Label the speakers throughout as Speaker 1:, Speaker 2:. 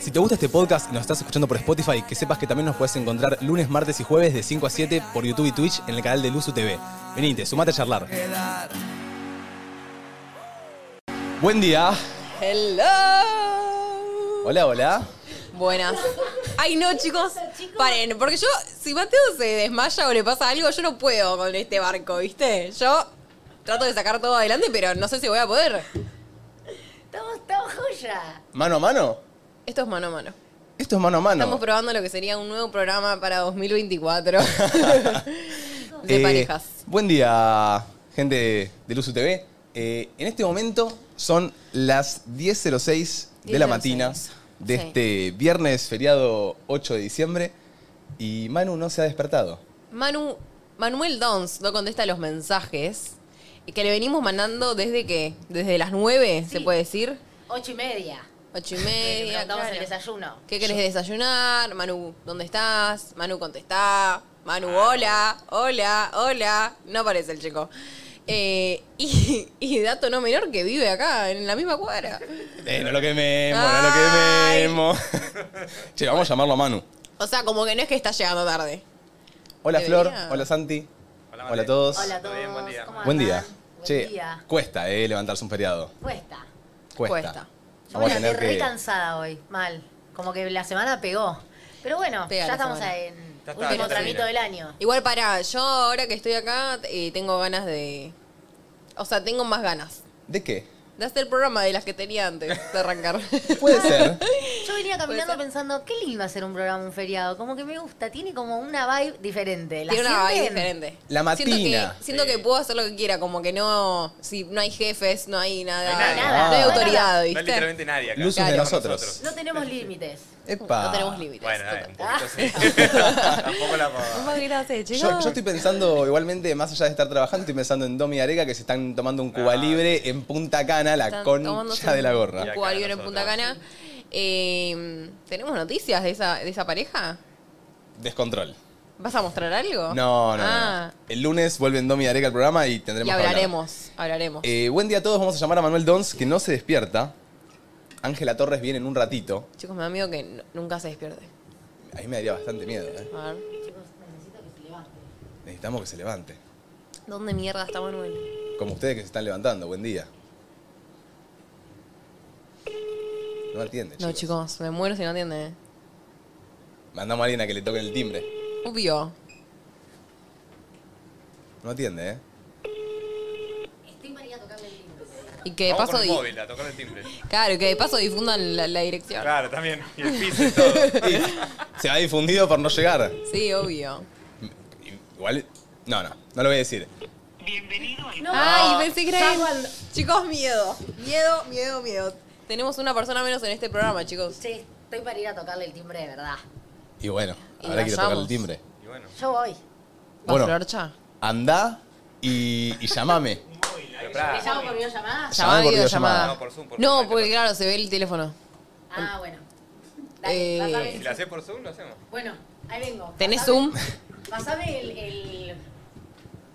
Speaker 1: Si te gusta este podcast y nos estás escuchando por Spotify, que sepas que también nos puedes encontrar lunes, martes y jueves de 5 a 7 por YouTube y Twitch en el canal de Luzu TV. Venite, sumate a charlar. Buen día.
Speaker 2: Hello.
Speaker 1: Hola, hola.
Speaker 2: Buenas. Ay, no, chicos. Paren, porque yo, si Mateo se desmaya o le pasa algo, yo no puedo con este barco, ¿viste? Yo trato de sacar todo adelante, pero no sé si voy a poder.
Speaker 3: Estamos todos joya.
Speaker 1: ¿Mano a mano?
Speaker 2: Esto es mano a mano.
Speaker 1: Esto es mano a mano.
Speaker 2: Estamos probando lo que sería un nuevo programa para 2024 de
Speaker 1: Eh,
Speaker 2: parejas.
Speaker 1: Buen día, gente de Luzu TV. Eh, en este momento son las 10.06 de la
Speaker 2: 10:06.
Speaker 1: matina de
Speaker 2: Sí.
Speaker 1: este viernes feriado 8 de diciembre y Manu no se ha despertado.
Speaker 2: Manu, Manuel Dons no contesta los mensajes que le venimos mandando desde que, desde las 9, se
Speaker 3: Sí.
Speaker 2: puede decir.
Speaker 3: Ocho y media.
Speaker 2: Ocho y
Speaker 3: Le
Speaker 2: media.
Speaker 3: preguntamos
Speaker 2: claro.
Speaker 3: el desayuno.
Speaker 2: ¿Qué querés desayunar? Manu, ¿dónde estás? Manu, contestá. Manu, hola, hola, hola. No aparece el chico. Eh, y, y dato no menor que vive acá, en la misma cuadra.
Speaker 1: Eh, no lo quememos,
Speaker 2: Ay.
Speaker 1: no lo quememos. che, vamos a llamarlo a Manu.
Speaker 2: O sea, como que no es que está llegando tarde.
Speaker 1: Hola
Speaker 2: Debería.
Speaker 1: Flor, hola Santi, hola,
Speaker 4: Hola, Mate.
Speaker 1: a todos.
Speaker 3: Hola a
Speaker 4: Todo
Speaker 3: todos.
Speaker 4: bien, buen día.
Speaker 3: ¿Cómo
Speaker 1: Buen día.
Speaker 3: andan? Buen
Speaker 1: che,
Speaker 3: día.
Speaker 1: cuesta eh, levantarse un feriado.
Speaker 3: Cuesta.
Speaker 1: Cuesta.
Speaker 2: Cuesta.
Speaker 3: Yo
Speaker 1: Vamos
Speaker 3: me
Speaker 1: a
Speaker 3: quedé
Speaker 1: tener
Speaker 3: re
Speaker 1: que...
Speaker 3: cansada hoy. Mal. Como que la semana pegó. Pero bueno,
Speaker 2: Pega
Speaker 3: ya
Speaker 2: la
Speaker 3: estamos
Speaker 2: semana.
Speaker 3: en
Speaker 4: Ya está,
Speaker 3: último
Speaker 4: ya
Speaker 3: tramito
Speaker 4: termina.
Speaker 3: del año.
Speaker 2: Igual para, yo ahora que estoy acá eh, tengo ganas de... O sea, tengo más ganas
Speaker 1: ¿De qué?
Speaker 2: de hacer programa de las que tenía antes de arrancar.
Speaker 1: Puede ser.
Speaker 3: Yo venía caminando
Speaker 2: ser.
Speaker 3: pensando, qué lindo hacer un programa, un feriado. Como que me gusta, tiene como una vibe diferente. ¿La
Speaker 2: Tiene una vibe
Speaker 3: sienten?
Speaker 2: diferente.
Speaker 1: La
Speaker 2: Siento que-
Speaker 1: matina.
Speaker 2: Siento que, puedo hacer lo que quiera, como que no. Si no hay jefes, no hay nada.
Speaker 4: No hay
Speaker 3: nada.
Speaker 2: No hay
Speaker 1: Ah.
Speaker 2: autoridad,
Speaker 4: No
Speaker 2: ¿viste?
Speaker 4: es literalmente nadie acá.
Speaker 1: Luces
Speaker 2: de
Speaker 4: Estamos
Speaker 1: nosotros. Ah.
Speaker 3: No tenemos límites.
Speaker 1: Epa.
Speaker 2: No tenemos límites.
Speaker 4: Bueno, eh, un
Speaker 2: total.
Speaker 4: poquito sí.
Speaker 2: Ah.
Speaker 4: Tampoco la puedo.
Speaker 2: Muchas gracias, chicos.
Speaker 1: Yo, yo estoy pensando, igualmente, más allá de estar trabajando, estoy pensando en Domi y Areca que se están tomando un Cuba Libre en Punta Cana, la
Speaker 2: Están tomándose
Speaker 1: concha
Speaker 2: un-
Speaker 1: de la gorra.
Speaker 2: un
Speaker 4: Ya.
Speaker 2: Cuba Libre en Punta
Speaker 4: nosotros.
Speaker 2: Cana. Eh, ¿Tenemos noticias de esa, de esa pareja?
Speaker 1: Descontrol.
Speaker 2: ¿Vas a mostrar algo?
Speaker 1: No, no, no,
Speaker 2: Ah,
Speaker 1: no. El lunes vuelven Domi y Areca al programa y tendremos
Speaker 2: Y
Speaker 1: que hablar.
Speaker 2: hablaremos, hablaremos.
Speaker 1: Eh, buen día a todos, vamos a llamar a Manuel Dons, que no se despierta. Ángela Torres viene en un ratito.
Speaker 2: Chicos, me da miedo que n- nunca se despierte.
Speaker 1: Ahí me daría bastante miedo, ¿eh?
Speaker 2: A ver.
Speaker 3: Chicos, necesito que se levanten.
Speaker 1: Necesitamos que se levante.
Speaker 2: ¿Dónde mierda está Manuel?
Speaker 1: Como ustedes que se están levantando, buen día. No atiende,
Speaker 2: No, chicos, me muero si no atiende. eh.
Speaker 1: Mandamos a alguien a que le toquen el timbre.
Speaker 2: Obvio.
Speaker 1: No atiende, ¿eh?
Speaker 3: Estoy María tocando el libro.
Speaker 2: Y que de
Speaker 4: Vamos
Speaker 2: paso.
Speaker 4: con el
Speaker 2: di-
Speaker 4: móvil a tocar el timbre.
Speaker 2: Claro, que de paso difundan la, la dirección.
Speaker 4: Claro, también. Y el piso y todo.
Speaker 1: Y se ha difundido por no llegar.
Speaker 2: Sí, obvio.
Speaker 1: Igual. No, no, no lo voy a decir.
Speaker 3: No,
Speaker 2: Ay, pensé que era
Speaker 3: ya
Speaker 2: él.
Speaker 3: cuando-
Speaker 2: Chicos, miedo. Miedo, miedo, miedo. Tenemos una persona menos en este programa, chicos.
Speaker 3: Sí, estoy para ir a tocarle el timbre de verdad.
Speaker 1: Y bueno,
Speaker 2: Y
Speaker 1: ahora quiero tocar el
Speaker 2: vayamos.
Speaker 1: timbre.
Speaker 4: Y bueno.
Speaker 3: Yo voy.
Speaker 2: ¿Vas
Speaker 1: Bueno.
Speaker 2: Florcha?
Speaker 1: Andá y, y llamame.
Speaker 4: Pero
Speaker 3: ¿Me
Speaker 4: pará.
Speaker 3: llamo por videollamada?
Speaker 1: Llamada por videollamada.
Speaker 4: No, por Zoom. Por
Speaker 2: No,
Speaker 4: Zoom,
Speaker 2: porque
Speaker 4: dale,
Speaker 2: claro, se ve el teléfono.
Speaker 3: Ah, bueno. Dale,
Speaker 2: Eh,
Speaker 3: pasame.
Speaker 4: por- Si la haces por Zoom, lo hacemos.
Speaker 3: Bueno, ahí vengo.
Speaker 2: ¿Tenés
Speaker 3: Pasame-
Speaker 2: Zoom?
Speaker 3: Pasame el, el,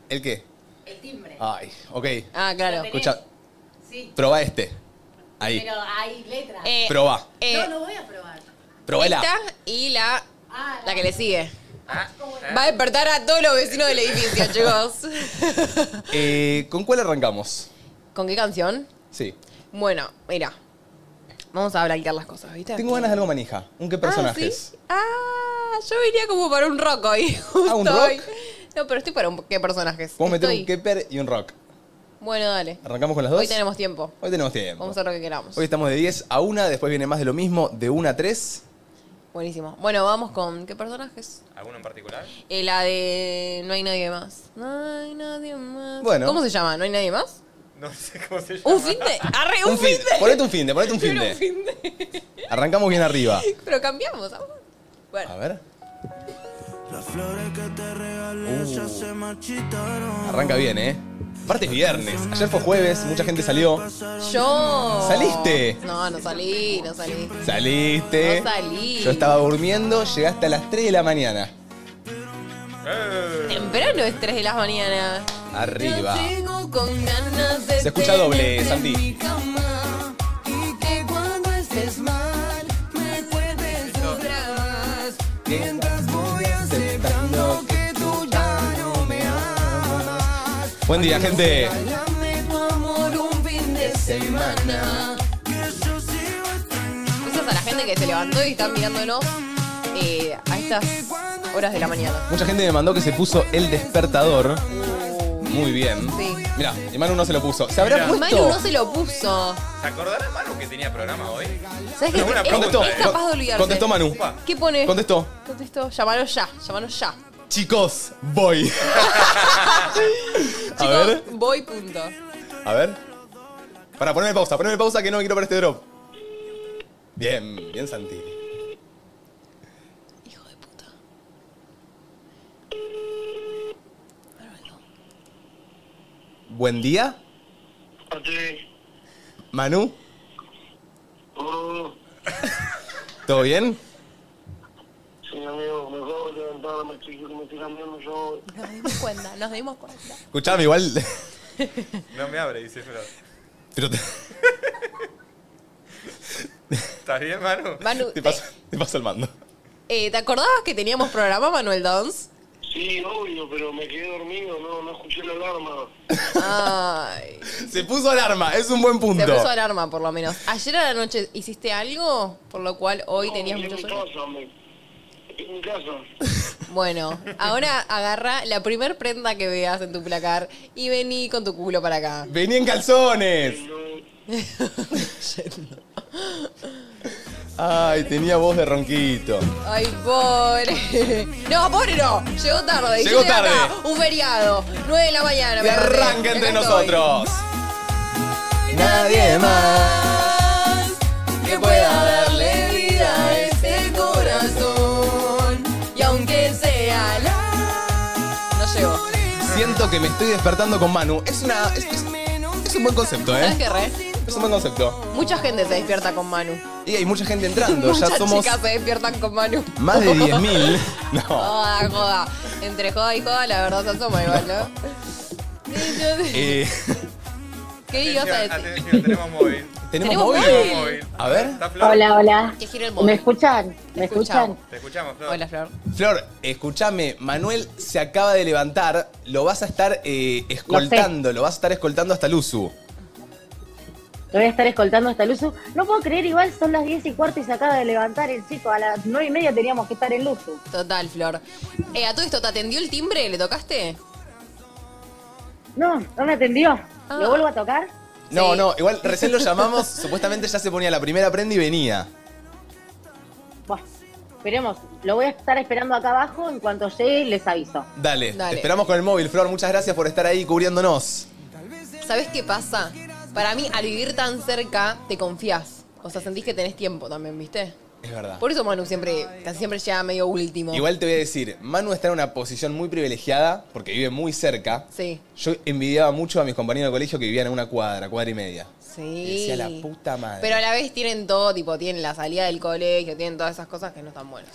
Speaker 1: ¿El qué?
Speaker 3: el timbre.
Speaker 1: Ay, ok.
Speaker 2: Ah, claro.
Speaker 3: Lo tenés.
Speaker 1: Escucha,
Speaker 3: Sí,
Speaker 1: probá este. Ahí.
Speaker 3: pero hay letras.
Speaker 2: Eh,
Speaker 1: Probá.
Speaker 2: eh,
Speaker 3: no, no voy a probar.
Speaker 1: Probala.
Speaker 2: esta y la,
Speaker 3: Ah,
Speaker 2: la que le sigue.
Speaker 4: Ah,
Speaker 2: Va a despertar a todos los vecinos del edificio, chicos.
Speaker 1: Eh, ¿Con cuál arrancamos?
Speaker 2: ¿Con qué canción?
Speaker 1: Sí.
Speaker 2: Bueno, mira. Vamos a blanquear las cosas, ¿viste?
Speaker 1: Tengo ganas de algo manija. ¿Un qué personajes? ¿Ah,
Speaker 2: Ah, yo iría como para un rock hoy. Justo
Speaker 1: ¿un rock?
Speaker 2: hoy. No, pero estoy para un qué personajes.
Speaker 1: Vamos a meter
Speaker 2: Estoy-
Speaker 1: un Kepper y un rock.
Speaker 2: Bueno, dale.
Speaker 1: ¿Arrancamos con las dos?
Speaker 2: Hoy tenemos tiempo.
Speaker 1: Hoy tenemos tiempo.
Speaker 2: Vamos a hacer lo que queramos.
Speaker 1: Hoy estamos de 10 a 1, después viene más de lo mismo, de 1 a 3.
Speaker 2: Buenísimo. Bueno, vamos con qué personajes.
Speaker 4: ¿Alguno en particular?
Speaker 2: Eh, la de No hay nadie más. No hay nadie más.
Speaker 1: Bueno.
Speaker 2: ¿Cómo se llama? ¿No hay nadie más?
Speaker 4: No sé cómo se llama.
Speaker 2: Un fin de. Arre, un, fin de.
Speaker 1: Ponete un fin de, ponete un fin
Speaker 2: Pero un
Speaker 1: de.
Speaker 2: fin de.
Speaker 1: Arrancamos bien arriba.
Speaker 2: Pero cambiamos, amor. Bueno.
Speaker 1: A ver.
Speaker 5: Las flores que te
Speaker 1: Uh.
Speaker 5: regalé ya se marchitaron.
Speaker 1: Arranca bien, ¿eh? Aparte es viernes. Ayer fue jueves, mucha gente salió.
Speaker 2: Yo.
Speaker 1: ¿Saliste?
Speaker 2: No, no salí, no salí.
Speaker 1: Saliste.
Speaker 2: No salí.
Speaker 1: Yo estaba durmiendo, llegaste a las 3 de la mañana.
Speaker 4: Eh,
Speaker 2: Temprano es 3 de las mañanas.
Speaker 1: Arriba.
Speaker 2: Tengo con ganas de
Speaker 1: Se escucha doble,
Speaker 2: tenerte en
Speaker 1: Santi.
Speaker 2: mi cama, y que cuando estés
Speaker 1: Buen día, gente.
Speaker 6: Regálame tu amor un fin de semana.
Speaker 2: Gracias a la gente que se levantó y está mirándonos eh, a estas horas de la mañana.
Speaker 1: Mucha gente me mandó que se puso el despertador. Muy bien.
Speaker 2: Sí.
Speaker 1: Mirá, y Manu no se lo puso. ¿Se habrá
Speaker 4: Mirá.
Speaker 1: puesto?
Speaker 2: Manu no se lo puso.
Speaker 4: ¿Se acordará Manu que tenía programa hoy?
Speaker 2: ¿Sabes qué?
Speaker 4: Es buena
Speaker 2: Es,
Speaker 4: pregunta,
Speaker 2: es
Speaker 4: eh.
Speaker 2: capaz de olvidarse.
Speaker 1: Contestó Manu.
Speaker 2: ¿Qué pone?
Speaker 1: Contestó.
Speaker 2: Contestó. Llámalo ya. Llámalo ya.
Speaker 1: Chicos, voy. a
Speaker 2: Chicos,
Speaker 1: ver,
Speaker 2: voy punto.
Speaker 1: a ver. Para, poneme pausa, poneme pausa que no me quiero para este drop. Bien, bien Santi.
Speaker 2: Hijo de puta.
Speaker 1: Buen día, Manu. ¿Todo bien?
Speaker 7: Sí, amigo, mejor levantarme, chiquito, me estoy cambiando yo.
Speaker 2: Nos dimos cuenta, nos dimos cuenta.
Speaker 1: Escuchame, igual.
Speaker 4: No me abre, dice Flor.
Speaker 1: Pero te,
Speaker 4: ¿Estás bien, Manu?
Speaker 2: Manu,
Speaker 1: te
Speaker 2: te,
Speaker 1: paso, te paso el mando.
Speaker 2: eh, ¿te acordabas que teníamos programa Manuel Dons?
Speaker 7: Sí, obvio, pero me quedé dormido, no, no escuché la alarma.
Speaker 2: Ay,
Speaker 1: Se puso alarma, es un buen punto.
Speaker 2: Ah, te puso alarma por lo menos. Ayer a la noche hiciste algo por lo cual hoy
Speaker 7: No,
Speaker 2: tenías
Speaker 7: estoy
Speaker 2: mucho
Speaker 7: en
Speaker 2: sueño.
Speaker 7: mi casa, me- estoy en mi casa.
Speaker 2: Bueno, ahora agarra la primer prenda que veas en tu placar y vení con tu culo para acá.
Speaker 1: Vení en calzones. Ay, tenía voz de ronquito.
Speaker 2: Ay, pobre. No, pobre no. Llegó tarde.
Speaker 1: Llegó
Speaker 2: Yo estoy acá,
Speaker 1: tarde.
Speaker 2: un feriado. 9 de la mañana.
Speaker 1: Se
Speaker 2: me agarré.
Speaker 1: arranca entre
Speaker 2: Acá estoy.
Speaker 1: nosotros. Nadie más
Speaker 2: que pueda darle vida a este corazón. Y aunque sea la. No llegó.
Speaker 1: Siento que me estoy despertando con Manu. Es una. Es, es- es un buen concepto,
Speaker 2: ¿Sabes
Speaker 1: ¿eh?
Speaker 2: qué, Re?
Speaker 1: Es un buen concepto.
Speaker 2: Mucha gente se despierta con Manu.
Speaker 1: Y hay mucha gente entrando.
Speaker 2: Muchas
Speaker 1: Ya somos
Speaker 2: chicas se despiertan con Manu.
Speaker 1: más de 10.000. No.
Speaker 2: Joda, joda. Entre joda y joda, la verdad se asoma igual, ¿no? Sí, yo-
Speaker 1: Eh,
Speaker 2: ¿Qué ibas a
Speaker 4: Atención,
Speaker 2: decir?
Speaker 4: atención, tenemos móvil.
Speaker 1: ¿Tenemos,
Speaker 2: Tenemos
Speaker 1: móvil?
Speaker 2: móvil.
Speaker 1: A ver.
Speaker 4: ¿Está Flor?
Speaker 8: Hola, hola.
Speaker 2: Que gira el
Speaker 8: ¿Me
Speaker 2: móvil.
Speaker 8: escuchan?
Speaker 2: Te
Speaker 8: ¿Me escuchan?
Speaker 2: escuchamos.
Speaker 4: Te escuchamos, Flor.
Speaker 2: Hola, Flor.
Speaker 1: Flor, escúchame, Manuel se acaba de levantar, lo vas a estar eh, escoltando, lo vas a estar escoltando hasta el USU.
Speaker 8: Lo voy a estar escoltando hasta el uso. No puedo creer, igual son las 10 y cuarto y se acaba de levantar el chico. A las 9 y media teníamos que estar en uso.
Speaker 2: Total, Flor. Eh, a todo esto, ¿te atendió el timbre? ¿Le tocaste?
Speaker 8: No, no me atendió.
Speaker 2: Ah.
Speaker 8: ¿Lo vuelvo a tocar?
Speaker 1: No,
Speaker 2: Sí.
Speaker 1: no, igual recién lo llamamos, supuestamente ya se ponía la primera prenda y venía.
Speaker 8: Bueno, esperemos. Lo voy a estar esperando acá abajo. En cuanto llegue, les aviso.
Speaker 1: Dale,
Speaker 2: Dale.
Speaker 1: te esperamos con el móvil, Flor, muchas gracias por estar ahí cubriéndonos.
Speaker 2: ¿Sabes qué pasa? Para mí, al vivir tan cerca, te confías. O sea, sentís que tenés tiempo también, ¿viste?
Speaker 1: Es verdad.
Speaker 2: Por eso Manu siempre, casi siempre llega medio último.
Speaker 1: Ah. Igual te voy a decir, Manu está en una posición muy privilegiada porque vive muy cerca.
Speaker 2: Sí.
Speaker 1: Yo envidiaba mucho a mis compañeros de colegio que vivían en una cuadra, cuadra y media.
Speaker 2: Sí.
Speaker 1: Decía la puta madre.
Speaker 2: Pero a la vez tienen todo, tipo, tienen la salida del colegio, tienen todas esas cosas que no están buenas.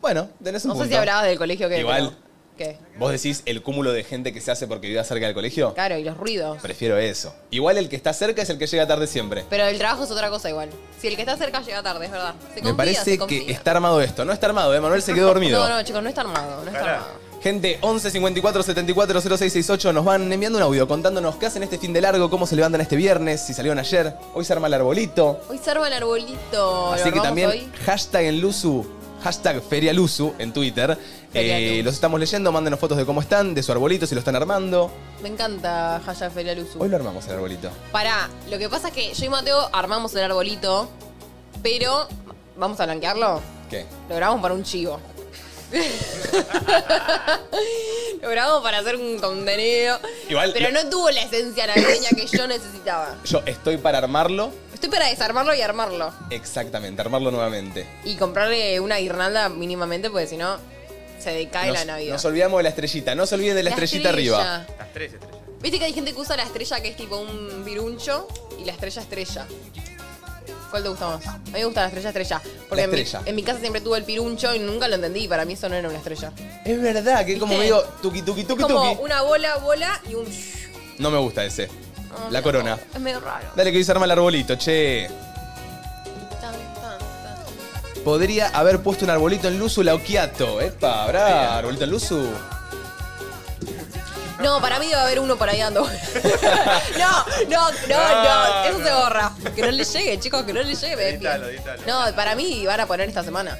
Speaker 1: Bueno, tenés un
Speaker 2: No sé
Speaker 1: punto.
Speaker 2: si hablabas del colegio que.
Speaker 1: Igual.
Speaker 2: pero- ¿Qué?
Speaker 1: ¿Vos decís el cúmulo de gente que se hace porque vivía cerca del colegio?
Speaker 2: Claro, y los ruidos.
Speaker 1: Prefiero eso. Igual el que está cerca es el que llega tarde siempre.
Speaker 2: Pero el trabajo es otra cosa igual. Si el que está cerca llega tarde, es verdad. Se
Speaker 1: Me
Speaker 2: confía, se
Speaker 1: parece que
Speaker 2: confía.
Speaker 1: está armado esto. No está armado, ¿eh? Manuel se quedó dormido.
Speaker 2: No, no, chicos, no está armado, no está
Speaker 4: Pará.
Speaker 2: armado.
Speaker 1: Gente, 11 54 74 0668 nos van enviando un audio contándonos qué hacen este fin de largo, cómo se levantan este viernes, si salieron ayer. Hoy se arma el arbolito.
Speaker 2: Hoy se arma el arbolito.
Speaker 1: Así
Speaker 2: lo
Speaker 1: que
Speaker 2: armamos
Speaker 1: también
Speaker 2: hoy.
Speaker 1: hashtag en Luzu, hashtag Ferialuzu en Twitter.
Speaker 2: Ferialuzu.
Speaker 1: Eh, los estamos leyendo, mándenos fotos de cómo están, de su arbolito, si lo están armando.
Speaker 2: Me encanta Haya Feria Luzu.
Speaker 1: Hoy lo armamos el arbolito.
Speaker 2: Pará, lo que pasa es que yo y Mateo armamos el arbolito, pero. ¿Vamos a blanquearlo?
Speaker 1: ¿Qué?
Speaker 2: Lo grabamos para un chivo. lo grabamos para hacer un contenido.
Speaker 1: Igual,
Speaker 2: Pero
Speaker 1: lo-
Speaker 2: no tuvo la esencia navideña que yo necesitaba.
Speaker 1: Yo estoy para armarlo.
Speaker 2: Estoy para desarmarlo y armarlo.
Speaker 1: Exactamente, armarlo nuevamente.
Speaker 2: Y comprarle una guirnalda mínimamente, porque si no, se decae la
Speaker 1: Nos,
Speaker 2: Navidad.
Speaker 1: nos olvidamos de la estrellita. No se olviden de la, estrellita arriba.
Speaker 2: estrella.
Speaker 4: Las tres estrellas.
Speaker 2: Viste que hay gente que usa la estrella que es tipo un viruncho y la estrella estrella. ¿Cuál te gusta más? A mí me gusta la estrella estrella. Porque
Speaker 1: La
Speaker 2: en mi- En,
Speaker 1: estrella.
Speaker 2: mi, casa siempre tuve el piruncho y nunca lo entendí. Para mí eso no era una estrella.
Speaker 1: Es verdad que es como
Speaker 2: ¿Viste?
Speaker 1: medio tuki tuki tuki
Speaker 2: Como
Speaker 1: tuki.
Speaker 2: una bola, bola y un...
Speaker 1: No me gusta ese. la corona.
Speaker 2: Es medio raro.
Speaker 1: Dale que hoy se arma el arbolito, che.
Speaker 2: Tan, tan, tan.
Speaker 1: Podría haber puesto un arbolito en Luzu Lauquiato. Epa, ¿habrá arbolito en Luzu?
Speaker 2: No, para mí debe haber uno por ahí dando. no, no, no, no,
Speaker 1: Ah.
Speaker 4: No,
Speaker 2: eso
Speaker 4: no.
Speaker 2: se borra. Que no le llegue, chicos, que no le llegue. me
Speaker 4: Edítalo,
Speaker 2: piden.
Speaker 4: edítalo.
Speaker 2: No, para mí van a poner esta semana.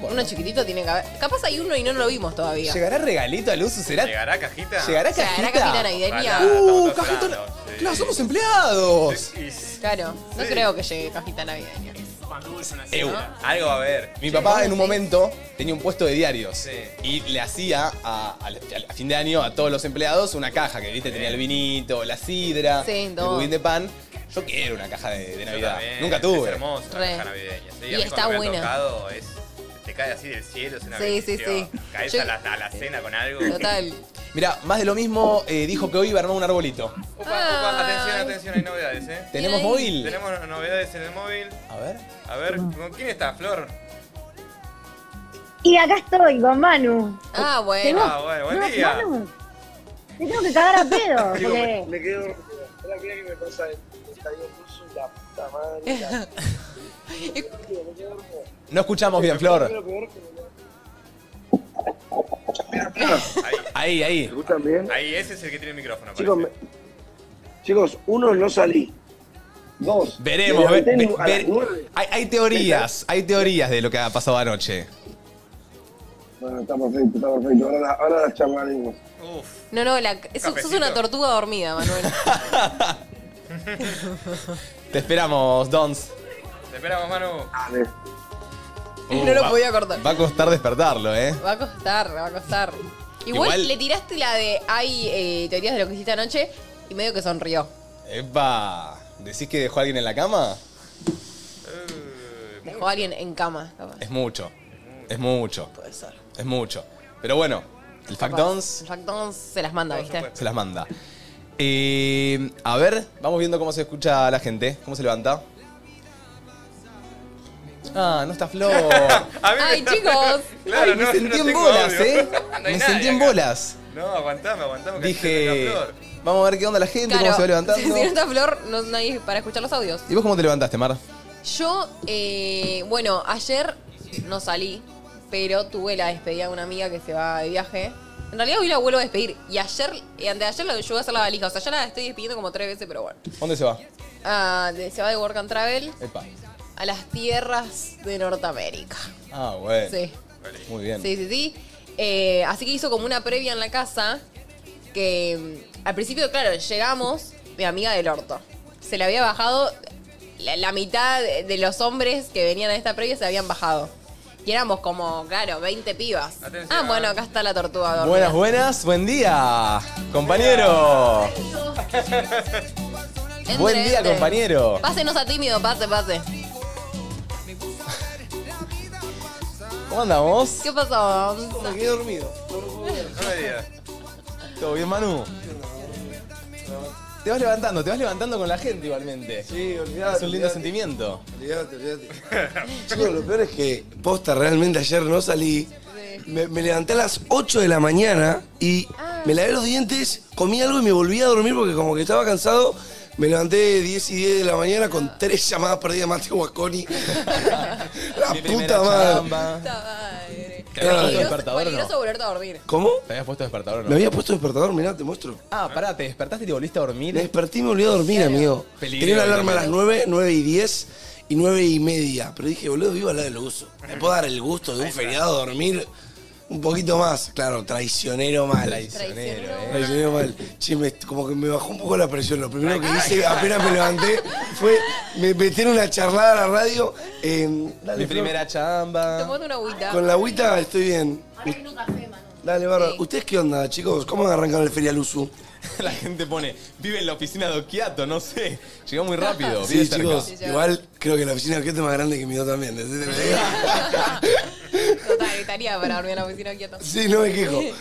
Speaker 1: Bueno.
Speaker 2: Uno chiquitito tiene que haber. Capaz hay uno y no lo vimos todavía.
Speaker 1: ¿Llegará regalito al uso? ¿Será?
Speaker 4: ¿Llegará cajita?
Speaker 1: ¿Llegará
Speaker 2: O sea, era
Speaker 1: cajita?
Speaker 2: cajita navideña.
Speaker 4: Ojalá.
Speaker 1: ¡Uh,
Speaker 4: Estamos
Speaker 1: cajita!
Speaker 4: esperando, sí.
Speaker 1: ¡Claro, somos empleados!
Speaker 4: Y- y-
Speaker 2: Claro, no
Speaker 4: Sí.
Speaker 2: creo que llegue cajita navideña.
Speaker 1: Eu.
Speaker 4: Algo va a haber.
Speaker 1: Mi papá en un momento tenía un puesto de diarios
Speaker 4: Sí.
Speaker 1: y le hacía a, al- a fin de año a todos los empleados una caja que viste tenía el vinito, la sidra,
Speaker 2: Sí,
Speaker 1: el
Speaker 2: todo.
Speaker 1: budín de pan. Yo quiero una caja de, de
Speaker 4: Yo
Speaker 1: Navidad.
Speaker 4: también.
Speaker 1: Nunca
Speaker 4: Es
Speaker 1: tuve.
Speaker 4: hermosa la
Speaker 2: Re.
Speaker 4: caja navideña. Sí, a
Speaker 2: Y
Speaker 4: mí
Speaker 2: está
Speaker 4: cuando me han
Speaker 2: buena.
Speaker 4: tocado, es, te cae así del cielo, es una
Speaker 2: Sí, sí,
Speaker 4: bendición.
Speaker 2: sí.
Speaker 4: Caes
Speaker 2: Yo-
Speaker 4: a, la, a la cena con algo.
Speaker 2: Total.
Speaker 1: Mira, más de lo mismo eh, dijo que hoy iba a armar un arbolito.
Speaker 4: Upa, upa,
Speaker 2: Ay.
Speaker 4: Ah, atención, atención, hay novedades, ¿eh?
Speaker 1: ¿Tenemos
Speaker 2: ahí.
Speaker 1: móvil?
Speaker 4: Tenemos novedades en el móvil.
Speaker 1: A ver.
Speaker 4: A ver, ¿con quién está Flor?
Speaker 8: Y acá estoy, con Manu.
Speaker 2: Ah,
Speaker 8: ¿Llegó?
Speaker 2: bueno.
Speaker 4: Ah, bueno, buen
Speaker 8: ¿No,
Speaker 4: día.
Speaker 8: Manu? Me tengo que cagar a pedo,
Speaker 4: Digo,
Speaker 8: porque...
Speaker 7: Me quedo. Espera, mira que me pasa el cayó el curso y la puta madre. la- Me quedo dormido.
Speaker 1: No escuchamos bien, Flor.
Speaker 7: Lo peor que me lo-
Speaker 4: Ahí,
Speaker 1: Ahí, ahí.
Speaker 7: ¿Escuchan bien?
Speaker 4: ahí, ese es el que tiene el micrófono.
Speaker 7: Chicos,
Speaker 4: parece.
Speaker 7: me- chicos, uno no salí. Dos.
Speaker 1: Veremos.
Speaker 7: me
Speaker 1: ve-
Speaker 7: levanté
Speaker 1: ve-
Speaker 7: a
Speaker 1: ve-
Speaker 7: las nueve.
Speaker 1: hay, hay teorías, hay teorías de lo que ha pasado anoche.
Speaker 7: Bueno, está perfecto, está perfecto. Ahora, la- ahora las charlaremos.
Speaker 4: Uf,
Speaker 2: No, no, la, es- sos
Speaker 4: Cafecito.
Speaker 2: una tortuga dormida, Manuel.
Speaker 1: Te esperamos, Dons.
Speaker 4: te esperamos, Manu.
Speaker 7: Dale.
Speaker 1: Uh,
Speaker 2: no lo
Speaker 1: va-
Speaker 2: podía cortar.
Speaker 1: Va a costar despertarlo, ¿eh?
Speaker 2: Va a costar, va a costar. Igual,
Speaker 1: Igual-
Speaker 2: le tiraste la de hay eh, teorías de lo que hiciste anoche y medio que sonrió.
Speaker 1: Epa. ¿Decís que dejó a alguien en la cama?
Speaker 4: Eh,
Speaker 2: Dejó a alguien en cama, capaz.
Speaker 1: Es mucho. Es mucho.
Speaker 2: Puede ser.
Speaker 1: Es mucho. Pero bueno, el
Speaker 2: Capaz.
Speaker 1: Factons
Speaker 2: El Factons se las manda,
Speaker 4: Por
Speaker 2: ¿viste?
Speaker 4: supuesto.
Speaker 1: se las manda. Eh, a ver, vamos viendo cómo se escucha a la gente. ¿Cómo se levanta? Ah, no está Flor.
Speaker 4: A mí me-
Speaker 2: Ay, chicos.
Speaker 1: Ay, me
Speaker 4: no,
Speaker 1: sentí
Speaker 4: no
Speaker 1: en
Speaker 4: tengo
Speaker 1: bolas,
Speaker 4: audio.
Speaker 1: ¿eh?
Speaker 4: No hay
Speaker 1: me
Speaker 4: nadie
Speaker 1: sentí en
Speaker 4: acá.
Speaker 1: bolas.
Speaker 4: No, aguantame, aguantame. que aquí
Speaker 1: Dije,
Speaker 4: está Flor.
Speaker 1: vamos a ver qué onda la gente, cómo se va
Speaker 2: si no
Speaker 1: levantando.
Speaker 2: está Flor, no hay para escuchar los audios.
Speaker 1: ¿Y vos cómo te levantaste, Mar?
Speaker 2: Yo, eh, bueno, ayer no salí, pero tuve la despedida de una amiga que se va de viaje. En realidad hoy la vuelvo a despedir. Y ayer, eh, anteayer la ayudé a hacer la valija. O sea, ya la estoy despidiendo como tres veces, pero bueno.
Speaker 1: ¿Dónde se va?
Speaker 2: Ah, de- se va de Work and Travel
Speaker 1: Epa.
Speaker 2: a las tierras de Norteamérica.
Speaker 1: Ah, bueno.
Speaker 2: Sí.
Speaker 1: Muy bien.
Speaker 2: Sí, sí, sí. Eh, así que hizo como una previa en la casa que mm, al principio, claro, llegamos, mi amiga del orto. Se le había bajado, la, la mitad de, de los hombres que venían a esta previa se habían bajado. Y éramos como, claro, 20 pibas.
Speaker 4: Atención.
Speaker 2: Ah, bueno, acá está la tortuga. dormida.
Speaker 1: Buenas, buenas, buen día, compañero.
Speaker 2: Entre,
Speaker 1: Buen día,
Speaker 2: entre.
Speaker 1: compañero.
Speaker 2: Pásenos a tímido, pase, pase.
Speaker 1: ¿Cómo andamos?
Speaker 2: ¿Qué pasó?
Speaker 7: Me quedé dormido. No lo puedo ver.
Speaker 4: No me digas.
Speaker 1: ¿Todo bien, Manu? Te vas levantando, te vas levantando con la gente igualmente.
Speaker 7: Sí, olvidate.
Speaker 1: Es un lindo
Speaker 7: olvidate,
Speaker 1: sentimiento.
Speaker 7: Olvidate, olvidate. Chicos, lo peor es que, posta, realmente ayer no salí. Me, me levanté a las 8 de la mañana y me lavé los dientes, comí algo y me volví a dormir porque como que estaba cansado. Me levanté 10 y 10 de la mañana con tres llamadas perdidas más de Guasconi. la
Speaker 1: Mi primera
Speaker 7: puta madre.
Speaker 1: chamba.
Speaker 2: Madre.
Speaker 1: ¿Te
Speaker 7: Peligroso-
Speaker 1: habías puesto despertador o no?
Speaker 2: Peligroso volverte a dormir.
Speaker 7: ¿Cómo?
Speaker 1: ¿Te habías puesto despertador o
Speaker 7: Eh, Me
Speaker 1: no?
Speaker 7: había puesto despertador, mirá, te muestro.
Speaker 1: Ah, pará, te despertaste y te volviste a
Speaker 7: Me
Speaker 1: dormir.
Speaker 7: desperté y me volví a dormir, amigo.
Speaker 1: Peligro,
Speaker 7: Tenía una alarma a
Speaker 1: peligro.
Speaker 7: las 9, 9 y 10 y 9 y media. Pero dije, boludo, vivo al lado del uso. Me puedo dar el gusto de un feriado dormir un poquito más. Claro, traicionero mal.
Speaker 1: Traicionero, eh.
Speaker 7: Traicionero mal. Che, me- como que me bajó un poco la presión. Lo primero que hice apenas me levanté fue me meter una charlada a la radio. Eh, dale,
Speaker 1: Mi
Speaker 7: Flor.
Speaker 1: primera chamba.
Speaker 2: Tomate una agüita.
Speaker 7: Ah. Con la agüita estoy bien.
Speaker 3: Ahora vino café, Manu.
Speaker 7: Dale, barba.
Speaker 2: Sí.
Speaker 7: ¿Ustedes qué onda, chicos? ¿Cómo arrancaron el ferial uso?
Speaker 1: La gente pone, vive en la oficina de Okiato, no sé. Llegó muy rápido.
Speaker 7: Sí,
Speaker 1: vive cerca.
Speaker 7: chicos,
Speaker 2: Sí, ya.
Speaker 7: igual creo que la oficina de Kioto es más grande que mi yo también. ¿sí? ¿Te lo digo?
Speaker 2: Total, estaría para dormir en la oficina quieta.
Speaker 7: Sí, no me quejo.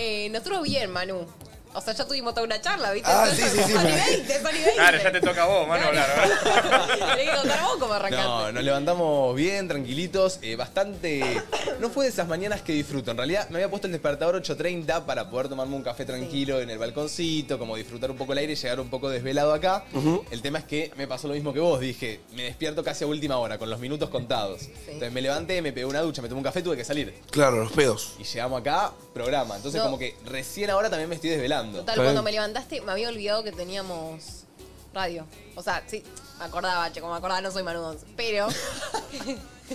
Speaker 2: Eh, nosotros bien, Manu. O sea, ya tuvimos toda una charla, ¿viste?
Speaker 7: Ah, sí, sí, sí,
Speaker 2: Sony
Speaker 7: me-
Speaker 2: 20, Sony 20.
Speaker 4: Claro, ya te toca a vos, Manu, hablar. ¿verdad?
Speaker 2: anécdota, vos cómo arrancaste.
Speaker 1: No, nos levantamos bien, tranquilitos, eh, bastante... No fue de esas mañanas que disfruto. En realidad me había puesto el despertador 8.30 para poder tomarme un café tranquilo en el balconcito, como disfrutar un poco el aire, llegar un poco desvelado acá.
Speaker 7: "Eh,
Speaker 1: El tema es que me pasó lo mismo que vos, dije, me despierto casi a última hora, con los minutos contados. Entonces me levanté, me pegué una ducha, me tomé un café, tuve que salir.
Speaker 7: Claro, los pedos.
Speaker 1: Y llegamos acá, programa. Entonces
Speaker 2: No.
Speaker 1: como que recién ahora también me estoy desvelando.
Speaker 2: Total, cuando me levantaste me había olvidado que teníamos radio. O sea, sí, me acordaba, che, como me acordaba no soy manudón, pero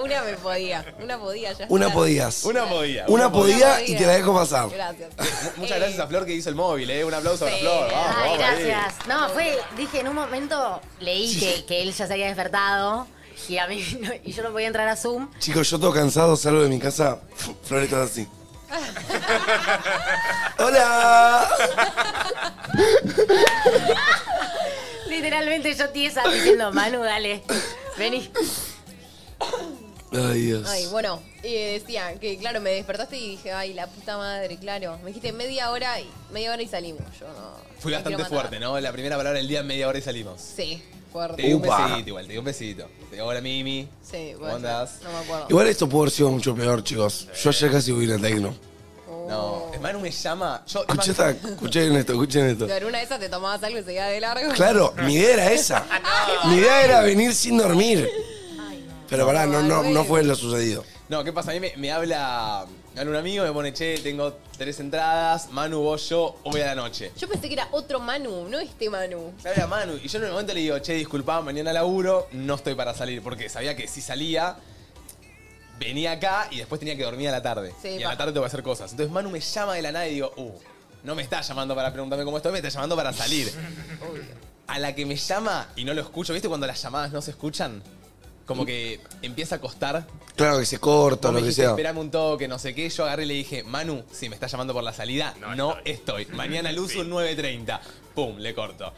Speaker 2: una me podía, una podía ya.
Speaker 7: Una
Speaker 2: está.
Speaker 7: podías.
Speaker 1: Una podía.
Speaker 7: Una podía
Speaker 2: podía.
Speaker 7: y te la dejo pasar.
Speaker 2: Gracias.
Speaker 1: Muchas gracias a Flor que hizo el móvil, ¿eh? Un aplauso para
Speaker 2: Sí.
Speaker 1: Flor. Vamos,
Speaker 3: Ay,
Speaker 1: vamos, ahí.
Speaker 3: gracias. No, fue, dije, en un momento leí que, que él ya se había despertado y a mí no- y yo no podía entrar a Zoom.
Speaker 7: Chicos, yo todo cansado, salgo de mi casa, floretas así. ¡Hola!
Speaker 3: Literalmente yo tiesa diciendo, Manu, dale, vení.
Speaker 7: Ay, Dios.
Speaker 2: Ay, bueno, y decía que claro, me despertaste y dije, ay, la puta madre, claro. Me dijiste media hora y media hora y salimos. Yo no.
Speaker 1: Fui
Speaker 2: me
Speaker 1: bastante
Speaker 2: quiero matar.
Speaker 1: fuerte, ¿no? La primera palabra del día, media hora y salimos.
Speaker 2: Sí,
Speaker 1: Te
Speaker 2: fuerte.
Speaker 1: di un
Speaker 7: Upa.
Speaker 1: besito igual, te di un besito. Te digo, hola Mimi.
Speaker 2: Sí,
Speaker 1: ¿Cómo
Speaker 2: bueno.
Speaker 1: andás?
Speaker 2: No me acuerdo.
Speaker 7: Igual esto pudo haber sido mucho peor, chicos. Yo ayer casi hubo una tecno.
Speaker 1: No, es Manu me llama. Yo, es más,
Speaker 7: Escuché esta, escuchen esto, escuchen esto.
Speaker 2: Pero en una de esas te tomabas algo y seguías de largo. Ah,
Speaker 7: Claro, mi idea era esa. Mi idea era venir sin dormir. Pero pará, no, no, no fue lo sucedido.
Speaker 1: No, ¿qué pasa? A mí me, me habla, me habla un amigo, me pone, che, tengo tres entradas, Manu, vos, yo, hoy a la noche.
Speaker 2: Yo pensé que era otro Manu, no este Manu.
Speaker 1: Me habla Manu y yo en el momento le digo, che, disculpa, mañana laburo, no estoy para salir, porque sabía que si salía, venía acá y después tenía que dormir a la tarde.
Speaker 2: Sí,
Speaker 1: y a
Speaker 2: pa.
Speaker 1: la tarde tengo que hacer cosas. Entonces Manu me llama de la nada y digo, uh, no me está llamando para preguntarme cómo estoy, me está llamando para salir. a la que me llama y no lo escucho, ¿viste cuando las llamadas no se escuchan? Como que empieza a costar
Speaker 7: Claro que se corta,
Speaker 1: Vos me
Speaker 7: lo que
Speaker 1: dijiste,
Speaker 7: sea.
Speaker 1: Esperame un toque, no sé qué. Yo agarré y le dije, Manu, si me estás llamando por la salida, no,
Speaker 4: No
Speaker 1: estoy. Mañana luz un 9.30. Pum, le corto.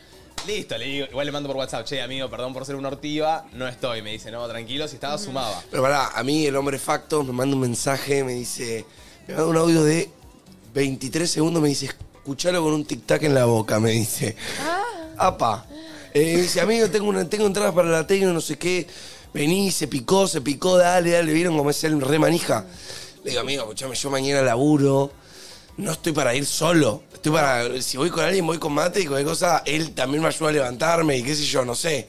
Speaker 1: Listo, le digo, igual le mando por WhatsApp, che, amigo, perdón por ser una ortiva, no estoy. Me dice, no, tranquilo, si estaba sumaba.
Speaker 7: Pero pará, a mí el hombre facto me manda un mensaje, me dice, me manda un audio de 23 segundos, me dice, escuchalo con un tic-tac en la boca, me dice. Apa. Eh, me dice, amigo, tengo, una, tengo entradas para la tecno, no sé qué. Vení, se picó, se picó, dale, dale, ¿vieron cómo es el re manija? Le digo, amigo, escuchame, yo mañana laburo. No estoy para ir solo. Estoy para. Si voy con alguien, voy con mate y cualquier cosa, él también me ayuda a levantarme y qué sé yo, no sé.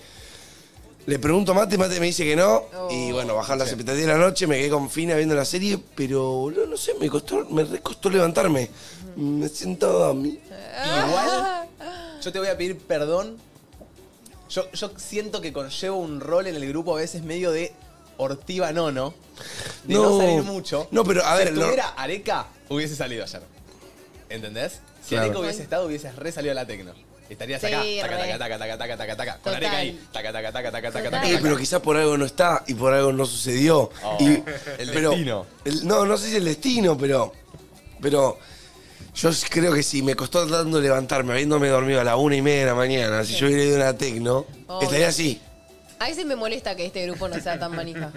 Speaker 7: Le pregunto a Mate, Mate me dice que no. Y
Speaker 1: Oh,
Speaker 7: bueno, bajar las expectativas de la noche, me quedé con Fina viendo la serie, pero boludo, no sé, me costó, me re costó levantarme. Me siento a mí.
Speaker 1: Igual, yo te voy a pedir perdón. Yo, yo siento que conllevo un rol en el grupo a veces medio de ortiva nono. De no, salir mucho.
Speaker 7: No, pero a ver,
Speaker 1: si
Speaker 7: lo-
Speaker 1: estuviera Areca, hubiese salido ayer. ¿Entendés? Si
Speaker 7: Claro.
Speaker 1: Areca hubiese estado, hubieses re salido a la tecno. Estarías acá,
Speaker 2: Sí,
Speaker 1: taca,
Speaker 2: re.
Speaker 1: taca, taca, taca, taca, taca, taca, con
Speaker 2: Total.
Speaker 1: Areca ahí, taca, taca, taca, taca, taca, taca,
Speaker 7: Eh,
Speaker 1: taca.
Speaker 7: pero quizás por algo no está y por algo no sucedió.
Speaker 1: Oh,
Speaker 7: Y-
Speaker 1: el
Speaker 7: pero-
Speaker 1: destino.
Speaker 7: el- no, no sé si el destino, pero. Pero. Yo creo que si me costó tanto levantarme, habiéndome dormido a la una y media de la mañana, si yo hubiera ido a una tecno,
Speaker 2: Oh,
Speaker 7: estaría
Speaker 2: no.
Speaker 7: así.
Speaker 2: A veces me molesta que este grupo no sea tan manija.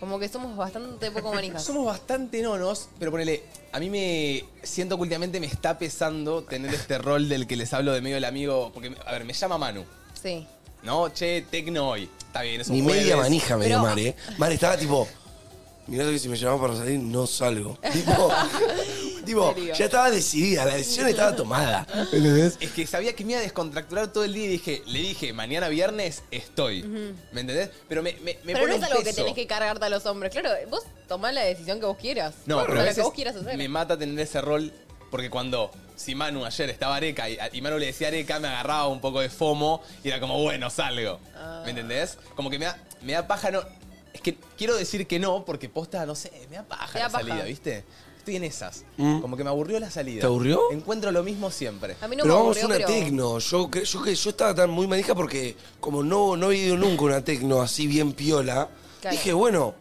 Speaker 2: Como que somos bastante poco manijas.
Speaker 1: Somos bastante nonos, pero ponele, a mí me siento que últimamente me está pesando tener este rol del que les hablo de medio del amigo, porque, a ver, me llama Manu,
Speaker 2: Sí.
Speaker 1: ¿no? Che, tecno hoy, está bien, es un
Speaker 7: Ni media
Speaker 1: jueves.
Speaker 7: manija me dio
Speaker 2: Pero-
Speaker 7: Mare. ¿eh? Mare estaba tipo, mirá que si me llamaba para salir, no salgo. Tipo, tipo,
Speaker 2: serio?
Speaker 7: ya estaba decidida, la decisión estaba tomada. ¿Entendés?
Speaker 1: Es que sabía que me iba a descontracturar todo el día y dije, le dije, mañana viernes estoy. ¿Me entendés? Pero me, me, me
Speaker 2: Pero
Speaker 1: pone
Speaker 2: no es
Speaker 1: un
Speaker 2: algo que
Speaker 1: peso.
Speaker 2: tenés que cargarte a los hombres. Claro, vos tomás la decisión que vos quieras.
Speaker 1: No,
Speaker 2: O sea, lo
Speaker 1: pero a
Speaker 2: que
Speaker 1: veces
Speaker 2: vos quieras hacer.
Speaker 1: me mata tener ese rol porque cuando si Manu ayer estaba Areca y, y Manu le decía Areca, me agarraba un poco de FOMO y era como, bueno, salgo.
Speaker 2: Ah.
Speaker 1: ¿Me entendés? Como que me da, me da paja, no. Es que quiero decir que no porque posta, no sé, me da paja
Speaker 2: Te
Speaker 1: la
Speaker 2: da paja.
Speaker 1: salida, ¿viste? Estoy en esas.
Speaker 7: Mm.
Speaker 1: Como que me aburrió la salida.
Speaker 7: ¿Te aburrió?
Speaker 1: Encuentro lo mismo siempre.
Speaker 2: A mí no
Speaker 7: Pero
Speaker 2: me
Speaker 7: vamos
Speaker 2: aburrió,
Speaker 7: a una
Speaker 2: pero...
Speaker 7: tecno. Yo, cre- yo, que- yo estaba tan muy manija porque como no, no había ido nunca a una tecno así bien piola,
Speaker 2: Claro.
Speaker 7: dije, bueno,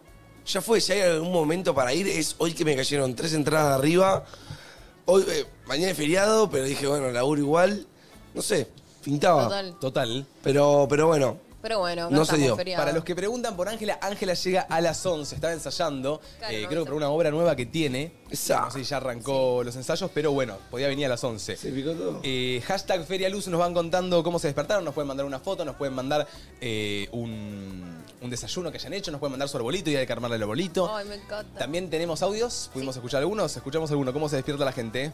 Speaker 7: ya fue, si hay algún momento para ir, es hoy que me cayeron tres entradas de arriba. Hoy, eh, mañana es feriado, pero dije, bueno, laburo igual. No sé, pintaba.
Speaker 2: Total.
Speaker 1: Total.
Speaker 7: Pero, pero bueno,
Speaker 2: Pero bueno, acá
Speaker 1: No
Speaker 2: estamos,
Speaker 1: se dio.
Speaker 2: feriado.
Speaker 1: Para los que preguntan por Ángela, Ángela llega a las 11, estaba ensayando,
Speaker 2: Claro,
Speaker 1: eh,
Speaker 2: no,
Speaker 1: creo que para una obra nueva que tiene. No sé si ya arrancó los ensayos, pero bueno, podía venir a las 11. Se
Speaker 7: picó todo.
Speaker 1: hashtag Feria Luz, nos van contando cómo se despertaron, nos pueden mandar una foto, nos pueden mandar eh, un, un desayuno que hayan hecho, nos pueden mandar su arbolito y hay que armarle el arbolito.
Speaker 2: Ay, me encanta.
Speaker 1: También tenemos audios, pudimos escuchar algunos, escuchamos alguno, cómo se despierta la gente.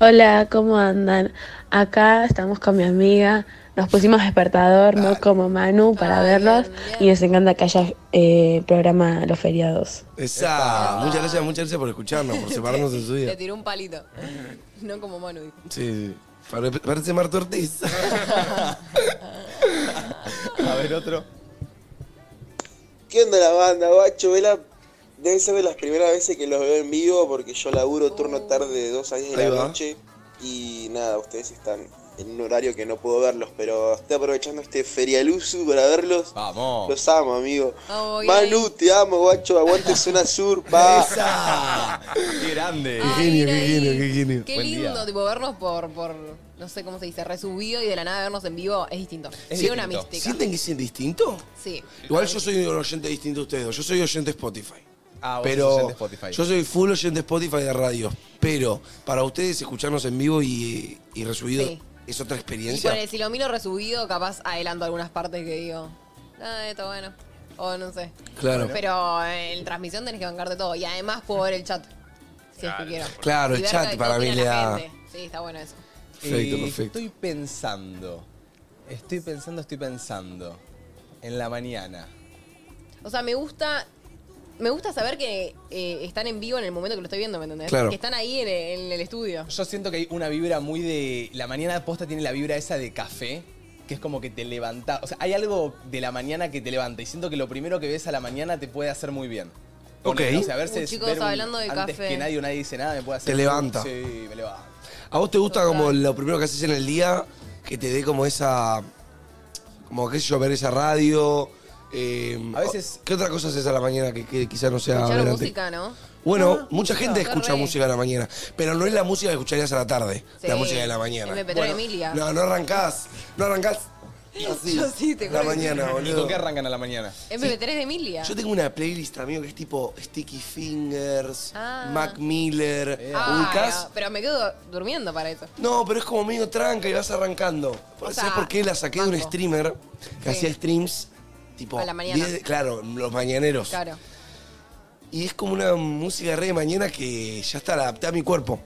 Speaker 9: Hola, ¿cómo andan? Acá estamos con mi amiga. Nos pusimos despertador, no como Manu, para verlos. Y nos encanta que haya eh, programa los feriados.
Speaker 7: Esa. Muchas gracias, muchas gracias por escucharnos, por separarnos en su
Speaker 2: Le
Speaker 7: día.
Speaker 2: tiró un palito. No como Manu dijo.
Speaker 7: Sí, sí. Pare- Parece Marta Ortiz.
Speaker 1: A ver, otro.
Speaker 10: ¿Qué onda la banda, guacho? Vela, debe ser de las primeras veces que los veo en vivo porque yo laburo turno tarde de dos años de
Speaker 7: Ahí
Speaker 10: la
Speaker 7: va.
Speaker 10: noche y nada, ustedes están en un horario que no puedo verlos, pero estoy aprovechando este ferialuzu para verlos.
Speaker 1: Vamos.
Speaker 10: Los amo, amigo.
Speaker 2: Vamos, voy
Speaker 10: Manu, te amo, guacho. Aguante Zona Sur, pa.
Speaker 1: Ah, ¡Qué grande!
Speaker 2: Ay, genio, mira qué ahí. genio,
Speaker 7: qué genio.
Speaker 2: Qué lindo, tipo, vernos por, por, no sé cómo se dice, resubido y de la nada vernos en vivo es distinto. Tiene una mística.
Speaker 7: ¿Sienten que es indistinto?
Speaker 2: Sí.
Speaker 7: Igual yo soy un oyente distinto a ustedes dos. Yo soy oyente Spotify.
Speaker 1: Ah, vos
Speaker 7: pero
Speaker 1: sos oyente Spotify.
Speaker 7: yo soy full oyente Spotify de radio. Pero para ustedes escucharnos en vivo y, y resubido
Speaker 2: Sí.
Speaker 7: es otra
Speaker 2: Y
Speaker 7: experiencia.
Speaker 2: por el si lo miro resubido, capaz adelanto algunas partes que digo, ah, esto bueno. O no sé.
Speaker 7: Claro.
Speaker 2: Pero en transmisión tenés que bancarte todo. Y además puedo ver el chat. Si es que quiero.
Speaker 7: Claro,
Speaker 2: Y
Speaker 7: el
Speaker 2: ver
Speaker 7: chat
Speaker 2: qué
Speaker 7: para mí
Speaker 2: opina
Speaker 7: le
Speaker 2: la
Speaker 7: da-
Speaker 2: gente. Sí, está bueno eso.
Speaker 7: Perfecto,
Speaker 1: Eh,
Speaker 7: perfecto.
Speaker 1: Estoy pensando. Estoy pensando, estoy pensando. En la mañana.
Speaker 2: O sea, me gusta. Me gusta saber que eh, están en vivo en el momento que lo estoy viendo, ¿me entendés?
Speaker 1: Claro.
Speaker 2: Que están ahí en el, en el estudio.
Speaker 1: Yo siento que hay una vibra muy de. La mañana posta tiene la vibra esa de café, que es como que te levanta. O sea, hay algo de la mañana que te levanta. Y siento que lo primero que ves a la mañana te puede hacer muy bien. Ponele,
Speaker 7: Ok.
Speaker 1: O sea, verse
Speaker 2: Uh, chicos,
Speaker 1: ver un-
Speaker 2: hablando de
Speaker 1: antes
Speaker 2: café.
Speaker 1: que nadie o nadie dice nada me puede hacer.
Speaker 7: Te levanta.
Speaker 1: Sí, me levanta.
Speaker 7: ¿A vos te gusta como lo primero que haces en el día? Que te dé como esa. Como qué sé yo, ver esa radio. eh,
Speaker 1: A veces-
Speaker 7: ¿Qué otra cosa haces a la mañana que, que quizás no sea
Speaker 2: Escuchar
Speaker 7: adelante?
Speaker 2: música, Ah, ¿no?
Speaker 7: Bueno, mucha gente
Speaker 2: qué
Speaker 7: escucha
Speaker 2: re.
Speaker 7: música a la mañana, pero no es la música que escucharías a la tarde,
Speaker 2: Sí.
Speaker 7: la música de la mañana.
Speaker 2: MP3 Emilia.
Speaker 7: No, no arrancás, no arrancás así.
Speaker 2: Yo sí, te
Speaker 7: a la
Speaker 2: juro que sí.
Speaker 7: mañana,
Speaker 1: ¿Y
Speaker 7: boludo.
Speaker 1: con qué arrancan a la mañana?
Speaker 2: MP3 de Emilia.
Speaker 7: Yo tengo una playlist, amigo, que es tipo Sticky Fingers,
Speaker 2: Ah.
Speaker 7: Mac Miller,
Speaker 2: Ah,
Speaker 7: ubicás.
Speaker 2: pero me quedo durmiendo para eso.
Speaker 7: No, pero es como medio tranca y vas arrancando.
Speaker 2: O
Speaker 7: ¿Sabes
Speaker 2: sea,
Speaker 7: por qué la saqué de un
Speaker 2: banco.
Speaker 7: streamer que
Speaker 2: Sí.
Speaker 7: hacía streams tipo
Speaker 2: A la mañana.
Speaker 7: de- claro, los mañaneros.
Speaker 2: Claro.
Speaker 7: Y es como una música re de mañana que ya está, la adapté a mi cuerpo.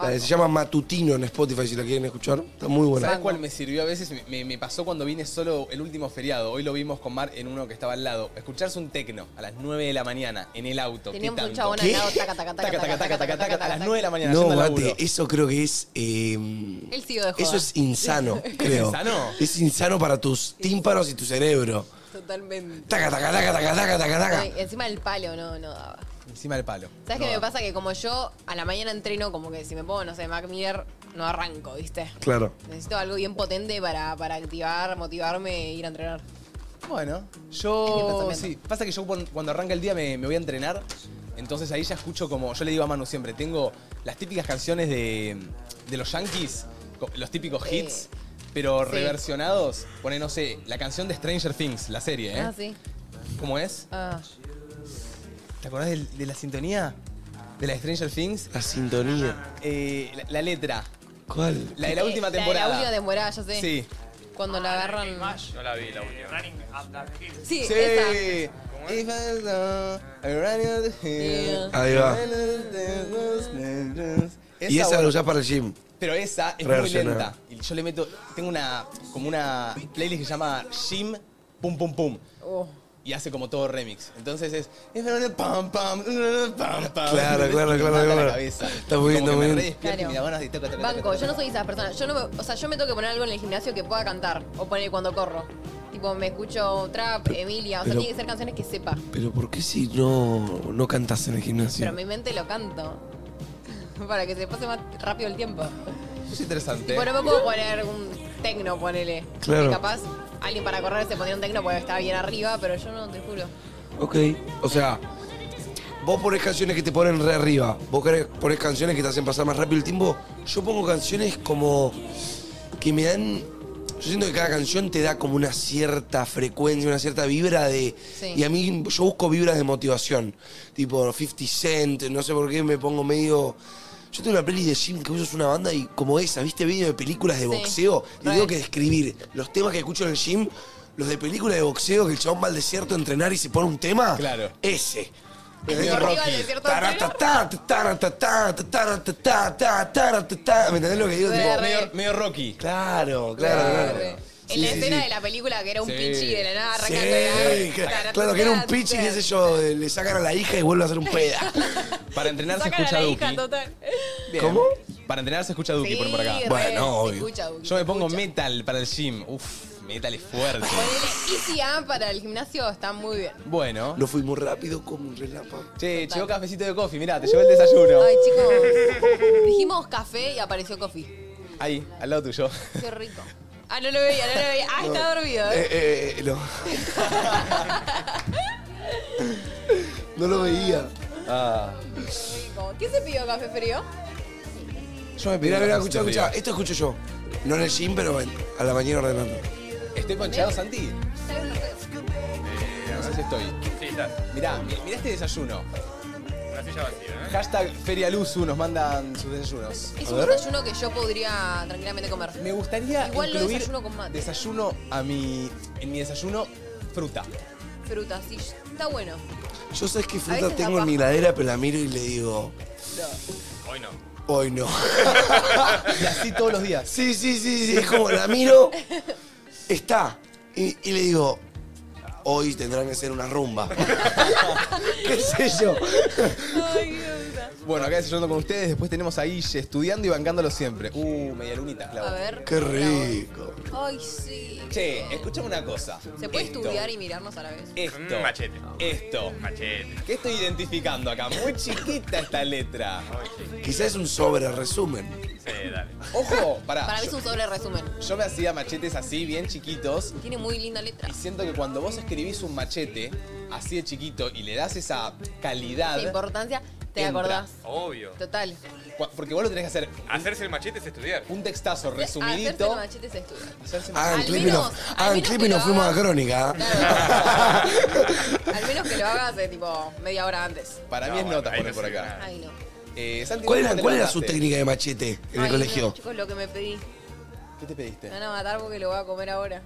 Speaker 7: La- se llama Matutino en Spotify, si la quieren escuchar. Está muy
Speaker 1: ¿Sabes
Speaker 7: buena.
Speaker 1: cuál me sirvió a veces? Me- Me, me pasó cuando vine solo el último feriado. Hoy lo vimos con Mar en uno que estaba al lado. Escucharse un tecno a las 9 de la mañana en el auto. ¿Qué
Speaker 2: Teníamos un
Speaker 1: tanto?
Speaker 2: chabón al
Speaker 1: ¿Qué?
Speaker 2: lado, taca, taca, taca,
Speaker 1: Taca, taca, taca, taca, taca, a las 9 de la mañana.
Speaker 7: No,
Speaker 1: yendo al laburo.
Speaker 7: mate, eso creo que es. eh,
Speaker 2: Él sigo de joda.
Speaker 7: eso es insano, creo.
Speaker 1: insano?
Speaker 7: Es insano para tus tímpanos y tu cerebro.
Speaker 2: Totalmente.
Speaker 7: Taca, taca, taca, taca, taca, taca, taca.
Speaker 2: Ay, encima del palo no, no daba.
Speaker 1: Encima del palo.
Speaker 2: ¿Sabes qué me pasa? Que como yo a la mañana entreno, como que si me pongo, no sé, Mac Miller, no arranco, ¿viste?
Speaker 7: Claro.
Speaker 2: Necesito algo bien potente para, para activar, motivarme e ir a entrenar.
Speaker 1: Bueno,
Speaker 2: Es mi
Speaker 1: yo.
Speaker 2: pensamiento.
Speaker 1: Sí, pasa que yo cuan- cuando arranca el día me, me voy a entrenar. Entonces ahí ya escucho como. Yo le digo a Manu siempre, tengo las típicas canciones de, de los Yankees, co- los típicos
Speaker 2: Sí.
Speaker 1: hits, pero
Speaker 2: Sí.
Speaker 1: reversionados. Pone, no sé, la canción de Stranger Things, la serie, ¿eh?
Speaker 2: Ah, sí.
Speaker 1: ¿Cómo es?
Speaker 2: Ah.
Speaker 1: ¿Te acordás del- de, la sintonía? De la de Stranger Things.
Speaker 7: La sintonía.
Speaker 1: Eh, la, la letra.
Speaker 7: ¿Cuál?
Speaker 1: La de la
Speaker 2: Eh,
Speaker 1: última
Speaker 2: La,
Speaker 1: temporada.
Speaker 2: de la última temporada, ya sé.
Speaker 1: Sí.
Speaker 2: Cuando la agarran.
Speaker 4: No la vi la última.
Speaker 2: Sí,
Speaker 1: Sí.
Speaker 2: esa.
Speaker 1: If I saw a radio that hit,
Speaker 7: Ahí va. Y esa
Speaker 1: bueno,
Speaker 7: la usás para el gym.
Speaker 1: Pero esa es muy
Speaker 7: Reversionada.
Speaker 1: lenta. Y yo le meto. Tengo una. como una playlist que se llama Jim Pum Pum Pum.
Speaker 2: Oh.
Speaker 1: Y hace como todo remix. Entonces es. Pam, pam, pam, pam.
Speaker 7: Claro, claro,
Speaker 1: Me
Speaker 7: claro,
Speaker 1: mata
Speaker 7: claro.
Speaker 1: La cabeza.
Speaker 7: Está muy bien,
Speaker 1: Como
Speaker 7: está muy
Speaker 1: que me
Speaker 7: bien.
Speaker 1: re despierto y
Speaker 2: Claro.
Speaker 1: me da ganas de toca, toca,
Speaker 2: Banco,
Speaker 1: toca,
Speaker 2: yo no
Speaker 1: toca.
Speaker 2: soy esa persona. Yo no me- o sea, yo me tengo que poner algo en el gimnasio que pueda cantar o poner cuando corro. Tipo, me escucho trap, Emilia. O sea,
Speaker 7: pero-
Speaker 2: tiene que ser canciones que sepa.
Speaker 7: Pero ¿por qué si no, no cantas en el gimnasio?
Speaker 2: Pero en mi mente lo canto. Para que se pase más rápido el tiempo.
Speaker 1: Es interesante.
Speaker 2: Tipo, no me puedo poner un tecno, ponele.
Speaker 7: Claro.
Speaker 2: Que capaz alguien para correr se ponía un tecno porque estaba bien arriba, pero yo no, te juro.
Speaker 7: Ok. O sea, vos ponés canciones que te ponen re arriba. Vos querés- ponés canciones que te hacen pasar más rápido el tiempo. Yo pongo canciones como que me dan. Yo siento que cada canción te da como una cierta frecuencia, una cierta vibra de.
Speaker 2: Sí.
Speaker 7: Y a mí yo busco vibras de motivación. Tipo 50 Cent, no sé por qué me pongo medio. Yo tengo una peli de Jim que es una banda y como esa, ¿viste? Video de películas de
Speaker 2: Sí.
Speaker 7: boxeo. Y
Speaker 2: Re.
Speaker 7: tengo que describir los temas que escucho en el gym, los de películas de boxeo que el chabón va al desierto a entrenar y se pone un tema. Claro. Ese.
Speaker 2: El
Speaker 7: Eh,
Speaker 2: deportivo
Speaker 7: Rocky.
Speaker 2: del desierto de
Speaker 7: Taratatá, taratatá, taratatá, taratatá. ¿Me entendés lo que digo?
Speaker 2: Re,
Speaker 7: Tipo,
Speaker 2: re.
Speaker 7: medio-
Speaker 1: Medio Rocky.
Speaker 7: Claro, claro, claro.
Speaker 2: en la
Speaker 7: sí,
Speaker 2: escena
Speaker 7: sí.
Speaker 2: de la película que era un
Speaker 7: Sí.
Speaker 2: pinche y de la nada
Speaker 7: Sí,
Speaker 2: arrancando
Speaker 7: que- claro, que era un pitch y qué sé yo, eh, le sacan a la hija y vuelve a hacer un peda.
Speaker 1: Para entrenar se
Speaker 2: Sacan a
Speaker 1: escucha
Speaker 2: la
Speaker 1: Duki.
Speaker 2: hija, total.
Speaker 1: ¿Cómo? Para entrenar se escucha Duki
Speaker 2: Sí,
Speaker 1: por, por acá.
Speaker 2: re, Bueno, se obvio. escucha Duki,
Speaker 1: Yo me pongo metal para el gym. Uf, metal es fuerte.
Speaker 2: Easy A para el gimnasio está muy bien.
Speaker 1: bueno.
Speaker 7: Lo fui muy rápido como un relámpago.
Speaker 1: Che, llegó cafecito de coffee. Mirá, te llevo el desayuno.
Speaker 2: Ay, chicos. Dijimos café y apareció coffee.
Speaker 1: Ahí, al lado tuyo.
Speaker 2: Qué rico. Ah, no lo veía, no lo veía. Ah, está dormido. ¿eh?
Speaker 7: Eh, eh, no. no lo veía.
Speaker 2: Rico. Eh. ¿Quién se pidió café frío?
Speaker 7: Yo me mirá,
Speaker 1: una
Speaker 7: mirá, escucha,
Speaker 1: cosita
Speaker 7: escucha.
Speaker 1: fría.
Speaker 7: Esto escucho yo. No en el gym, pero en- a la mañana ordenando.
Speaker 1: ¿Estoy ponchado, Santi? Eh, No sé si estoy.
Speaker 4: Sí, está.
Speaker 1: Mirá, mi- mirá este desayuno.
Speaker 4: Una silla vacía, ¿eh?
Speaker 1: Hashtag Ferialuzu nos mandan sus desayunos.
Speaker 2: Es un desayuno que yo podría tranquilamente comer.
Speaker 1: Me gustaría
Speaker 2: Igual lo
Speaker 1: incluir
Speaker 2: desayuno con mate.
Speaker 1: Desayuno a mi. En mi desayuno, fruta.
Speaker 2: Fruta, sí. Está bueno.
Speaker 7: Yo sabes qué
Speaker 2: A
Speaker 7: fruta
Speaker 2: veces
Speaker 7: tengo
Speaker 2: da
Speaker 7: en mi
Speaker 2: paja.
Speaker 7: heladera, pero la miro y le digo,
Speaker 4: Hoy no.
Speaker 7: hoy no.
Speaker 1: Y así todos los días.
Speaker 7: Sí, sí, sí, sí. Es como la miro, está. Y, y le digo, hoy tendrán que ser una rumba. ¿Qué sé yo?
Speaker 1: Bueno, acá desayunando con ustedes, después tenemos a Guille estudiando y bancándolo siempre. Uh, media lunita, Clau.
Speaker 2: A ver.
Speaker 7: Qué rico.
Speaker 2: Ay, sí.
Speaker 1: Che, escuchame una cosa.
Speaker 2: ¿Se puede
Speaker 1: Esto,
Speaker 2: estudiar y mirarnos a la vez?
Speaker 1: Esto.
Speaker 4: Mm, machete.
Speaker 1: Esto.
Speaker 4: Machete.
Speaker 1: ¿Qué estoy identificando acá? Muy chiquita esta letra.
Speaker 7: Quizás es un sobre resumen.
Speaker 4: Sí, dale.
Speaker 1: Ojo, pará.
Speaker 2: Para mí es
Speaker 1: yo,
Speaker 2: un sobre resumen.
Speaker 1: yo me hacía machetes así, bien chiquitos.
Speaker 2: Tiene muy linda letra.
Speaker 1: Y siento que cuando vos escribís un machete así de chiquito y le das esa calidad.
Speaker 2: La importancia, te
Speaker 1: Entra.
Speaker 2: acordás.
Speaker 4: Obvio.
Speaker 2: Total.
Speaker 1: cua- Porque vos lo tenés que hacer
Speaker 4: Hacerse el machete es estudiar.
Speaker 1: un textazo
Speaker 2: Hacerse el
Speaker 1: resumidito.
Speaker 2: machete es estudiar.
Speaker 1: hacerse
Speaker 7: Ah, en
Speaker 2: Al
Speaker 7: Clippy nos,
Speaker 2: menos- al
Speaker 7: ah, en
Speaker 2: menos
Speaker 7: Clippy
Speaker 2: que
Speaker 7: nos
Speaker 2: lo
Speaker 7: fuimos a
Speaker 2: hagas.
Speaker 7: crónica. ¿eh?
Speaker 2: Al menos que lo hagas de tipo media hora antes.
Speaker 1: Para
Speaker 4: No,
Speaker 1: mí es
Speaker 4: bueno,
Speaker 1: nota
Speaker 4: ahí
Speaker 1: poner
Speaker 4: no
Speaker 1: por
Speaker 4: sirve
Speaker 1: acá.
Speaker 4: nada.
Speaker 2: Ay, no.
Speaker 1: Eh, Santi,
Speaker 7: ¿Cuál
Speaker 1: ¿cómo
Speaker 7: era,
Speaker 1: te
Speaker 7: cuál era
Speaker 1: levantaste?
Speaker 7: su técnica de machete en el
Speaker 2: Ay, no,
Speaker 7: colegio?
Speaker 2: chicos, lo que me pedí.
Speaker 1: ¿Qué te pediste?
Speaker 2: Me van a matar porque lo voy a comer ahora.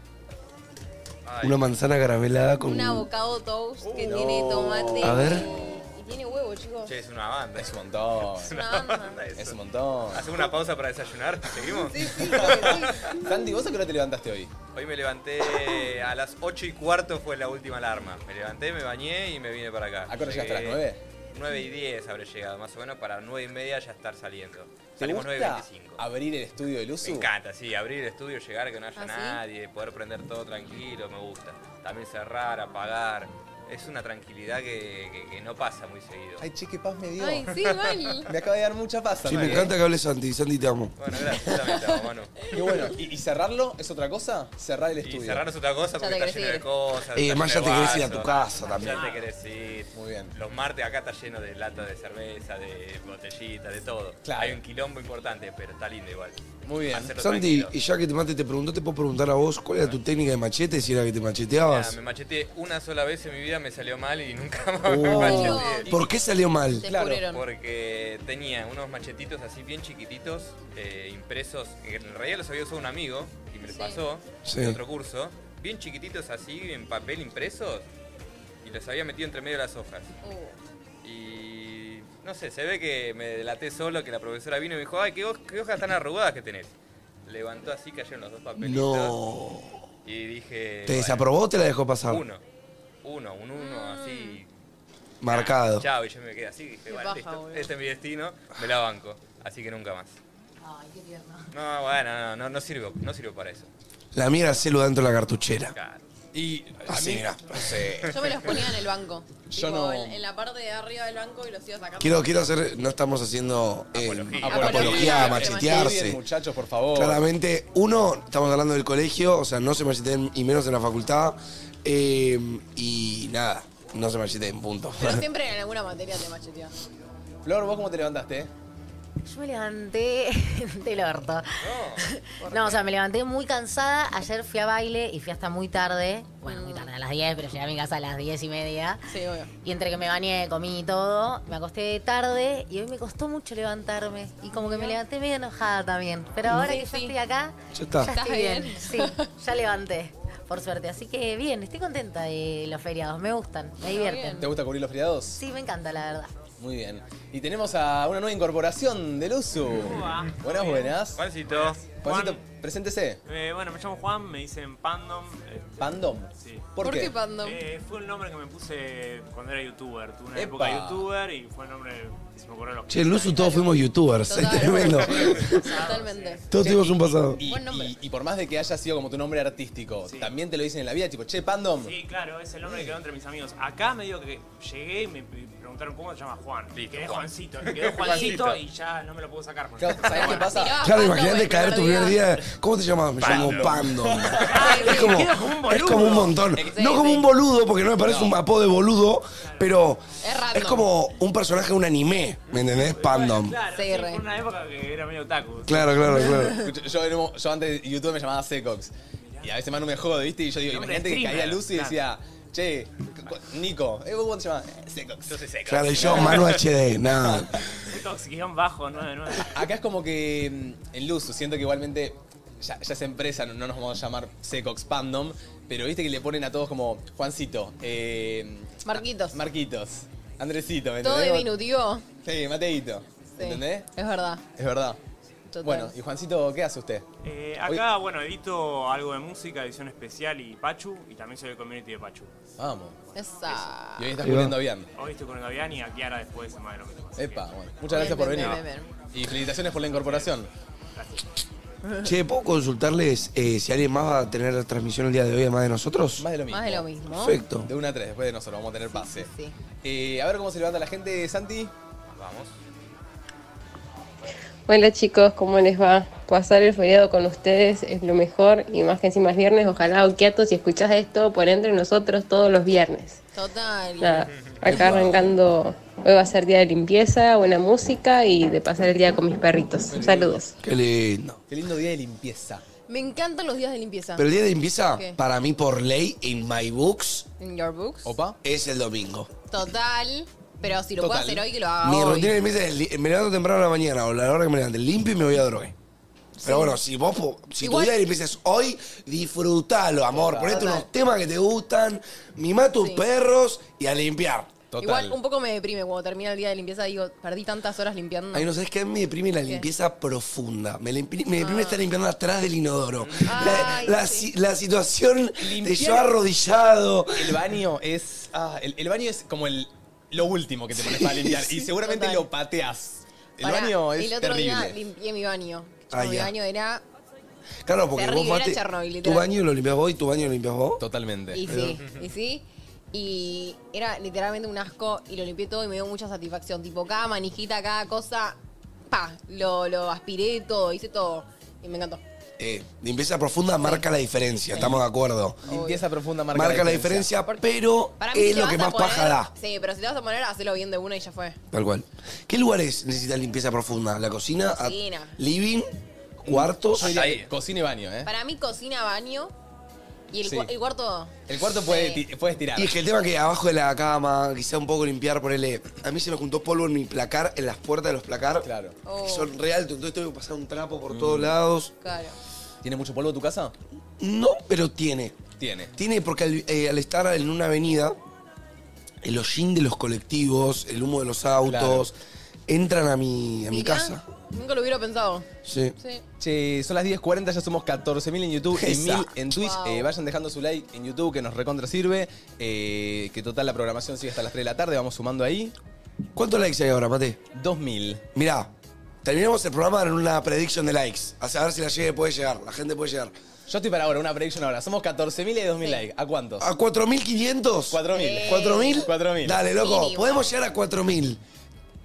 Speaker 4: Ay,
Speaker 7: Una manzana caramelada con...
Speaker 2: Un avocado toast que
Speaker 1: no.
Speaker 2: tiene tomate
Speaker 7: A ver.
Speaker 2: y, y tiene huevo, chicos.
Speaker 4: Che, es una banda.
Speaker 1: Es un montón.
Speaker 2: Es una banda.
Speaker 4: Banda eso.
Speaker 1: Es un montón.
Speaker 4: Hacemos una pausa para desayunar. ¿Seguimos?
Speaker 2: Sí, sí, creo que sí.
Speaker 1: Santi, ¿vos a qué hora te levantaste hoy?
Speaker 4: Hoy me levanté a las 8 y cuarto fue la última alarma. Me levanté, me bañé y me vine para acá.
Speaker 1: ¿A qué hora llegaste? ¿A las
Speaker 4: Llegué-
Speaker 1: nueve?
Speaker 4: 9 y 10 habré llegado, más o menos, para 9 y media ya estar saliendo.
Speaker 1: ¿Te
Speaker 4: Salimos 9 y
Speaker 1: gusta
Speaker 4: 25.
Speaker 1: abrir el estudio de
Speaker 4: Me
Speaker 1: Luzu?
Speaker 4: encanta, sí, abrir el estudio, llegar, que no haya
Speaker 2: ¿Ah, sí?
Speaker 4: nadie, poder prender todo tranquilo, me gusta. También cerrar, apagar. Es una tranquilidad que, que- que no pasa muy seguido.
Speaker 1: Ay, che, qué paz me dio.
Speaker 2: Ay, sí, mal.
Speaker 1: Me acaba de dar mucha paz.
Speaker 7: Sí,
Speaker 1: Santi,
Speaker 7: me
Speaker 1: ¿eh?
Speaker 7: encanta que hables Santi. Santi, te amo.
Speaker 4: Bueno, gracias, también te amo, Manu.
Speaker 1: Qué bueno. ¿Y, y cerrarlo es otra cosa? Cerrar el
Speaker 4: Y
Speaker 1: estudio.
Speaker 4: cerrar es otra cosa
Speaker 2: Ya te
Speaker 4: porque está
Speaker 2: querés
Speaker 4: lleno de
Speaker 2: ir.
Speaker 4: cosas.
Speaker 7: Eh,
Speaker 4: está
Speaker 7: más ya te
Speaker 4: lleno de
Speaker 7: querés ir a tu
Speaker 4: vasos.
Speaker 7: casa también.
Speaker 4: Ya te querés ir.
Speaker 1: Muy bien.
Speaker 4: Los martes acá está lleno de lata de cerveza, de botellita, de todo.
Speaker 1: Claro.
Speaker 4: Hay un quilombo importante, pero está lindo igual.
Speaker 1: Muy bien.
Speaker 4: Hacerlo
Speaker 7: Santi,
Speaker 4: tranquilo.
Speaker 7: y ya que te mate te preguntó, te puedo preguntar a vos, ¿cuál era tu técnica de machete si era que te
Speaker 4: Mira,
Speaker 7: macheteabas?
Speaker 4: me macheteé una sola vez en mi vida, me salió mal y nunca más me
Speaker 7: Oh.
Speaker 4: macheteé.
Speaker 7: ¿Por qué salió mal?
Speaker 2: Te
Speaker 1: Claro,
Speaker 2: descubrieron.
Speaker 4: Porque tenía unos machetitos así bien chiquititos, eh, impresos, que en realidad los había usado un amigo y me los
Speaker 2: Sí.
Speaker 4: pasó
Speaker 7: Sí.
Speaker 4: en otro curso, bien chiquititos así, en papel impresos, y los había metido entre medio de las hojas.
Speaker 2: Uh,
Speaker 4: Y no sé, se ve que me delaté solo, que la profesora vino y me dijo, ay, qué, ho- qué hojas tan arrugadas que tenés. Levantó así, cayeron los dos papelitos.
Speaker 7: No.
Speaker 4: Y dije...
Speaker 7: ¿Te
Speaker 4: "Bueno,
Speaker 7: desaprobó o te la dejó pasar?
Speaker 4: Uno. Uno, un uno así
Speaker 7: Marcado.
Speaker 4: Chao, y yo me quedé así, dije,
Speaker 2: Ah. Qué
Speaker 4: "Vale,
Speaker 2: paja,
Speaker 4: listo,
Speaker 2: boludo.
Speaker 4: este es mi destino, me la banco. Así que nunca más.
Speaker 3: Ay, qué tierno.
Speaker 4: No, bueno, no, no, no sirvo, no sirvo para eso.
Speaker 7: La mía era celo dentro de la cartuchera.
Speaker 4: Claro.
Speaker 1: Y a
Speaker 7: Así,
Speaker 1: mí,
Speaker 7: mirá.
Speaker 1: no sé.
Speaker 2: Yo me los ponía en el banco.
Speaker 1: Yo
Speaker 2: Tipo,
Speaker 1: no.
Speaker 2: En, en la parte de arriba del banco y los iba sacando.
Speaker 7: Quiero, quiero hacer, no estamos haciendo eh,
Speaker 4: Apología.
Speaker 7: apología,
Speaker 2: Apología,
Speaker 7: a
Speaker 1: Muy bien,
Speaker 7: machetearse.
Speaker 1: muchachos, por favor.
Speaker 7: Claramente, uno, estamos hablando del colegio, o sea, no se macheteen y menos en la facultad. eh, y nada, no se macheteen, punto.
Speaker 2: Pero siempre en alguna materia te macheteaba.
Speaker 1: Flor, ¿vos cómo te levantaste?
Speaker 3: Yo me levanté del orto. No, o sea, me levanté muy cansada. Ayer fui a baile y fui hasta muy tarde. Bueno, muy tarde, a las 10, pero llegué a mi casa a las 10 y media.
Speaker 2: Mm. Sí, obvio.
Speaker 3: Y entre que me bañé, comí y todo, me acosté tarde y hoy me costó mucho levantarme. Y como que me levanté medio enojada también. Pero ahora
Speaker 2: Sí,
Speaker 3: que yo estoy acá,
Speaker 7: Ya está.
Speaker 3: ya estoy
Speaker 2: ¿Estás
Speaker 3: bien.
Speaker 2: bien?
Speaker 3: Sí, ya levanté, por suerte. Así que bien, estoy contenta de los feriados. Me gustan, me divierten.
Speaker 1: ¿Te gusta cubrir los feriados?
Speaker 3: Sí, me encanta, la verdad.
Speaker 1: Muy bien. Y tenemos a una nueva incorporación del uso.
Speaker 11: va?
Speaker 1: Buenas, buenas.
Speaker 4: Juancito.
Speaker 1: Juancito, preséntese.
Speaker 11: Eh, bueno, me llamo Juan, me dicen Pandom. eh,
Speaker 1: Pandom.
Speaker 11: sí.
Speaker 1: ¿Por ¿Por qué? qué
Speaker 2: Pandom?
Speaker 11: Eh, fue el nombre que me puse cuando era youtuber. Tuve una
Speaker 1: Epa.
Speaker 11: época youtuber y fue el nombre que se me ocurrió. a los
Speaker 7: Che, en Luzu todos fuimos youtubers.
Speaker 11: Total.
Speaker 7: Es tremendo.
Speaker 2: Totalmente.
Speaker 7: Todos tuvimos un pasado.
Speaker 1: Y, y- y por más de que haya sido como tu nombre artístico, también te lo dicen en la vida, tipo, che, Pandom.
Speaker 11: Sí, claro, es el nombre que quedó entre mis amigos. Acá me digo que llegué y me preguntaron cómo se llama Juan. Y quedé
Speaker 4: Juan.
Speaker 11: Juancito, me quedó
Speaker 4: Juancito.
Speaker 11: Juancito y ya no me lo puedo sacar.
Speaker 1: Claro, ¿sabés qué pasa?
Speaker 7: Claro, imagínate caer tu primer día. ¿Cómo te llamabas? Me llamo
Speaker 1: Pando.
Speaker 7: Pando. Es como, es como un montón. No como un boludo, porque no me parece un apodo de boludo, pero es, como un personaje de un anime, ¿me entendés? Pandom.
Speaker 11: Claro, sí, fue una época que era medio taco.
Speaker 7: Claro, claro, claro.
Speaker 1: Escucha, Yo, en un- yo antes de YouTube me llamaba Secox. Y a veces Manu me jode, ¿viste? Y yo digo,
Speaker 11: Nombre
Speaker 1: imagínate que
Speaker 11: streamer,
Speaker 1: caía luz y
Speaker 11: claro.
Speaker 1: decía, che, cu- Nico, ¿eh, vos ¿cómo te llamás? Eh, Secox. Yo soy Secox.
Speaker 7: Claro, y yo, Manu HD, nada.
Speaker 11: Guión bajo, 99.
Speaker 1: Acá es como que mm, en Luzu, siento que igualmente ya, ya es empresa, no, no nos vamos a llamar Secox Pandom, pero viste que le ponen a todos como Juancito, eh,
Speaker 2: Marquitos.
Speaker 1: Marquitos, Andresito, ¿me
Speaker 2: Todo
Speaker 1: entendés?
Speaker 2: diminutivo.
Speaker 1: Sí, Mateito,
Speaker 2: Sí.
Speaker 1: ¿entendés?
Speaker 2: Es verdad.
Speaker 1: Es verdad.
Speaker 2: Total.
Speaker 1: Bueno, y Juancito, ¿qué hace usted?
Speaker 11: Eh, acá, bueno, edito algo de música, edición especial y Pachu, y también soy el community de Pachu.
Speaker 1: Vamos.
Speaker 2: Esa.
Speaker 1: Y hoy estás
Speaker 7: Ahí va.
Speaker 1: cubriendo bien.
Speaker 11: Hoy estoy con Davián y a Kiara después de semana de lo mismo. así
Speaker 1: Epa,
Speaker 11: que-
Speaker 1: bueno. Muchas gracias por venir. Y felicitaciones por la incorporación.
Speaker 7: Che, ¿puedo consultarles eh, si alguien más va a tener la transmisión el día de hoy además de nosotros?
Speaker 1: Más de lo mismo.
Speaker 2: Más de lo mismo.
Speaker 7: Perfecto.
Speaker 1: De 1 a 3, después de nosotros vamos a tener pase. Eh, a ver cómo se levanta la gente, Santi. Vamos.
Speaker 12: Hola chicos, ¿cómo les va? Pasar el feriado con ustedes es lo mejor y más que encima es viernes. Ojalá, Okiato, si escuchás esto, por entre nosotros todos los viernes.
Speaker 2: Total.
Speaker 12: Nada, acá arrancando. Hoy va a ser día de limpieza, buena música y de pasar el día con mis perritos. Saludos.
Speaker 7: Qué lindo.
Speaker 1: Qué lindo día de limpieza.
Speaker 2: Me encantan los días de limpieza.
Speaker 7: Pero el día de limpieza,
Speaker 2: ¿Qué?
Speaker 7: para mí por ley, in my books,
Speaker 2: In your books.
Speaker 1: Opa.
Speaker 7: es el domingo.
Speaker 2: Total. Pero si lo puedo
Speaker 7: Total.
Speaker 2: hacer hoy, que lo haga
Speaker 7: Mi
Speaker 2: hoy.
Speaker 7: rutina de limpieza es li- me levanto temprano a la mañana o la hora que me levante, limpio y me voy a drogar. Pero bueno, si vos, po- si
Speaker 2: Igual-
Speaker 7: tu día de limpieza es hoy, disfrutalo, amor. Ponete unos temas que te gustan, mimá a tus perros y a limpiar.
Speaker 2: Igual un poco me deprime cuando termina el día de limpieza. Digo, perdí tantas horas limpiando.
Speaker 7: Ay, no sabes qué me deprime la limpieza profunda. Me, limpi- me
Speaker 2: Ah.
Speaker 7: deprime estar limpiando atrás del inodoro. La, la si- la situación de yo arrodillado.
Speaker 1: El baño es. ah, el, el baño es como el, lo último que te pones para limpiar. y seguramente lo pateas. El
Speaker 2: Pará,
Speaker 1: baño es
Speaker 2: El otro
Speaker 1: terrible.
Speaker 2: día limpié mi baño. Yo,
Speaker 7: Ah,
Speaker 2: mi
Speaker 7: ya.
Speaker 2: baño era.
Speaker 7: Claro, porque
Speaker 2: Terrible,
Speaker 7: vos
Speaker 2: era
Speaker 7: mate,
Speaker 2: Chernobyl,
Speaker 7: tu
Speaker 2: literal.
Speaker 7: baño lo limpias vos y tu baño lo limpias vos.
Speaker 1: Totalmente.
Speaker 2: Y sí, y sí. Y era literalmente un asco y lo limpié todo y me dio mucha satisfacción. Tipo, cada manijita, cada cosa, pa, lo, lo aspiré todo, hice todo. Y me encantó.
Speaker 7: Eh, limpieza profunda marca la diferencia, estamos de acuerdo.
Speaker 1: Limpieza profunda marca,
Speaker 7: Marca, la diferencia, pero
Speaker 2: Para mí, si
Speaker 7: es
Speaker 2: te
Speaker 7: lo
Speaker 2: vas
Speaker 7: que
Speaker 2: a
Speaker 7: más
Speaker 2: poner-
Speaker 7: paja da.
Speaker 2: Sí, pero si te vas a poner, hacelo bien de una y ya fue.
Speaker 7: Tal cual. ¿Qué lugares necesitan limpieza profunda? ¿La cocina? ¿A-
Speaker 2: Cocina.
Speaker 7: ¿Living? ¿Cuartos?
Speaker 1: Yo diría que cocina y baño, ¿eh?
Speaker 2: Para mí, cocina, baño y el,
Speaker 7: Sí.
Speaker 2: cua- el cuarto.
Speaker 1: El cuarto puede, ti- puedes tirar.
Speaker 7: Y es que el tema que abajo de la cama, quizá un poco limpiar, ponele. A mí se me juntó polvo en mi placar, en las puertas de los placar. Claro. Que son re altos, entonces tengo que pasar un trapo por todos lados.
Speaker 2: Claro.
Speaker 1: Mm. ¿Tiene mucho polvo tu casa?
Speaker 7: No, pero tiene.
Speaker 1: Tiene.
Speaker 7: Tiene porque al, eh, al estar en una avenida, el hollín de los colectivos, el humo de los autos, entran a mi, a mi
Speaker 2: Mirá,
Speaker 7: casa.
Speaker 2: Nunca lo hubiera pensado.
Speaker 7: Sí.
Speaker 2: Sí.
Speaker 1: Che, son las 10.40, ya somos 14.000 en YouTube y
Speaker 7: Esa.
Speaker 1: 1.000 en Twitch.
Speaker 2: Wow.
Speaker 1: Eh, vayan dejando su like en YouTube, que nos recontra sirve. Eh, que total, la programación sigue hasta las 3 de la tarde, vamos sumando ahí.
Speaker 7: ¿Cuántos likes hay ahora, Mate?
Speaker 1: 2.000.
Speaker 7: Mirá, terminamos el programa en una predicción de likes. A saber si la llegue puede llegar, la gente puede llegar.
Speaker 1: Yo estoy para ahora, una prediction ahora. Somos 14.000 y 2.000 likes. ¿A cuántos?
Speaker 7: ¿A 4.500?
Speaker 1: 4.000.
Speaker 7: 4.000.
Speaker 1: 4.000.
Speaker 7: Eh, Dale, loco,
Speaker 1: Mínimo.
Speaker 7: podemos llegar a 4.000.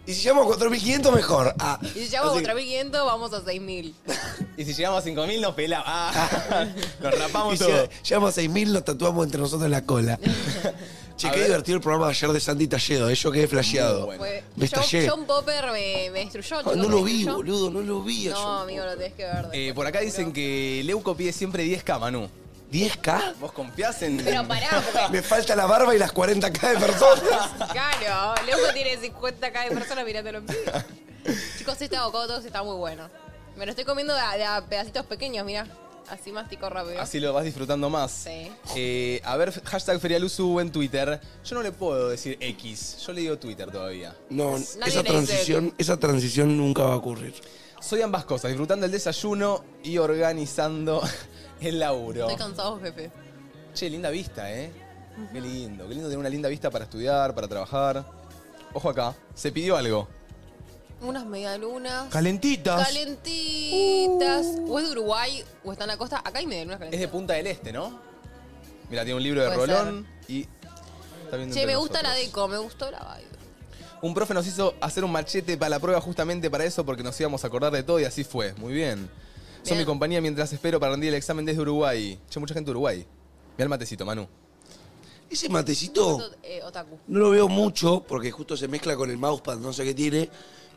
Speaker 7: Y si llegamos a 4.500, mejor. Ah,
Speaker 2: Y si llegamos a
Speaker 7: así-
Speaker 2: 4.500, vamos a 6.000.
Speaker 1: Y si llegamos a 5.000 nos pelamos. Ah, nos
Speaker 7: y
Speaker 1: rapamos
Speaker 7: si
Speaker 1: todo.
Speaker 7: llegamos a 6.000, nos tatuamos entre nosotros en la cola. Che, qué divertido el programa de ayer de Sandy Talledo, eh, yo quedé flasheado.
Speaker 2: Fue-
Speaker 7: Me
Speaker 2: John,
Speaker 7: estallé.
Speaker 2: John Popper me, me destruyó.
Speaker 7: Ah,
Speaker 2: chicos,
Speaker 7: no
Speaker 2: me
Speaker 7: lo vi,
Speaker 2: destruyó.
Speaker 7: boludo, no lo vi. a John.
Speaker 2: No, amigo, lo tenés que ver.
Speaker 1: Eh, por acá dicen que Leuco pide siempre 10K, Manu.
Speaker 7: ¿10K?
Speaker 1: ¿Vos confiás en...?
Speaker 2: Pero pará, porque-
Speaker 7: Me falta la barba y las 40K de personas.
Speaker 2: Claro, Leuco tiene 50k de personas mirándolo en vivo. Chicos, este avocado está muy bueno. Me lo estoy comiendo de a, de a pedacitos pequeños, mirá. Así mastico rápido.
Speaker 1: Así lo vas disfrutando más.
Speaker 2: Sí.
Speaker 1: Eh, a ver, hashtag Ferialuzu en Twitter. Yo no le puedo decir X, yo le digo Twitter todavía.
Speaker 7: No,
Speaker 1: Nadie
Speaker 7: esa
Speaker 1: le
Speaker 7: transición,
Speaker 1: dice-
Speaker 7: esa transición nunca va a ocurrir.
Speaker 1: Soy ambas cosas, disfrutando el desayuno y organizando el laburo.
Speaker 2: Estoy cansado, jefe.
Speaker 1: Che, linda vista, ¿eh? Qué lindo, qué lindo tener una linda vista para estudiar, para trabajar. Ojo acá, se pidió algo.
Speaker 2: Unas medialunas.
Speaker 1: Calentitas.
Speaker 2: Calentitas. O es de Uruguay o está en la costa. Acá hay medialunas
Speaker 1: Es de
Speaker 2: calentitas.
Speaker 1: Punta del Este, ¿no? Mira, tiene un libro de
Speaker 2: Puede
Speaker 1: Rolón y está viendo
Speaker 2: Che,
Speaker 1: entre
Speaker 2: me gusta la
Speaker 1: nosotros.
Speaker 2: deco, me gustó la vibe.
Speaker 1: Un profe nos hizo hacer un machete para la prueba justamente para eso, porque nos íbamos a acordar de todo y así fue. Muy bien. Son
Speaker 2: Bien.
Speaker 1: mi compañía mientras espero para rendir el examen desde Uruguay. Che, mucha gente de Uruguay. Mira el matecito, Manu.
Speaker 7: Ese matecito
Speaker 2: Eh, otaku.
Speaker 7: no lo veo mucho porque justo se mezcla con el mousepad, no sé qué tiene,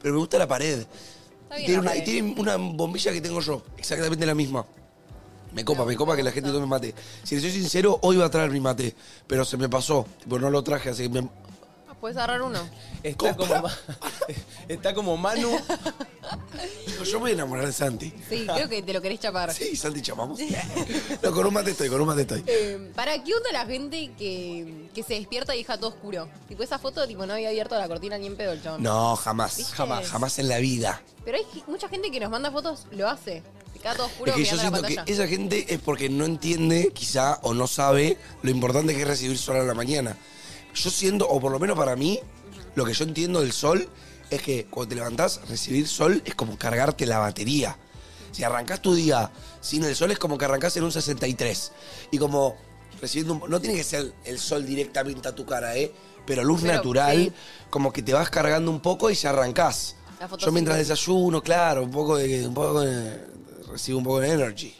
Speaker 7: pero me gusta la pared.
Speaker 2: Está
Speaker 7: Y
Speaker 2: bien.
Speaker 7: tiene,
Speaker 2: la
Speaker 7: una, y
Speaker 2: vibe.
Speaker 7: tiene una bombilla que tengo yo, exactamente la misma. Me copa, me copa que la gente tome mate. Si les soy sincero, hoy iba a traer mi mate, pero se me pasó. Tipo, no lo traje, así que me...
Speaker 2: Ah, Puedes agarrar uno.
Speaker 1: Está como, ma- está como Manu.
Speaker 7: Digo, yo me voy a enamorar de Santi.
Speaker 2: Sí, creo que te lo querés chapar.
Speaker 7: Sí, Santi, chapamos. No, con un mate estoy, con un mate estoy.
Speaker 2: Eh, ¿Para qué onda la gente que, que se despierta y deja todo oscuro? Tipo, esa foto, tipo, no había abierto la cortina ni en pedo el chabón.
Speaker 7: No, jamás.
Speaker 2: ¿Viste?
Speaker 7: Jamás. Jamás en la vida.
Speaker 2: Pero hay ge- mucha gente que nos manda fotos, lo hace. Se queda todo oscuro
Speaker 7: Es que yo
Speaker 2: mirando
Speaker 7: siento
Speaker 2: la
Speaker 7: que
Speaker 2: pantalla.
Speaker 7: esa gente es porque no entiende, quizá, o no sabe lo importante que es recibir sol a la mañana. Yo siento, o por lo menos para mí, lo que yo entiendo del sol es que cuando te levantás, recibir sol es como cargarte la batería. Si arrancás tu día sin el sol es como que arrancás en un 63. Y como recibiendo un- No tiene que ser el sol directamente a tu cara, ¿eh? Pero luz
Speaker 2: Pero,
Speaker 7: natural,
Speaker 2: sí.
Speaker 7: como que te vas cargando un poco y ya arrancás.
Speaker 2: La fotosíntesis.
Speaker 7: Yo mientras desayuno, claro, un poco de. Un poco de- recibo un poco de energy.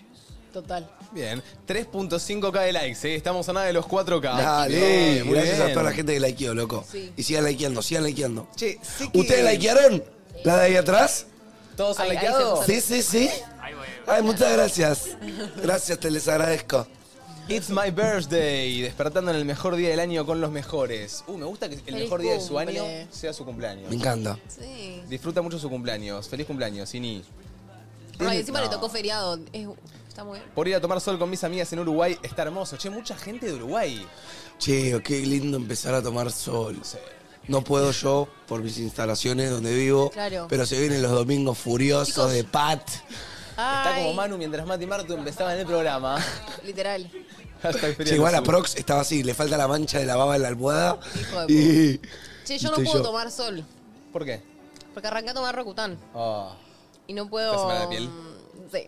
Speaker 2: Total.
Speaker 1: Bien. 3.5k de likes, ¿eh? Estamos a nada de los 4k.
Speaker 7: Dale,
Speaker 1: Ah, Bien, muy
Speaker 7: gracias a
Speaker 1: bien.
Speaker 7: toda la gente que likeó, loco.
Speaker 1: Sí.
Speaker 7: Y sigan likeando, sigan likeando.
Speaker 1: Che, sí que-
Speaker 7: ¿Ustedes likearon? ¿La de ahí atrás?
Speaker 1: ¿Todos han
Speaker 7: Ay, ahí
Speaker 1: likeado?
Speaker 7: se usa- Sí, sí, sí. Ay, muchas gracias. Gracias, te les agradezco.
Speaker 1: It's my birthday, despertando en el mejor día del año con los mejores. Uh, me gusta que el
Speaker 2: Feliz
Speaker 1: mejor día de su
Speaker 2: cumple.
Speaker 1: año sea su cumpleaños.
Speaker 7: Me encanta.
Speaker 2: Sí.
Speaker 1: Disfruta mucho su cumpleaños. Feliz cumpleaños, Ini.
Speaker 2: Ay, encima
Speaker 1: No.
Speaker 2: le tocó feriado. Es- está muy bien.
Speaker 1: Por ir a tomar sol con mis amigas en Uruguay está hermoso. Che, mucha gente de Uruguay.
Speaker 7: Che, qué lindo empezar a tomar sol. No puedo yo por mis instalaciones donde vivo,
Speaker 1: Claro.
Speaker 7: pero se vienen los domingos furiosos de Pat.
Speaker 1: Está como Manu mientras Mati y Martu empezaban el programa.
Speaker 2: Literal.
Speaker 1: Hashtag
Speaker 7: Che,
Speaker 1: Feria
Speaker 7: igual a
Speaker 1: Azul.
Speaker 7: Prox estaba así, le falta la mancha de la baba en la almohada.
Speaker 2: Hijo de
Speaker 7: Y...
Speaker 2: Che, yo no
Speaker 7: Estoy
Speaker 2: puedo
Speaker 7: yo.
Speaker 2: tomar sol.
Speaker 1: ¿Por qué?
Speaker 2: Porque arranqué a tomar Rocután.
Speaker 1: Oh,
Speaker 2: Y no
Speaker 1: ¿Te hace
Speaker 2: puedo.
Speaker 1: mal la piel?
Speaker 2: Sí,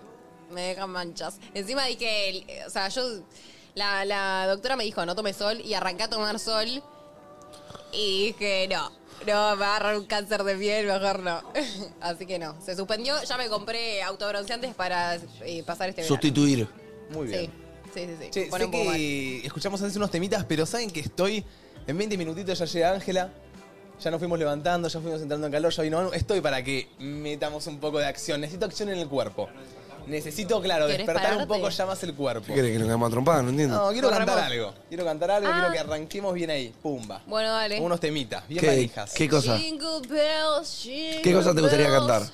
Speaker 2: me dejan manchas. Encima dije, el- eh, o sea, yo. La, la doctora me dijo, no tome sol, y arranqué a tomar sol. Y dije, no, no, me va a agarrar un cáncer de piel, mejor no. Así que no, se suspendió. Ya me compré autobronceantes para eh, pasar este verano.
Speaker 7: Sustituir.
Speaker 1: muy bien.
Speaker 2: Sí, sí, sí.
Speaker 1: Che,
Speaker 2: Pone
Speaker 1: sé
Speaker 2: un poco mal.
Speaker 1: que escuchamos antes unos temitas, pero saben que estoy. En 20 minutitos ya llega Ángela. Ya nos fuimos levantando, ya fuimos entrando en calor, ya vino Manu. Estoy para que metamos un poco de acción. Necesito acción en el cuerpo. Necesito, claro,
Speaker 2: ¿Querés
Speaker 1: despertar un
Speaker 2: pararte?
Speaker 1: poco ya más el cuerpo.
Speaker 7: ¿Qué querés que nos quedemos a trompar? No entiendo.
Speaker 1: No, quiero cantar
Speaker 7: Corremos.
Speaker 1: algo. Quiero cantar algo,
Speaker 2: Ah.
Speaker 1: quiero que arranquemos bien ahí. Pumba.
Speaker 2: Bueno, dale.
Speaker 1: Unos temitas, bien
Speaker 7: ¿Qué-
Speaker 1: manijas.
Speaker 7: qué cosa?
Speaker 2: Jingle bells, jingle
Speaker 7: ¿Qué cosa te gustaría
Speaker 2: bells.
Speaker 7: cantar?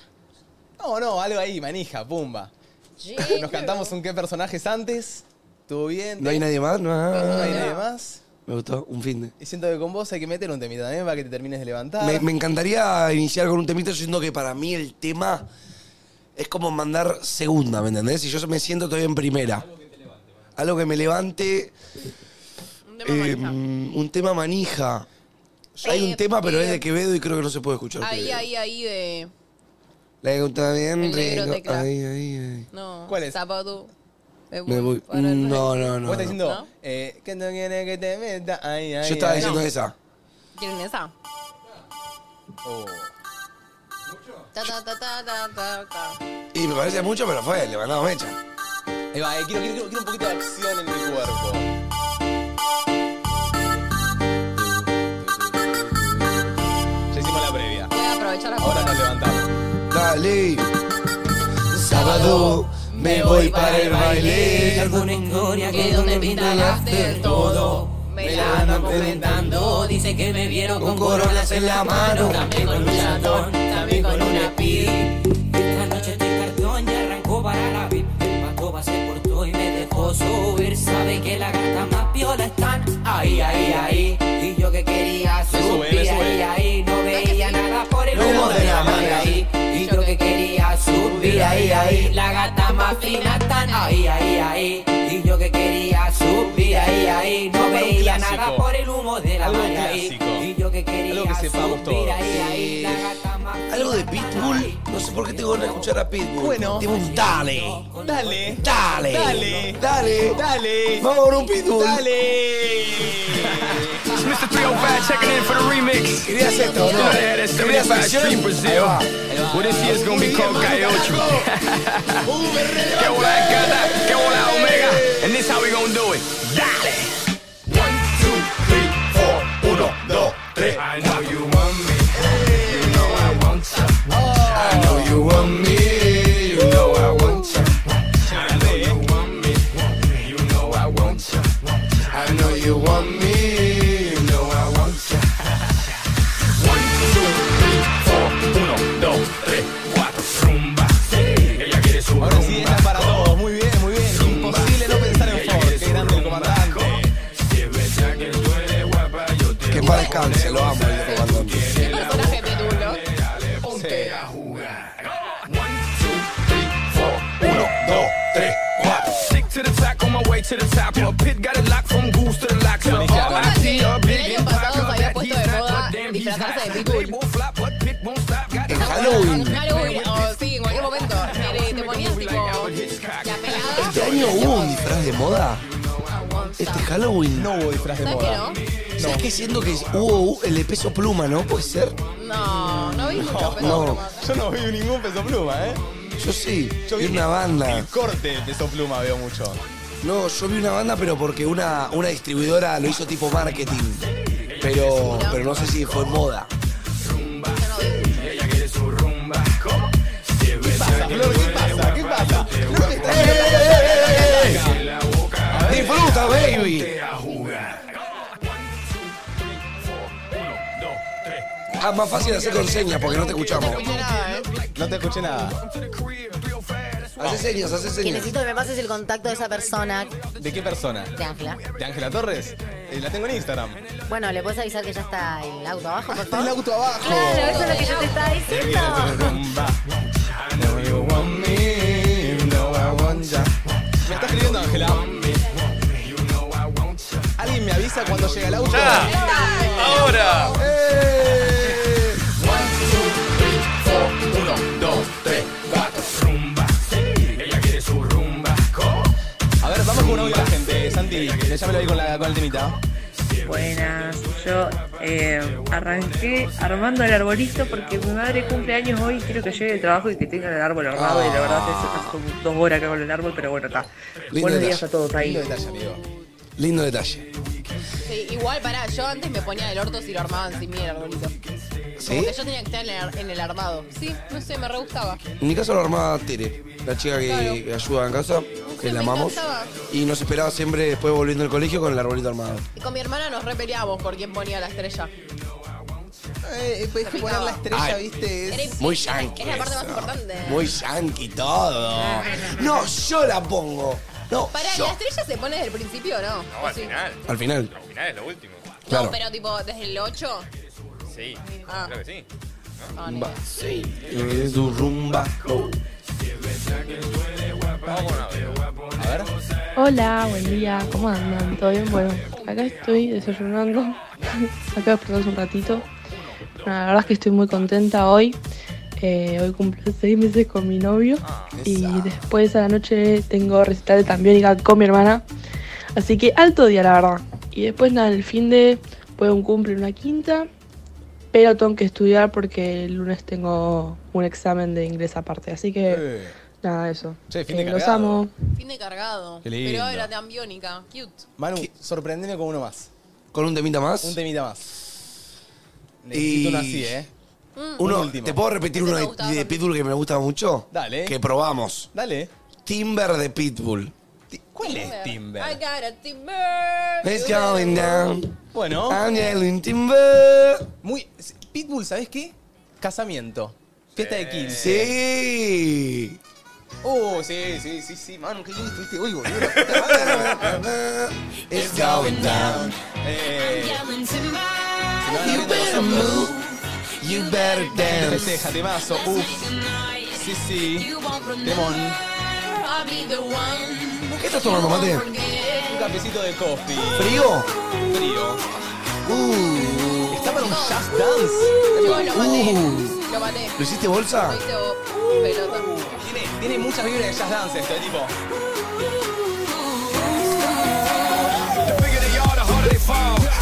Speaker 1: No, no, algo ahí, manija, pumba.
Speaker 2: Jingle
Speaker 1: Nos cantamos un qué personajes antes. ¿Estuvo bien?
Speaker 7: ¿No hay nadie más? No,
Speaker 1: No hay nadie más.
Speaker 7: Me gustó, un fin de.
Speaker 1: Y siento que con vos hay que meter un temita también para que te termines de levantar.
Speaker 7: Me, me encantaría iniciar con un temita, yo siento que para mí el tema es como mandar segunda, ¿me entendés? Y yo me siento todavía en primera. Algo que me levante. eh, Un tema manija. Hay un tema, pero es de Quevedo y creo que no se puede escuchar.
Speaker 2: Ahí,
Speaker 7: Quevedo.
Speaker 2: ahí, ahí de.
Speaker 7: Le gusta bien,
Speaker 2: El negro
Speaker 7: rico.
Speaker 2: tecla.
Speaker 7: Ahí, ahí, ahí.
Speaker 2: No.
Speaker 1: ¿Cuál es?
Speaker 2: Sábado. Me
Speaker 7: Me voy. No, no, no.
Speaker 1: Vos estás
Speaker 7: no.
Speaker 1: diciendo, eh, que no quiere que te meta. Ay, ay,
Speaker 7: Yo estaba
Speaker 1: ay.
Speaker 7: diciendo
Speaker 1: No.
Speaker 7: esa.
Speaker 2: ¿Quieren esa?
Speaker 1: Oh.
Speaker 2: Ta, ta, ta, ta, ta, ta, ta.
Speaker 7: Y me parece mucho, pero fue, le mandamos mecha.
Speaker 1: Ahí va, eh, quiero, quiero, quiero un poquito de acción en mi cuerpo.
Speaker 7: salí. Sábado me voy para el baile.
Speaker 6: Largo en Goria, que es donde pinta el after todo. Me la andan comentando, dice que me vieron con coronas en la mano. También con un latón, también con una pi. Esta noche estoy cartón y arrancó para la VIP. El patoba se portó y me dejó subir. Sabe que la gata más piola están ahí, ahí, ahí. Y yo que quería
Speaker 13: Le sube,
Speaker 6: subir,
Speaker 13: le
Speaker 6: ahí,
Speaker 13: sube.
Speaker 6: ahí. No veía nada por el
Speaker 13: Luego
Speaker 6: humo
Speaker 13: de
Speaker 6: de
Speaker 13: la
Speaker 6: la
Speaker 13: manga.
Speaker 6: manga ahí. Y yo que quería subir, ahí, ahí. La gata más fina están ahí, ahí, ahí. Y yo que quería subir, ahí, ahí. No
Speaker 1: Algo
Speaker 6: veía
Speaker 1: clásico.
Speaker 6: nada por el humo de la
Speaker 1: Algo
Speaker 6: manga ahí.
Speaker 1: clásico.
Speaker 6: Y yo que
Speaker 1: Algo
Speaker 6: quería
Speaker 1: que sepamos todos.
Speaker 6: subir, ahí, ahí. La gata más
Speaker 7: Algo de Pitbull, no sé por qué tengo ganas de escuchar a Pitbull. Bueno. Tengo un dale.
Speaker 1: Dale.
Speaker 7: Dale.
Speaker 1: Dale.
Speaker 7: Dale.
Speaker 1: Dale.
Speaker 7: Vamos con un Pitbull.
Speaker 13: Mr. 305 checking in for the remix.
Speaker 7: Querías esto, ¿no?
Speaker 13: You know they had that
Speaker 7: Querías
Speaker 13: 35
Speaker 7: acción.
Speaker 13: Street Brazil. Well, this year's gonna be called Gaiocho. Que hola, gata. Que hola, omega. And this how we gonna do it. Dale. One, two, three, four. Uno, dos, tres. I know you want me. You know I want you. I know you want me. You know I want you. I know you want me. You know I want you. I know you want me. You know I want you. One, two, three, four. Uno, dos, tres, cuatro. Zumba. Ella quiere su Ahora sí es para todos. Muy bien, muy bien. Imposible no pensar en Ford. Qué grande el comandante.
Speaker 7: Que para descanse, lo amo. el comandante.
Speaker 2: personaje petulo.
Speaker 13: Ponte a jugar. One, two, three, four. Uno, dos, tres, cuatro. Stick to the track on my way to the top. A pit got it locked from goose to the locks. All I see are big
Speaker 2: El año
Speaker 13: and black.
Speaker 2: pasado se había puesto de moda
Speaker 13: Damn, he's
Speaker 2: disfrazarse de
Speaker 13: hot.
Speaker 2: pitbull.
Speaker 7: En Este Halloween.
Speaker 2: Halloween, o sí, en cualquier momento. Te, te ponías tipo la pelada.
Speaker 7: ¿Este año hubo un disfraz de moda? Este Halloween. No hubo disfraz de
Speaker 2: ¿Sabes que no?
Speaker 7: ¿Sabes qué siento que hubo el de peso pluma, no? ¿Puede ser?
Speaker 2: No, no vi mucho peso
Speaker 7: No.
Speaker 2: pluma.
Speaker 1: Yo no veo ningún peso pluma, ¿eh?
Speaker 7: Yo sí,
Speaker 1: Yo
Speaker 7: vi
Speaker 1: vi
Speaker 7: una banda.
Speaker 1: El corte de peso pluma veo mucho.
Speaker 7: No, yo vi una banda, pero porque una, una distribuidora lo hizo tipo marketing. Pero, pero no sé si fue moda.
Speaker 1: ¿Qué pasa?
Speaker 7: ¡Disfruta, baby! Ah, más fácil hacer con señas porque no te escuchamos.
Speaker 2: ¿eh?
Speaker 1: No te escuché nada.
Speaker 7: Hace señas, hace
Speaker 3: Que
Speaker 7: señas.
Speaker 3: necesito que me pases el contacto de esa persona
Speaker 1: ¿De qué persona?
Speaker 3: de Ángela.
Speaker 1: ¿De Ángela Torres? Eh, la tengo en Instagram.
Speaker 3: Bueno, ¿le puedes avisar que ya está el auto abajo, por favor?
Speaker 1: el auto abajo!
Speaker 3: Claro, eso es lo que yo te estaba diciendo.
Speaker 1: Me está escribiendo Ángela. ¿Alguien me avisa cuando llega el auto?
Speaker 4: ¡Ahora!
Speaker 1: Eh.
Speaker 13: Uno, dos, tres, cuatro. Rumba. Ella quiere su rumba.
Speaker 1: A ver, vamos con un audio a la gente. Santi, déjamelo ahí con, la, con el temita.
Speaker 14: Buenas, yo eh, arranqué armando el arbolito porque mi madre cumple años hoy y quiero que llegue el trabajo y que tengan el árbol armado. Y Ah, la verdad es que son dos horas que hago el árbol, pero bueno, está.
Speaker 7: Lindo
Speaker 14: Buenos
Speaker 7: detalle.
Speaker 14: días a todos ahí.
Speaker 7: Lindo detalle, amigo. Lindo detalle.
Speaker 2: Sí, igual, pará, yo antes me ponía el orto si lo armaban sin mí el arbolito.
Speaker 7: ¿Sí?
Speaker 2: Como que yo tenía que estar en el, en el armado. Sí, no sé, me re gustaba.
Speaker 7: En mi casa lo armaba Tere, la chica que que ayuda en casa, que la
Speaker 2: me
Speaker 7: amamos.
Speaker 2: encantaba.
Speaker 7: Y nos esperaba siempre después volviendo al colegio con el arbolito armado.
Speaker 2: Y con mi hermana nos re peleábamos por quién ponía la estrella.
Speaker 1: Eh, pues que poner la estrella, viste.
Speaker 2: Era
Speaker 7: Muy yankee.
Speaker 2: Es la parte más
Speaker 7: eso.
Speaker 2: importante.
Speaker 7: Muy yankee todo. No, yo la pongo. No,
Speaker 2: Pará,
Speaker 7: yo.
Speaker 2: ¿la estrella se pone desde el principio o no?
Speaker 4: No, al final.
Speaker 7: Al final.
Speaker 4: Al final es lo último.
Speaker 7: Claro.
Speaker 2: No, pero tipo, desde el 8.
Speaker 4: Sí,
Speaker 2: Ah.
Speaker 4: creo que sí.
Speaker 7: Rumba, Mm, sí. Es tu rumba. oh.
Speaker 1: Ah, A ver.
Speaker 9: Hola, buen día, ¿cómo andan? ¿Todo bien? Bueno, acá estoy desayunando, acá despertamos un ratito. Nada, la verdad es que estoy muy contenta hoy. Eh, hoy cumplo seis meses con mi novio y después a la noche tengo recital de tambiónica con mi hermana. Así que alto día, la verdad. Y después nada, el fin de puedo un cumple una quinta, pero tengo que estudiar porque el lunes tengo un examen de inglés aparte. Así que
Speaker 1: Eh.
Speaker 9: nada, eso. Eh,
Speaker 1: Che, fin de
Speaker 9: los
Speaker 1: cargado.
Speaker 9: amo.
Speaker 2: Fin de cargado.
Speaker 1: Qué lindo.
Speaker 2: Pero era tan biónica. Cute.
Speaker 1: Manu, sorprendeme con uno más.
Speaker 7: ¿Con un temita más?
Speaker 1: Un temita más. Necesito uno así, ¿eh?
Speaker 2: Mm.
Speaker 7: Uno, ¿Te puedo repetir uno de, de Pitbull que me gusta mucho?
Speaker 1: Dale.
Speaker 7: Que probamos.
Speaker 1: Dale.
Speaker 7: Timber de Pitbull.
Speaker 1: ¿Cuál es Timber?
Speaker 2: I got a timber.
Speaker 7: It's going down.
Speaker 1: Bueno.
Speaker 7: I'm yelling timber.
Speaker 1: Muy. Pitbull, ¿sabes qué? Casamiento. Fiesta de 15.
Speaker 7: Sí.
Speaker 1: Oh, sí, sí, sí, sí, mano, qué bien estuviste hoy, boludo.
Speaker 7: It's going down.
Speaker 1: Eh,
Speaker 7: You better move. You better dance.
Speaker 1: Festeja, temazo, uff. Sí, sí. Temón.
Speaker 7: ¿Qué estás tomando, mate?
Speaker 1: Un cafecito de coffee.
Speaker 7: ¿Frío?
Speaker 1: Frío.
Speaker 7: Uh.
Speaker 1: ¿Está para un jazz dance?
Speaker 2: No, lo maté.
Speaker 7: Uh.
Speaker 2: Lo maté.
Speaker 7: ¿Lo hiciste bolsa?
Speaker 2: Lo hice vos, pelota.
Speaker 1: Tiene, tiene muchas vibras de jazz dance esto, eh, tipo.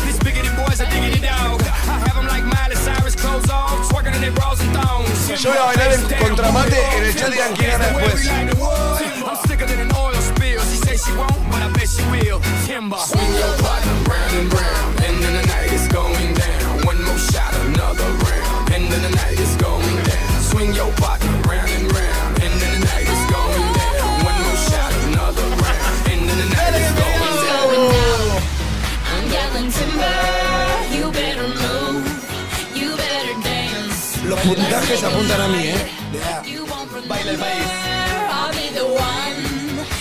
Speaker 13: This bigger than boys, I dig it down. I have 'em like Miley Cyrus, clothes on, twerking in their bras and thongs.
Speaker 7: Yo voy a bailar en contramate, en el chat digan quién gana después.
Speaker 13: I'm sicker than an oil spill. She say she won't, but I bet she will. Timber. Swing your body round and round, and then the night is going down. One more shot, another round, and then the night is going down. Swing your body round and round, and then the night is going down. One more shot, another round, and then the night is going down.
Speaker 6: I'm yelling timber, you better move, you better dance.
Speaker 7: Los puntajes apuntan a mí, ¿eh?
Speaker 6: You won't remember, I'll be the one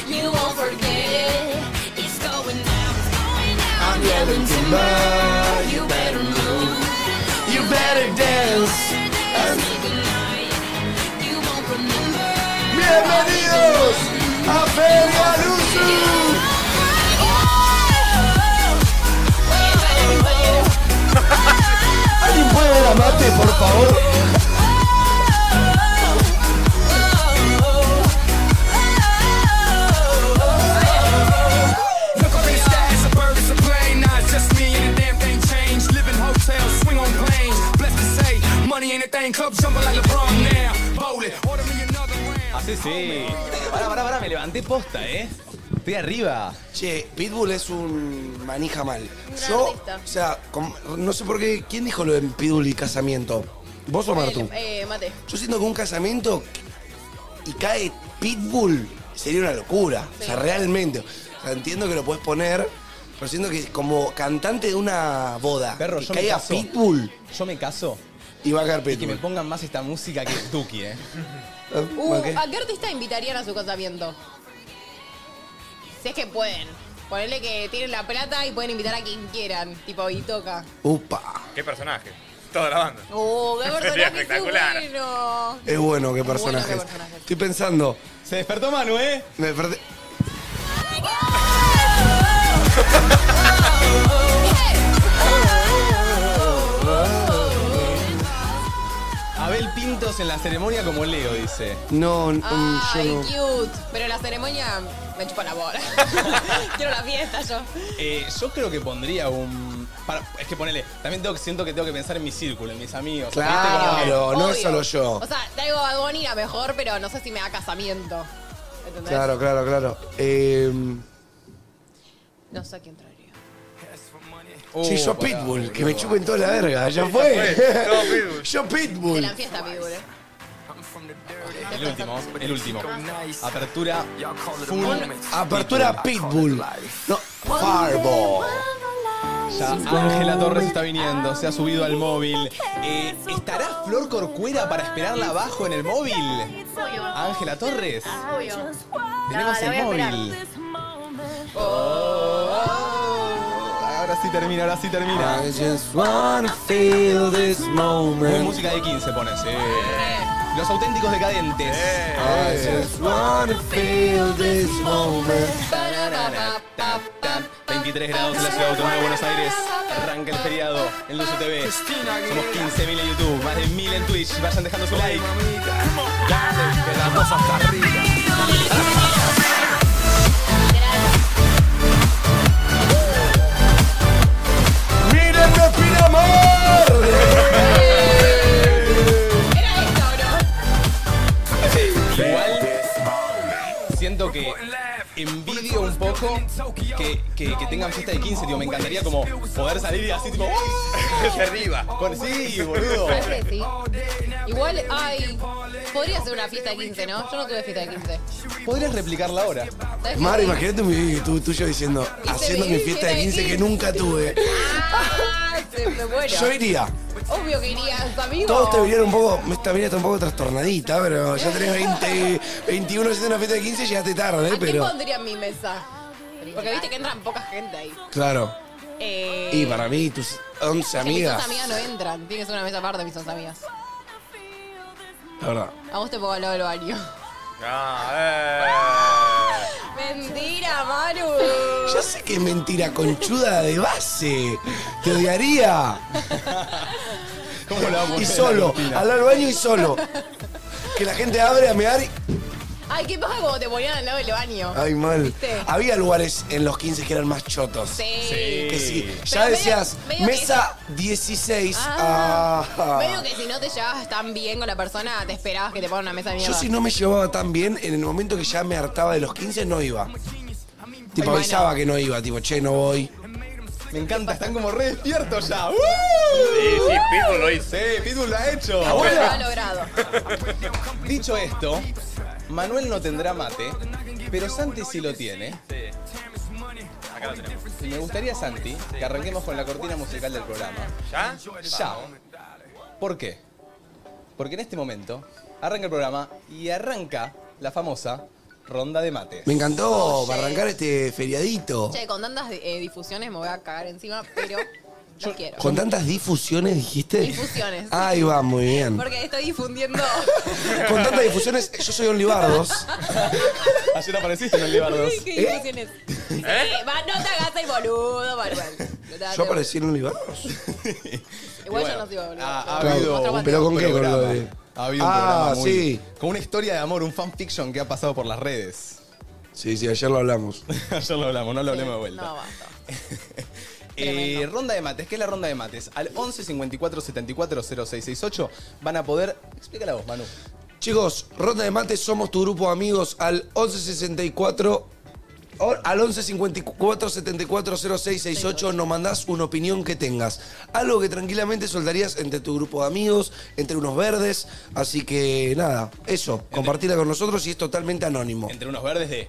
Speaker 6: you won't forget. It's going down, it's going down. I'm yelling timber, you better move, you better dance.
Speaker 7: Bienvenidos a Feria Luzu. ¿Alguien puede ver a Mate, por favor?
Speaker 13: Look up in the sky, it's a bird, it's a plane. Nah, it's just me and the damn thing changed. Live in hotels, swing on planes. Blessed to say, money ain't a thing. Club jumping like LeBron now. Bowl it. Order me another round.
Speaker 1: Así Ah, sí. Pará, pará, pará, me levanté posta, eh. Estoy arriba.
Speaker 7: Che, Pitbull es un manija mal. Yo, o sea, com- no sé por qué. ¿Quién dijo lo de Pitbull y casamiento? ¿Vos o Martu?
Speaker 2: Eh, mate.
Speaker 7: Yo siento que un casamiento y cae Pitbull sería una locura. O sea, realmente. O sea, entiendo que lo puedes poner, pero siento que como cantante de una boda,
Speaker 1: Perro,
Speaker 7: que
Speaker 1: yo me
Speaker 7: caiga
Speaker 1: caso.
Speaker 7: Pitbull
Speaker 1: Yo me caso.
Speaker 7: y va a caer
Speaker 1: Y que me
Speaker 7: Pitbull.
Speaker 1: pongan más esta música que Tuki, eh.
Speaker 7: Ah,
Speaker 2: Uh, ¿A qué artista invitarían a su casamiento? Si es que pueden. Ponerle que tienen la plata y pueden invitar a quien quieran. Tipo, y toca.
Speaker 7: Upa.
Speaker 4: ¿Qué personaje? Toda la banda.
Speaker 2: Oh, qué
Speaker 4: Sería
Speaker 2: personaje qué
Speaker 4: espectacular.
Speaker 2: bueno.
Speaker 7: Es bueno, qué personajes. Estoy pensando.
Speaker 1: Se despertó Manu, ¿eh?
Speaker 7: Me desperté.
Speaker 1: Abel Pintos en la ceremonia como Leo, dice.
Speaker 7: No, n- mm,
Speaker 2: Ay,
Speaker 7: yo no.
Speaker 2: cute. Pero la ceremonia me chupa la bola. Quiero la fiesta yo.
Speaker 1: Eh, yo creo que pondría un. para- es que ponele. También tengo, que- siento que tengo que pensar en mi círculo, en mis amigos. ¿viste? Como que-
Speaker 7: Claro, no
Speaker 2: Obvio.
Speaker 7: es solo yo.
Speaker 2: O sea, traigo a Bad Bunny a mejor, pero no sé si me da casamiento. ¿Entendés?
Speaker 7: Claro, claro, claro. Eh,
Speaker 2: No sé a quién traería.
Speaker 7: che, yo
Speaker 1: Uh, pará,
Speaker 7: Pitbull, que
Speaker 1: boludo.
Speaker 7: me chupen toda la verga. Ya
Speaker 1: Ya
Speaker 7: fue.
Speaker 1: fue, todo
Speaker 13: Pitbull.
Speaker 7: yo
Speaker 2: De
Speaker 7: Pitbull.
Speaker 2: la fiesta, Pitbull, eh.
Speaker 1: El último, el último. Apertura full.
Speaker 7: Un- Apertura Pitbull. No, Fireball.
Speaker 1: Ya Ángela Torres está viniendo, se ha subido al móvil. Eh, ¿Estará Flor Corcuera para esperarla abajo en el móvil? Ángela Torres.
Speaker 6: Ah, Obvio.
Speaker 1: Tenemos
Speaker 6: No, la
Speaker 1: el
Speaker 6: voy a
Speaker 1: móvil. Ahora sí termina, ahora sí termina.
Speaker 7: I just wanna feel this
Speaker 1: Muy
Speaker 7: moment.
Speaker 1: música de 15 pones. sí. Los auténticos decadentes.
Speaker 7: I just wanna feel this moment.
Speaker 1: 23 grados en la ciudad autónoma de Buenos Aires. Arranca el feriado en Luzu TV. Somos 15.000 en YouTube, más de 1.000 en Twitch. Vayan dejando su like.
Speaker 7: ¡Miren de Pinamar!
Speaker 1: Igual siento que envidio un poco que que, que tengan fiesta de 15, tío. Me encantaría como poder salir y así, tipo, ¡uh! Desde arriba. Con, sí, boludo.
Speaker 2: ¿Sabes que sí? Igual, ay, podría ser una fiesta de 15, ¿no? Yo no tuve fiesta de 15.
Speaker 1: Podrías replicarla ahora.
Speaker 2: ¿Sabes
Speaker 7: Mar,
Speaker 2: que-
Speaker 7: imagínate un video tú- tuyo diciendo, haciendo mi fiesta de 15 que nunca tuve.
Speaker 2: Ah, se me muero.
Speaker 7: Yo iría.
Speaker 2: Obvio que irías, amigo.
Speaker 7: Todos te verían un poco, esta venía un poco trastornadita, pero ya tenés 20, 21 haciendo una fiesta de 15 llegaste tarde,
Speaker 2: ¿A quién
Speaker 7: ¿eh? pero.
Speaker 2: pondría en mi mesa? Porque viste que entran poca gente ahí.
Speaker 7: Claro.
Speaker 2: Eh,
Speaker 7: Y para mí, tus 11
Speaker 2: Mis
Speaker 7: amigas.
Speaker 2: dos amigas no entran. Tienes una mesa aparte, mis dos amigas.
Speaker 7: La verdad.
Speaker 2: A vos te pongo al lado del baño.
Speaker 1: Ah, eh.
Speaker 2: Mentira, Maru.
Speaker 7: Ya sé que es mentira conchuda de base. Te odiaría.
Speaker 1: ¿Cómo la vamos a
Speaker 7: Y
Speaker 1: hacer
Speaker 7: solo,
Speaker 1: en Argentina?
Speaker 7: al lado del baño y solo. Que la gente abre a mear y.
Speaker 2: Ay, qué paja como te ponían al lado del baño.
Speaker 7: Ay, mal.
Speaker 2: ¿Viste?
Speaker 7: Había lugares en los 15 que eran más chotos.
Speaker 2: Sí.
Speaker 7: Que sí.
Speaker 2: Pero
Speaker 7: Ya
Speaker 2: medio-
Speaker 7: decías,
Speaker 2: medio que
Speaker 7: mesa 16.
Speaker 2: Ah.
Speaker 7: ah.
Speaker 2: Medio que si no te llevabas tan bien con la persona, te esperabas que te pongan una mesa de mierda.
Speaker 7: Yo si no me llevaba tan bien, en el momento que ya me hartaba de los 15, no iba. Tipo,
Speaker 1: Bueno.
Speaker 7: avisaba que no iba, tipo, che, no voy.
Speaker 1: Me encanta, están como re despiertos ya.
Speaker 7: Sí, sí,
Speaker 1: Pitbull lo hizo. Sí, Pitbull lo ha hecho.
Speaker 2: Lo ha logrado.
Speaker 1: Dicho esto, Manuel no tendrá mate, pero Santi sí lo tiene.
Speaker 4: Acá lo tenemos.
Speaker 1: Y me gustaría, Santi, que arranquemos con la cortina musical del programa.
Speaker 4: ¿Ya?
Speaker 1: Ya. ¿Por qué? Porque en este momento arranca el programa y arranca la famosa ronda de mates.
Speaker 7: Me encantó para arrancar este feriadito.
Speaker 2: Che, con tantas eh, difusiones me voy a cagar encima, pero yo quiero.
Speaker 7: Con tantas difusiones, dijiste.
Speaker 2: Difusiones.
Speaker 7: Ahí va, muy Ah, bien.
Speaker 2: Porque estoy difundiendo.
Speaker 7: Con tantas difusiones, yo soy Olivardos.
Speaker 1: Ayer apareciste en Olivardos.
Speaker 2: Ay, ¿Qué difusiones? Eh, va, no te hagas el boludo, Manuel. No te hagas
Speaker 7: Yo
Speaker 2: el boludo.
Speaker 7: aparecí en Olivardos.
Speaker 2: Igual yo no sigo boludo.
Speaker 1: Ah, Ha, ha
Speaker 7: Claro.
Speaker 1: habido
Speaker 7: Otro
Speaker 1: un
Speaker 7: ¿Pero con qué?
Speaker 1: programa.
Speaker 7: Con lo de-
Speaker 1: Ha habido un
Speaker 7: Ah,
Speaker 1: programa muy-
Speaker 7: sí.
Speaker 1: Con una historia de amor, un fanfiction que ha pasado por las redes.
Speaker 7: Sí, sí, ayer lo hablamos.
Speaker 1: Ayer lo hablamos, no lo hablemos de vuelta.
Speaker 2: No, basta.
Speaker 1: Eh, ronda de mates, ¿qué es la ronda de mates? Al 11 54 74 0668 van a poder. Explícala vos, Manu.
Speaker 7: Chicos, Ronda de Mate, somos tu grupo de amigos al 1164. o- Al 11 54 74 06 68 nos mandás una opinión que tengas. Algo que tranquilamente soltarías entre tu grupo de amigos, entre unos verdes. Así que nada, eso, compartirla con nosotros y es totalmente anónimo.
Speaker 1: Entre unos verdes de.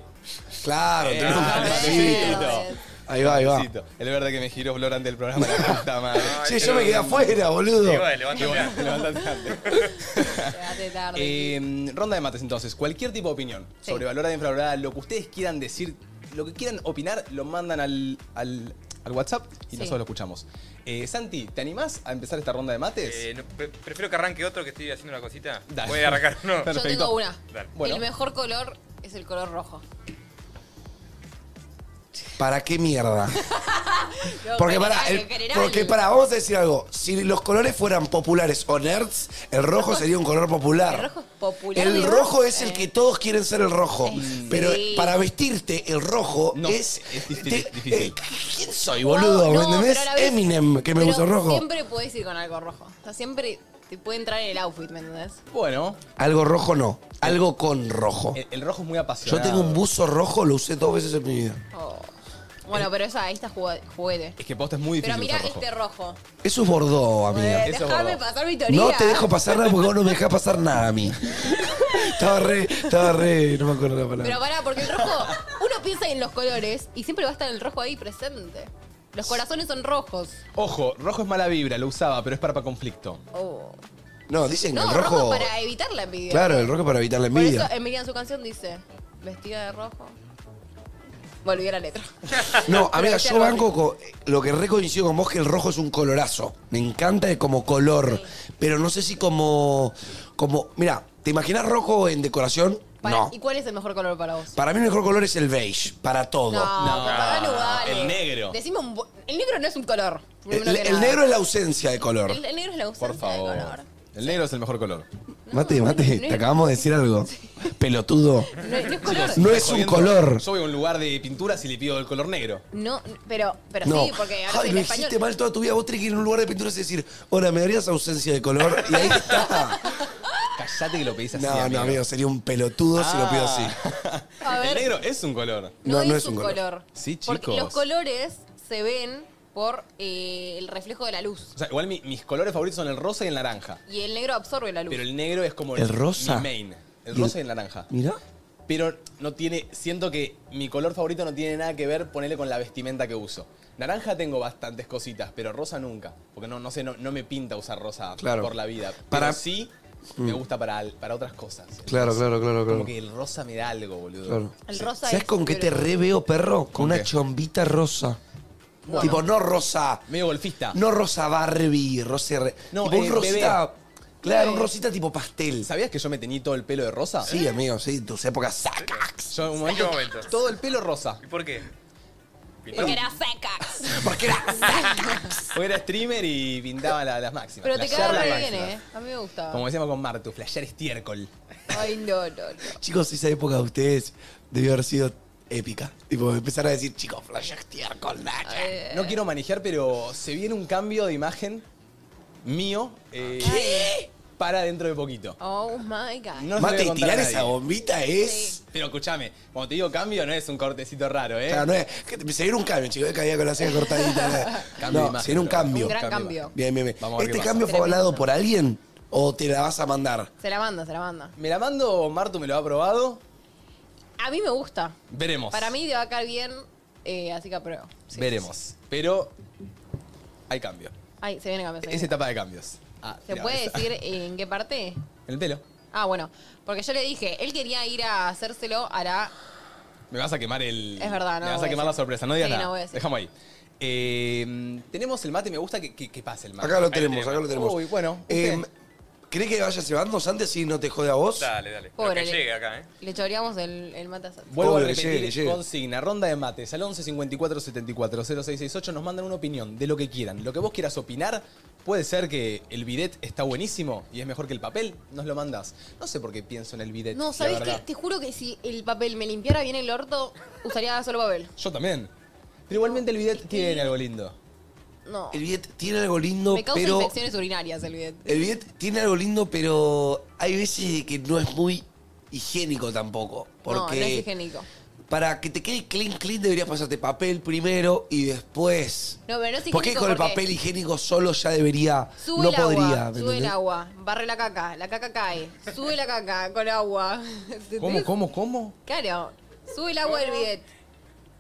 Speaker 7: Claro,
Speaker 1: Eh,
Speaker 7: tenés un
Speaker 1: ah,
Speaker 7: matecito.
Speaker 1: matecito.
Speaker 7: Ahí va, ahí va.
Speaker 1: Matecito. El verde que me giró Flor ante el programa. la puta madre.
Speaker 7: Che, yo me quedé afuera, boludo.
Speaker 1: Y bueno, levántate. Levántate
Speaker 2: Quédate tarde.
Speaker 1: Eh, ronda de mates entonces. Cualquier tipo de opinión.
Speaker 2: Sí.
Speaker 1: Sobrevalorada, infravalorada, lo que ustedes quieran decir, lo que quieran opinar, lo mandan al, al- al WhatsApp y
Speaker 2: Sí.
Speaker 1: nosotros lo escuchamos. Eh, Santi, ¿te animás a empezar esta ronda de mates?
Speaker 4: Eh, no, pre- prefiero que arranque otro que estoy haciendo una cosita.
Speaker 1: Dale.
Speaker 4: Voy a arrancar uno.
Speaker 1: Yo
Speaker 2: Yo tengo una.
Speaker 4: Dale.
Speaker 2: El mejor color es el color rojo.
Speaker 7: ¿Para qué mierda?
Speaker 2: No,
Speaker 7: Porque
Speaker 2: en
Speaker 7: para,
Speaker 2: general,
Speaker 7: el-
Speaker 2: en general.
Speaker 7: porque para, vamos a decir algo. Si los colores fueran populares o nerds, el rojo sería un color
Speaker 2: El
Speaker 7: popular.
Speaker 2: rojo es popular.
Speaker 7: El
Speaker 2: digamos.
Speaker 7: rojo es el que todos quieren ser el rojo. Pero
Speaker 2: Sí.
Speaker 7: para vestirte, el rojo
Speaker 1: No,
Speaker 7: es.
Speaker 1: es difícil.
Speaker 7: te-
Speaker 1: es difícil.
Speaker 7: eh, ¿Quién soy, boludo?
Speaker 2: No,
Speaker 7: ¿Me
Speaker 2: no,
Speaker 7: entendés?
Speaker 2: pero a la vez-
Speaker 7: Eminem, que me
Speaker 2: pero
Speaker 7: gusta el rojo.
Speaker 2: Siempre puedes ir con algo rojo. O sea, siempre te puede entrar en el outfit, ¿me entendés?
Speaker 1: Bueno,
Speaker 7: Algo rojo no. Algo con rojo.
Speaker 1: el, el rojo es muy
Speaker 7: Yo
Speaker 1: apasionado.
Speaker 7: tengo un buzo rojo, lo usé dos veces en mi vida.
Speaker 2: Oh. Bueno, pero esa, ahí está jugu- juguete.
Speaker 1: Es que posta es muy
Speaker 2: Pero
Speaker 1: difícil.
Speaker 2: mira
Speaker 1: usar rojo.
Speaker 2: este rojo.
Speaker 7: Eso es bordó, amiga.
Speaker 2: Eh, Déjame pasar mi teoría.
Speaker 7: No te dejo pasar nada porque vos no me dejás pasar nada a mí. estaba re, estaba re, no me acuerdo la palabra.
Speaker 2: Pero pará, porque el rojo, uno piensa en los colores y siempre va a estar el rojo ahí presente. Los corazones son rojos.
Speaker 1: Ojo, rojo es mala vibra, lo usaba, pero es para, para conflicto.
Speaker 2: Oh.
Speaker 7: No, dicen que
Speaker 2: No,
Speaker 7: el
Speaker 2: rojo,
Speaker 7: rojo.
Speaker 2: para evitar la envidia.
Speaker 7: Claro, el rojo para evitar la envidia.
Speaker 2: Por eso Emilia en su canción dice, vestida de rojo. Volví a la letra.
Speaker 7: No, amiga,
Speaker 2: Pero
Speaker 7: yo
Speaker 2: sea
Speaker 7: banco co- lo que re coincido con vos que el rojo es un colorazo. Me encanta como color, pero no sé si como como, mira, ¿te imaginas rojo en decoración?
Speaker 2: Para-
Speaker 7: no.
Speaker 2: ¿Y cuál es el mejor color para vos?
Speaker 7: Para mí el mejor color es el beige, para todo.
Speaker 2: No, papá, no vale.
Speaker 7: el negro.
Speaker 2: Decime un bo- El negro no es un color.
Speaker 7: El,
Speaker 2: primero que
Speaker 7: el
Speaker 2: nada.
Speaker 7: negro es la ausencia de color.
Speaker 2: El, el negro es la ausencia
Speaker 1: Por favor.
Speaker 2: de color.
Speaker 1: El negro es el mejor color.
Speaker 7: Mate, mate, te acabamos de decir algo. Pelotudo.
Speaker 2: No, no es color.
Speaker 7: No es un color.
Speaker 1: Yo voy a un lugar de pinturas y le pido el color negro.
Speaker 2: No, pero, pero
Speaker 7: No.
Speaker 2: sí, porque ahora
Speaker 7: Ay,
Speaker 2: en
Speaker 7: lo
Speaker 2: español.
Speaker 7: hiciste mal toda tu vida. Vos tenés que ir a un lugar de pinturas y decir, hola, ¿me darías ausencia de color? Y ahí está.
Speaker 1: Callate que lo pedís así. Ah.
Speaker 7: No, no,
Speaker 1: amigo.
Speaker 7: amigo, sería un pelotudo si lo pido así.
Speaker 2: A ver,
Speaker 1: El negro es un color.
Speaker 2: no, es, un color.
Speaker 1: Sí,
Speaker 2: Porque los
Speaker 1: chicos.
Speaker 2: colores se ven por eh, el reflejo de la luz.
Speaker 1: O sea, igual mi- mis colores favoritos son el rosa y el naranja.
Speaker 2: Y el negro absorbe la luz.
Speaker 1: Pero el negro es como
Speaker 7: ¿El rosa?
Speaker 1: mi main. El
Speaker 7: Y el-
Speaker 1: rosa y el naranja.
Speaker 7: Mira.
Speaker 1: Pero no tiene. Siento que mi color favorito no tiene nada que ver ponerle con la vestimenta que uso. Naranja tengo bastantes cositas, pero rosa nunca. Porque no, no sé, no, no me pinta usar rosa
Speaker 7: Claro.
Speaker 1: por la vida.
Speaker 7: Para-
Speaker 1: Pero sí me
Speaker 7: Mm.
Speaker 1: gusta para, al- para otras cosas. El
Speaker 7: Claro,
Speaker 1: rosa.
Speaker 7: claro, claro, claro.
Speaker 1: Como que el rosa me da algo, boludo.
Speaker 7: Claro.
Speaker 2: El rosa
Speaker 7: ¿Sabes
Speaker 2: es
Speaker 7: con qué te
Speaker 2: violeta.
Speaker 7: reveo, perro? Con una
Speaker 1: qué?
Speaker 7: chombita rosa.
Speaker 1: Bueno.
Speaker 7: Tipo, no rosa.
Speaker 1: Medio golfista.
Speaker 7: No rosa Barbie, rosa. re-
Speaker 1: Ah. No,
Speaker 7: tipo,
Speaker 1: eh,
Speaker 7: un rosita. Claro, un rosita tipo
Speaker 1: pastel. ¿Sabías que yo me teñí todo el pelo de rosa?
Speaker 7: Sí, amigo, sí, tus épocas saca.
Speaker 1: Yo en un momento,
Speaker 4: ¿En qué momento?
Speaker 1: Todo el pelo rosa.
Speaker 4: ¿Y por qué?
Speaker 2: Porque era Fecax.
Speaker 1: Porque era. Porque era streamer y pintaba la- las máximas.
Speaker 2: Pero te
Speaker 1: Flasheaba
Speaker 2: quedaba
Speaker 1: las
Speaker 2: re bien,
Speaker 1: máximas.
Speaker 2: ¿eh? A mí me gustaba.
Speaker 1: Como decíamos con Martu, flashear estiércol.
Speaker 2: Ay, no, no, no.
Speaker 7: Chicos, esa época de ustedes debió haber sido épica. Tipo, empezar a decir, chicos, flash estiércol, Nacha.
Speaker 2: Eh.
Speaker 1: No quiero manejar, pero se viene un cambio de imagen mío eh, para dentro de poquito.
Speaker 2: Oh my god.
Speaker 1: No se lo voy a
Speaker 7: Mate,
Speaker 1: contar a
Speaker 7: tirar
Speaker 1: nadie.
Speaker 7: esa bombita es.
Speaker 1: Pero escúchame, cuando te digo cambio no es un cortecito raro, ¿eh?
Speaker 7: Claro, no es. que te- se viene un cambio, chicos, que había con la ceja cortadita.
Speaker 1: Cambio de
Speaker 7: no,
Speaker 1: imagen,
Speaker 7: se viene un
Speaker 1: pero-
Speaker 7: cambio.
Speaker 2: Un gran cambio.
Speaker 7: Bien, bien, bien.
Speaker 1: a ver
Speaker 7: ¿Este
Speaker 1: qué pasa.
Speaker 7: cambio fue hablado por alguien o te la vas a mandar?
Speaker 2: Se la manda, se la manda.
Speaker 1: Me la mando, Martu me lo ha probado.
Speaker 2: A mí me gusta.
Speaker 1: Veremos.
Speaker 2: Para mí te va a caer bien, eh, así que apruebo. Sí,
Speaker 1: Veremos. Pero hay cambio.
Speaker 2: sí. Ay, se viene cambio. Se,
Speaker 1: Es
Speaker 2: viene.
Speaker 1: etapa de cambios. Ah,
Speaker 2: ¿Se
Speaker 1: tiraba
Speaker 2: puede
Speaker 1: esa.
Speaker 2: decir en qué parte?
Speaker 1: El pelo.
Speaker 2: Ah, bueno. Porque yo le dije, él quería ir a hacérselo a la...
Speaker 1: Me vas a quemar el.
Speaker 2: Es verdad, no
Speaker 1: Me vas
Speaker 2: voy
Speaker 1: a
Speaker 2: a
Speaker 1: quemar la
Speaker 2: decir.
Speaker 1: sorpresa, no digas
Speaker 2: Sí, no
Speaker 1: nada.
Speaker 2: voy a decir.
Speaker 1: Dejamos ahí. Eh, tenemos el mate, me gusta que, que- que pase el mate.
Speaker 7: Acá lo
Speaker 1: Ahí
Speaker 7: tenemos, acá lo tenemos.
Speaker 1: Uy, bueno.
Speaker 7: Eh,
Speaker 1: usted.
Speaker 7: ¿Crees que vayas llevándonos antes si no te jode a vos? Dale,
Speaker 4: dale.
Speaker 2: Pobre. le-
Speaker 4: llegue acá, ¿eh?
Speaker 2: Le choreamos el, el mate a Santi.
Speaker 1: Vuelvo a
Speaker 7: Obvio, que
Speaker 1: repetir
Speaker 7: llegue, que llegue.
Speaker 1: consigna, ronda de mates al 11 54 74 0668 nos mandan una opinión de lo que quieran, lo que vos quieras opinar. Puede ser que el bidet está buenísimo y es mejor que el papel, nos lo mandás. No sé por qué pienso en el bidet.
Speaker 2: No,
Speaker 1: la
Speaker 2: ¿sabes qué?
Speaker 1: verdad.
Speaker 2: Te juro que si el papel me limpiara bien el orto, usaría solo papel.
Speaker 1: Yo también. Pero igualmente el bidet tiene algo lindo.
Speaker 2: No.
Speaker 7: El bidet tiene algo lindo,
Speaker 2: Me causa
Speaker 7: pero.
Speaker 2: infecciones urinarias el bidet.
Speaker 7: El bidet tiene algo lindo, pero hay veces de que no es muy higiénico tampoco. Porque
Speaker 2: No, no es higiénico.
Speaker 7: para que te quede clean, clean deberías pasarte papel primero y después.
Speaker 2: No, pero no es higiénico
Speaker 7: Porque con el
Speaker 2: porque
Speaker 7: papel higiénico solo ya debería.
Speaker 2: Sube
Speaker 7: no
Speaker 2: el
Speaker 7: podría. ¿me
Speaker 2: agua, sube el
Speaker 7: entendés?
Speaker 2: agua, barre la caca, la caca cae, sube la caca con agua. ¿Entendés?
Speaker 1: ¿Cómo, cómo, cómo?
Speaker 2: Claro, sube el agua del bidet.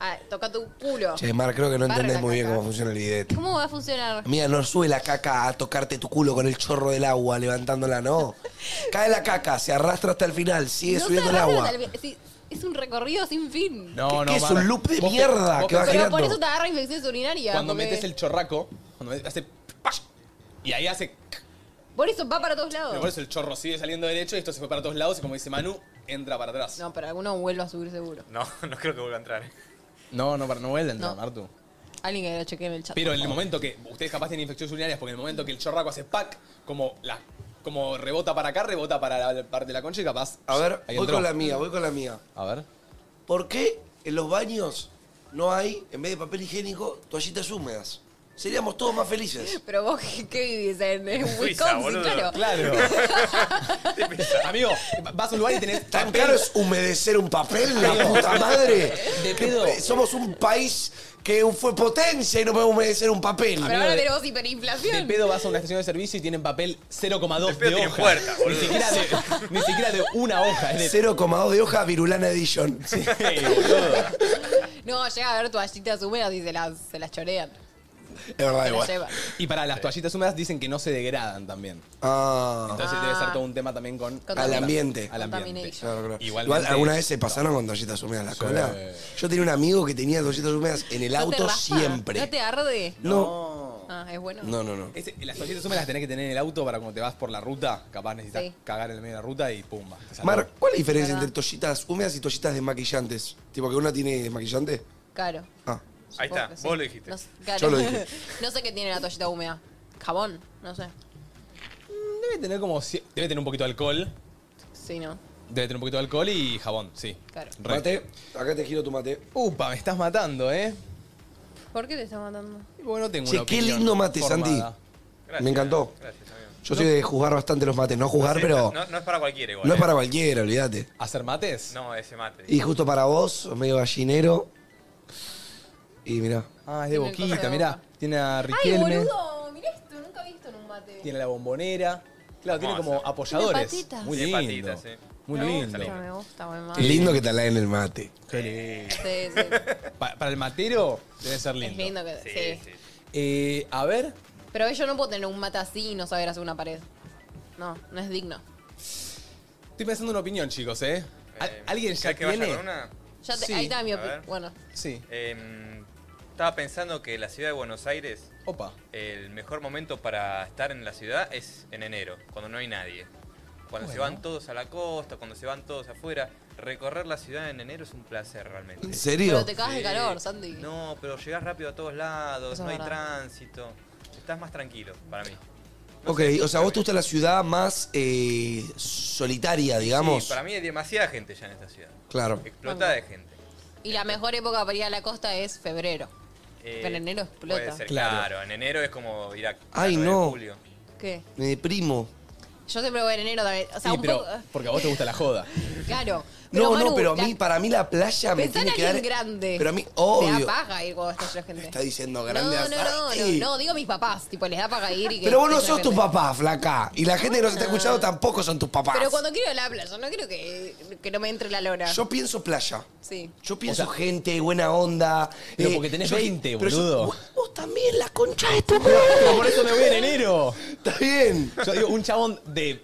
Speaker 2: Ah, toca tu culo.
Speaker 7: Che, Mar, creo que no
Speaker 2: Barre
Speaker 7: entendés
Speaker 2: la
Speaker 7: muy bien
Speaker 2: caca.
Speaker 7: cómo funciona el bidet.
Speaker 2: ¿Cómo va a funcionar?
Speaker 7: Mira, no sube la caca a tocarte tu culo con el chorro del agua, levantándola, no. Cae la caca, se arrastra hasta el final, sigue
Speaker 2: No
Speaker 7: subiendo
Speaker 2: se
Speaker 7: el
Speaker 2: arrastra
Speaker 7: agua.
Speaker 2: hasta el bi- sí, es un recorrido sin fin.
Speaker 1: No, no,
Speaker 7: que es
Speaker 1: Mar.
Speaker 7: un loop de
Speaker 1: Vos te-
Speaker 7: mierda
Speaker 1: vos
Speaker 7: que va
Speaker 1: pensás-
Speaker 2: Pero por
Speaker 7: girando.
Speaker 2: eso te agarra infecciones urinarias.
Speaker 1: Cuando
Speaker 2: porque-
Speaker 1: metes el chorraco, cuando metes- hace. ¡pash! Y ahí hace.
Speaker 2: Por eso va para todos
Speaker 1: Pero por
Speaker 2: lados.
Speaker 1: eso el chorro sigue saliendo derecho y esto se fue para todos lados y como dice Manu, entra para atrás.
Speaker 2: No, pero alguno vuelve a subir seguro.
Speaker 4: No, no creo que vuelva a entrar. ¿eh?
Speaker 1: No, no, para no vuelve a entrar,
Speaker 2: No.
Speaker 1: Martu.
Speaker 2: Alguien que lo chequee en el chat.
Speaker 1: Pero
Speaker 2: por
Speaker 1: en el
Speaker 2: favor.
Speaker 1: momento que ustedes capaz tienen infecciones urinarias, porque en el momento que el chorraco hace pack, como la como rebota para acá, rebota para la parte de la concha y capaz.
Speaker 7: A ver,
Speaker 1: ahí
Speaker 7: voy
Speaker 1: entró.
Speaker 7: con la mía, voy con la mía.
Speaker 1: A ver.
Speaker 7: ¿Por qué en los baños no hay, en vez de papel higiénico, toallitas húmedas? Seríamos todos más felices.
Speaker 2: Pero vos, ¿qué- ¿qué vivís en en
Speaker 7: Suiza,
Speaker 2: Wisconsin?
Speaker 7: boludo.
Speaker 2: Claro.
Speaker 1: Claro. Amigo, vas a un lugar y tenés.
Speaker 7: ¿Tan caro es humedecer un papel, la
Speaker 1: Amigo.
Speaker 7: puta madre?
Speaker 1: De pedo.
Speaker 7: Que eh, Somos un país que fue potencia y no podemos humedecer un papel.
Speaker 2: Pero ahora
Speaker 1: de-
Speaker 2: tenemos
Speaker 1: De
Speaker 2: hiperinflación.
Speaker 1: pedo vas a una estación de servicio y tienen papel 0,2
Speaker 4: pedo
Speaker 1: de
Speaker 4: tiene
Speaker 1: hoja.
Speaker 4: puerta,
Speaker 1: ni,
Speaker 4: boludo.
Speaker 1: siquiera de, ni siquiera de una hoja. Es de
Speaker 7: 0,2 de hoja, Virulana Edition.
Speaker 2: No, llega a ver toallitas húmedas y se las, se las chorean.
Speaker 7: Es verdad,
Speaker 2: Se las
Speaker 7: igual.
Speaker 2: llevan.
Speaker 1: Y para las toallitas húmedas dicen que no se degradan también.
Speaker 7: Ah,
Speaker 1: Entonces
Speaker 2: Ah.
Speaker 1: debe ser todo un tema también con.
Speaker 7: al ambiente.
Speaker 1: Al ambiente.
Speaker 7: Claro, claro. Igual
Speaker 1: Igualmente-
Speaker 7: alguna vez se pasaron con toallitas húmedas en la cola. Yo tenía un amigo que tenía toallitas húmedas en el
Speaker 2: ¿No te
Speaker 7: auto
Speaker 2: raspa? ¿No
Speaker 7: siempre.
Speaker 2: te arde?
Speaker 7: No,
Speaker 2: Ah, es bueno.
Speaker 7: no, no, no.
Speaker 1: Ese- las toallitas húmedas las tenés que tener en el auto para cuando te vas por la ruta. Capaz necesitas
Speaker 2: Sí.
Speaker 1: cagar en el medio de la ruta y pumba. te salvó.
Speaker 7: Mar, ¿cuál es la diferencia
Speaker 2: Verdad.
Speaker 7: entre toallitas húmedas y toallitas desmaquillantes? Tipo que una tiene desmaquillante.
Speaker 2: Claro.
Speaker 7: Ah.
Speaker 4: Ahí está,
Speaker 2: Supongo que sí.
Speaker 4: vos lo dijiste.
Speaker 2: No, s- claro.
Speaker 7: Yo lo dije.
Speaker 2: no sé qué tiene la toallita húmeda. Jabón, no sé.
Speaker 1: Debe tener como. ci- Debe tener un poquito de alcohol.
Speaker 2: Sí, no.
Speaker 1: Debe tener un poquito de alcohol y jabón, sí.
Speaker 2: Claro.
Speaker 1: Re.
Speaker 7: Mate, acá te giro tu mate.
Speaker 1: Upa, me estás matando, ¿eh?
Speaker 2: ¿Por qué te estás matando?
Speaker 1: Bueno, tengo
Speaker 7: Che,
Speaker 1: una
Speaker 7: qué
Speaker 1: opinión
Speaker 7: lindo mate,
Speaker 1: formada.
Speaker 7: Santi. Me encantó. Yo soy de juzgar bastante los mates. No juzgar,
Speaker 4: Sí,
Speaker 7: pero.
Speaker 4: No, no es para cualquiera igual.
Speaker 7: No es
Speaker 4: eh.
Speaker 7: para cualquiera, olvídate.
Speaker 1: ¿Hacer mates?
Speaker 4: No, ese mate.
Speaker 7: Y justo para vos, sos medio gallinero. Y mirá.
Speaker 1: Ah, es de
Speaker 2: Tiene el coso
Speaker 1: boquita,
Speaker 2: de
Speaker 1: mirá. Tiene a
Speaker 2: Ay,
Speaker 1: Riquelme.
Speaker 2: boludo, mirá esto, nunca he visto en un mate.
Speaker 1: Tiene la bombonera. Claro, tiene
Speaker 2: Hermoso.
Speaker 1: como apoyadores.
Speaker 2: Tiene patitas.
Speaker 1: Muy
Speaker 2: Tiene
Speaker 1: lindo.
Speaker 4: patitas, sí.
Speaker 1: Muy
Speaker 2: me
Speaker 1: lindo.
Speaker 2: Gusta, me gusta, buen mate.
Speaker 7: Qué lindo que te la en el mate.
Speaker 1: Qué lindo.
Speaker 2: Sí, sí.
Speaker 1: Pa- para el matero debe ser
Speaker 2: Es
Speaker 1: lindo.
Speaker 2: lindo que. Sí.
Speaker 1: Eh, a ver,
Speaker 2: Pero yo no puedo tener un mate así y no saber hacer una pared. No, no es digno.
Speaker 1: estoy pensando una opinión, chicos, ¿eh? Al- ¿Alguien ya
Speaker 4: ¿querés que vaya
Speaker 1: tiene?
Speaker 4: con una?
Speaker 2: Ya te,
Speaker 4: Sí.
Speaker 2: ahí está mi
Speaker 4: A
Speaker 2: opinión.
Speaker 4: ver.
Speaker 2: Bueno.
Speaker 1: Sí.
Speaker 4: Em, estaba pensando que la ciudad de Buenos Aires.
Speaker 1: Opa.
Speaker 4: El mejor momento para estar en la ciudad es en enero, cuando no hay nadie. Cuando se
Speaker 1: Bueno.
Speaker 4: van todos a la costa, cuando se van todos afuera. Recorrer la ciudad en enero es un placer realmente.
Speaker 7: ¿En serio? Pero te
Speaker 2: cagas de
Speaker 4: Sí.
Speaker 2: calor, Sandy.
Speaker 4: No, pero llegás rápido a todos lados,
Speaker 2: Eso es
Speaker 4: no hay
Speaker 2: verdad.
Speaker 4: tránsito. Estás más tranquilo para mí.
Speaker 7: Ok, o sea, vos te gusta la ciudad más eh, solitaria, Ah, digamos.
Speaker 4: Sí, para mí hay demasiada gente ya en esta ciudad.
Speaker 7: Claro.
Speaker 4: Explotada de gente.
Speaker 2: Y la mejor época para ir a la costa es febrero.
Speaker 4: Eh,
Speaker 2: Pero enero explota.
Speaker 4: Puede ser,
Speaker 7: Claro.
Speaker 4: claro. En enero es como ir a.
Speaker 7: Ay,
Speaker 4: a
Speaker 7: no.
Speaker 4: julio.
Speaker 2: ¿Qué?
Speaker 7: Me deprimo.
Speaker 2: Yo siempre voy en enero también. O sea,
Speaker 7: Sí,
Speaker 2: un
Speaker 7: pero-
Speaker 2: poco.
Speaker 1: Porque a vos te gusta la joda.
Speaker 2: Claro.
Speaker 7: no,
Speaker 2: Manu,
Speaker 7: no, pero a
Speaker 2: la-
Speaker 7: mí, para mí la playa me
Speaker 2: Pensá en
Speaker 7: tiene que
Speaker 2: alguien
Speaker 7: dar.
Speaker 2: grande.
Speaker 7: Pero a mí,
Speaker 2: Te da
Speaker 7: obvio.
Speaker 2: paja ir cuando está llena de gente.
Speaker 7: Está diciendo
Speaker 2: No,
Speaker 7: grande
Speaker 2: no,
Speaker 7: a-
Speaker 2: no, no,
Speaker 7: Sí.
Speaker 2: no, digo mis papás, tipo, les da paja ir y que...
Speaker 7: Pero vos no
Speaker 2: que
Speaker 7: sos
Speaker 2: llena
Speaker 7: tu
Speaker 2: gente.
Speaker 7: papá, flaca. Y la gente que nos está escuchando tampoco son tus papás.
Speaker 2: Pero cuando quiero ir a la playa, no quiero que, que no me entre la lora.
Speaker 7: Yo pienso playa.
Speaker 2: Sí.
Speaker 7: Yo pienso gente, buena onda.
Speaker 1: Pero
Speaker 7: eh,
Speaker 1: porque tenés
Speaker 7: yo-
Speaker 1: 20,
Speaker 7: pero yo-
Speaker 1: boludo.
Speaker 7: Vos también, la concha de tu
Speaker 1: Pero por eso me voy en enero.
Speaker 7: Está bien.
Speaker 1: Yo digo, un chabón de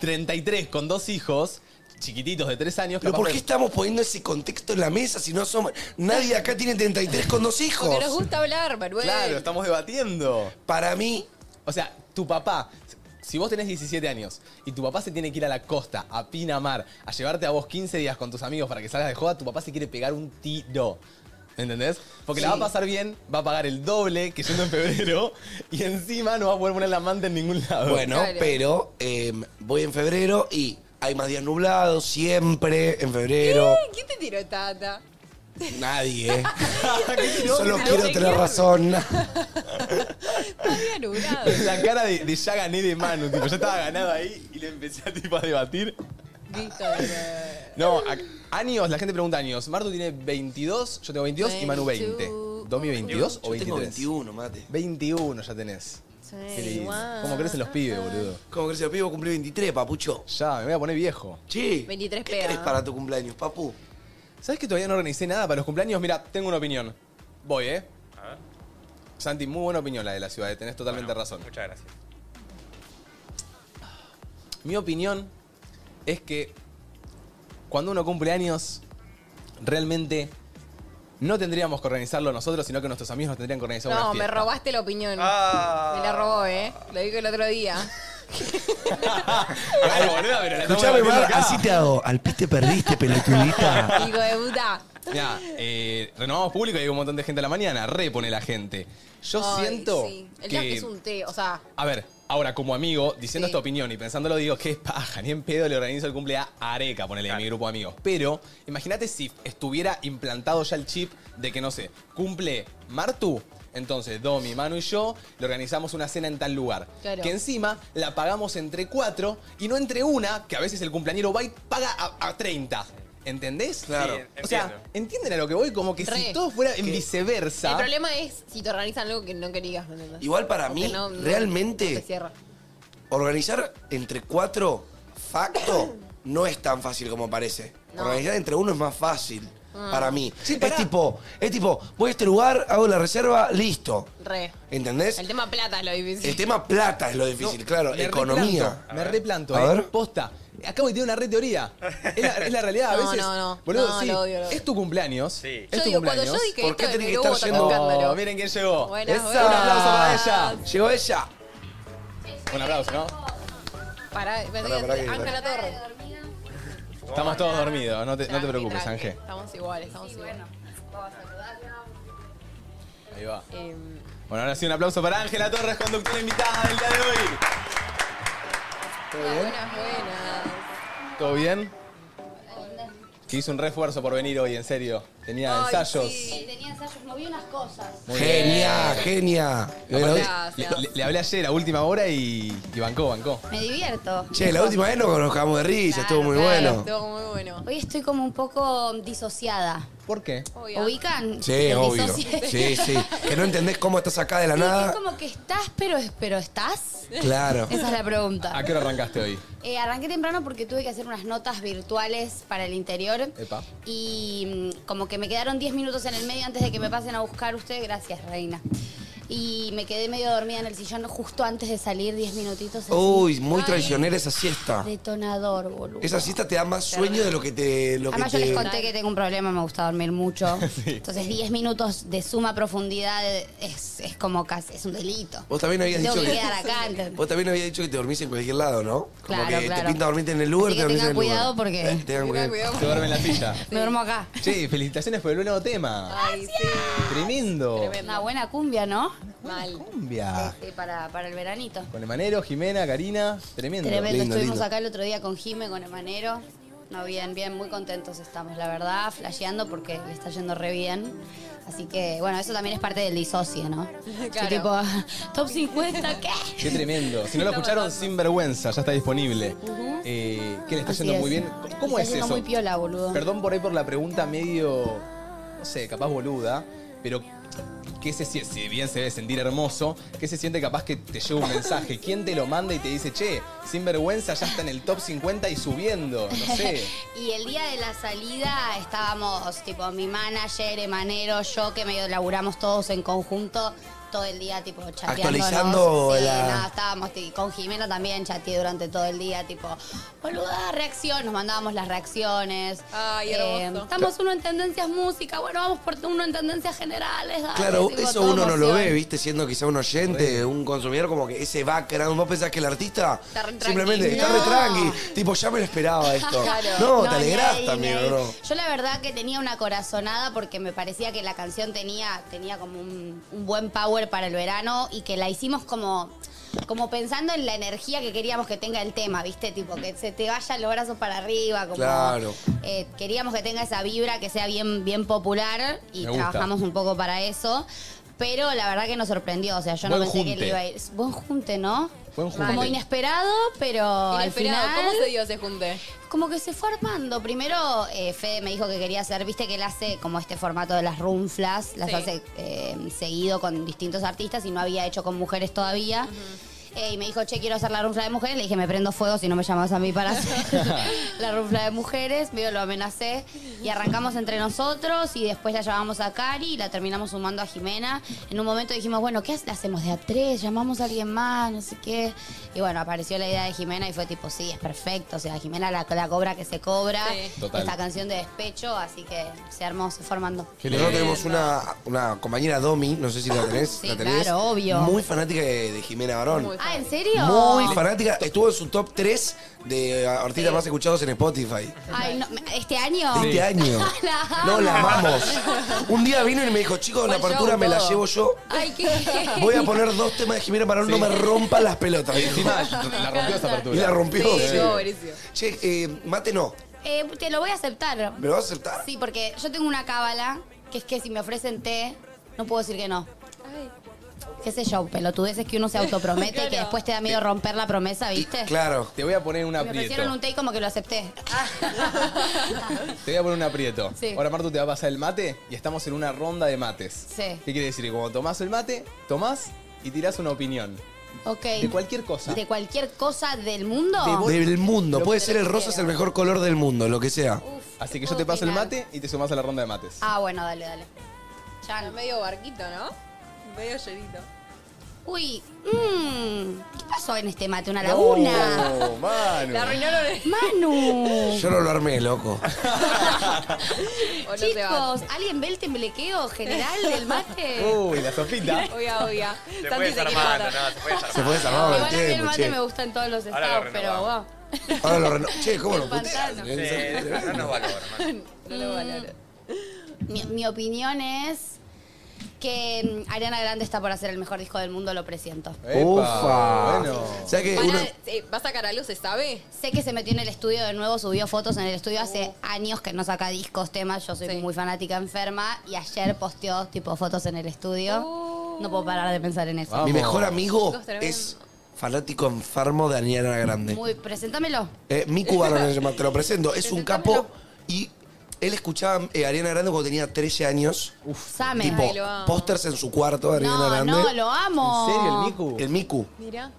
Speaker 1: 33 con dos hijos, chiquititos de 3 años,
Speaker 7: Pero
Speaker 1: capaz
Speaker 7: ¿por
Speaker 1: que-
Speaker 7: qué estamos poniendo ese contexto en la mesa si no somos... Nadie acá tiene 33 con dos hijos.
Speaker 2: Porque nos gusta hablar, Manuel.
Speaker 1: Claro, estamos debatiendo.
Speaker 7: Para mí.
Speaker 1: O sea, tu papá. Si vos tenés 17 años y tu papá se tiene que ir a la costa, a Pinamar, a llevarte a vos 15 días con tus amigos para que salgas de joda, tu papá se quiere pegar un tiro. ¿Entendés? Porque la va
Speaker 7: Sí.
Speaker 1: a pasar bien, va a pagar el doble que yendo en febrero y encima no va a poder poner la manta en ningún lado.
Speaker 7: Bueno, pero eh, voy en febrero y hay más días nublados, siempre en febrero.
Speaker 2: ¿Qué? ¿Quién te tiró tata?
Speaker 7: Nadie.
Speaker 2: tiró?
Speaker 7: Solo
Speaker 2: ¿Te
Speaker 7: quiero
Speaker 2: tiró?
Speaker 7: tener razón.
Speaker 2: Había nublado.
Speaker 1: La cara de, de ya gané de Manu, tipo, yo estaba ganado ahí y le empecé a, tipo, a debatir.
Speaker 2: Listo.
Speaker 1: No, a- años, la gente pregunta años. Martu tiene 22, yo tengo 22 y Manu 20. 2022 o
Speaker 7: Yo
Speaker 1: 23?
Speaker 7: tengo 21, mate.
Speaker 1: 21 ya tenés. Qué lindo. ¿Cómo crecen los pibes, boludo?
Speaker 7: ¿Cómo crecen los pibes? Cumplí 23, papucho.
Speaker 1: Ya, me voy a poner viejo.
Speaker 7: Che,
Speaker 2: 23
Speaker 7: ¿qué querés
Speaker 2: pega.
Speaker 7: para tu cumpleaños, papu?
Speaker 1: ¿Sabes que todavía no organicé nada para los cumpleaños? Mira, tengo una opinión. Voy, ¿eh?
Speaker 4: A ver.
Speaker 1: Santi, muy buena opinión la de la ciudad, eh, tenés totalmente razón.
Speaker 4: Muchas gracias.
Speaker 1: Mi opinión es que cuando uno cumple años, realmente no tendríamos que organizarlo nosotros, sino que nuestros amigos nos tendrían que organizar una
Speaker 2: No, me
Speaker 1: fiesta.
Speaker 2: robaste la opinión.
Speaker 7: Ah.
Speaker 2: Me la robó, ¿eh? Lo dijo el otro día.
Speaker 1: Bueno, boluda, pero la estamos
Speaker 7: Escuchame,
Speaker 1: debatiendo
Speaker 7: Mar,
Speaker 1: acá.
Speaker 7: así te hago. Al pis te perdiste, pelotudita.
Speaker 2: Hijo de puta.
Speaker 1: Mirá, eh, renovamos público y hay un montón de gente a la mañana. Repone la gente. Yo
Speaker 2: Ay,
Speaker 1: siento
Speaker 2: sí. El
Speaker 1: que...
Speaker 2: que... es un té, o sea,
Speaker 1: A ver, ahora como amigo, diciendo
Speaker 2: Sí.
Speaker 1: esta opinión y pensándolo, digo, qué paja, ni en pedo le organizo el cumple a Areca, ponele, a mi grupo de amigos. Pero, imagínate si estuviera implantado ya el chip de que, no sé, cumple Martu, entonces Domi, Manu y yo le organizamos una cena en tal lugar.
Speaker 13: Claro.
Speaker 1: Que encima la pagamos entre cuatro y no entre una, que a veces el cumpleañero va y paga a, a 30. ¿Entendés?
Speaker 7: Claro.
Speaker 1: o sea, ¿entienden a lo que voy? Como que si
Speaker 2: Re.
Speaker 1: todo fuera en
Speaker 7: Que-
Speaker 1: viceversa.
Speaker 2: el problema es si te organizan algo que no querías. ¿me entendés?
Speaker 7: Igual para
Speaker 2: O
Speaker 7: mí,
Speaker 2: que no- no-
Speaker 7: realmente-
Speaker 2: no te cierra.
Speaker 7: Organizar entre cuatro, facto, no es tan fácil como parece.
Speaker 2: No.
Speaker 7: Organizar entre uno es más fácil
Speaker 15: Ah.
Speaker 2: Mm.
Speaker 7: para mí. es tipo, es tipo, voy a este lugar, hago la reserva, listo.
Speaker 2: Re.
Speaker 7: ¿Entendés?
Speaker 2: El tema plata es lo difícil.
Speaker 7: El tema plata es lo difícil, claro.
Speaker 1: Me
Speaker 7: Economía.
Speaker 1: replanto, me replanto,
Speaker 7: A
Speaker 1: eh.
Speaker 7: ver.
Speaker 1: Posta. Acabo de tener una re teoría. Es la, es la realidad. A
Speaker 2: No,
Speaker 1: veces.
Speaker 2: no, no.
Speaker 1: Boludo,
Speaker 2: No,
Speaker 1: sí.
Speaker 2: lo odio, lo odio.
Speaker 1: Es tu cumpleaños. Es
Speaker 2: Yo
Speaker 1: tu
Speaker 2: digo, cuando
Speaker 1: cumpleaños.
Speaker 2: yo dije
Speaker 1: ¿Por
Speaker 2: esto
Speaker 1: qué
Speaker 2: de
Speaker 1: tiene que
Speaker 2: Perú,
Speaker 1: estar
Speaker 2: hubo
Speaker 1: yendo?
Speaker 2: tanto escándalo?
Speaker 1: Oh, miren quién llegó.
Speaker 2: Buenas,
Speaker 1: Esa.
Speaker 2: buenas.
Speaker 1: Un aplauso para ella.
Speaker 7: Llegó ella.
Speaker 1: Un aplauso, ¿no?
Speaker 2: Pará, pensé
Speaker 1: Pará,
Speaker 2: que
Speaker 1: pará, que-
Speaker 2: Ángela Torres.
Speaker 1: Estamos todos dormidos. No te, no te preocupes, Ángel.
Speaker 2: Estamos iguales, estamos iguales.
Speaker 1: Ahí va.
Speaker 2: Em,
Speaker 1: Bueno, ahora sí, un aplauso para Ángela Torres, conductora invitada del día de hoy. ¿Todo bien?
Speaker 2: buenas, buenas.
Speaker 1: ¿Todo bien? Que hizo un refuerzo por venir hoy, en serio. Tenía
Speaker 2: Ay,
Speaker 1: ensayos.
Speaker 2: sí.
Speaker 15: Tenía ensayos, moví unas cosas.
Speaker 7: Genia, genia. Bueno,
Speaker 1: le, le- le hablé ayer a última hora y, y bancó, bancó.
Speaker 15: Me divierto.
Speaker 7: che, la última vez nos conozcamos de risa, estuvo muy bueno.
Speaker 15: Estuvo muy bueno. Hoy estoy como un poco disociada.
Speaker 1: ¿Por qué?
Speaker 15: ¿Ubican?
Speaker 7: Sí,
Speaker 15: El
Speaker 7: obvio.
Speaker 15: disocie-
Speaker 7: Sí, sí. Que no entendés cómo estás acá de la
Speaker 15: Sí, Es
Speaker 7: nada.
Speaker 15: como que estás, pero, pero estás.
Speaker 7: Claro.
Speaker 15: Esa es la pregunta.
Speaker 1: ¿A qué hora arrancaste hoy?
Speaker 15: Eh, arranqué temprano porque tuve que hacer unas notas virtuales para el interior
Speaker 1: Epa.
Speaker 15: y mm, como que me quedaron 10 minutos en el medio antes de que me pasen a buscar ustedes. Gracias, Reina. Y me quedé medio dormida en el sillón justo antes de salir, 10 minutitos. así.
Speaker 7: Uy, muy
Speaker 15: Ay,
Speaker 7: traicionera esa siesta.
Speaker 15: Detonador, boludo.
Speaker 7: Esa siesta te da más sueño de lo que te. Lo que
Speaker 15: Además,
Speaker 7: te...
Speaker 15: yo les conté que tengo un problema, me gusta dormir mucho. Entonces, 10 minutos de suma profundidad es, es como casi, es un delito.
Speaker 7: Vos también habías
Speaker 15: Tengo
Speaker 7: dicho
Speaker 15: que
Speaker 7: que.
Speaker 15: quedar acá, ¿entendés?
Speaker 7: Vos también habías dicho que te dormís en cualquier lado, ¿no? Como
Speaker 15: Claro,
Speaker 7: que
Speaker 15: claro.
Speaker 7: te pinta dormirte en el lugar,
Speaker 15: Así que
Speaker 7: te dormís en
Speaker 15: tengan
Speaker 7: el lugar.
Speaker 15: cuidado porque-
Speaker 7: Eh, tengan cuidado.
Speaker 1: Se duerme en la silla.
Speaker 15: Me duermo acá.
Speaker 1: Che, felicitaciones por el nuevo tema.
Speaker 15: Ay, sí.
Speaker 1: Tremendo.
Speaker 15: Una buena cumbia, ¿no? Mal.
Speaker 1: Cumbia.
Speaker 15: Este, para, para el veranito.
Speaker 1: Con Emanero, Jimena, Karina. Tremendo.
Speaker 15: Tremendo. Estuvimos acá el otro día con Jime, con Emanero. No, bien, bien, muy contentos estamos, la verdad, flasheando porque le está yendo re bien. Así que, bueno, eso también es parte del disocio, ¿no? Yo tipo, top 50, ¿qué?
Speaker 1: Qué tremendo. Si no lo escucharon, sin vergüenza, ya está disponible.
Speaker 15: Ujú.
Speaker 1: Eh, que le está
Speaker 15: Así
Speaker 1: yendo muy
Speaker 15: es.
Speaker 1: bien. ¿Cómo
Speaker 15: Le está
Speaker 1: es
Speaker 15: yendo
Speaker 1: eso?
Speaker 15: muy piola, boludo.
Speaker 1: Perdón por ahí por la pregunta medio, no sé, capaz boluda, pero ¿qué se siente? Si bien se debe sentir hermoso, ¿qué se siente capaz que te llega un mensaje? ¿Quién te lo manda y te dice, che, sin vergüenza ya está en el top 50 y subiendo? No sé.
Speaker 15: Y el día de la salida estábamos, tipo, mi manager, Emanero, yo, que medio laburamos todos en conjunto, todo el día, tipo, chateando.
Speaker 7: Actualizando
Speaker 15: Sí,
Speaker 7: la-
Speaker 15: nada, estábamos ti- con Jimena también, chateé durante todo el día, tipo, boluda, reacción, nos mandábamos las reacciones. Ay,
Speaker 2: hermoso.
Speaker 15: Estamos uno en tendencias música, bueno, vamos por uno en tendencias generales. dale,
Speaker 7: Claro,
Speaker 15: tipo,
Speaker 7: eso
Speaker 15: todo
Speaker 7: uno no lo
Speaker 15: emoción.
Speaker 7: ve, ¿viste? Siendo quizá un oyente, un consumidor, como que ese background. ¿Vos pensás que el artista
Speaker 15: Está re tranqui.
Speaker 7: simplemente está
Speaker 15: No.
Speaker 7: re tranqui? Tipo, ya me lo esperaba esto.
Speaker 15: Claro.
Speaker 7: No,
Speaker 15: No,
Speaker 7: te alegrás
Speaker 15: ni ahí,
Speaker 7: también,
Speaker 15: ni ahí.
Speaker 7: bro.
Speaker 15: Yo la verdad que tenía una corazonada porque me parecía que la canción tenía, tenía como un, un buen power para el verano y que la hicimos como, como pensando en la energía que queríamos que tenga el tema, ¿viste? Tipo, que se te vayan los brazos para arriba, como...
Speaker 7: Claro.
Speaker 15: eh, queríamos que tenga esa vibra, que sea bien, bien popular y
Speaker 7: Me gusta.
Speaker 15: trabajamos un poco para eso. Pero la verdad que nos sorprendió, o sea, yo no
Speaker 7: Buen
Speaker 15: pensé que
Speaker 7: junte.
Speaker 15: le iba a ir. Buen junte, ¿no?
Speaker 7: Buen
Speaker 15: Como
Speaker 7: junte.
Speaker 15: inesperado, pero al
Speaker 2: Inesperado,
Speaker 15: final...
Speaker 2: ¿cómo se dio ese junte?
Speaker 15: Como que se fue armando. Primero, eh, Fede me dijo que quería hacer, viste que él hace como este formato de las runflas, las
Speaker 2: Sí.
Speaker 15: hace eh, seguido con distintos artistas y no había hecho con mujeres todía. Eh, y me dijo, che, quiero hacer la runfla de mujeres. Le dije, me prendo fuego si no me llamas a mí para hacer la runfla de mujeres. Medio lo amenacé. Y arrancamos entre nosotros y después la llamamos a Cari y la terminamos sumando a Jimena. En un momento dijimos, bueno, ¿qué hace- hacemos de a tres? Llamamos a alguien más, no sé qué. Y bueno, apareció la idea de Jimena y fue tipo, sí, es perfecto. O sea, Jimena la, la cobra que se cobra.
Speaker 7: Sí. Total.
Speaker 15: Esta canción de despecho, así que se armó, se fue armando.
Speaker 7: Nosotros tenemos una, una compañera Domi, no sé si la tenés.
Speaker 15: Sí,
Speaker 7: la tenés,
Speaker 15: claro, obvio.
Speaker 7: Muy fanática de, de Jimena Barón. Muy,
Speaker 15: Ah, ¿en serio?
Speaker 7: fanática. Estuvo en su top 3 de eh, artistas más escuchados en Spotify.
Speaker 15: Ay, no, me- ¿Este año?
Speaker 7: Este año.
Speaker 15: La
Speaker 7: No, la
Speaker 15: amo.
Speaker 7: amamos. Un día vino y me dijo, chicos, la
Speaker 15: Fue al
Speaker 7: apertura
Speaker 15: show
Speaker 7: me la
Speaker 15: todo.
Speaker 7: llevo yo.
Speaker 15: Ay, qué
Speaker 7: Voy a poner dos temas de Jimena Barón, no me rompa las pelotas.
Speaker 1: encima la rompió esa apertura.
Speaker 7: Y la rompió.
Speaker 1: Sí, estuvo
Speaker 7: Che, eh, mate no.
Speaker 15: Eh, te lo voy a aceptar.
Speaker 7: ¿Me lo vas a aceptar?
Speaker 15: Sí, porque yo tengo una cábala que es que si me ofrecen té, no puedo decir que no. Qué sé yo, pelotudeces que uno se autopromete y que después te da miedo romper la promesa, ¿viste?
Speaker 1: Claro. Te voy a poner un
Speaker 15: Me ofrecieron
Speaker 1: aprieto.
Speaker 15: un té y como que lo acepté.
Speaker 1: Te voy a poner un aprieto.
Speaker 15: Sí.
Speaker 1: Ahora Martu te va a pasar el mate y estamos en una ronda de mates.
Speaker 15: Sí.
Speaker 1: ¿Qué quiere decir? Que cuando tomás el mate, tomás y tirás una opinión.
Speaker 15: Ok.
Speaker 1: De cualquier cosa.
Speaker 15: ¿De cualquier cosa del mundo?
Speaker 7: Del mundo.
Speaker 1: Lo
Speaker 7: Puede
Speaker 1: que
Speaker 7: ser el rosa es el mejor color del mundo, lo que sea.
Speaker 1: Así que yo te paso el mate y te sumás a la ronda de mates.
Speaker 15: Ah, bueno, dale, dale.
Speaker 2: Chan. Medio barquito, ¿no? Medio llenito.
Speaker 15: Uy, mmm, ¿qué pasó en este mate? ¿Una laguna?
Speaker 7: No, Manu.
Speaker 2: La arruinaron el...
Speaker 15: Manu.
Speaker 7: Yo no lo armé, loco.
Speaker 15: Chicos, ¿alguien ve el temblequeo general del mate?
Speaker 1: Uy, la sopita.
Speaker 2: Obvia, obvia.
Speaker 4: Se
Speaker 2: Santi
Speaker 4: puede
Speaker 2: se
Speaker 4: desarmando,
Speaker 2: quiere
Speaker 4: no, se puede desarmando.
Speaker 7: Se fue desarmado
Speaker 15: Igual
Speaker 7: el
Speaker 15: a mí el
Speaker 7: tiempo,
Speaker 15: mate
Speaker 7: che.
Speaker 15: me gusta en todos los
Speaker 4: Ahora lo
Speaker 15: estados, pero wow.
Speaker 7: Ahora lo reno- Che, ¿cómo lo puteas?
Speaker 15: Espantaron.
Speaker 4: Sí, no nos valora.
Speaker 15: Mm, mi, mi opinión es que mm, Ariana Grande está por hacer el mejor disco del mundo, lo presiento.
Speaker 7: Ufa.
Speaker 1: bueno.
Speaker 7: O sea que
Speaker 15: Pará,
Speaker 7: uno-
Speaker 15: eh, ¿Va a sacar algo? ¿Se sabe? Sé que se metió en el estudio de nuevo, subió fotos en el estudio hace años que no saca discos, temas. Yo soy muy fanática enferma y ayer posteó tipo fotos en el estudio. No puedo parar de pensar en eso.
Speaker 7: mi mejor amigo
Speaker 15: Chicos, tremendo.
Speaker 7: es fanático enfermo de Ariana Grande.
Speaker 15: Muy, preséntamelo.
Speaker 7: Eh, Miku Barón se llama, te lo presento. Es un capo y él escuchaba eh, Ariana Grande cuando tenía 13 años.
Speaker 15: Same.
Speaker 7: Tipo,
Speaker 15: Ay, lo amo.
Speaker 7: pósters en su cuarto de Ariana
Speaker 15: No,
Speaker 7: Grande.
Speaker 15: no, lo amo. ¿En serio, el
Speaker 7: Miku? El Miku.
Speaker 15: Mira.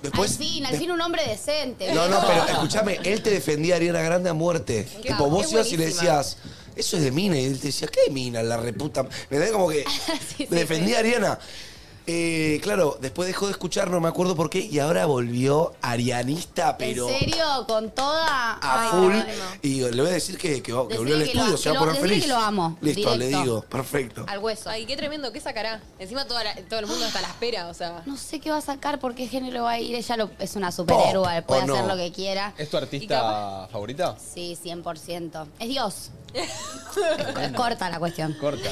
Speaker 7: Después,
Speaker 15: al fin, al fin un hombre decente.
Speaker 7: No, no, pero escúchame, él te defendía a Ariana Grande a muerte.
Speaker 15: Qué
Speaker 7: tipo,
Speaker 15: capo,
Speaker 7: vos
Speaker 15: es
Speaker 7: ibas y le
Speaker 15: buenísima.
Speaker 7: decías, eso es de Mina. Y él te decía, ¿qué de Mina? La reputa. Me da como que defendía a Ariana. Eh, claro, después dejó de escuchar, no me acuerdo por qué, y ahora volvió arianista, pero
Speaker 15: ¿En serio? ¿Con toda?
Speaker 7: a
Speaker 15: Ay,
Speaker 7: full.
Speaker 15: no, no.
Speaker 7: Y le voy a decir que, que, que
Speaker 15: Decile
Speaker 7: volvió al
Speaker 15: que lo-
Speaker 7: estudio, se
Speaker 15: que
Speaker 7: va a
Speaker 15: lo-
Speaker 7: poner
Speaker 15: decile
Speaker 7: feliz.
Speaker 15: que lo amo,
Speaker 7: Listo,
Speaker 15: directo.
Speaker 7: le digo, perfecto.
Speaker 15: Al hueso.
Speaker 2: Ay, qué tremendo, ¿qué sacará? Encima toda la- todo el mundo está a la espera, o sea.
Speaker 15: No sé qué va a sacar, por qué género va a ir. Ella lo- es una superhéroe,
Speaker 1: ¿o
Speaker 15: puede
Speaker 1: no?
Speaker 15: hacer lo que quiera.
Speaker 1: ¿Es tu artista favorita?
Speaker 15: Sí, 100%. Es Dios. Es corta la cuestión.
Speaker 1: Corta.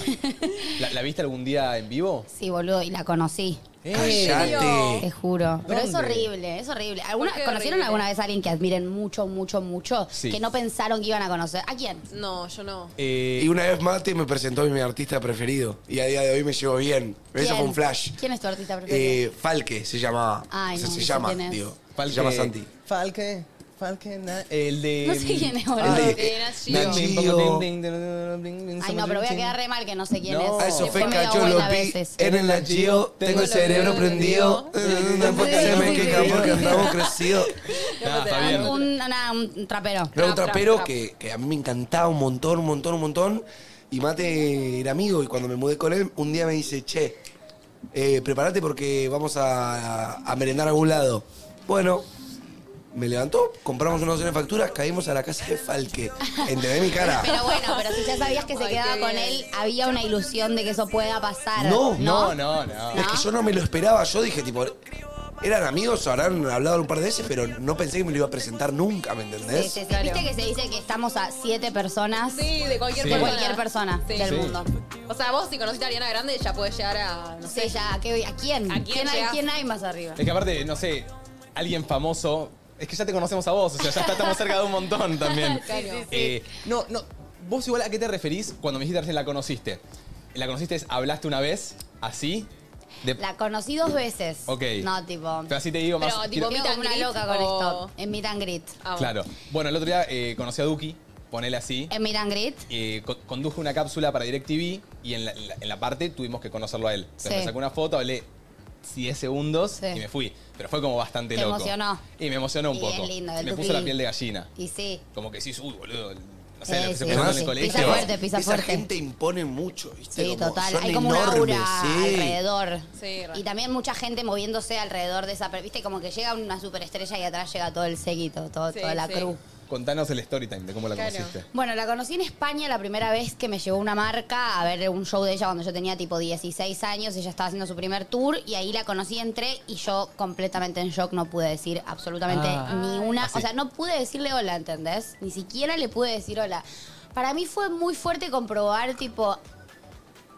Speaker 1: ¿La, la viste algún día en vivo?
Speaker 15: Sí, boludo, y la conocí.
Speaker 1: ¡Eh!
Speaker 15: Cállate. Te juro. Pero es
Speaker 1: ¿Dónde?
Speaker 15: horrible, es horrible. ¿Alguna,
Speaker 2: ¿Por qué
Speaker 15: ¿Conocieron
Speaker 2: horrible?
Speaker 15: alguna vez a alguien que admiren mucho, mucho, mucho?
Speaker 7: Sí.
Speaker 15: Que no pensaron que iban a conocer. ¿A quién? No, yo no.
Speaker 1: Eh,
Speaker 7: y una vez Mati me presentó a mi artista preferido. Y a día de hoy me llevo bien. Eso
Speaker 15: ¿Quién?
Speaker 7: fue un flash.
Speaker 15: ¿Quién es tu artista preferido?
Speaker 7: Eh, Falque se llamaba.
Speaker 15: Ay,
Speaker 7: O sea,
Speaker 15: no,
Speaker 7: se
Speaker 15: no sé
Speaker 7: llama,
Speaker 15: quién es.
Speaker 7: digo.
Speaker 1: Falque.
Speaker 7: Se llama Santi.
Speaker 1: Falque. Falque. na- El de.
Speaker 15: No sé quién es, boludo.
Speaker 1: Ah, el
Speaker 15: Quién
Speaker 1: de-
Speaker 15: es Gio.
Speaker 1: Ding, ding,
Speaker 7: Gio.
Speaker 1: dong, ding, ding, dong, ding, ding,
Speaker 15: Ay, no, pero voy a quedar re mal que no sé quién
Speaker 1: No.
Speaker 15: es.
Speaker 1: A eso
Speaker 15: Fue
Speaker 1: fue
Speaker 15: medio
Speaker 1: cacho,
Speaker 15: abuela
Speaker 1: lo
Speaker 15: a
Speaker 1: vi
Speaker 15: veces.
Speaker 7: En el Nachio tengo el cerebro prendido. No porque se me queja porque andamos crecidos. Ah,
Speaker 15: Un, una- un trapero.
Speaker 7: Era un trapero que, que a mí me encantaba un montón, un montón, un montón. Y Mate era amigo y cuando me mudé con él, un día me dice, che, eh, prepárate porque vamos a, a merendar a algún lado. Bueno, me levantó, compramos una docena de facturas, caímos a la casa de Falque. Entendé mi cara.
Speaker 15: Pero bueno, pero si ya sabías que se quedaba con él, había una ilusión de que eso pueda pasar.
Speaker 7: No,
Speaker 15: no.
Speaker 1: no, no.
Speaker 7: Es que yo no me lo esperaba. Yo dije, tipo, eran amigos, habrán hablado un par de veces, pero no pensé que me lo iba a presentar nunca, ¿me
Speaker 15: Sí,
Speaker 7: entendés?
Speaker 15: sí, sí. Viste que se dice que estamos a siete personas. Sí,
Speaker 2: de cualquier
Speaker 7: Sí. persona.
Speaker 15: cualquier persona
Speaker 2: Sí.
Speaker 15: del
Speaker 7: Sí.
Speaker 15: mundo.
Speaker 2: O sea, vos si conociste a Ariana Grande ya podés llegar a. No
Speaker 15: sé, ya, ¿a, qué- a quién?
Speaker 2: ¿A quién
Speaker 15: ¿Quién hay,
Speaker 2: llegás?
Speaker 15: quién hay más arriba?
Speaker 1: Es que aparte, no sé, alguien famoso. Es que ya te conocemos a vos, o sea, ya está- estamos cerca de un montón también.
Speaker 2: Sí, sí, sí.
Speaker 1: Eh, no, no. ¿Vos igual a qué te referís cuando me dijiste recién la conociste? ¿La conociste es hablaste una vez? ¿Así?
Speaker 15: Ah,
Speaker 1: De-
Speaker 15: La conocí dos veces.
Speaker 1: Ok.
Speaker 15: No, tipo.
Speaker 1: Pero así te digo más.
Speaker 15: Pero tipo,
Speaker 1: quiero-
Speaker 15: meet and una loca con esto. En meet and greet.
Speaker 1: Claro. Bueno, el otro día eh, conocí a Duki, ponele así.
Speaker 15: En meet and greet.
Speaker 1: eh, co- conduje una cápsula para DirecTV y en la, en la- en la parte tuvimos que conocerlo a él. Entonces
Speaker 15: Sí.
Speaker 1: me sacó una foto, hablé 10 segundos y me fui. Pero fue como bastante
Speaker 15: Te
Speaker 1: loco.
Speaker 15: emocionó.
Speaker 1: Y me emocionó un
Speaker 15: Y
Speaker 1: poco.
Speaker 15: es lindo, el
Speaker 1: me
Speaker 15: Duki.
Speaker 1: puso la piel de gallina.
Speaker 15: Y sí.
Speaker 1: Como que sí, uy, boludo. No sé,
Speaker 15: Eh,
Speaker 1: lo que se
Speaker 15: sí,
Speaker 1: puso en
Speaker 15: sí.
Speaker 1: el colegio.
Speaker 15: Pisa fuerte, pisa
Speaker 7: Esa
Speaker 15: fuerte.
Speaker 7: gente impone mucho, ¿viste?
Speaker 15: Sí,
Speaker 7: Como
Speaker 15: total.
Speaker 7: son
Speaker 15: Hay como
Speaker 7: enormes,
Speaker 15: un aura
Speaker 7: sí.
Speaker 15: alrededor. y también mucha gente moviéndose alrededor de esa. per- Viste, como que llega una superestrella y atrás llega todo el seguito, todo, toda la cruz.
Speaker 1: Contanos el story time de cómo la
Speaker 15: Claro.
Speaker 1: conociste.
Speaker 15: Bueno, la conocí en España la primera vez que me llevó una marca a ver un show de ella cuando yo tenía tipo 16 años. Ella estaba haciendo su primer tour y ahí la conocí, entré y yo completamente en shock no pude decir absolutamente
Speaker 16: Ah.
Speaker 15: ni una.
Speaker 16: Así.
Speaker 15: O sea, no pude decirle hola, ¿entendés? Ni siquiera le pude decir hola. Para mí fue muy fuerte comprobar, tipo.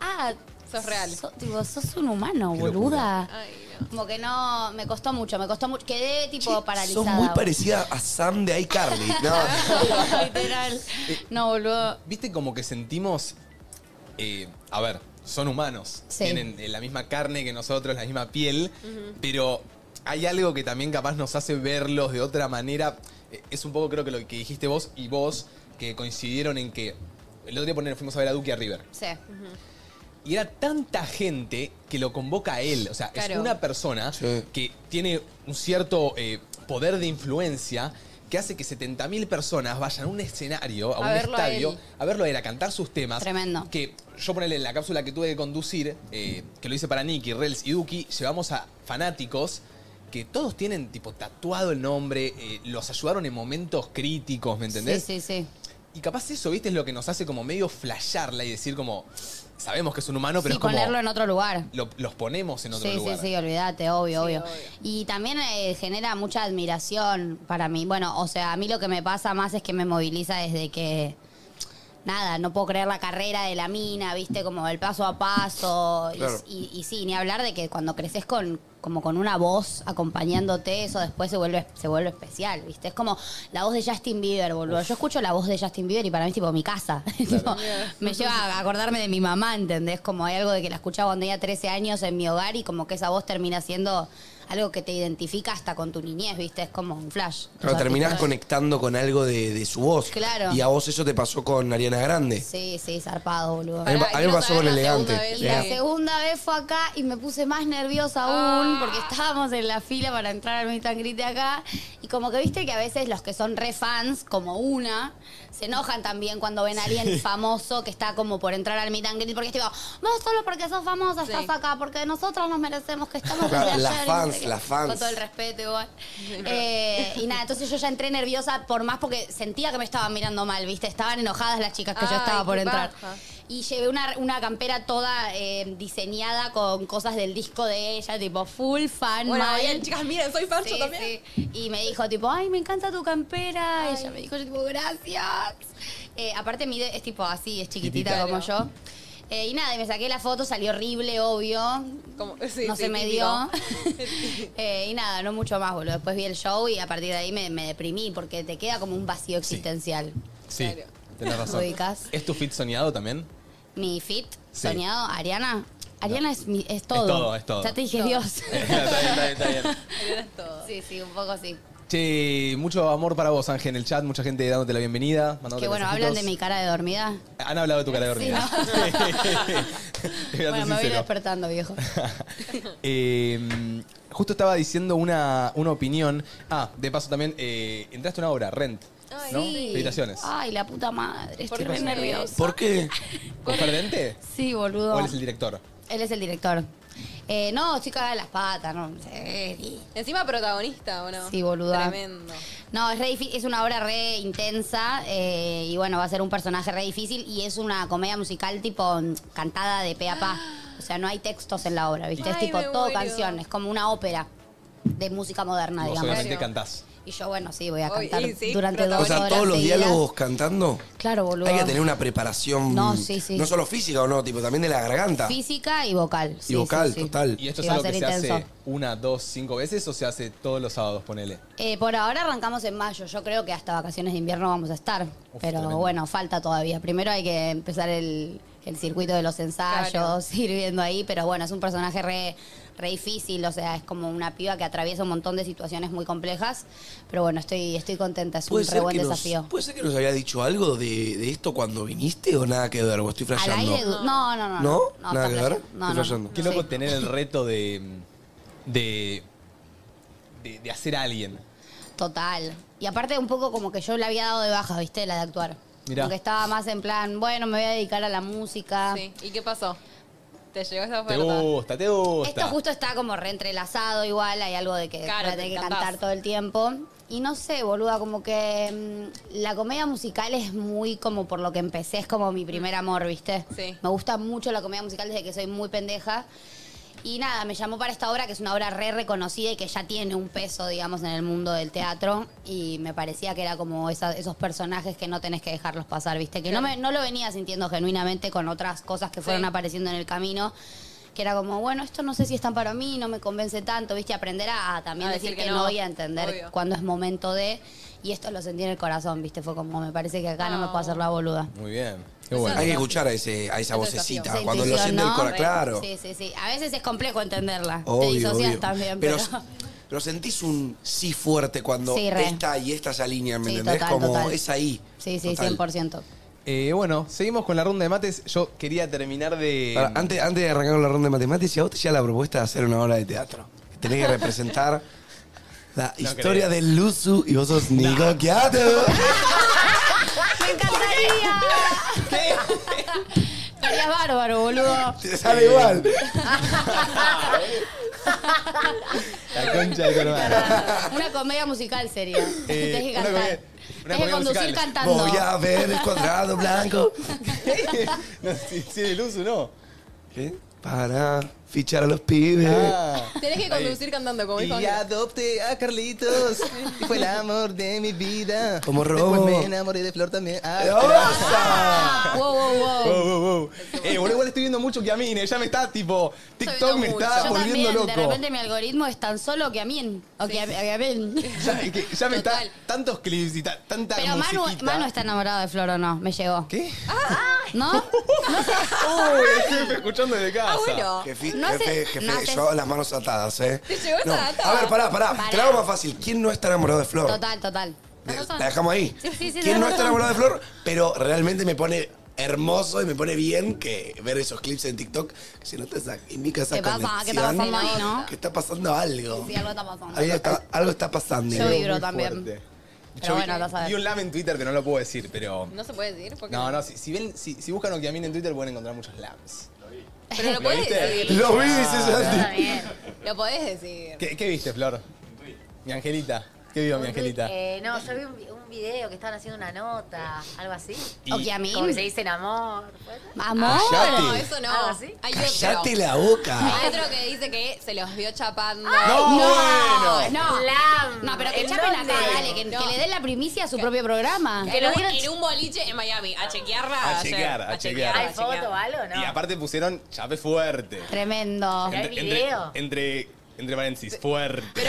Speaker 15: Ah. Sos real. tipo, sos un humano, boluda. Como que no, me costó mucho, me costó mucho. Quedé tipo paralizada.
Speaker 7: Sos muy
Speaker 15: boluda.
Speaker 7: parecida a Sam de iCarly. No,
Speaker 15: Literal. No, boludo.
Speaker 1: Viste como que sentimos. eh, a ver, son humanos.
Speaker 15: Sí.
Speaker 1: Tienen eh, la misma carne que nosotros, la misma piel.
Speaker 2: Ujú.
Speaker 1: Pero hay algo que también capaz nos hace verlos de otra manera. Eh, Es un poco creo que lo que dijiste vos y vos, que coincidieron en que el otro día poner, fuimos a ver a Duque a River.
Speaker 15: Sí.
Speaker 1: Y era tanta gente que lo convoca a él. O sea, es
Speaker 15: Claro.
Speaker 1: una persona que tiene un cierto eh, poder de influencia que hace que 70.000 personas vayan a un escenario, a,
Speaker 15: A
Speaker 1: un
Speaker 15: verlo a
Speaker 1: estadio,
Speaker 15: él.
Speaker 1: a verlo a él, a cantar sus temas.
Speaker 15: Tremendo.
Speaker 1: Que yo ponele en la cápsula que tuve que conducir, eh, que lo hice para Nicky, Rels y Duki, llevamos a fanáticos que todos tienen tipo tatuado el nombre, eh, los ayudaron en momentos críticos, ¿me entendés?
Speaker 15: Sí, sí, sí.
Speaker 1: Y capaz eso, viste, es lo que nos hace como medio flashearla y decir como, sabemos que es un humano, pero
Speaker 15: sí,
Speaker 1: es como...
Speaker 15: ponerlo en otro lugar.
Speaker 1: lo- los ponemos en otro
Speaker 15: Sí,
Speaker 1: lugar.
Speaker 15: sí, sí, olvídate, obvio, obvio, Y también eh, genera mucha admiración para mí. Bueno, o sea, a mí lo que me pasa más es que me moviliza desde que nada, no puedo creer la carrera de la mina, viste, como el paso a paso. Y-
Speaker 6: Claro.
Speaker 15: Y, y sí, ni hablar de que cuando creces con como con una voz acompañándote, eso después se vuelve, se vuelve especial, viste. Es como la voz de Justin Bieber, boludo. Yo escucho la voz de Justin Bieber y para mí es tipo mi casa. Tipo, me lleva a acordarme de mi mamá, ¿entendés? Como hay algo de que la escuchaba cuando tenía 13 años en mi hogar y como que esa voz termina siendo algo que te identifica hasta con tu niñez, viste. Es como un flash.
Speaker 7: Claro, terminás
Speaker 15: Artistas.
Speaker 7: conectando con algo de, de su voz.
Speaker 15: Claro.
Speaker 7: Y a vos eso te pasó con Ariana Grande.
Speaker 15: Sí, sí, zarpado, boludo.
Speaker 7: A mí me- a mí me pasó con Elegante.
Speaker 15: Y la segunda vez fue acá y me puse más nerviosa aún porque estábamos en la fila para entrar al Meet and Greet de acá. Y como que viste que a veces los que son re fans, como una, se enojan también cuando ven a alguien
Speaker 6: Sí.
Speaker 15: famoso que está como por entrar al Meet and Greet porque es tipo, vos solo porque sos famosa estás acá, porque nosotros nos merecemos que estamos
Speaker 7: Claro,
Speaker 15: desde
Speaker 7: las
Speaker 15: ayer", y no
Speaker 7: fans,
Speaker 15: sé qué.
Speaker 7: las fans.
Speaker 15: Con todo el respeto igual. Eh, y nada, entonces yo ya entré nerviosa por más porque sentía que me estaban mirando mal, viste, estaban enojadas las chicas que yo
Speaker 2: Ay,
Speaker 15: estaba por
Speaker 2: qué
Speaker 15: entrar.
Speaker 2: paja.
Speaker 15: Y llevé una, una campera toda eh, diseñada con cosas del disco de ella, tipo full fan.
Speaker 2: Bueno,
Speaker 15: mal.
Speaker 2: bien, chicas, miren, soy fan yo
Speaker 15: Sí,
Speaker 2: también.
Speaker 15: sí. Y me dijo, tipo, ay, me encanta tu campera. Ella me dijo, yo, tipo, gracias. Eh, aparte, mi de- es tipo así, es chiquitita
Speaker 2: Chiquitita.
Speaker 15: como yo. Eh, y nada, y me saqué la foto, salió horrible, obvio.
Speaker 2: sí,
Speaker 15: no
Speaker 2: sí,
Speaker 15: se me
Speaker 2: típico.
Speaker 15: dio. Eh, y nada, no mucho más, boludo. Después vi el show y a partir de ahí me, me deprimí porque te queda como un vacío existencial.
Speaker 1: Sí, tenés razón.
Speaker 15: Ubicás.
Speaker 1: ¿Es tu fit soñado también?
Speaker 15: Mi fit,
Speaker 1: Sí.
Speaker 15: soñado, Ariana. Ariana es, mi- es todo.
Speaker 1: todo, es todo.
Speaker 15: Ya te dije Dios.
Speaker 1: está bien, está bien, está bien.
Speaker 15: Sí, sí, un poco sí.
Speaker 1: Che, mucho amor para vos, Ángel, en el chat. Mucha gente dándote la bienvenida.
Speaker 15: Que
Speaker 1: mandándote
Speaker 15: bueno,
Speaker 1: mensajitos.
Speaker 15: hablan de mi cara de dormida.
Speaker 1: Han hablado de tu cara de
Speaker 15: Sí,
Speaker 1: dormida.
Speaker 15: ¿no?
Speaker 1: Te voy a
Speaker 15: bueno, me
Speaker 1: ser
Speaker 15: voy a ir
Speaker 1: sincero.
Speaker 15: despertando, viejo.
Speaker 1: Eh, justo estaba diciendo una, una opinión. Ah, de paso también, eh, entraste a una obra, Rent. ¿No?
Speaker 15: Sí.
Speaker 1: Felicitaciones.
Speaker 15: Ay, la puta madre, estoy re nerviosa.
Speaker 1: ¿Por qué? ¿Con Ferdente?
Speaker 15: Sí, boludo.
Speaker 1: ¿O él es el director?
Speaker 15: Él es el director. Eh, no, estoy cagada de las patas, no. Sí,
Speaker 2: Encima protagonista, ¿o no?
Speaker 15: Sí, boluda.
Speaker 2: Tremendo.
Speaker 15: No, es re difícil, es una obra re intensa eh, y bueno, va a ser un personaje re difícil y es una comedia musical tipo mm, cantada de pe a pa. O sea, no hay textos en la obra, ¿viste? es
Speaker 2: Ay,
Speaker 15: tipo
Speaker 2: me
Speaker 15: todo
Speaker 2: muero.
Speaker 15: canción, es como una ópera de música moderna,
Speaker 7: Vos
Speaker 15: digamos.
Speaker 7: obviamente cantás.
Speaker 15: Y yo, bueno, sí, voy a
Speaker 2: Hoy,
Speaker 15: cantar
Speaker 2: y sí,
Speaker 15: durante dos
Speaker 7: O sea,
Speaker 15: horas
Speaker 7: todos los
Speaker 15: seguidas.
Speaker 7: diálogos cantando.
Speaker 15: Claro, boludo.
Speaker 7: Hay que tener una preparación.
Speaker 15: No, sí, sí.
Speaker 7: No solo física o no, tipo, también de la garganta.
Speaker 15: Física y vocal. sí,
Speaker 7: y vocal,
Speaker 15: sí, sí.
Speaker 7: total.
Speaker 1: ¿Y esto
Speaker 15: Sí,
Speaker 1: es
Speaker 15: va a
Speaker 1: algo que se
Speaker 15: ser
Speaker 1: hace
Speaker 15: intenso.
Speaker 1: una, dos, cinco veces o se hace todos los sábados, ponele?
Speaker 15: Eh, por ahora arrancamos en mayo. Yo creo que hasta vacaciones de invierno vamos a estar. pero
Speaker 1: tremendo.
Speaker 15: bueno, falta todavía. Primero hay que empezar el, el circuito de los ensayos, ir viendo ahí. Pero bueno, es un personaje re, re difícil. O sea, es como una piba que atraviesa un montón de situaciones muy complejas. Pero bueno, estoy, estoy contenta. Es un
Speaker 7: ¿Puede
Speaker 15: re
Speaker 7: ser,
Speaker 15: buen
Speaker 7: que nos,
Speaker 15: desafío.
Speaker 7: ¿Puede ser que nos había dicho algo de, de esto cuando viniste o nada que ver? ¿O estoy
Speaker 15: Al
Speaker 7: flasheando?
Speaker 15: aire. du- No, no, no.
Speaker 7: ¿No? ¿Nada
Speaker 15: está
Speaker 7: que
Speaker 15: flasheando.
Speaker 7: ver? Estoy flasheando.
Speaker 1: Qué loco tener el reto de. de. de, de hacer a alguien.
Speaker 15: Total. Y aparte un poco como que yo le había dado de baja, ¿viste? La de actuar.
Speaker 1: Mirá.
Speaker 15: Porque estaba más en plan, bueno, me voy a dedicar a la música. Sí.
Speaker 2: ¿Y qué pasó? ¿Te llegó esa
Speaker 1: Te
Speaker 2: oferta?
Speaker 1: gusta, te gusta.
Speaker 15: Esto justo está como reentrelazado igual, hay algo de que
Speaker 2: Claro,
Speaker 15: voy a
Speaker 2: te
Speaker 15: tener que
Speaker 2: cantás.
Speaker 15: cantar todo el tiempo. Y no sé, boluda, como que mm, la comedia musical es muy como por lo que empecé, es como mi primer amor, ¿viste?
Speaker 2: Mm. Sí.
Speaker 15: Me gusta mucho la comedia musical desde que soy muy pendeja. Y nada, me llamó para esta obra, que es una obra re reconocida y que ya tiene un peso, digamos, en el mundo del teatro. Y me parecía que era como esa- esos personajes que no tenés que dejarlos pasar, ¿viste? Que no, me, no lo venía sintiendo genuinamente con otras cosas que fueron
Speaker 2: Sí.
Speaker 15: apareciendo en el camino. Que era como, bueno, esto no sé si es tan para mí, no me convence tanto, ¿viste? Aprender a, a también
Speaker 2: A
Speaker 15: decir,
Speaker 2: decir
Speaker 15: que,
Speaker 2: que
Speaker 15: no,
Speaker 2: no,
Speaker 15: voy a entender
Speaker 2: obvio.
Speaker 15: cuándo es momento de. Y esto lo sentí en el corazón, ¿viste? Fue como, me parece que acá no, me puedo hacer la boluda.
Speaker 1: Muy bien. Qué
Speaker 7: Hay
Speaker 1: bueno.
Speaker 7: que escuchar a, ese, a esa
Speaker 15: Ese
Speaker 7: vocecita.
Speaker 15: desafío.
Speaker 7: Cuando lo
Speaker 15: Intuición,
Speaker 7: siente el
Speaker 15: ¿no?
Speaker 7: corazón, claro.
Speaker 15: Sí, sí, sí. A veces es complejo entenderla. Te
Speaker 7: Obvio,
Speaker 15: disocias
Speaker 7: obvio.
Speaker 15: también,
Speaker 7: Pero,
Speaker 15: pero.
Speaker 7: pero sentís un sí fuerte cuando
Speaker 15: Sí, re.
Speaker 7: esta y esta se alinean, ¿me
Speaker 15: Sí,
Speaker 7: entendés?
Speaker 15: total,
Speaker 7: Como
Speaker 15: total.
Speaker 7: es ahí.
Speaker 15: Sí, sí,
Speaker 7: Total.
Speaker 15: 100%.
Speaker 1: Eh, bueno, seguimos con la ronda de mates. Yo quería terminar de.
Speaker 7: Ahora, antes, antes de arrancar con la ronda de matemáticas, ¿a vos te llega la propuesta de hacer una obra de teatro? Tenés que representar la historia
Speaker 1: creo.
Speaker 7: del Luzu y vos sos Nico Quiato.
Speaker 15: ¡Me encantaría! Estarías bárbaro, boludo.
Speaker 7: Te sale igual.
Speaker 1: La concha de tu hermana.
Speaker 15: Una comedia musical sería. Tenés que
Speaker 1: Eh, una
Speaker 15: cantar.
Speaker 1: comedia- una
Speaker 15: Tenés que
Speaker 1: comedia
Speaker 15: conducir
Speaker 1: musical.
Speaker 15: cantando.
Speaker 7: Voy a ver
Speaker 1: Eh,
Speaker 7: el cuadrado blanco.
Speaker 1: no, si, si el uso, no.
Speaker 7: ¿Qué? Para. fichar a los pibes.
Speaker 15: Ah.
Speaker 2: Tenés que conducir cantando como
Speaker 1: Y
Speaker 2: dijo Ángela.
Speaker 1: adopté a Carlitos. y fue el amor de mi vida.
Speaker 7: Como
Speaker 1: Después
Speaker 7: Robo.
Speaker 1: me enamoré de Flor también. Ah,
Speaker 2: Wow, wow, wow.
Speaker 1: Wow, wow, wow. Eh, boludo, igual estoy viendo mucho que a mí, ya me está tipo. TikTok me está
Speaker 15: Yo
Speaker 1: volviendo
Speaker 15: también, de
Speaker 1: loco.
Speaker 15: repente mi algoritmo es tan solo que a mí. O que a, que a mí.
Speaker 1: Ya, que- ya me está. Tantos clips y ta- tanta
Speaker 15: Pero Manu,
Speaker 1: musiquita.
Speaker 15: Manu está enamorado de Flor o no, me llegó.
Speaker 1: ¿Qué?
Speaker 15: ¿No?
Speaker 1: Uy, el jefe escuchando desde casa.
Speaker 15: Ah, bueno.
Speaker 7: Jefe,
Speaker 15: No
Speaker 7: jefe,
Speaker 15: sé-
Speaker 7: jefe,
Speaker 15: no sé-
Speaker 7: yo hago las manos atadas, ¿eh?
Speaker 15: ¿Te llegó esa
Speaker 7: No.
Speaker 15: data?
Speaker 7: A ver, pará, pará. Te la hago más fácil. ¿Quién no está enamorado de Flor?
Speaker 15: Total, total.
Speaker 7: La dejamos ahí.
Speaker 15: Sí, sí, sí,
Speaker 7: ¿Quién
Speaker 15: tenés
Speaker 7: no está
Speaker 15: razón.
Speaker 7: enamorado de Flor? Pero realmente me pone hermoso y me pone bien que ver esos clips en TikTok. que Se nota esa química, esa
Speaker 15: ¿Qué pasa?
Speaker 7: conexión.
Speaker 15: ¿Qué está pasando ahí, no?
Speaker 7: Que está pasando algo.
Speaker 15: Sí, algo está pasando.
Speaker 7: Algo está, algo está pasando.
Speaker 15: Yo vibro
Speaker 1: Muy
Speaker 15: también.
Speaker 1: fuerte.
Speaker 15: Pero
Speaker 1: Yo vi-
Speaker 15: bueno, vas a ver.
Speaker 1: Vi un lame en Twitter que no lo puedo decir, pero.
Speaker 2: No se puede decir. ¿Por qué
Speaker 1: No, no, si, si ven, si, si buscan Okiamin en Twitter pueden encontrar muchos lames.
Speaker 2: Pero lo
Speaker 1: ¿Lo
Speaker 2: podés
Speaker 1: viste?
Speaker 2: decir.
Speaker 1: Lo vi, dice Santi.
Speaker 2: Está bien. Lo podés decir.
Speaker 1: ¿Qué, qué viste, Flor? Mi angelita. ¿Qué vio mi angelita?
Speaker 3: Eh, no, yo vi un, vi- un video que estaban haciendo una nota, algo así.
Speaker 1: Y- Okiamin.
Speaker 3: Como que se dicen amor.
Speaker 15: Amor. Ah,
Speaker 7: Callate.
Speaker 2: No, eso no.
Speaker 3: ¿Algo así?
Speaker 2: Hay otro.
Speaker 7: ¡Cállate la boca!
Speaker 2: Hay otro que dice que se los vio chapando.
Speaker 7: No, bueno.
Speaker 15: No,
Speaker 3: Slam.
Speaker 15: no, pero que
Speaker 3: ¿En
Speaker 15: chapen
Speaker 3: dónde?
Speaker 15: acá, dale, que, que le den la primicia a su propio programa.
Speaker 2: En un, en un boliche en Miami, a chequearla.
Speaker 1: A
Speaker 2: ayer.
Speaker 1: chequear, a chequear.
Speaker 3: ¿Hay foto o algo?
Speaker 1: Y
Speaker 3: No.
Speaker 1: aparte pusieron chape fuerte.
Speaker 15: Tremendo.
Speaker 1: entre, entre, entre paréntesis, fuerte.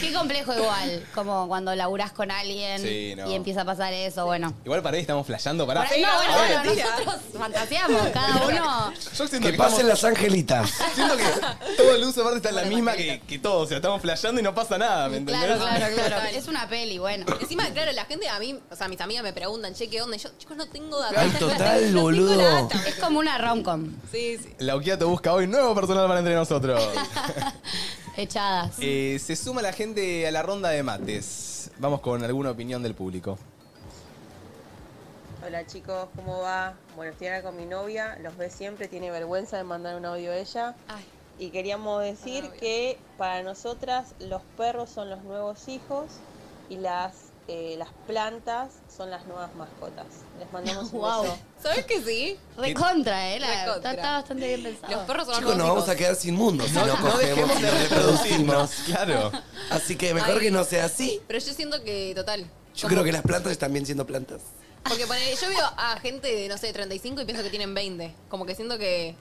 Speaker 15: Qué complejo igual, como cuando laburás con alguien
Speaker 1: Sí, no.
Speaker 15: y empieza a pasar eso, bueno.
Speaker 1: Igual para ahí estamos flasheando, pará.
Speaker 15: Por ahí, no, bueno, bueno, nosotros fantaseamos, cada uno.
Speaker 1: Yo siento
Speaker 7: Que
Speaker 1: que
Speaker 7: pasen
Speaker 1: estamos-
Speaker 7: las angelitas.
Speaker 1: Siento que todo el uso aparte está en la misma que, que todo. O sea, estamos flasheando y no pasa nada, ¿me entendés?
Speaker 15: Claro, claro, claro. Es una peli, bueno.
Speaker 2: Encima, claro, la gente a mí, o sea, mis amigas me preguntan, che, ¿qué onda? Y yo, chicos, no tengo data.
Speaker 1: Ay, total, boludo.
Speaker 15: Es como una romcom,
Speaker 2: Sí, sí.
Speaker 1: La Okiato busca hoy nuevo personal para entre nosotros.
Speaker 15: echadas.
Speaker 1: Eh, se suma la gente a la ronda de mates. Vamos con alguna opinión del público.
Speaker 16: Hola chicos, ¿cómo va? Bueno, estoy acá con mi novia, los ve siempre, tiene vergüenza de mandar un audio a ella. Y queríamos
Speaker 2: Ah,
Speaker 16: decir que para nosotras los perros son los nuevos hijos y las, eh, las plantas son las nuevas mascotas. Les mandamos un
Speaker 15: Guau.
Speaker 16: beso.
Speaker 2: ¿Sabes que sí?
Speaker 15: Recontra, eh. la- está,
Speaker 2: Recontra.
Speaker 15: está bastante bien pensado.
Speaker 2: Los perros son
Speaker 7: Chicos, nos vamos a quedar sin mundo si no,
Speaker 1: No, no
Speaker 7: cogemos
Speaker 1: dejemos
Speaker 7: y
Speaker 1: de
Speaker 7: nos reproducimos.
Speaker 1: Claro.
Speaker 7: Así que mejor
Speaker 2: Ay.
Speaker 7: que no sea así.
Speaker 2: Pero yo siento que, total.
Speaker 7: Yo
Speaker 2: como-
Speaker 7: creo que las plantas están bien siendo plantas.
Speaker 2: Porque ponele, yo veo a gente de, no sé, 35 y pienso que tienen 20. Como que siento que.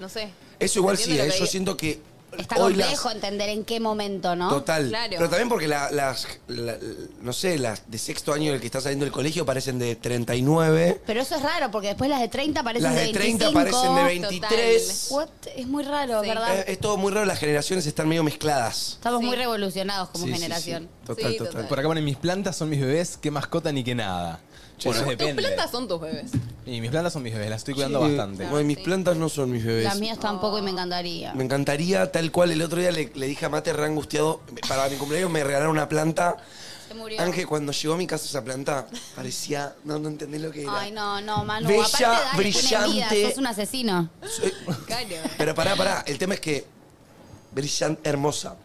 Speaker 2: No sé.
Speaker 7: Eso igual sí,
Speaker 2: Entiendo
Speaker 7: eh,
Speaker 2: lo que
Speaker 7: yo
Speaker 2: digo.
Speaker 7: siento que
Speaker 15: Está
Speaker 7: hoy las...
Speaker 15: complejo entender en qué momento, ¿no?
Speaker 7: Total. Pero también porque la- las, la- no sé, las de sexto año en el que está saliendo del colegio parecen de 39.
Speaker 15: Pero eso es raro, porque después las de 30 parecen
Speaker 7: Las
Speaker 15: de
Speaker 7: de
Speaker 15: 25.
Speaker 7: 30 parecen de 23.
Speaker 15: What? Es muy raro, ¿verdad?
Speaker 7: Es, es todo muy raro, las generaciones están medio mezcladas.
Speaker 15: Estamos muy revolucionados como
Speaker 7: Sí, sí,
Speaker 15: generación.
Speaker 7: sí. Total, total.
Speaker 1: Por acá ponen mis plantas son mis bebés, qué mascota ni qué nada. bueno,
Speaker 7: tus
Speaker 1: depende.
Speaker 2: Tus plantas son tus bebés.
Speaker 1: Y mis plantas son mis bebés, las estoy cuidando
Speaker 7: Sí,
Speaker 1: bastante.
Speaker 7: no, y mis plantas no son mis bebés.
Speaker 15: Las mías tampoco
Speaker 2: Ah.
Speaker 15: y me encantaría.
Speaker 7: Me encantaría, tal cual, el otro día le, le dije a Mate re angustiado, para mi cumpleaños me regalaron una planta.
Speaker 15: Se murió.
Speaker 7: Ángel, cuando llegó a mi casa esa planta, parecía, no, no entendés lo que era.
Speaker 15: Ay, no, no, Manu.
Speaker 7: Bella,
Speaker 15: aparte, dale, tenés
Speaker 7: brillante.
Speaker 15: vida, sos un asesino.
Speaker 7: Pero pará, pará, el tema es que, brillante, hermosa.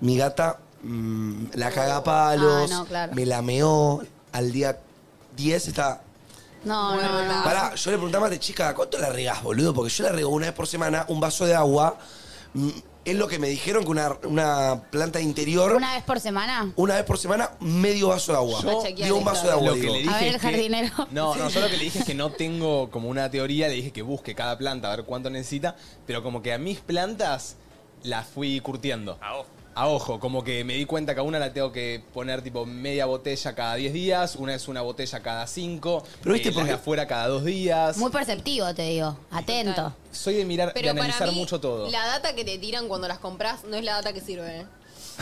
Speaker 7: Mi gata mm, la caga a palos,
Speaker 15: Ah, no, claro.
Speaker 7: me lameó, al día 10 está...
Speaker 15: No, no, Ah, no.
Speaker 7: Pará, yo le preguntaba a Mate, chica, ¿cuánto la regás, boludo? Porque yo la rego una vez por semana, un vaso de agua. Mm, Es lo que me dijeron que una, una planta de interior...
Speaker 15: Una vez por semana.
Speaker 7: Una vez por semana, medio vaso de agua.
Speaker 15: Yo-
Speaker 7: digo un vaso de agua.
Speaker 1: Lo que
Speaker 7: digo.
Speaker 1: le
Speaker 15: A
Speaker 1: dije
Speaker 15: ver, el
Speaker 1: es que-
Speaker 15: jardinero.
Speaker 1: No, no, yo lo que le dije es que no tengo como una teoría, le dije que busque cada planta, a ver cuánto necesita, pero como que a mis plantas las fui curtiendo. A ojo. A ojo, como que me di cuenta que a una la tengo que poner tipo media botella cada 10 días, una es una botella cada 5, pero viste por afuera cada 2 días.
Speaker 15: Muy perceptivo, te digo. Atento.
Speaker 1: Soy de mirar,
Speaker 2: Pero
Speaker 1: de
Speaker 2: para
Speaker 1: analizar
Speaker 2: mí,
Speaker 1: mucho todo.
Speaker 2: La data que te tiran cuando las compras no es la data que sirve. ¿eh?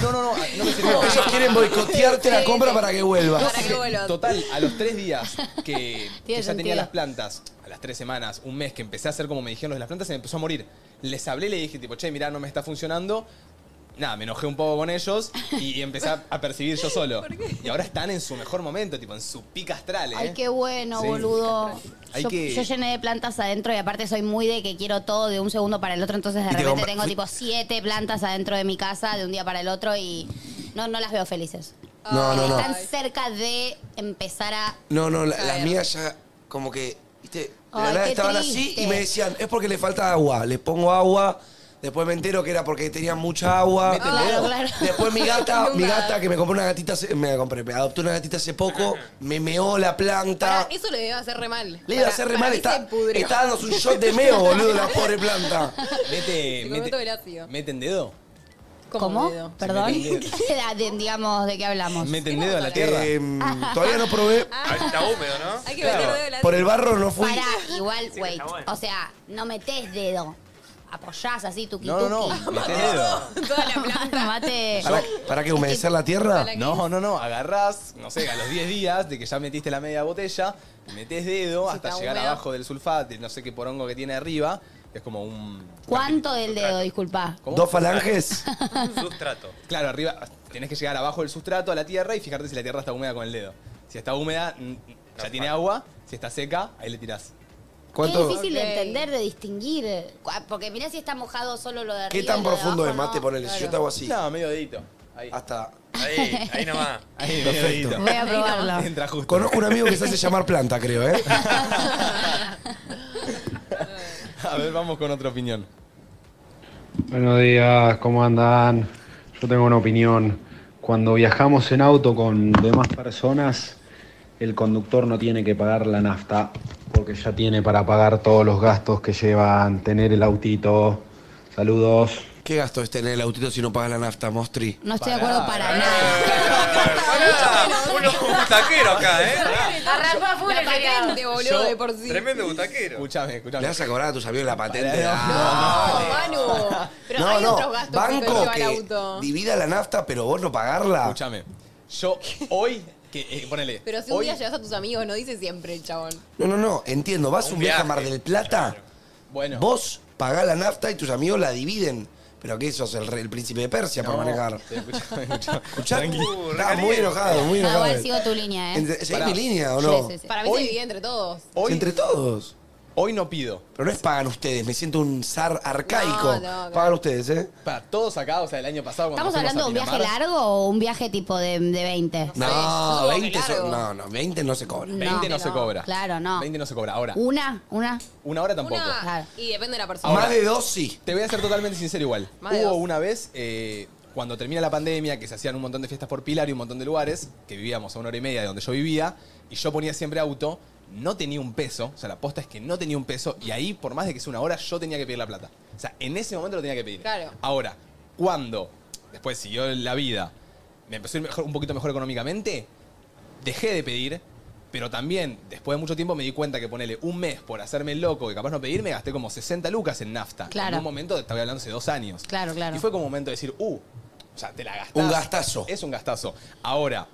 Speaker 1: No, no, no,
Speaker 7: ah,
Speaker 1: no me sirvió.
Speaker 7: Ellos quieren boicotearte la compra para que vuelvas.
Speaker 2: Para que vuelvas.
Speaker 1: Total, a los tres días que, que ya
Speaker 2: sentido.
Speaker 1: tenía las plantas, a las tres semanas, un mes, que empecé a hacer como me dijeron los de las plantas, se me empezó a morir. Les hablé, le dije, tipo, che, mirá, no me está funcionando. Nada, me enojé un poco con ellos y empecé a, a percibir yo solo. Y ahora están en su mejor momento, tipo, en su pica astral, ¿eh?
Speaker 15: Ay, qué bueno,
Speaker 1: Sí.
Speaker 15: boludo.
Speaker 1: Hay
Speaker 15: Yo,
Speaker 1: que-
Speaker 15: yo llené de plantas adentro y aparte soy muy de que quiero todo de un segundo para el otro, entonces de
Speaker 7: Y te
Speaker 15: repente
Speaker 7: compra-
Speaker 15: tengo tipo siete plantas adentro de mi casa de un día para el otro y no, no las veo felices.
Speaker 7: No, no, no.
Speaker 15: Están cerca de empezar a...
Speaker 7: No, no, la- las mías ya como que ¿Viste? De
Speaker 15: Ay,
Speaker 7: la nada
Speaker 15: qué
Speaker 7: estaban así
Speaker 15: triste.
Speaker 7: y me decían, es porque le falta agua. Les pongo agua. Después me entero que era porque tenía mucha
Speaker 1: Ah.
Speaker 7: agua.
Speaker 15: Métele Claro, dedo. claro.
Speaker 7: Después mi gata, mi
Speaker 15: Nunca.
Speaker 7: gata que me compró una gatita, hace- me la compré, me adoptó una gatita hace poco, me meó la planta.
Speaker 2: Eso le debe hacer re mal.
Speaker 7: Le iba a
Speaker 2: Para-
Speaker 7: hacer re
Speaker 2: para
Speaker 7: mal,
Speaker 2: mí se
Speaker 7: está,
Speaker 2: pudrió.
Speaker 7: está dándose un shot de meo, boludo, la pobre planta.
Speaker 1: Mete,
Speaker 2: Se comió todo el
Speaker 1: mete,
Speaker 2: ácido.
Speaker 1: ¿Meten dedo?
Speaker 15: ¿Cómo? Perdón.
Speaker 1: meten dedo.
Speaker 15: ¿Qué edad de- digamos, ¿de qué hablamos?
Speaker 1: ¿Meten dedo a la tierra?
Speaker 7: Em, todavía no probé.
Speaker 4: Ah, Está húmedo, ¿no?
Speaker 15: Hay
Speaker 7: que meter dedo Por el barro no fui.
Speaker 15: Pará, igual, wait. O sea, no metés dedo. Apoyás así tu
Speaker 7: No, no, no, metés dedo.
Speaker 15: Toda la planta. Mate.
Speaker 7: ¿Para, para qué humedecer la tierra?
Speaker 1: No, no, no. Agarrás, no sé, a los 10 días de que ya metiste la media botella, metes dedo hasta
Speaker 15: está
Speaker 1: llegar
Speaker 15: húmedo.
Speaker 1: abajo del sulfato, no sé qué porongo que tiene arriba. que Es como un.
Speaker 15: ¿Cuánto del dedo, disculpa?
Speaker 1: ¿cómo?
Speaker 7: ¿Dos falanges?
Speaker 4: Sustrato.
Speaker 1: Claro, arriba tenés que llegar abajo del sustrato a la tierra y fijarte si la tierra está húmeda con el dedo. Si está húmeda, mm, ya tiene agua. Si está seca, ahí le tirás.
Speaker 15: Qué difícil de entender, de distinguir. Cu- Porque mirá si está mojado solo lo de arriba.
Speaker 7: ¿Qué
Speaker 15: y
Speaker 7: tan
Speaker 15: lo de
Speaker 7: profundo es?
Speaker 15: abajo
Speaker 7: Mate,
Speaker 15: no.
Speaker 7: ponele. Si yo te hago así.
Speaker 1: No, medio dedito. Ahí.
Speaker 7: Hasta.
Speaker 4: Ahí, ahí nomás.
Speaker 1: Ahí,
Speaker 7: Perfecto.
Speaker 1: medio dedito.
Speaker 7: Voy
Speaker 15: a probarlo.
Speaker 1: Entra justo.
Speaker 7: Conozco un amigo que se hace llamar planta, creo, ¿eh?
Speaker 1: A ver, vamos con otra opinión.
Speaker 17: Buenos días, ¿cómo andan? Yo tengo una opinión. Cuando viajamos en auto con demás personas, el conductor no tiene que pagar la nafta, porque ya tiene para pagar todos los gastos que llevan tener el autito. Saludos.
Speaker 7: ¿Qué gasto es tener el autito si no pagas la nafta, Mostri?
Speaker 15: No estoy de acuerdo para nada.
Speaker 4: Un butaquero acá, ¿eh?
Speaker 15: Ah,
Speaker 2: Arrancó full
Speaker 6: La
Speaker 2: el patente, boludo,
Speaker 7: Yo-
Speaker 2: de por sí.
Speaker 4: Tremendo butaquero.
Speaker 1: Escuchame, escuchame.
Speaker 7: ¿Le vas a cobrar a tus amigos la patente?
Speaker 1: Para-
Speaker 7: Ah.
Speaker 2: Manu, pero hay otros gastos que te
Speaker 7: Banco
Speaker 2: lleva el
Speaker 7: que
Speaker 2: auto.
Speaker 7: divida la nafta, pero vos no pagarla.
Speaker 1: Escúchame. Yo hoy, que, eh, ponele.
Speaker 2: Pero si un
Speaker 1: hoy-
Speaker 2: día llevas a tus amigos, no dice siempre el chabón.
Speaker 7: No, no, no, entiendo. Vas un, viaje a Mar del Plata,
Speaker 1: bueno.
Speaker 7: vos pagás la nafta y tus amigos la dividen. Pero que sos el, re- el príncipe de Persia
Speaker 1: No,
Speaker 7: para manejar.
Speaker 1: escuchame, escuchame.
Speaker 7: Escuchá,
Speaker 1: Tranqui.
Speaker 7: estás muy enojado, muy
Speaker 15: Ah,
Speaker 7: enojado.
Speaker 15: igual sigo tu línea, ¿eh?
Speaker 7: Ent- ¿seguís mi línea o no?
Speaker 15: Sí, sí, sí.
Speaker 2: Para mí
Speaker 1: Hoy-
Speaker 2: se divide entre todos.
Speaker 1: Hoy-
Speaker 7: Entre todos.
Speaker 1: Hoy no pido.
Speaker 7: Pero no es pagan ustedes, me siento un zar
Speaker 2: No,
Speaker 7: arcaico.
Speaker 2: no, claro.
Speaker 7: Pagan ustedes, ¿eh?
Speaker 1: Para todos acá, o sea, el año pasado. Cuando
Speaker 15: ¿Estamos hablando
Speaker 1: fuimos
Speaker 15: de un
Speaker 1: a
Speaker 15: viaje
Speaker 1: Pinamar-
Speaker 15: largo o un viaje tipo de, de 20?
Speaker 7: No,
Speaker 15: Supongo que
Speaker 7: 20
Speaker 15: largo.
Speaker 7: son- no, no, 20 no se cobra.
Speaker 1: 20 no, se cobra.
Speaker 15: Claro, no.
Speaker 1: 20 no se cobra. Ahora,
Speaker 15: ¿Una? ¿Una?
Speaker 1: una hora tampoco.
Speaker 2: Una, y depende de la persona.
Speaker 1: Ahora,
Speaker 7: dos sí.
Speaker 1: Te voy a ser totalmente sincero igual.
Speaker 2: Más de
Speaker 1: Hubo
Speaker 2: dos.
Speaker 1: una vez, eh, cuando termina la pandemia, que se hacían un montón de fiestas por Pilar y un montón de lugares, que vivíamos a una hora y media de donde yo vivía, y yo ponía siempre auto, no tenía un peso, o sea, la posta es que no tenía un peso, y ahí, por más de que sea una hora, yo tenía que pedir la plata. O sea, en ese momento lo tenía que pedir.
Speaker 2: Claro.
Speaker 1: Ahora, cuando después siguió la vida, me empezó a ir mejor- un poquito mejor económicamente, dejé de pedir, pero también después de mucho tiempo me di cuenta que ponele un mes por hacerme el loco que capaz no pedirme, gasté como 60 lucas en nafta.
Speaker 15: Claro.
Speaker 1: En un momento, te estaba hablando hace dos años.
Speaker 15: Claro, claro.
Speaker 1: Y fue como un momento de decir, uh, o sea, te la gastás.
Speaker 7: Un gastazo.
Speaker 1: Es un gastazo. Ahora,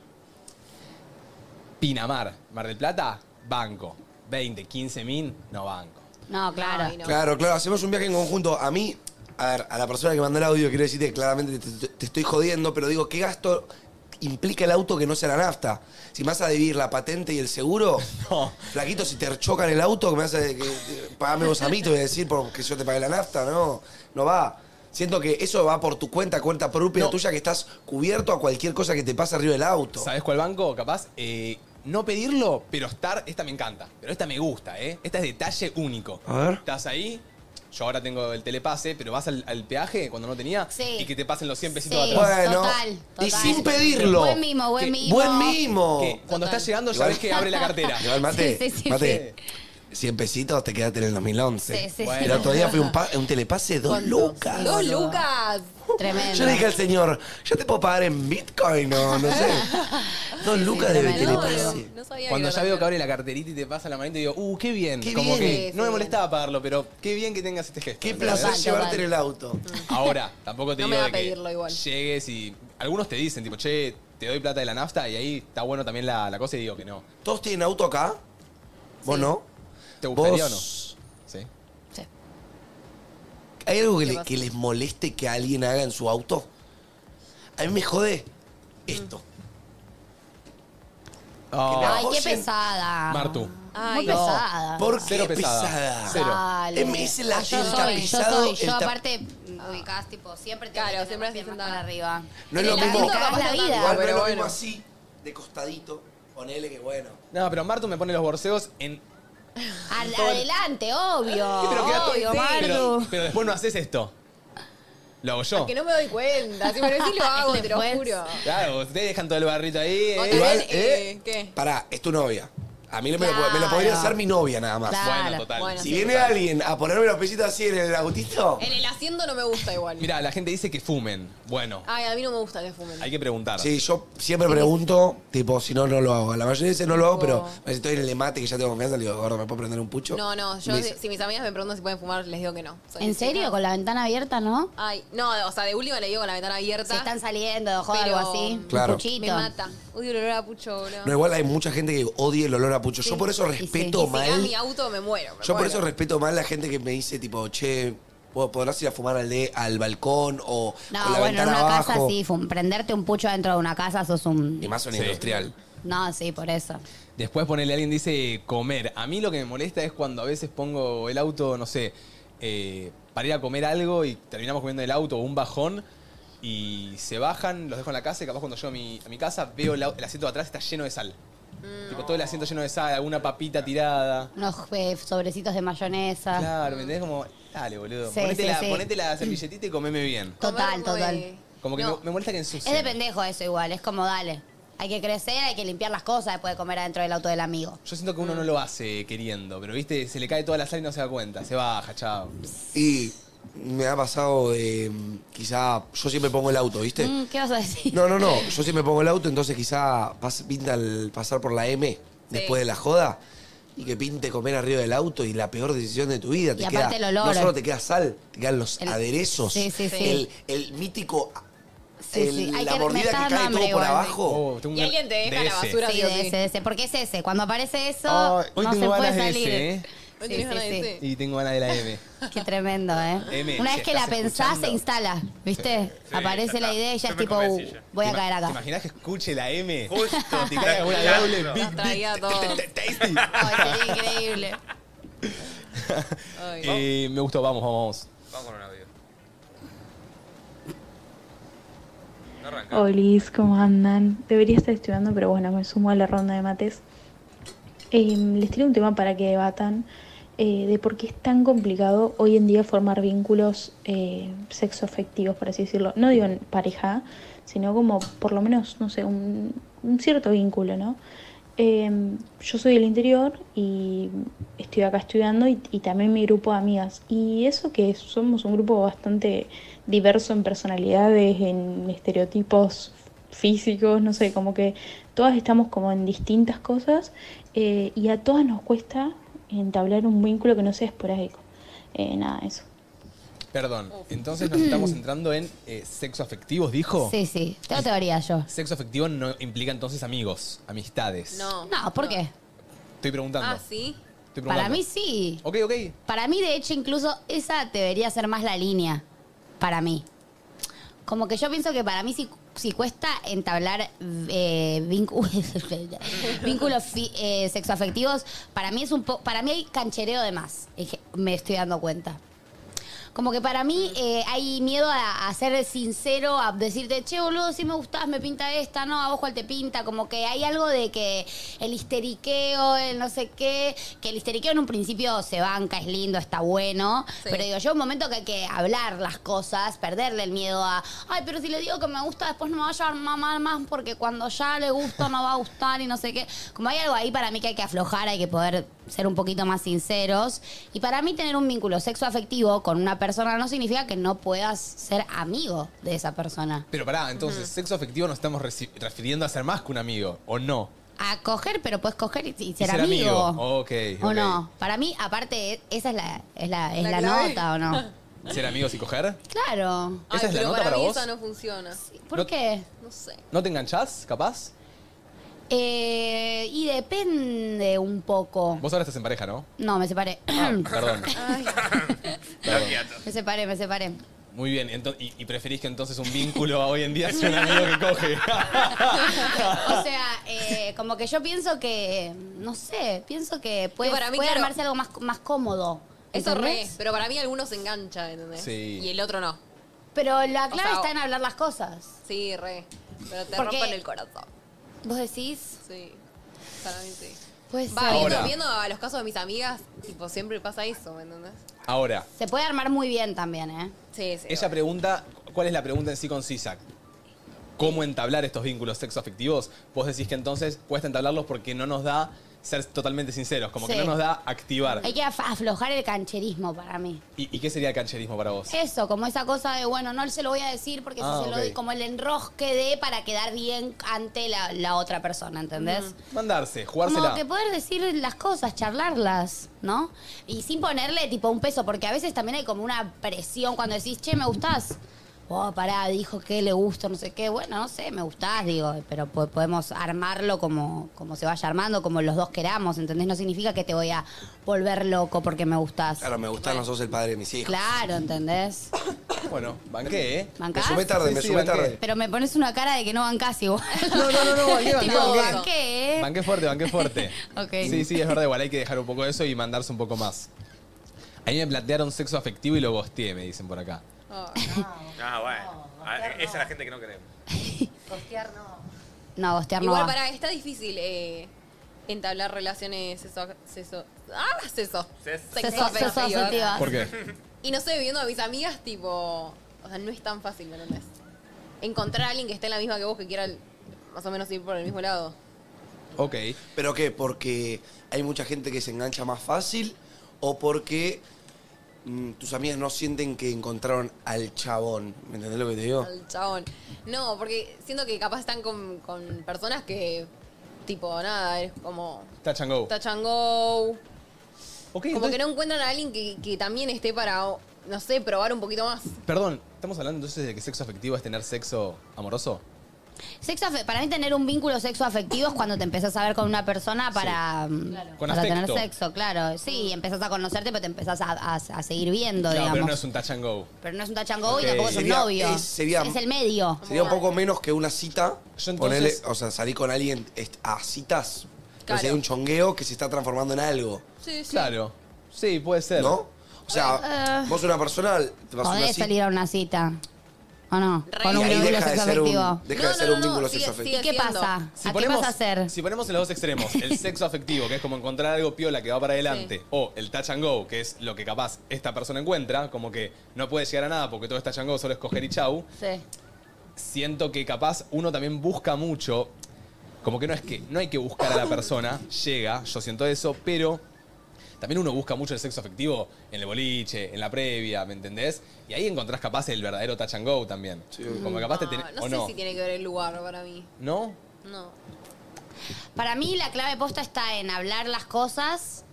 Speaker 1: Pinamar, Mar del Plata, banco. 20, 15 mil, no banco.
Speaker 15: No, claro.
Speaker 7: Claro, claro, hacemos un viaje en conjunto. A mí, a ver, a la persona que mandó el audio, quiero decirte que claramente te, te- te estoy jodiendo, pero digo, ¿qué gasto implica el auto que no sea la nafta? Si me vas a dividir la patente y el seguro, flaquito, si te chocan el auto, que me vas a que, que- pagame vos a mí, te voy a decir porque yo te pagué la nafta, no, no va. Siento que eso va por tu cuenta, cuenta propia tuya, que estás cubierto a cualquier cosa que te pase arriba del auto.
Speaker 1: ¿Sabes cuál banco? Capaz, eh, no pedirlo, pero estar. Esta me encanta. Pero esta me gusta, ¿eh? Esta es detalle único.
Speaker 7: A ver.
Speaker 1: Estás ahí. Yo ahora tengo el telepase, pero vas al, al peaje cuando no tenía y que te pasen los 100 pesitos
Speaker 15: Sí,
Speaker 1: atrás.
Speaker 15: Bueno. total,
Speaker 7: y
Speaker 15: total.
Speaker 7: sin pedirlo.
Speaker 15: Buen mimo, buen
Speaker 7: Que-
Speaker 15: mimo.
Speaker 7: Buen mimo.
Speaker 1: Que cuando estás llegando ya
Speaker 7: Igual-
Speaker 1: ves que abre la cartera.
Speaker 7: Igual, mate,
Speaker 15: Sí, sí, sí,
Speaker 7: mate. 100 pesitos te quedaste en el 2011.
Speaker 15: Sí, sí,
Speaker 1: sí.
Speaker 7: El otro día fui a un, pa- un telepase dos lucas.
Speaker 2: Dos lucas.
Speaker 15: Tremendo.
Speaker 7: Yo le dije al señor, yo te puedo pagar en Bitcoin o no sé. Dos lucas de
Speaker 2: tremendo.
Speaker 7: telepase.
Speaker 2: No sabía
Speaker 1: Cuando
Speaker 2: que
Speaker 1: ya
Speaker 2: era
Speaker 1: veo que abre la carterita y te pasa la manita y digo, uh, qué bien.
Speaker 7: Qué
Speaker 1: Como
Speaker 7: bien.
Speaker 1: que
Speaker 7: Sí,
Speaker 1: no me molestaba pagarlo, pero qué bien que tengas este gesto.
Speaker 7: Qué
Speaker 1: ¿entendés?
Speaker 7: placer llevarte en el auto.
Speaker 1: Ahora, tampoco te
Speaker 2: No me
Speaker 1: digo
Speaker 2: va
Speaker 1: de
Speaker 2: a pedirlo
Speaker 1: que
Speaker 2: igual.
Speaker 1: llegues y. Algunos te dicen, tipo, che, te doy plata de la nafta y ahí está bueno también la, la cosa y digo que no.
Speaker 7: ¿Todos tienen auto acá? ¿Vos no?
Speaker 1: ¿Te gustaría o no?
Speaker 7: ¿Vos?
Speaker 1: Sí.
Speaker 7: ¿Hay algo que, le-
Speaker 15: pasa?
Speaker 7: que les moleste que alguien haga en su auto? A mí me jode esto.
Speaker 1: Oh.
Speaker 15: Ay, qué
Speaker 7: Oyen-
Speaker 15: pesada.
Speaker 1: Martu.
Speaker 15: Muy
Speaker 7: no.
Speaker 15: pesada.
Speaker 7: ¿Por qué
Speaker 1: Cero pesada.
Speaker 7: pesada?
Speaker 1: Cero.
Speaker 15: Dale.
Speaker 7: Em, Es el
Speaker 15: Ah, yo
Speaker 7: el
Speaker 15: soy, yo
Speaker 7: tapizado,
Speaker 15: soy, yo
Speaker 7: el ta-
Speaker 15: aparte ubicás tipo siempre te
Speaker 2: Claro,
Speaker 15: claro,
Speaker 2: siempre
Speaker 15: siempre
Speaker 2: has
Speaker 15: piernas
Speaker 2: sentado.
Speaker 15: para arriba.
Speaker 7: No es lo
Speaker 15: Te
Speaker 7: mismo.
Speaker 15: cagás la vida.
Speaker 7: Igual no es
Speaker 2: pero
Speaker 7: lo
Speaker 2: bueno.
Speaker 7: mismo así, de costadito. Ponele que bueno.
Speaker 1: No, pero Martu me pone los borseos en
Speaker 15: Al- adelante, obvio.
Speaker 1: Pero queda todo
Speaker 15: obvio,
Speaker 1: bien.
Speaker 15: Mardu.
Speaker 1: pero, pero después no haces esto. Lo hago yo.
Speaker 2: Que no me doy cuenta. Si me lo decís, lo hago, te lo juro.
Speaker 1: Claro, ustedes dejan todo el barrito ahí.
Speaker 2: O
Speaker 1: eh.
Speaker 2: también,
Speaker 7: Eh, Igual,
Speaker 2: eh, ¿qué?
Speaker 7: Pará, es tu novia. A mí no me, lo, po- me lo podría
Speaker 1: Claro.
Speaker 7: hacer mi novia nada más.
Speaker 2: Claro. Bueno, total. Bueno,
Speaker 7: si
Speaker 2: sí,
Speaker 7: viene
Speaker 1: total.
Speaker 7: alguien a ponerme los pesitos así en el autito.
Speaker 2: En el haciendo no me gusta igual.
Speaker 1: Mira, la gente dice que fumen. Bueno,
Speaker 2: Ay, a mí no me gusta que fumen.
Speaker 1: hay que preguntar.
Speaker 7: Sí, eh, yo siempre pregunto, tipo, si no, no lo hago. La mayoría de veces no lo hago, pero si estoy en el mate que ya tengo confianza, le digo, gordo, ¿me puedo prender un pucho?
Speaker 2: No, no, yo
Speaker 7: Me
Speaker 2: si,
Speaker 7: dice,
Speaker 2: si mis amigas me preguntan si pueden fumar, les digo que no. Soy
Speaker 15: ¿En
Speaker 2: así,
Speaker 15: serio?
Speaker 2: no.
Speaker 15: Con la ventana abierta, ¿no?
Speaker 2: Ay, no, o sea, de última le digo con la ventana abierta.
Speaker 15: Se están saliendo, joda,
Speaker 2: Pero-
Speaker 15: algo así.
Speaker 7: Claro.
Speaker 15: Un puchito.
Speaker 2: Me mata. Odio el olor a pucho, boludo.
Speaker 7: No, igual hay mucha gente que odia el olor a pucho. Yo por eso respeto
Speaker 2: Y si
Speaker 7: mal.
Speaker 2: queda mi auto, me muero. me
Speaker 7: Yo por
Speaker 2: muero.
Speaker 7: eso respeto más la gente que me dice, tipo, che, ¿pod- ¿podrás ir a fumar al, de, al balcón o
Speaker 15: No,
Speaker 7: con la
Speaker 15: bueno, en
Speaker 7: ventana
Speaker 15: una
Speaker 7: abajo?
Speaker 15: casa sí, fum- prenderte un pucho dentro de una casa sos un...
Speaker 7: Y más un industrial.
Speaker 15: No, sí, por eso.
Speaker 1: Después ponele, alguien dice comer. A mí lo que me molesta es cuando a veces pongo el auto, no sé, eh, para ir a comer algo y terminamos comiendo en el auto o un bajón y se bajan, los dejo en la casa y capaz cuando llego a mi, a mi casa veo el, au- el asiento de atrás está lleno de sal. Tipo, todo el asiento lleno de sal, alguna papita tirada.
Speaker 15: Unos eh, sobrecitos de mayonesa.
Speaker 1: Claro, ¿me entendés? Como, dale, boludo.
Speaker 15: Sí,
Speaker 1: ponete,
Speaker 15: sí,
Speaker 1: la,
Speaker 15: sí.
Speaker 1: ponete la servilletita y comeme bien.
Speaker 15: Total, total.
Speaker 1: Como que
Speaker 15: No.
Speaker 1: me, me molesta que
Speaker 15: Es
Speaker 1: ensucie.
Speaker 15: de pendejo eso igual, es como dale. Hay que crecer, hay que limpiar las cosas después de comer adentro del auto del amigo.
Speaker 1: Yo siento que uno no lo hace queriendo, pero viste, se le cae toda la sal y no se da cuenta. Se baja, chao.
Speaker 7: Y me ha pasado de. mm, Quizá. Yo siempre pongo el auto, ¿viste?
Speaker 15: Mm, ¿Qué vas a decir?
Speaker 7: No, no, no. Yo siempre pongo el auto, entonces quizá pas- pinta el pasar por la M después de la joda y que pinte comer arriba del auto y la peor decisión de tu vida. Te
Speaker 15: Y aparte
Speaker 7: queda-
Speaker 15: el
Speaker 7: No
Speaker 15: olor.
Speaker 7: solo te queda sal, te quedan los
Speaker 15: El-
Speaker 7: aderezos.
Speaker 15: Sí, sí, sí.
Speaker 7: El, el mítico.
Speaker 15: Sí,
Speaker 7: el-
Speaker 15: sí. Hay
Speaker 7: La
Speaker 15: que- me
Speaker 7: mordida
Speaker 15: estás
Speaker 7: que
Speaker 15: dando
Speaker 7: cae todo
Speaker 15: hambre
Speaker 7: por
Speaker 15: igual.
Speaker 7: abajo.
Speaker 2: Y alguien te deja la basura,
Speaker 15: Sí,
Speaker 2: sí o
Speaker 15: Oh, de
Speaker 2: sí.
Speaker 15: ese, de ese. Porque es ese. Cuando aparece eso,
Speaker 1: Ay, Oh, hoy
Speaker 15: no se
Speaker 1: tengo
Speaker 15: puede
Speaker 1: ganas de
Speaker 15: salir.
Speaker 1: ese, ¿eh?
Speaker 15: Sí,
Speaker 2: tenés
Speaker 15: sí,
Speaker 2: ganas de
Speaker 15: sí.
Speaker 1: Y tengo ganas de la M.
Speaker 15: Qué tremendo, ¿eh?
Speaker 1: M,
Speaker 15: Una
Speaker 1: si
Speaker 15: vez que la
Speaker 1: estás
Speaker 15: pensás,
Speaker 1: escuchando.
Speaker 15: se instala, ¿viste?
Speaker 1: Sí, ya
Speaker 15: Aparece
Speaker 1: está.
Speaker 15: la idea y ya
Speaker 1: Yo
Speaker 15: es
Speaker 1: me
Speaker 15: tipo,
Speaker 1: convencí
Speaker 15: uh,
Speaker 1: ya.
Speaker 15: voy a
Speaker 1: Ima-
Speaker 15: caer
Speaker 1: ¿Te
Speaker 15: acá.
Speaker 1: imaginas que escuche la M? Justo. Te cae una
Speaker 2: Claro.
Speaker 1: doble
Speaker 2: Nos
Speaker 1: big
Speaker 2: traía
Speaker 1: big,
Speaker 2: todo.
Speaker 1: tasty.
Speaker 4: Ah,
Speaker 2: Ay, sería increíble. Ay.
Speaker 1: Eh, me gustó, vamos, vamos,
Speaker 4: Vamos con un audio. No arranca.
Speaker 9: Olis, ¿cómo andan? Debería estar estudiando, pero bueno, me sumo a la ronda de mates. Eh, les tiré un tema para que debatan eh, de por qué es tan complicado hoy en día formar vínculos eh, sexoafectivos, por así decirlo. No digo en pareja, sino como por lo menos, no sé, un, un cierto vínculo, ¿no? Eh, yo soy del interior y estoy acá estudiando y, y también mi grupo de amigas. Y eso que somos un grupo bastante diverso en personalidades, en estereotipos físicos, no sé, como que todas estamos como en distintas cosas eh, y a todas nos cuesta entablar un vínculo que no sea esporádico. Eh, nada, eso.
Speaker 1: Perdón, entonces nos estamos entrando en eh, sexo afectivos, dijo.
Speaker 15: Sí, sí. Tengo teoría yo.
Speaker 1: Sexo afectivo no implica entonces amigos, amistades.
Speaker 15: No. No, ¿por qué?
Speaker 1: Estoy preguntando.
Speaker 15: sí.
Speaker 1: Estoy preguntando.
Speaker 15: Para mí sí.
Speaker 1: Ok, ok.
Speaker 15: Para mí, de hecho, incluso esa debería ser más la línea. Para mí. Como que yo pienso que para mí si, si cuesta entablar eh, vínculos vínculos fi- eh, sexoafectivos, para mí es un po- para mí hay canchereo de más. Ej- Me estoy dando cuenta. Como que para mí eh, hay miedo a, a ser sincero, a decirte, che, boludo, si me gustás, me pinta esta, no, a vos cuál te pinta. Como que hay algo de que el histeriqueo, el no sé qué, que el histeriqueo en un principio se banca, es lindo, está bueno. Pero digo, llega un momento que hay que hablar las cosas, perderle el miedo a, ay, pero si le digo que me gusta, después no me va a llevar mamá más porque cuando ya le gusto no va a gustar y no sé qué. Como hay algo ahí para mí que hay que aflojar, hay que poder ser un poquito más sinceros. Y para mí tener un vínculo sexoafectivo con una persona no significa que no puedas ser amigo de esa persona.
Speaker 1: Pero pará, entonces, sexo afectivo nos estamos reci- refiriendo a ser más que un amigo, ¿o no?
Speaker 15: A coger, pero puedes coger y, y
Speaker 1: Y
Speaker 15: ser, amigo.
Speaker 1: Ok,
Speaker 15: ¿O
Speaker 1: ok.
Speaker 15: no? Para mí, aparte, esa es la, es la, es
Speaker 2: La
Speaker 15: la,
Speaker 2: clave.
Speaker 15: nota, ¿o no?
Speaker 1: ¿Ser amigos y coger?
Speaker 15: Claro.
Speaker 1: ¿Esa es la
Speaker 2: pero
Speaker 1: nota para
Speaker 2: mí
Speaker 1: vos?
Speaker 2: esa no funciona.
Speaker 15: ¿Por qué?
Speaker 2: No sé.
Speaker 1: ¿No te enganchás, capaz?
Speaker 15: Eh, y depende un poco.
Speaker 1: Vos ahora estás en pareja, ¿no? Ah,
Speaker 15: No, me separé.
Speaker 1: Perdón. Perdón.
Speaker 15: me separé, me separé.
Speaker 1: Muy bien, ento- y, y preferís que entonces un vínculo hoy en día sea un amigo que coge.
Speaker 15: O sea, eh, como que yo pienso que, no sé, pienso que puede,
Speaker 2: Y para mí,
Speaker 15: puede
Speaker 2: claro.
Speaker 15: armarse algo más, más cómodo.
Speaker 2: Eso re,
Speaker 15: ¿entendés?
Speaker 2: pero para mí algunos se engancha, ¿entendés?
Speaker 1: Sí.
Speaker 2: Y el otro no.
Speaker 15: Pero la clave
Speaker 2: sea,
Speaker 15: está en hablar las cosas.
Speaker 2: Sí, re. Pero te
Speaker 15: Porque-
Speaker 2: rompen el corazón.
Speaker 15: ¿Vos decís?
Speaker 2: Sí. Para mí sí.
Speaker 15: Pues
Speaker 2: Va, viendo,
Speaker 1: Ahora.
Speaker 2: viendo a los casos de mis amigas, tipo, siempre pasa eso, ¿me entendés?
Speaker 1: Ahora,
Speaker 15: Se puede armar muy bien también, ¿eh?
Speaker 2: Sí, sí.
Speaker 1: ella pregunta, ¿cuál es la pregunta en sí con CISAC? ¿Cómo entablar estos vínculos sexoafectivos? Vos decís que entonces cuesta entablarlos porque no nos da ser totalmente sinceros, como que
Speaker 15: Sí.
Speaker 1: no nos da activar.
Speaker 15: Hay que af- aflojar el cancherismo para mí.
Speaker 1: ¿Y, y qué sería el cancherismo para vos?
Speaker 15: Eso, como esa cosa de, bueno, no se lo voy a decir porque
Speaker 1: Ah,
Speaker 15: si se lo
Speaker 1: ok.
Speaker 15: doy, como el enrosque de para quedar bien ante la, la otra persona, ¿entendés?
Speaker 7: Mm.
Speaker 1: Mandarse,
Speaker 15: Como
Speaker 1: jugársela.
Speaker 15: que poder decir las cosas, charlarlas, ¿no? Y sin ponerle tipo un peso, porque a veces también hay como una presión cuando decís, che, me gustás. Oh, pará, dijo que le gusto, no sé qué. Bueno, no sé, me gustás, digo, pero po- podemos armarlo como, como se vaya armando, como los dos queramos, ¿entendés? No significa que te voy a volver loco porque me gustás.
Speaker 7: Claro, me gusta, no sos el padre de mis hijos.
Speaker 15: Claro, ¿entendés?
Speaker 1: Bueno, banqué, ¿eh?
Speaker 15: ¿Bancás?
Speaker 7: Me sumé tarde,
Speaker 1: Sí,
Speaker 7: me
Speaker 1: sí,
Speaker 7: sumé
Speaker 1: banqué.
Speaker 7: tarde.
Speaker 15: Eh, Pero me pones una cara de que no bancás igual.
Speaker 1: No, no, no, no, banqué, banqué,
Speaker 15: Tipo,
Speaker 1: banqué.
Speaker 15: banqué, ¿eh?
Speaker 1: Banqué fuerte, banqué fuerte.
Speaker 15: Ok.
Speaker 1: Sí, sí, es verdad, igual hay que dejar un poco eso y mandarse un poco más. A mí me plantearon sexo afectivo y lo gosteé, me dicen por acá.
Speaker 4: Ah, bueno. Ah, esa es la gente que no queremos.
Speaker 3: Costear no.
Speaker 15: No, gostear no
Speaker 2: Igual
Speaker 15: va.
Speaker 2: para está difícil eh, entablar relaciones sexo, sexo- ah, sexo, sexoafectivas.
Speaker 15: sexoafectivas.
Speaker 1: ¿Por qué?
Speaker 2: Y no sé, viendo a mis amigas, tipo, o sea, no es tan fácil, ¿me entendés? Encontrar a alguien que esté en la misma que vos, que quiera más o menos ir por el mismo lado.
Speaker 1: Ok.
Speaker 7: ¿Pero qué? ¿Porque hay mucha gente que se engancha más fácil o porque mm, tus amigas no sienten que encontraron al chabón? ¿Me entendés lo que te digo?
Speaker 2: Al chabón. No, porque siento que capaz están con, con personas que, tipo, nada, es como
Speaker 1: Touch and go.
Speaker 2: touch and go.
Speaker 1: Oh. Ok,
Speaker 2: como
Speaker 1: entonces-
Speaker 2: que no encuentran a alguien que, que también esté para, no sé, probar un poquito más.
Speaker 1: Perdón, ¿estamos hablando entonces de que sexo afectivo es tener sexo amoroso?
Speaker 15: Sexo afe- para mí tener un vínculo sexo afectivo es cuando te empezás a ver con una persona para, mm,
Speaker 1: Con
Speaker 15: para tener
Speaker 1: afecto.
Speaker 15: sexo, claro.
Speaker 7: Mm.
Speaker 15: Sí, empezás a conocerte, pero te empezás a, a- a seguir viendo,
Speaker 1: Claro,
Speaker 15: digamos.
Speaker 1: pero no es un touch and go.
Speaker 15: un tachango
Speaker 7: Ok.
Speaker 15: y tampoco es un
Speaker 7: Sería-
Speaker 15: novio.
Speaker 7: es- sería-
Speaker 15: Es el medio.
Speaker 7: Sería un poco menos que una cita.
Speaker 1: entonces-
Speaker 7: Ponele, o sea, salir con alguien est- a citas. Pero
Speaker 15: Claro.
Speaker 7: sería un chongueo que se está transformando en algo.
Speaker 2: Sí, sí.
Speaker 1: Claro. Sí, puede ser.
Speaker 7: ¿No? O sea,
Speaker 15: Eh.
Speaker 7: vos una persona te vas a una
Speaker 15: Podés
Speaker 7: cita.
Speaker 15: salir a una cita. ¿O no? Con
Speaker 7: Y
Speaker 15: un
Speaker 7: ahí
Speaker 15: vínculo
Speaker 7: deja de
Speaker 15: sexo
Speaker 7: ser un-
Speaker 15: afectivo.
Speaker 7: deja de No, no, ser un no, no, vínculo sigue- sexoafectivo.
Speaker 15: ¿Y
Speaker 7: sigue
Speaker 15: qué
Speaker 7: siendo.
Speaker 15: pasa?
Speaker 1: Si
Speaker 15: ¿A qué
Speaker 1: ponemos,
Speaker 15: vas a hacer?
Speaker 1: si ponemos en los dos extremos, el sexo afectivo, que es como encontrar algo piola que va para adelante, o el touch and go, que es lo que capaz esta persona encuentra, como que no puede llegar a nada porque todo es touch and go, solo es coger y chau,
Speaker 15: Sí.
Speaker 1: siento que capaz uno también busca mucho, como que no es que no hay que buscar a la persona, llega, yo siento eso, pero también uno busca mucho el sexo afectivo en el boliche, en la previa, ¿me entendés? Y ahí encontrás capaz el verdadero touch and go también. Como que capaz te tenés,
Speaker 2: Ah, no
Speaker 1: o
Speaker 2: sé
Speaker 1: no.
Speaker 2: si tiene que ver el lugar para mí.
Speaker 1: ¿No?
Speaker 2: No.
Speaker 15: Para mí la clave posta está en hablar las cosas.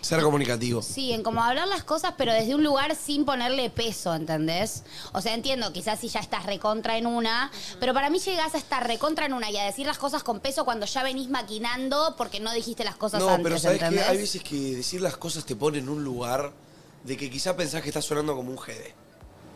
Speaker 7: Ser comunicativo.
Speaker 15: Sí, en como hablar las cosas, pero desde un lugar sin ponerle peso, ¿entendés? O sea, entiendo, quizás si ya estás recontra en una, pero para mí llegás a estar recontra en una y a decir las cosas con peso cuando ya venís maquinando porque no dijiste las cosas
Speaker 7: No,
Speaker 15: antes,
Speaker 7: pero sabes que
Speaker 15: ¿entendés?
Speaker 7: hay veces que decir las cosas te pone en un lugar de que quizá pensás que estás sonando como un GD.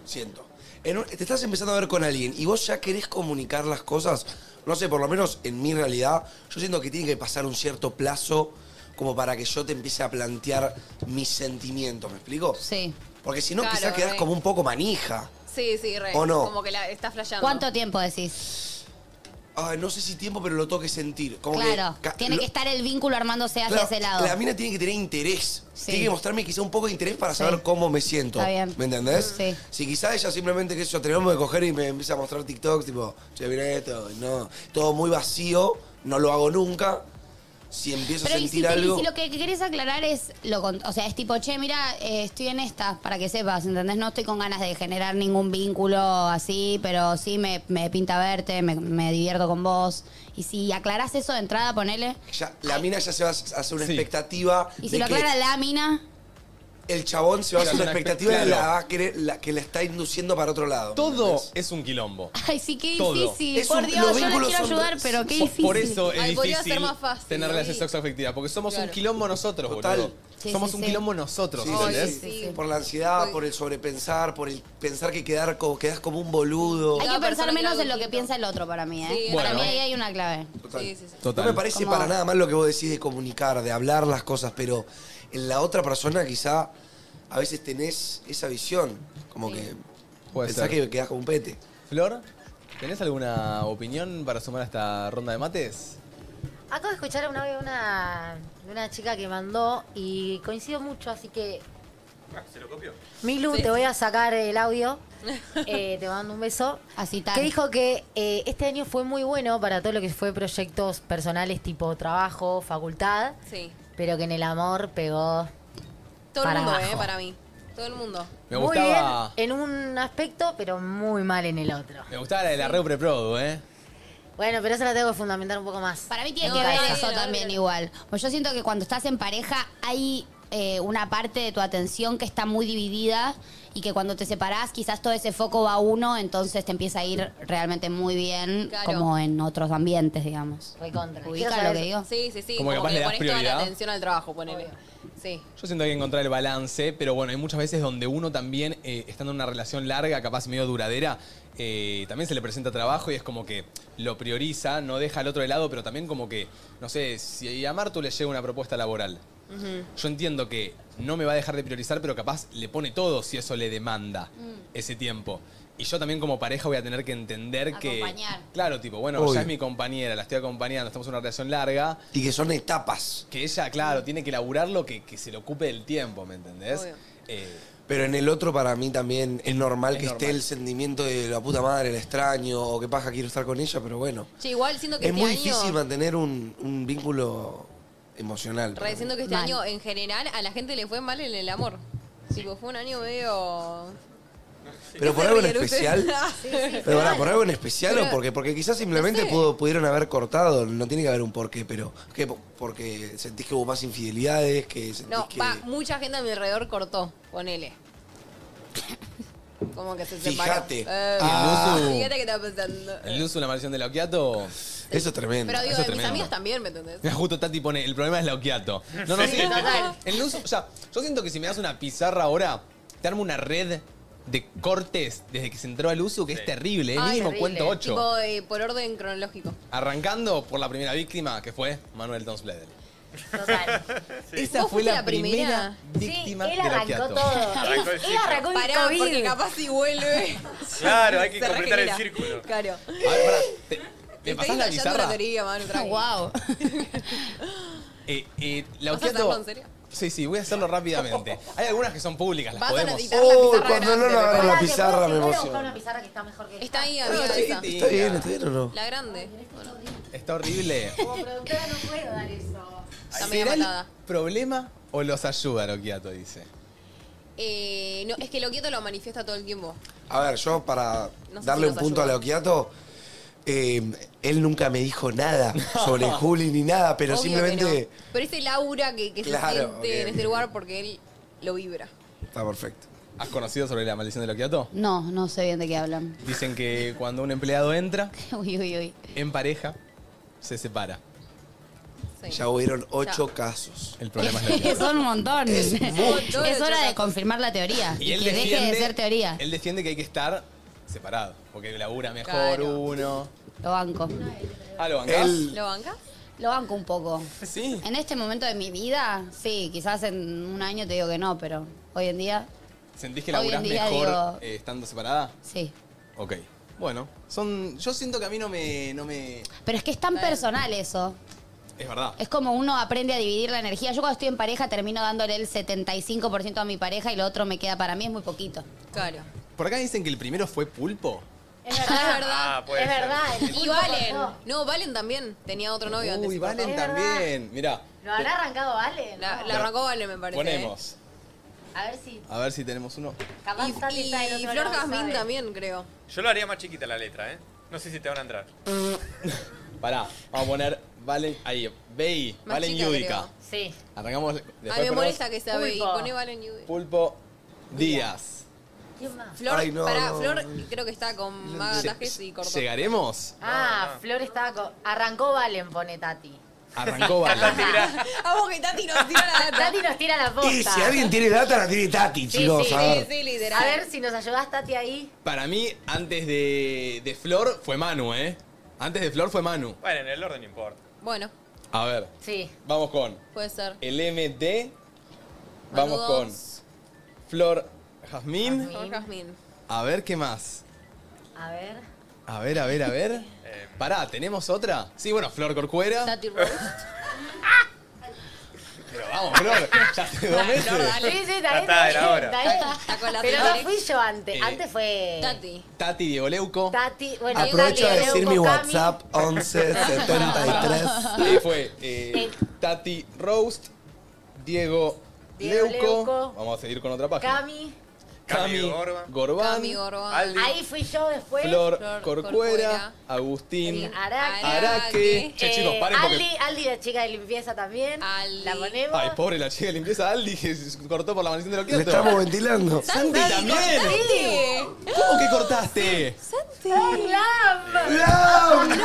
Speaker 7: Siento. En un- te estás empezando a ver con alguien y vos ya querés comunicar las cosas. No sé, por lo menos en mi realidad, yo siento que tiene que pasar un cierto plazo como para que yo te empiece a plantear mis sentimientos, ¿me explico?
Speaker 15: Sí.
Speaker 7: Porque si no,
Speaker 2: Claro,
Speaker 7: quizá quedás
Speaker 2: re.
Speaker 7: como un poco manija.
Speaker 2: Sí, sí, re.
Speaker 7: ¿O no?
Speaker 2: Como que la está flasheando.
Speaker 15: ¿Cuánto tiempo decís?
Speaker 7: Ay, no sé si tiempo, pero lo tengo que sentir. Como
Speaker 15: claro,
Speaker 7: que, ca-
Speaker 15: tiene
Speaker 7: lo-
Speaker 15: que estar el vínculo armándose hacia
Speaker 7: Claro,
Speaker 15: ese lado.
Speaker 7: La mina tiene que tener interés.
Speaker 15: Sí.
Speaker 7: Tiene que mostrarme quizá un poco de interés para saber cómo me siento.
Speaker 15: Está bien.
Speaker 7: ¿Me entendés?
Speaker 15: Sí.
Speaker 7: Si quizá ella simplemente, que yo, tenemos que coger y me empieza a mostrar TikToks, tipo, che, mira esto, no. Todo muy vacío, no lo hago nunca. Si empiezo
Speaker 15: Pero
Speaker 7: a
Speaker 15: y si,
Speaker 7: sentir
Speaker 15: te- y
Speaker 7: algo.
Speaker 15: si lo que querés aclarar es, lo, con- o sea, es tipo, che, mira, eh, estoy en esta, para que sepas, ¿entendés? No estoy con ganas de generar ningún vínculo así, pero sí me, me pinta verte, me, me divierto con vos. Y si aclarás eso de entrada, ponele.
Speaker 7: ya- la mina ya se va a hacer una expectativa.
Speaker 15: Y
Speaker 7: de
Speaker 15: si lo
Speaker 7: que
Speaker 15: aclara la mina,
Speaker 7: El chabón se va a hacer
Speaker 1: Claro,
Speaker 7: una
Speaker 1: una expect-
Speaker 7: expectativa de la,
Speaker 1: claro.
Speaker 7: va a querer- la- que la está induciendo para otro lado.
Speaker 1: Todo es un quilombo.
Speaker 15: ay, sí, qué
Speaker 1: Todo.
Speaker 15: difícil.
Speaker 7: Es
Speaker 15: Por
Speaker 7: un- los
Speaker 15: Dios, yo les
Speaker 7: vínculos
Speaker 15: quiero
Speaker 7: son-
Speaker 15: ayudar, pero qué
Speaker 1: Por-
Speaker 15: difícil.
Speaker 1: Por eso es
Speaker 2: Ay, podría
Speaker 1: difícil
Speaker 2: ser más fácil,
Speaker 1: tener
Speaker 2: ¿no?
Speaker 1: relación sexo afectiva, porque somos un
Speaker 2: Claro.
Speaker 1: quilombo nosotros,
Speaker 7: Total.
Speaker 1: boludo.
Speaker 7: Sí,
Speaker 1: somos
Speaker 7: sí,
Speaker 1: un
Speaker 7: sí.
Speaker 1: quilombo nosotros,
Speaker 7: Sí,
Speaker 1: ¿entendés?
Speaker 7: sí, sí. Pues Por la ansiedad, por el sobrepensar, por el pensar que quedar como, quedás como un boludo.
Speaker 15: Hay que
Speaker 2: Cada persona
Speaker 15: pensar menos
Speaker 2: tiene
Speaker 15: en lo que piensa el otro para mí, ¿eh?
Speaker 2: Sí,
Speaker 15: para
Speaker 7: Bueno.
Speaker 15: mí ahí hay una clave.
Speaker 7: No me parece
Speaker 15: Como-
Speaker 7: para nada mal lo que vos decís de comunicar, de hablar las cosas, pero en la otra persona quizá a veces tenés esa visión, como que
Speaker 1: Puede
Speaker 7: pensás
Speaker 1: ser.
Speaker 7: que quedás como un pete.
Speaker 1: Flor, ¿tenés alguna opinión para sumar a esta ronda de mates?
Speaker 3: Acabo de escuchar a una de una, de una chica que mandó y coincido mucho, así que
Speaker 4: Ah, se lo copió.
Speaker 3: Milu, te voy a sacar el audio. Eh, te mando un beso.
Speaker 15: Así
Speaker 3: Que dijo que eh, este año fue muy bueno para todo lo que fue proyectos personales tipo trabajo, facultad,
Speaker 2: Sí.
Speaker 3: pero que en el amor pegó.
Speaker 2: Todo
Speaker 3: para
Speaker 2: el mundo,
Speaker 3: abajo.
Speaker 2: ¿eh? Para mí. Todo el mundo.
Speaker 1: Me
Speaker 3: muy
Speaker 1: gustaba-
Speaker 3: bien en un aspecto, pero muy mal en el otro.
Speaker 1: Me gustaba la de la Reupre Produ, ¿eh?
Speaker 3: Bueno, pero eso la tengo que fundamentar un poco más.
Speaker 15: Para mí tiene que ver eso también igual. Pues yo siento que cuando estás en pareja hay eh, una parte de tu atención que está muy dividida y que cuando te separás quizás todo ese foco va a uno, entonces te empieza a ir realmente muy bien
Speaker 2: Claro.
Speaker 15: como en otros ambientes, digamos. Ubica lo que digo.
Speaker 2: Sí, sí, sí.
Speaker 1: Como que capaz le das
Speaker 2: pones toda la
Speaker 1: prioridad.
Speaker 2: atención al trabajo, ponele. Sí.
Speaker 1: Yo siento que hay que encontrar el balance, pero bueno, hay muchas veces donde uno también, eh, estando en una relación larga, capaz medio duradera, eh, también se le presenta trabajo y es como que lo prioriza, no deja al otro de lado, pero también como que, no sé, si a Martu le llega una propuesta laboral, yo entiendo que no me va a dejar de priorizar, pero capaz le pone todo si eso le demanda ese tiempo. Y yo también como pareja voy a tener que entender
Speaker 15: Acompañar.
Speaker 1: que... Claro, tipo, bueno,
Speaker 7: Obvio.
Speaker 1: ya es mi compañera, la estoy acompañando, estamos en una relación larga.
Speaker 7: Y que son etapas.
Speaker 1: Que ella, claro, tiene que laburarlo, que, que se le ocupe del tiempo, ¿me entendés?
Speaker 2: Obvio.
Speaker 1: Eh,
Speaker 7: Pero en el otro para mí también es normal
Speaker 1: Es
Speaker 7: que esté
Speaker 1: normal.
Speaker 7: el sentimiento de la puta madre, el extraño, o qué paja quiero estar con ella, pero bueno.
Speaker 2: Che, igual siento que
Speaker 7: Es
Speaker 2: este
Speaker 7: muy
Speaker 2: año.
Speaker 7: difícil mantener un, un vínculo emocional. para
Speaker 2: Re, siento que este
Speaker 7: Mal.
Speaker 2: año en general a la gente le fue mal en el amor. Tipo, fue un año medio.
Speaker 7: Pero por algo en
Speaker 2: Ustedes-
Speaker 7: especial.
Speaker 2: Sí, sí,
Speaker 7: Pero pará,
Speaker 2: mal.
Speaker 7: por algo en especial
Speaker 2: Pero-
Speaker 7: o porque, porque quizás simplemente
Speaker 2: sé.
Speaker 7: pudo- pudieron haber cortado, no tiene que haber un porqué, pero que po- porque sentís que hubo más infidelidades, que sentís
Speaker 2: No,
Speaker 7: que
Speaker 2: va, mucha gente a mi alrededor cortó, ponele. Como que se separó.
Speaker 7: Fíjate.
Speaker 2: Eh,
Speaker 1: Ah. El Luzu.
Speaker 2: Fíjate que estaba pensando.
Speaker 1: el uso de la maldición de Lauquiato.
Speaker 7: Eso es tremendo.
Speaker 2: Pero digo,
Speaker 1: eso
Speaker 2: de
Speaker 1: es
Speaker 2: mis
Speaker 1: tremendo.
Speaker 2: amigas también, ¿me entendés?
Speaker 1: Mira, Justo Tati pone, el problema es Lauquiato. No, no,
Speaker 2: Sí,
Speaker 1: sí.
Speaker 2: total.
Speaker 1: El uso, o sea, yo siento que si me das una pizarra ahora, te armo una red de cortes desde que se entró al uso que es terrible, es
Speaker 2: Ay,
Speaker 1: mínimo
Speaker 2: terrible.
Speaker 1: cuento 8.
Speaker 2: Tipo, eh, por orden cronológico.
Speaker 1: Arrancando por la primera víctima, que fue Manuel Tonsbledel.
Speaker 4: Este,
Speaker 1: Esa
Speaker 2: ¿Vos
Speaker 1: fue
Speaker 2: fuiste
Speaker 1: la primera
Speaker 2: víctima
Speaker 3: él arrancó todo.
Speaker 4: Arrancó el
Speaker 3: Él, él arrancó el
Speaker 2: Pará,
Speaker 3: COVID.
Speaker 2: porque capaz si vuelve.
Speaker 4: Claro, hay que
Speaker 2: se
Speaker 4: completar el
Speaker 2: regenera.
Speaker 4: círculo.
Speaker 2: Claro.
Speaker 1: ¿Me
Speaker 2: Estoy
Speaker 1: pasás
Speaker 2: ensayando una
Speaker 1: la pizarra?
Speaker 2: teoría, Manu, tranqui.
Speaker 1: Eh, eh,
Speaker 2: ¿Vas a hacerlo en
Speaker 1: Lauquiato.
Speaker 2: serio?
Speaker 1: Sí, sí, voy a hacerlo rápidamente. Hay algunas que son públicas, las
Speaker 2: Vas a
Speaker 1: podemos.
Speaker 2: necesitar la Oh, pizarra
Speaker 7: cuando grande, no lo agarro la prepárate, pizarra, me
Speaker 3: Voy a
Speaker 7: emociono.
Speaker 3: buscar una pizarra que está mejor que
Speaker 2: Está ahí,
Speaker 7: Ah,
Speaker 2: amiga. esa.
Speaker 7: chiquitín. Está bien, está bien o no.
Speaker 2: La grande.
Speaker 1: Está horrible.
Speaker 3: Como productora no puedo dar eso.
Speaker 2: Está media
Speaker 1: ¿Será el
Speaker 2: matada.
Speaker 1: problema o los ayuda Loquiato, dice?
Speaker 2: Eh, no, es que lo quieto lo manifiesta todo el tiempo.
Speaker 7: A ver, yo para
Speaker 2: No sé
Speaker 7: darle
Speaker 2: si
Speaker 7: un
Speaker 2: nos
Speaker 7: punto
Speaker 2: ayuda.
Speaker 7: a Leoquiato, él nunca me dijo nada sobre Juli ni nada, pero
Speaker 2: Obvio
Speaker 7: simplemente
Speaker 2: que no. Pero es el aura que, que
Speaker 7: Claro,
Speaker 2: se siente
Speaker 7: ok,
Speaker 2: en
Speaker 7: ok.
Speaker 2: este lugar porque él lo vibra.
Speaker 7: está perfecto.
Speaker 1: ¿Has conocido sobre la maldición de Loquiato?
Speaker 15: No, no sé bien de qué hablan.
Speaker 1: Dicen que cuando un empleado entra
Speaker 15: Uy, uy, uy.
Speaker 1: en pareja, se separa.
Speaker 7: Ya hubieron ocho
Speaker 1: Ya.
Speaker 7: casos.
Speaker 1: El problema es Loquiato.
Speaker 15: Son un montón.
Speaker 7: Es
Speaker 15: Es,
Speaker 7: mucho.
Speaker 15: hora de confirmar la teoría. Y, que deje de ser teoría.
Speaker 1: Él defiende que hay que estar separado, porque labura mejor
Speaker 15: Claro.
Speaker 1: uno.
Speaker 15: Lo banco.
Speaker 1: Ah, lo bancás.
Speaker 15: ¿Lo banca? Lo banco un poco.
Speaker 1: Sí.
Speaker 15: En este momento de mi vida, sí, quizás en un año te digo que no, pero hoy en día,
Speaker 1: ¿Sentís que
Speaker 15: Hoy en
Speaker 1: laburás
Speaker 15: día,
Speaker 1: mejor
Speaker 15: digo-
Speaker 1: eh, estando separada?
Speaker 15: sí.
Speaker 1: Ok. Bueno, son. Yo siento que a mí no me. No me
Speaker 15: Pero es que es tan personal eso.
Speaker 1: es verdad.
Speaker 15: Es como uno aprende a dividir la energía. Yo cuando estoy en pareja termino dándole el 75% a mi pareja y lo otro me queda para mí, es muy poquito.
Speaker 2: Claro.
Speaker 1: Por acá dicen que el primero fue pulpo. Ah,
Speaker 15: Es
Speaker 2: verdad. Es verdad.
Speaker 1: puede ser.
Speaker 2: Y Valen. No, Valen también tenía otro novio antes.
Speaker 1: Uy,
Speaker 2: se
Speaker 1: Valen
Speaker 2: cortó.
Speaker 1: también. Mirá.
Speaker 3: ¿Lo habrá arrancado Valen?
Speaker 2: La, la
Speaker 1: Lo-
Speaker 2: arrancó Valen, me parece. ¿eh?
Speaker 1: Ponemos.
Speaker 3: A ver si.
Speaker 1: A ver si tenemos uno.
Speaker 3: Capaz
Speaker 2: Y,
Speaker 3: Tati está del
Speaker 2: y
Speaker 3: otro
Speaker 2: Flor
Speaker 3: lado,
Speaker 2: Jazmín
Speaker 3: ¿sabe?
Speaker 2: también, creo.
Speaker 4: Yo lo haría más chiquita la letra, ¿eh? No sé si te van a entrar.
Speaker 1: Pará, vamos a poner Valen. Ahí, Bey,
Speaker 2: Más
Speaker 1: Valen
Speaker 2: chica,
Speaker 1: Yudica.
Speaker 3: Sí.
Speaker 1: Arrancamos. Después
Speaker 2: A mí me
Speaker 1: ponemos
Speaker 2: molesta que sea Bey.
Speaker 3: Pulpo.
Speaker 2: Poné Valen y
Speaker 1: Pulpo Díaz.
Speaker 3: ¿Quién más?
Speaker 2: Flor,
Speaker 1: Ay, no,
Speaker 2: pará,
Speaker 1: no.
Speaker 2: Flor creo que está con Maga
Speaker 1: Se-
Speaker 2: Tajes y cortó.
Speaker 1: ¿Llegaremos?
Speaker 3: Ah, Flor estaba con. Arrancó Valen, pone Tati.
Speaker 1: Arrancó Valen.
Speaker 2: A vos que Tati nos tira la data.
Speaker 3: Tati nos tira la posta.
Speaker 7: Y si alguien tiene data, la tiene Tati, chicos. a ver.
Speaker 3: A ver si nos ayudás, Tati, ahí.
Speaker 1: Para mí, antes de, de Flor fue Manu, ¿eh? Antes de Flor fue Manu.
Speaker 4: Bueno, en el orden no importa.
Speaker 2: Bueno,
Speaker 1: A ver,
Speaker 3: sí,
Speaker 1: vamos con
Speaker 2: puede ser.
Speaker 1: el MD. Vamos con
Speaker 2: Saludos.
Speaker 1: Flor Jazmín.
Speaker 2: Flor Jazmín.
Speaker 1: A ver qué más.
Speaker 3: A ver.
Speaker 1: A ver, a ver, a ver. Pará, ¿tenemos otra? Sí, bueno, Flor Corcuera.
Speaker 15: Tati Rose.
Speaker 1: Pero vamos, Flor, ya hace dos meses.
Speaker 3: Sí, sí, está bien,
Speaker 1: Este. Ya está,
Speaker 3: bien,
Speaker 1: era hora.
Speaker 3: está bien.
Speaker 2: con la
Speaker 3: Pero
Speaker 2: tira
Speaker 3: no fui yo antes.
Speaker 1: Eh,
Speaker 3: Antes fue. Tati.
Speaker 1: Tati, Diego Leuco.
Speaker 3: Tati. Bueno,
Speaker 7: Aprovecho a
Speaker 3: Tati,
Speaker 7: decir
Speaker 3: Leuco,
Speaker 7: mi
Speaker 3: Cami.
Speaker 7: WhatsApp 1173.
Speaker 1: Eh, fue eh, Tati Roast, Diego,
Speaker 3: Diego
Speaker 1: Leuco.
Speaker 3: Leuco.
Speaker 1: Vamos a seguir con otra página.
Speaker 3: Cami.
Speaker 1: Cami, Gorbán.
Speaker 3: Cami Gorba.
Speaker 1: Aldi.
Speaker 3: Ahí fui yo después.
Speaker 1: Flor, Corcuera, Agustín,
Speaker 3: Araque.
Speaker 1: Araque. Che,
Speaker 3: Eh,
Speaker 1: chicos, paren porque-
Speaker 3: Aldi, Aldi, la chica de limpieza también. La ponemos.
Speaker 1: Ay, pobre la chica de limpieza Aldi que se cortó por la mansión de los
Speaker 7: Le estamos ventilando.
Speaker 1: ¡Santi también! ¿Cómo que cortaste?
Speaker 3: ¡Santi! ¡Oh, ¡Lam!
Speaker 1: ¡Lam!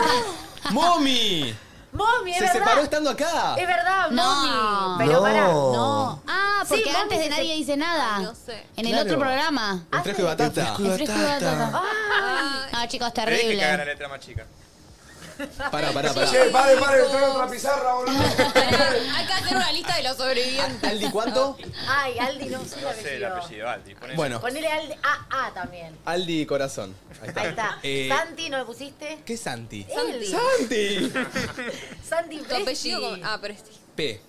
Speaker 1: ¡Momi!
Speaker 3: ¡Mami, es
Speaker 1: Se
Speaker 3: verdad!
Speaker 1: separó estando acá.
Speaker 3: Es verdad,
Speaker 15: No.
Speaker 3: Mami.
Speaker 1: No.
Speaker 3: Pero pará.
Speaker 1: No.
Speaker 15: Ah, porque
Speaker 3: Sí, mami,
Speaker 15: antes de
Speaker 3: se-
Speaker 15: nadie dice nada. En el
Speaker 1: Claro.
Speaker 15: otro programa.
Speaker 1: El fresco de batata.
Speaker 15: El fresco de batata. No, chicos,
Speaker 4: Tenés que cagar
Speaker 15: terrible.
Speaker 4: la letra más chica.
Speaker 1: Pará, pará, pará.
Speaker 7: Che, pare, pare, estoy en otra pizarra, boludo.
Speaker 2: Hay que hacer una lista de los sobrevivientes.
Speaker 1: ¿Aldi cuánto?
Speaker 3: Ay, Aldi no sé el
Speaker 4: No sé el
Speaker 3: apellido.
Speaker 4: apellido, Aldi. poné-
Speaker 1: Bueno,
Speaker 3: Ponele Aldi AA también.
Speaker 1: Aldi Corazón. Ahí está.
Speaker 3: Ahí está.
Speaker 1: Eh,
Speaker 3: Santi, ¿no le pusiste?
Speaker 1: ¿Qué es Santi?
Speaker 3: Él.
Speaker 1: ¡Santi!
Speaker 3: Santi
Speaker 2: Tu apellido con-
Speaker 3: Ah, pero este.
Speaker 1: P.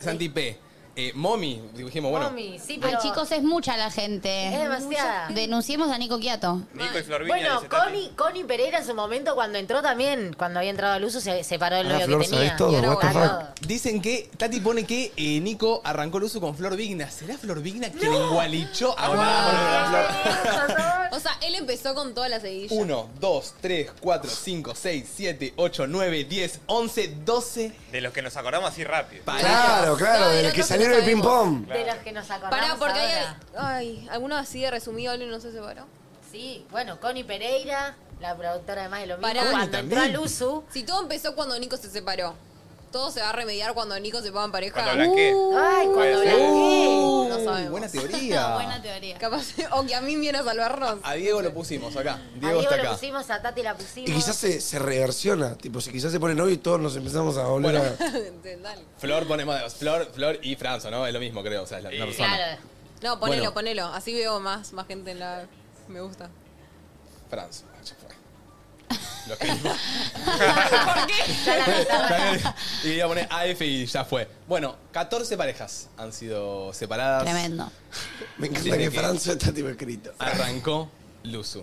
Speaker 1: Santi P. Eh, Momi, dijimos, bueno.
Speaker 3: Mami, sí,
Speaker 15: Ay,
Speaker 3: pero...
Speaker 15: chicos, es mucha la gente.
Speaker 3: Es demasiada.
Speaker 15: Denunciemos a Nico Quiato.
Speaker 4: Nico y Flor Viña
Speaker 3: Bueno,
Speaker 4: dice Tati.
Speaker 3: Connie, Connie Pereira en su momento cuando entró también, cuando había entrado al uso, se separó del
Speaker 1: Ah,
Speaker 3: novio
Speaker 1: Flor,
Speaker 3: que tenía.
Speaker 1: sabés todo,
Speaker 3: Y ahora
Speaker 1: what the
Speaker 3: volvió.
Speaker 1: fuck. Dicen que Tati pone que eh, Nico arrancó el uso con Flor Vigna. ¿Será Flor Vigna quien engualichó a
Speaker 2: O sea, él empezó con todas las seguidillas.
Speaker 1: 1, 2, 3, 4, 5, 6, 7, 8, 9, 10, 11, 12.
Speaker 4: De los que nos acordamos así rápido.
Speaker 7: Claro, claro, de los que salieron de ping-pong.
Speaker 3: De los que nos acordamos
Speaker 2: Pará, porque hay.
Speaker 3: ahora.
Speaker 2: Ay, alguno así de resumido, alguien no se separó.
Speaker 3: Sí, bueno, Connie Pereira, la productora de Más de lo Mismo,
Speaker 2: Pará.
Speaker 3: cuando entró al uso...
Speaker 2: Si todo empezó cuando Nico se separó. Todo se va a remediar cuando Nico se ponga en pareja.
Speaker 4: Cuando blanqueé.
Speaker 3: Ay,
Speaker 4: Puede
Speaker 3: cuando
Speaker 4: ser.
Speaker 2: Uh, no
Speaker 1: Uh,
Speaker 2: sabemos.
Speaker 1: buena teoría. Buena
Speaker 2: teoría. Capaz, o que a mí viene a salvarnos.
Speaker 1: A Diego lo pusimos acá.
Speaker 3: A
Speaker 1: Ah, Diego está
Speaker 3: lo
Speaker 1: acá.
Speaker 3: pusimos, a Tati la
Speaker 7: Y
Speaker 3: pusimos.
Speaker 7: quizás se, se reversiona, tipo, si quizás se pone novio y todos nos empezamos a volver
Speaker 1: Bueno.
Speaker 7: a...
Speaker 2: Dale.
Speaker 1: Flor pone más. Flor, Flor y Franzo, ¿no? Es lo mismo, creo. O sea, es la misma persona.
Speaker 2: No, ponelo,
Speaker 1: Bueno.
Speaker 2: ponelo. Así veo más, más gente en la. Me gusta.
Speaker 1: Franzo, ya fue. Lo escribimos.
Speaker 2: ¿Por qué?
Speaker 1: y iba a poner AF y ya fue. Bueno, 14 parejas han sido separadas.
Speaker 7: Me encanta
Speaker 1: Desde
Speaker 7: que
Speaker 1: que-
Speaker 7: Franzo está tipo escrito.
Speaker 1: Arrancó Luzu.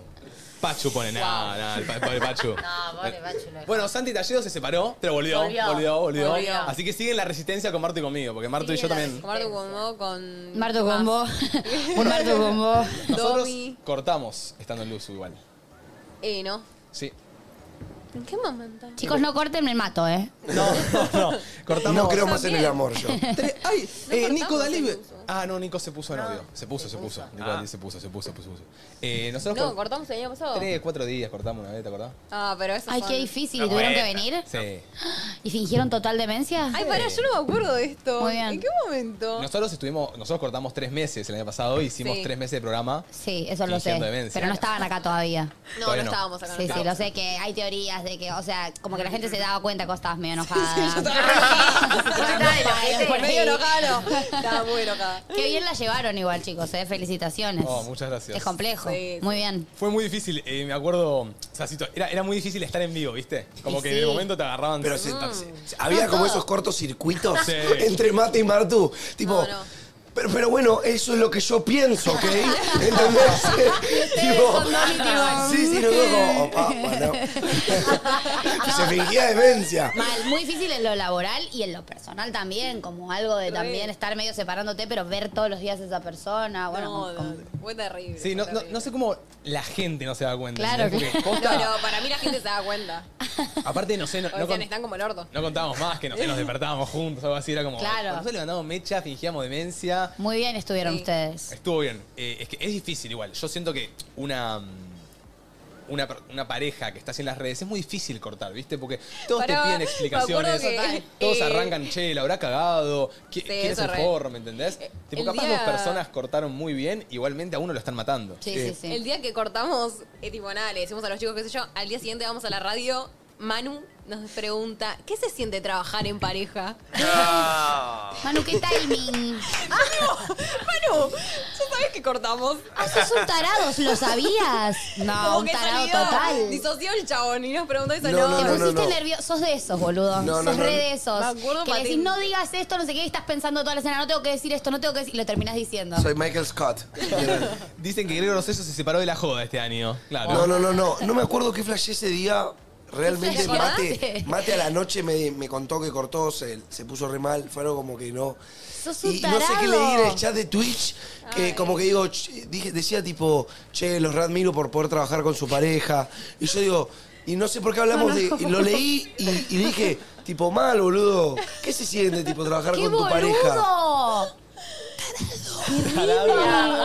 Speaker 1: Pachu pone nada, nada, el pa- pobre Pachu.
Speaker 3: No, pobre Bachu, lo-
Speaker 1: Bueno, Santi Talledo se separó, pero volvió, volvió,
Speaker 3: Volvió.
Speaker 1: volvió.
Speaker 3: Volvió.
Speaker 1: Así que siguen la resistencia con Marto y conmigo, porque Marto y yo también.
Speaker 2: Marto Combo con.
Speaker 15: Marto con vos. Marto con vos.
Speaker 1: Nosotros
Speaker 2: Domi.
Speaker 1: cortamos estando en Luzu igual.
Speaker 2: Eh, ¿no?
Speaker 1: Sí.
Speaker 2: ¿En qué momento?
Speaker 15: Chicos, no corten el mato, ¿eh?
Speaker 1: Cortamos.
Speaker 7: No creo más en el amor yo.
Speaker 1: Tre- Ay, eh, Nico Dalí. Ah, no, Nico se puso de novio. Se puso, se puso. Nico
Speaker 4: Ah.
Speaker 1: Dalí se puso, se puso, se puso. se puso. Eh, nosotros
Speaker 2: No,
Speaker 1: por
Speaker 2: cortamos el año pasado.
Speaker 1: tres, cuatro días cortamos una vez, ¿te acordás?
Speaker 2: Ah, pero eso.
Speaker 15: Ay, qué difícil. ¿Y tuvieron que venir?
Speaker 1: Sí.
Speaker 15: ¿Y fingieron total demencia?
Speaker 2: Ay, pará, yo no me acuerdo de esto.
Speaker 15: Muy bien.
Speaker 2: ¿En qué momento?
Speaker 1: Nosotros estuvimos, nosotros cortamos tres meses el año pasado, hicimos
Speaker 2: Sí.
Speaker 1: tres meses de programa.
Speaker 15: Sí, eso lo sé.
Speaker 1: Fingiendo demencia.
Speaker 15: Pero no estaban acá todavía.
Speaker 1: No, Todavía no no. estábamos acá, no
Speaker 15: Sí, sí, lo
Speaker 1: estábamos.
Speaker 15: sé que hay teorías de que, o sea, como que la gente se daba cuenta que vos estabas medio enojada. Sí,
Speaker 2: Medio enojada, no. Estaba muy enojada.
Speaker 15: Qué bien la llevaron igual, chicos, ¿eh? Felicitaciones.
Speaker 1: Oh, muchas gracias.
Speaker 15: Es complejo. Muy bien.
Speaker 1: Fue muy difícil, eh, me acuerdo, o sea, situa- era, era muy difícil estar en vivo, ¿viste? Como
Speaker 15: Y
Speaker 1: que
Speaker 15: sí.
Speaker 1: de momento te agarraban.
Speaker 7: Pero Mm. se- se- había
Speaker 1: No,
Speaker 7: como
Speaker 1: todo.
Speaker 7: esos cortos circuitos
Speaker 1: Sí.
Speaker 7: entre Mate y Martu. Tipo, Pero, pero bueno, eso es lo que yo pienso, ¿ok? ¿Entendés? tipo, sí, sí, no, como, oh, papá, no. Se fingía demencia.
Speaker 15: Mal, muy difícil en lo laboral y en lo personal también, como algo de también estar medio separándote, pero ver todos los días a esa persona. Bueno, como- como-
Speaker 2: Fue terrible.
Speaker 1: Sí, no, no- no sé cómo la gente no se da cuenta.
Speaker 15: Claro
Speaker 1: ¿entendés?
Speaker 15: que-
Speaker 1: Porque
Speaker 2: No,
Speaker 1: posta,
Speaker 2: no, para mí la gente se da cuenta.
Speaker 1: aparte, no sé, no,
Speaker 2: O
Speaker 1: no
Speaker 2: decían,
Speaker 1: con-
Speaker 2: están como el orto.
Speaker 1: no contábamos más, que no sé, nos despertábamos juntos, algo así, era como...
Speaker 15: Claro.
Speaker 1: Nosotros levantamos mecha, fingíamos demencia.
Speaker 15: muy bien estuvieron ustedes.
Speaker 1: Estuvo bien. Eh, es que es difícil igual. Yo siento que una, mm, una, per- una pareja que está en las redes es muy difícil cortar, ¿viste? Porque todos
Speaker 2: Pará,
Speaker 1: te piden
Speaker 2: me
Speaker 1: explicaciones.
Speaker 2: acuerdo que,
Speaker 1: todos
Speaker 2: eh,
Speaker 1: arrancan, che, la habrá cagado. qui-
Speaker 2: Sí,
Speaker 1: ¿Quién es
Speaker 2: eso
Speaker 1: el
Speaker 2: re. Eh,
Speaker 1: forro? ¿Me entendés? tipo,
Speaker 2: el
Speaker 1: capaz
Speaker 2: día-
Speaker 1: dos personas cortaron muy bien, igualmente a uno lo están matando. Eh,
Speaker 2: El día que cortamos, eh, tipo, nada, le decimos a los chicos, qué sé yo, al día siguiente vamos a la radio Manu nos pregunta, ¿qué se siente trabajar en pareja?
Speaker 15: Manu, ¿qué timing?
Speaker 2: Ah, Manu, ya sabes que cortamos.
Speaker 15: Ah, sos un tarado, ¿lo sabías? No,
Speaker 2: Como
Speaker 15: un
Speaker 2: que
Speaker 15: tarado
Speaker 2: salió-
Speaker 15: total.
Speaker 2: Disoció el chabón y nos preguntó eso.
Speaker 15: Te
Speaker 2: No,
Speaker 15: pusiste nervioso. Sos de esos, boludo.
Speaker 2: No,
Speaker 15: sos
Speaker 2: no, no.
Speaker 15: re de esos.
Speaker 2: Me acuerdo,
Speaker 15: que le decís,
Speaker 2: Patín.
Speaker 15: no digas esto, no sé qué, y estás pensando toda la escena, no tengo que decir esto, no tengo que decir. Y lo terminás diciendo.
Speaker 7: Soy Michael Scott.
Speaker 1: Dicen que Gregor Rosello se separó de la joda este año. Claro.
Speaker 7: No, no, no, no. No me acuerdo qué flashé ese día. Realmente
Speaker 1: ¿Qué flash
Speaker 7: mate,
Speaker 1: quedaste?
Speaker 7: mate a la noche me, me contó que cortó, se, se puso re mal, fue algo como que no.
Speaker 15: Sos
Speaker 7: Y
Speaker 15: un
Speaker 7: y no sé qué leí en
Speaker 15: tarado.
Speaker 7: el chat de Twitch, que como que digo, ch- dije, decía tipo, che, los admiro por poder trabajar con su pareja. Y yo digo, y no sé por qué hablamos de. y lo leí y, y dije, tipo, mal, boludo. ¿Qué se siente, tipo, trabajar
Speaker 15: ¡Qué
Speaker 7: con tu pareja?
Speaker 15: boludo!
Speaker 7: Tarado.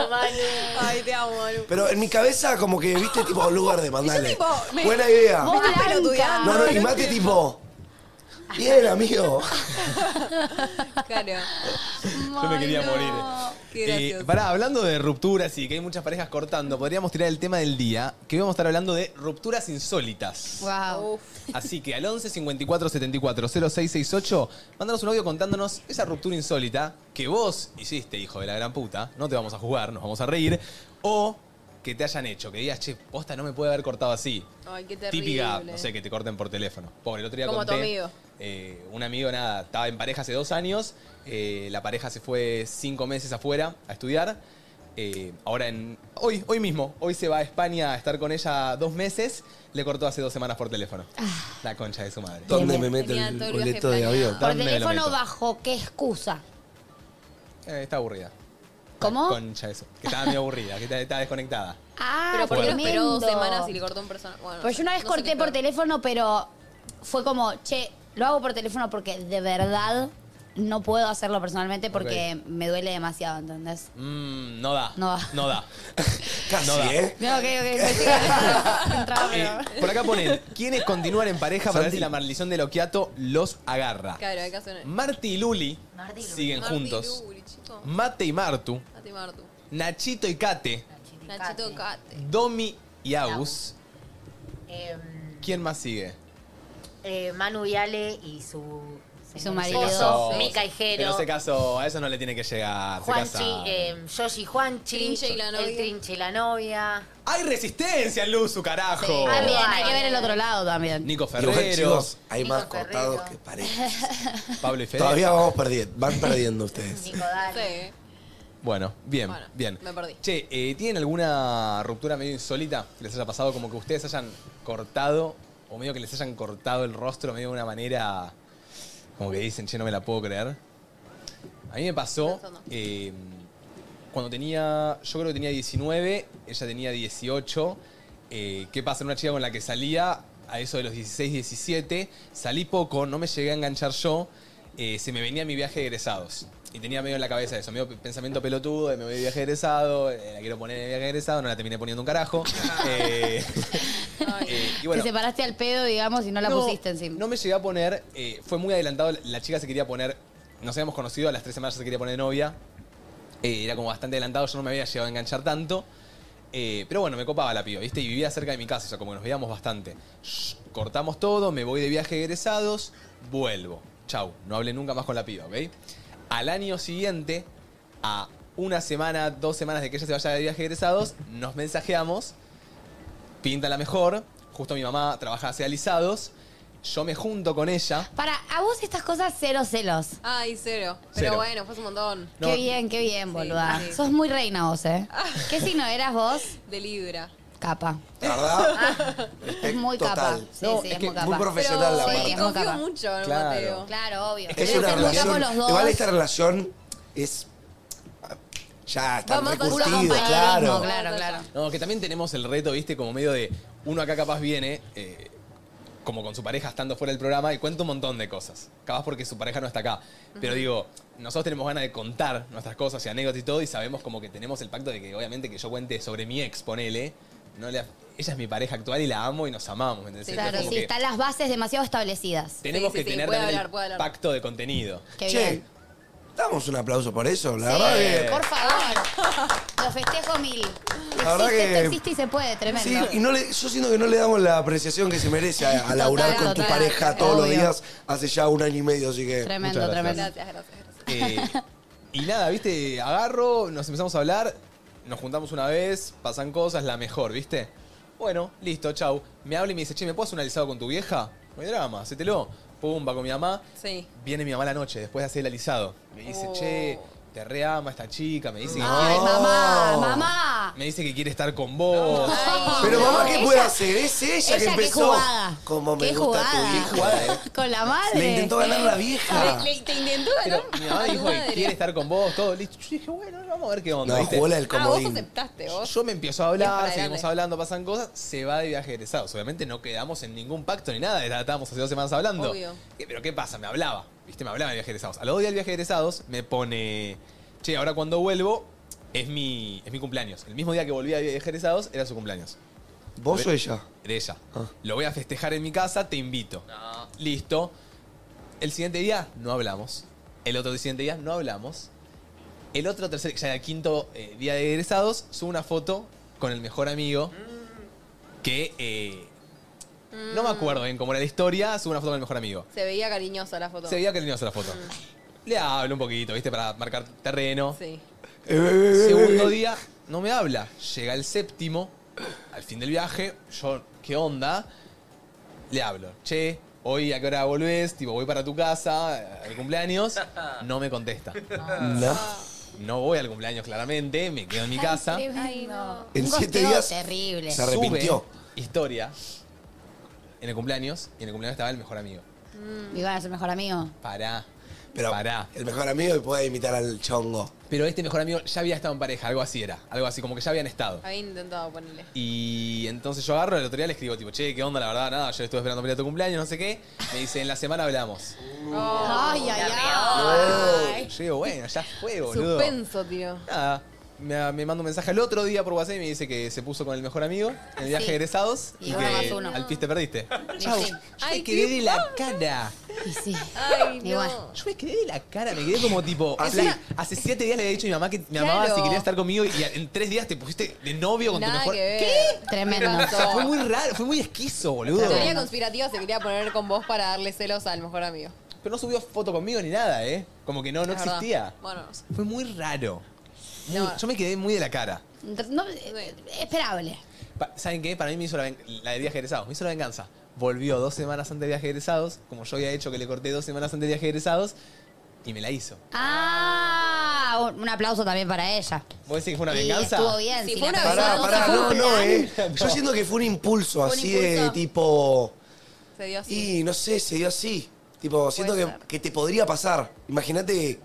Speaker 2: Ay, te amo, Manu.
Speaker 7: Pero en mi cabeza, como que, viste, tipo, lugar de mandarle.
Speaker 2: tipo, me-
Speaker 7: Buena idea.
Speaker 2: Vos Me estás blanca. pelotudeando.
Speaker 7: No, no, y mate, tipo. Bien, amigo.
Speaker 2: Claro.
Speaker 1: Yo me quería morir.
Speaker 2: Qué
Speaker 1: Eh,
Speaker 2: gracioso.
Speaker 1: pará, hablando de rupturas y que hay muchas parejas cortando, podríamos tirar el tema del día, que hoy vamos a estar hablando de rupturas insólitas.
Speaker 15: Wow.
Speaker 1: Así que al 11 54 74 0668, mándanos un audio contándonos esa ruptura insólita que vos hiciste, hijo de la gran puta. No te vamos a jugar, nos vamos a reír. O que te hayan hecho, que digas, che, posta, no me puede haber cortado así.
Speaker 2: Ay, qué terrible.
Speaker 1: Típica, no sé, que te corten por teléfono. Pobre, el otro día
Speaker 2: Como tu
Speaker 1: conté,
Speaker 2: amigo.
Speaker 1: eh, un amigo, nada, estaba en pareja hace dos años. eh, la pareja se fue cinco meses afuera a estudiar. eh, ahora en. Hoy, hoy mismo, hoy se va a España a estar con ella dos meses. Le cortó hace dos semanas por teléfono.
Speaker 15: Ah.
Speaker 1: La concha de su madre.
Speaker 7: ¿Dónde me meto el
Speaker 15: todo el viaje
Speaker 7: boleto de avión?
Speaker 15: Por
Speaker 1: ¿Dónde me lo
Speaker 15: teléfono,
Speaker 1: meto?
Speaker 15: ¿bajo qué excusa?
Speaker 1: Eh, está aburrida.
Speaker 15: ¿Cómo?
Speaker 1: Concha de su. Que estaba medio aburrida, que está, está desconectada.
Speaker 15: Ah,
Speaker 1: Pero ¿por qué no
Speaker 2: Esperó dos
Speaker 15: tremendo.
Speaker 2: semanas y le cortó en persona. Bueno,
Speaker 15: Pues yo una vez
Speaker 2: no sé
Speaker 15: corté por teléfono, pero fue como, che, lo hago por teléfono porque de verdad no puedo hacerlo personalmente porque me duele demasiado, ¿entendés?
Speaker 1: Mm, no da.
Speaker 15: No da.
Speaker 1: No da.
Speaker 7: Casi,
Speaker 1: no da.
Speaker 7: ¿eh?
Speaker 15: No, ok, ok, pensé que- entraba, pero-
Speaker 1: Por acá ponen, ¿quiénes continúan en pareja para ver si la maldición de Loquiato los agarra?
Speaker 2: Claro, hay que hacer.
Speaker 1: Marti y Luli
Speaker 2: Marti y Luli.
Speaker 1: siguen
Speaker 2: Marti y
Speaker 1: juntos.
Speaker 2: Luli, chico.
Speaker 1: Mate y Martu.
Speaker 2: Mati Martu.
Speaker 1: Nachito y Kate.
Speaker 2: Nachito Cate.
Speaker 1: Domi y Agus.
Speaker 3: Eh,
Speaker 1: ¿Quién más sigue?
Speaker 3: eh, Manu Viale y su,
Speaker 15: su
Speaker 3: esposo, Mica y
Speaker 1: Pero
Speaker 3: Jero,
Speaker 1: se casó, a eso no le tiene que llegar. se
Speaker 3: Juanchi,
Speaker 1: casaron.
Speaker 3: eh, Yoshi Juanchi,
Speaker 2: Trinche y la novia.
Speaker 3: el Trinche y la novia.
Speaker 1: ¡Hay resistencia en Luzu, carajo!
Speaker 15: También hay que ver el otro lado también.
Speaker 1: Nico
Speaker 7: Igual, chicos,
Speaker 1: Ferreros,
Speaker 7: hay más cortados que parejas.
Speaker 1: Pablo y Fede.
Speaker 7: Todavía vamos perdiendo, van perdiendo ustedes.
Speaker 2: Sí.
Speaker 1: Bueno, bien,
Speaker 2: Bueno,
Speaker 1: Em, bien.
Speaker 2: me perdí.
Speaker 1: Che, eh, ¿tienen alguna ruptura medio insólita que les haya pasado? Como que ustedes hayan cortado, o medio que les hayan cortado el rostro, medio de una manera. Como que dicen, che, no me la puedo creer. A mí me pasó. eh, cuando tenía. Yo creo que tenía 19, ella tenía 18. Eh, ¿Qué pasa? Era Una chica con la que salía a eso de los 16, 17. Salí poco, no me llegué a enganchar yo. eh, se me venía mi viaje de egresados. Y tenía medio en la cabeza eso, medio pensamiento pelotudo de me voy de viaje de egresado, eh, la quiero poner en el viaje de egresado, no la terminé poniendo un carajo. Eh, eh, y bueno,
Speaker 15: Te separaste al pedo, digamos, y no la
Speaker 1: No,
Speaker 15: pusiste encima.
Speaker 1: no me llegué a poner, eh, fue muy adelantado, la chica se quería poner, nos habíamos conocido, a las tres semanas ya se quería poner de novia, Eh, era como bastante adelantado, yo no me había llegado a enganchar tanto, Eh, pero bueno, me copaba la piba, ¿viste? Y vivía cerca de mi casa, o sea, como que nos veíamos bastante. Shh, cortamos todo, me voy de viaje egresados, vuelvo, chau, no hablé nunca más con la piba, ¿ok? Al año siguiente, a una semana, dos semanas de que ella se vaya de viaje egresados, nos mensajeamos, pinta la mejor, justo mi mamá trabaja hacia alisados, yo me junto con ella.
Speaker 15: Para, a vos estas cosas cero celos.
Speaker 2: Ay, cero. Pero
Speaker 1: Cero.
Speaker 2: bueno, fue un montón.
Speaker 1: No.
Speaker 15: Qué bien, qué bien, boluda.
Speaker 2: sí.
Speaker 15: Sos muy reina vos, ¿eh? ¿Qué signo eras vos?
Speaker 2: De Libra.
Speaker 15: Capa. Es muy
Speaker 7: Este, Total.
Speaker 15: capa. Sí,
Speaker 7: No,
Speaker 15: sí,
Speaker 7: es
Speaker 15: es,
Speaker 7: que
Speaker 15: muy capa.
Speaker 7: muy profesional la
Speaker 15: Sí,
Speaker 7: Marta.
Speaker 15: es muy
Speaker 2: Confío
Speaker 15: capa.
Speaker 2: mucho en
Speaker 7: Claro.
Speaker 2: Mateo.
Speaker 15: Claro, obvio.
Speaker 7: Es una
Speaker 15: Creo que
Speaker 7: relación.
Speaker 15: buscamos los dos.
Speaker 7: Igual esta relación es. Ya, está
Speaker 15: Vamos, puro
Speaker 7: recurtido,
Speaker 15: compañerismo,
Speaker 7: claro.
Speaker 15: Claro, claro.
Speaker 1: No, que también tenemos el reto, viste, como medio de uno acá capaz viene, eh, como con su pareja estando fuera del programa y cuenta un montón de cosas. Capaz porque su pareja no está acá. Pero
Speaker 13: Ujú.
Speaker 1: digo, nosotros tenemos ganas de contar nuestras cosas y anécdotas y todo y sabemos como que tenemos el pacto de que obviamente que yo cuente sobre mi ex, ponele, no le af- ella es mi pareja actual y la amo y nos amamos, ¿me entendés?
Speaker 15: Sí,
Speaker 1: Entonces,
Speaker 15: claro,
Speaker 1: como
Speaker 15: sí,
Speaker 1: que
Speaker 15: están las bases demasiado establecidas.
Speaker 1: tenemos
Speaker 15: Sí, sí,
Speaker 1: que
Speaker 15: sí,
Speaker 1: tener
Speaker 15: puede
Speaker 1: también
Speaker 15: hablar, puede
Speaker 1: el
Speaker 15: hablar.
Speaker 1: pacto de contenido.
Speaker 15: Qué
Speaker 7: Che,
Speaker 15: bien.
Speaker 7: Damos un aplauso por eso, la verdad que.
Speaker 15: Por favor. Lo festejo mil. Existe,
Speaker 7: La verdad que-
Speaker 15: esto existe y se puede, tremendo.
Speaker 7: Sí, y no le, yo siento que no le damos la apreciación que se merece a, a laburar
Speaker 15: Total,
Speaker 7: con tu
Speaker 15: total,
Speaker 7: pareja todos los
Speaker 15: obvio.
Speaker 7: días hace ya un año y medio, así que.
Speaker 15: Tremendo,
Speaker 7: Muchas gracias.
Speaker 15: tremendo.
Speaker 1: Eh, y nada, viste, agarro, nos empezamos a hablar, nos juntamos una vez, pasan cosas, la mejor, ¿viste? Bueno, listo, chau. Me habla y me dice, che, ¿me puedo hacer un alisado con tu vieja? No hay drama, hacételo. Pum, va con mi mamá.
Speaker 2: Sí.
Speaker 1: Viene mi mamá la noche, después de hacer el alisado. Me dice, che, te reama esta chica, me dice que-
Speaker 15: Oh. Ay, mamá, mamá.
Speaker 1: Me dice que quiere estar con vos.
Speaker 7: Pero mamá, ¿qué
Speaker 15: Ella-
Speaker 7: puede hacer? Es ella,
Speaker 15: ella
Speaker 7: que
Speaker 15: qué
Speaker 7: empezó.
Speaker 15: jugada.
Speaker 7: Como me
Speaker 15: Qué
Speaker 7: gusta
Speaker 15: jugada.
Speaker 7: tu vieja. jugada, eh.
Speaker 15: Con la madre.
Speaker 7: Le intentó ganar la vieja.
Speaker 2: Le, le- te intentó
Speaker 1: Pero
Speaker 2: ganar.
Speaker 1: mi mamá
Speaker 2: a tu
Speaker 1: dijo que
Speaker 2: madre.
Speaker 1: quiere estar con vos, todo listo. Yo dije, bueno, vamos a ver qué onda.
Speaker 7: No,
Speaker 1: ¿viste?
Speaker 7: jugó la del
Speaker 2: Ah, vos aceptaste, vos.
Speaker 1: Yo me empiezo a
Speaker 2: Es para
Speaker 1: hablar,
Speaker 2: adelante.
Speaker 1: seguimos hablando, pasan cosas, se va de viaje de egresados. Obviamente no quedamos en ningún pacto ni nada, ya estábamos hace dos semanas hablando.
Speaker 2: Obvio.
Speaker 1: Eh, Pero ¿qué pasa? Me hablaba, ¿viste? Me hablaba de viaje de egresados. Al otro día del viaje de egresados me pone, che, ahora cuando vuelvo es mi, es mi cumpleaños. El mismo día que volví a viaje de egresados era su cumpleaños.
Speaker 7: ¿Vos
Speaker 1: Lo-
Speaker 7: o ella?
Speaker 1: Era ella.
Speaker 4: Ah.
Speaker 1: Lo voy a festejar en mi casa, te invito. Listo. El siguiente día no hablamos. El otro siguiente día no hablamos. El otro tercer, ya el quinto eh, día de egresados, subo una foto con el mejor amigo que eh, no
Speaker 2: Mm.
Speaker 1: me acuerdo eh. bien cómo era la historia, subo una foto con el mejor amigo.
Speaker 2: Se veía cariñosa la foto.
Speaker 1: Se veía que tenía la foto. Le hablo un poquito, ¿viste? Para marcar terreno.
Speaker 7: Eh,
Speaker 2: Sí.
Speaker 1: Segundo día, no me habla. Llega el séptimo, al fin del viaje, yo, ¿qué onda? Le hablo, che, hoy a qué hora volvés, tipo, voy para tu casa, eh, al cumpleaños, no me contesta.
Speaker 7: No.
Speaker 1: No voy al cumpleaños, claramente, me quedo en mi casa.
Speaker 15: Ay, no.
Speaker 7: En
Speaker 15: Un
Speaker 7: siete
Speaker 15: gosteo
Speaker 7: días
Speaker 15: Terrible.
Speaker 7: se arrepintió.
Speaker 1: Sube historia en el cumpleaños, y en el cumpleaños estaba el mejor amigo.
Speaker 15: Y van a ser mejor amigo.
Speaker 1: Pará.
Speaker 7: Pero
Speaker 1: Pará.
Speaker 7: el mejor amigo puede imitar al chongo.
Speaker 1: Pero este mejor amigo ya había estado en pareja, algo así era. Algo así, como que ya habían estado.
Speaker 2: Había intentado ponerle.
Speaker 1: Y entonces yo agarro el otro día le escribo, tipo, che, ¿qué onda? La verdad, nada, yo estuve esperando para ir a tu cumpleaños, no sé qué. Me dice, en la semana hablamos.
Speaker 2: ay, ay, ay.
Speaker 1: Yo digo, bueno, ya fue, boludo.
Speaker 2: Suspenso, tío.
Speaker 1: Nada. Me, me manda un mensaje al otro día por WhatsApp y me dice que se puso con el mejor amigo en el viaje
Speaker 2: Sí.
Speaker 1: de egresados
Speaker 2: Y
Speaker 1: y,
Speaker 2: ahora
Speaker 1: que
Speaker 2: más uno.
Speaker 1: al pis te perdiste.
Speaker 2: Y
Speaker 1: Chau.
Speaker 2: sí.
Speaker 1: Yo
Speaker 2: Ay,
Speaker 1: me quedé
Speaker 2: qué
Speaker 1: de la cara.
Speaker 15: Y sí.
Speaker 2: Ay, no.
Speaker 15: Igual.
Speaker 1: Yo me quedé de la cara, me quedé como tipo.
Speaker 2: Así.
Speaker 1: Hace, hace siete días le había dicho a mi mamá que me
Speaker 2: Claro.
Speaker 1: amaba si quería estar conmigo y en tres días te pusiste de novio con tu
Speaker 2: Nada
Speaker 1: mejor.
Speaker 2: que ver.
Speaker 1: ¿Qué?
Speaker 15: Tremendo.
Speaker 1: O sea, fue muy raro, fue muy esquizo, boludo.
Speaker 2: Teoría conspirativa se quería poner con vos para darle celos al mejor amigo.
Speaker 1: Pero no subió foto conmigo ni nada, ¿eh? Como que no, no
Speaker 2: La verdad.
Speaker 1: existía.
Speaker 2: Bueno, no sé.
Speaker 1: Fue muy raro. Muy- Yo me quedé muy de la cara.
Speaker 15: No, eh, esperable.
Speaker 1: Pa- ¿Saben qué? Para mí me hizo la, ven- la de viaje egresados, me hizo la venganza. Volvió dos semanas antes de viaje egresados, como yo había hecho que le corté dos semanas antes de viaje egresados, y me la hizo.
Speaker 15: Ah, un, un aplauso también para ella.
Speaker 1: ¿Vos decís que fue una
Speaker 15: Sí,
Speaker 1: venganza?
Speaker 15: estuvo bien, Si sí, fue la una
Speaker 7: Pará,
Speaker 15: venganza,
Speaker 7: pará,
Speaker 15: fue
Speaker 7: no,
Speaker 15: un
Speaker 7: no,
Speaker 15: plan.
Speaker 7: eh. Yo siento que fue un impulso
Speaker 2: un
Speaker 7: así de
Speaker 2: impulso.
Speaker 7: tipo.
Speaker 2: Se dio así.
Speaker 7: Y no sé, se dio así. Tipo, siento que, que te podría pasar. Imagínate,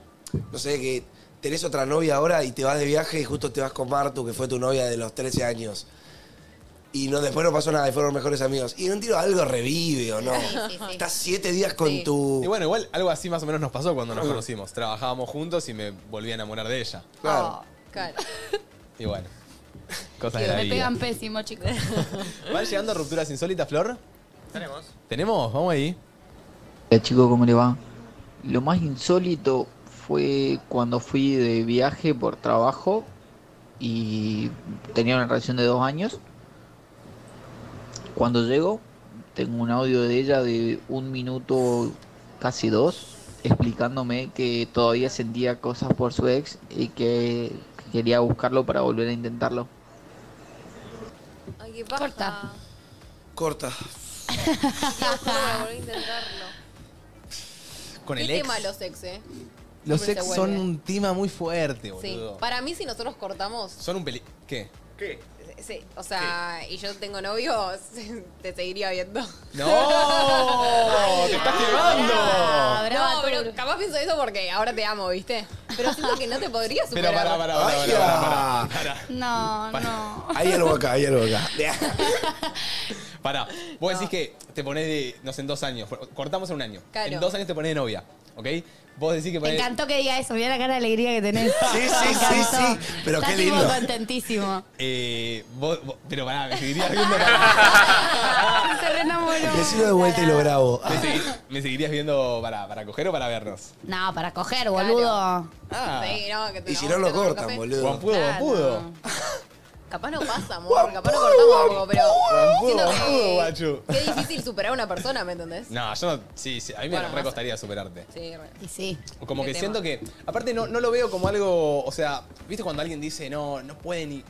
Speaker 7: no sé, que tenés otra novia ahora y te vas de viaje y justo te vas con Martu, que fue tu novia de los 13 años. Y no, después no pasó nada, y fueron mejores amigos. Y en un tiro algo revive, ¿o no? Estás siete días con
Speaker 1: Sí.
Speaker 7: tu.
Speaker 1: Y bueno, igual algo así más o menos nos pasó cuando nos conocimos. Trabajábamos juntos y me volví a enamorar de ella.
Speaker 7: Claro.
Speaker 2: Claro.
Speaker 1: Y bueno. Cosas de la
Speaker 15: Me
Speaker 1: vida.
Speaker 15: pegan pésimo, chicos.
Speaker 1: ¿Van llegando rupturas insólitas, Flor?
Speaker 4: Tenemos.
Speaker 1: ¿Tenemos? Vamos ahí.
Speaker 18: Hola chicos, ¿cómo le va? Lo más insólito fue cuando fui de viaje por trabajo y tenía una relación de dos años. Cuando llego, tengo un audio de ella de un minuto, casi dos, explicándome que todavía sentía cosas por su ex y que quería buscarlo para volver a intentarlo.
Speaker 2: Ay, qué paja. Corta.
Speaker 7: Corta.
Speaker 2: volví a intentarlo.
Speaker 1: Con el
Speaker 2: Qué
Speaker 1: ex.
Speaker 2: tema los ex, eh.
Speaker 1: Los
Speaker 2: Siempre
Speaker 1: ex
Speaker 2: se
Speaker 1: son
Speaker 2: vuelve.
Speaker 1: un tema muy fuerte,
Speaker 2: Sí.
Speaker 1: boludo.
Speaker 2: Para mí, si nosotros cortamos,
Speaker 1: Son un peli. ¿Qué?
Speaker 4: ¿Qué?
Speaker 2: sí, o sea, y yo tengo novio, te seguiría viendo.
Speaker 1: ¡No! ¡Oh! ¡Te estás quemando!
Speaker 2: no, pero capaz pienso eso porque ahora te amo, ¿viste? Pero siento que no te podría
Speaker 1: Pero
Speaker 2: superar.
Speaker 1: pará, pará, pará,
Speaker 7: Ay,
Speaker 1: pará, pará,
Speaker 7: ah.
Speaker 1: pará, pará.
Speaker 15: No,
Speaker 1: Pará.
Speaker 15: no.
Speaker 7: Hay algo acá, hay algo acá.
Speaker 1: Pará. Vos decís que te ponés de. No sé, en dos años. Cortamos en un año.
Speaker 15: Claro.
Speaker 1: En dos años te ponés de novia. ¿ok? Vos decís
Speaker 15: Me
Speaker 1: que ponés.
Speaker 15: encantó que diga eso. Mira la cara de alegría que tenés.
Speaker 7: Sí, sí,
Speaker 15: Me
Speaker 7: sí,
Speaker 15: encantó.
Speaker 7: sí, pero
Speaker 15: Está
Speaker 7: qué
Speaker 15: tipo
Speaker 7: lindo.
Speaker 15: contentísimo.
Speaker 1: Eh, vos- vos- pero pará, me seguirías viendo.
Speaker 15: Se reenamoró.
Speaker 7: Decilo de vuelta y lo grabo.
Speaker 1: ¿Me, segui- me seguirías viendo para, para coger o para vernos?
Speaker 15: No, para coger, boludo.
Speaker 1: Ah.
Speaker 2: Sí, no, que te
Speaker 7: Y si no lo cortan, boludo.
Speaker 1: Juan Pudo, Juan Pudo.
Speaker 2: Capaz no pasa, amor. Capaz no
Speaker 15: Uh.
Speaker 2: cortamos algo, pero.
Speaker 1: Juan Pudo,
Speaker 2: Siento
Speaker 1: Juan Pudo,
Speaker 2: que.
Speaker 1: guacho.
Speaker 2: Qué difícil superar a una persona, ¿me entendés?
Speaker 1: No, yo no. Sí, sí, a mí me
Speaker 2: Bueno,
Speaker 1: re
Speaker 2: pasa.
Speaker 1: costaría superarte.
Speaker 2: Sí, re. Y sí.
Speaker 1: Como que
Speaker 2: Qué
Speaker 1: siento que. Aparte, no, no lo veo como algo. O sea, ¿viste cuando alguien dice, no, no puede ni,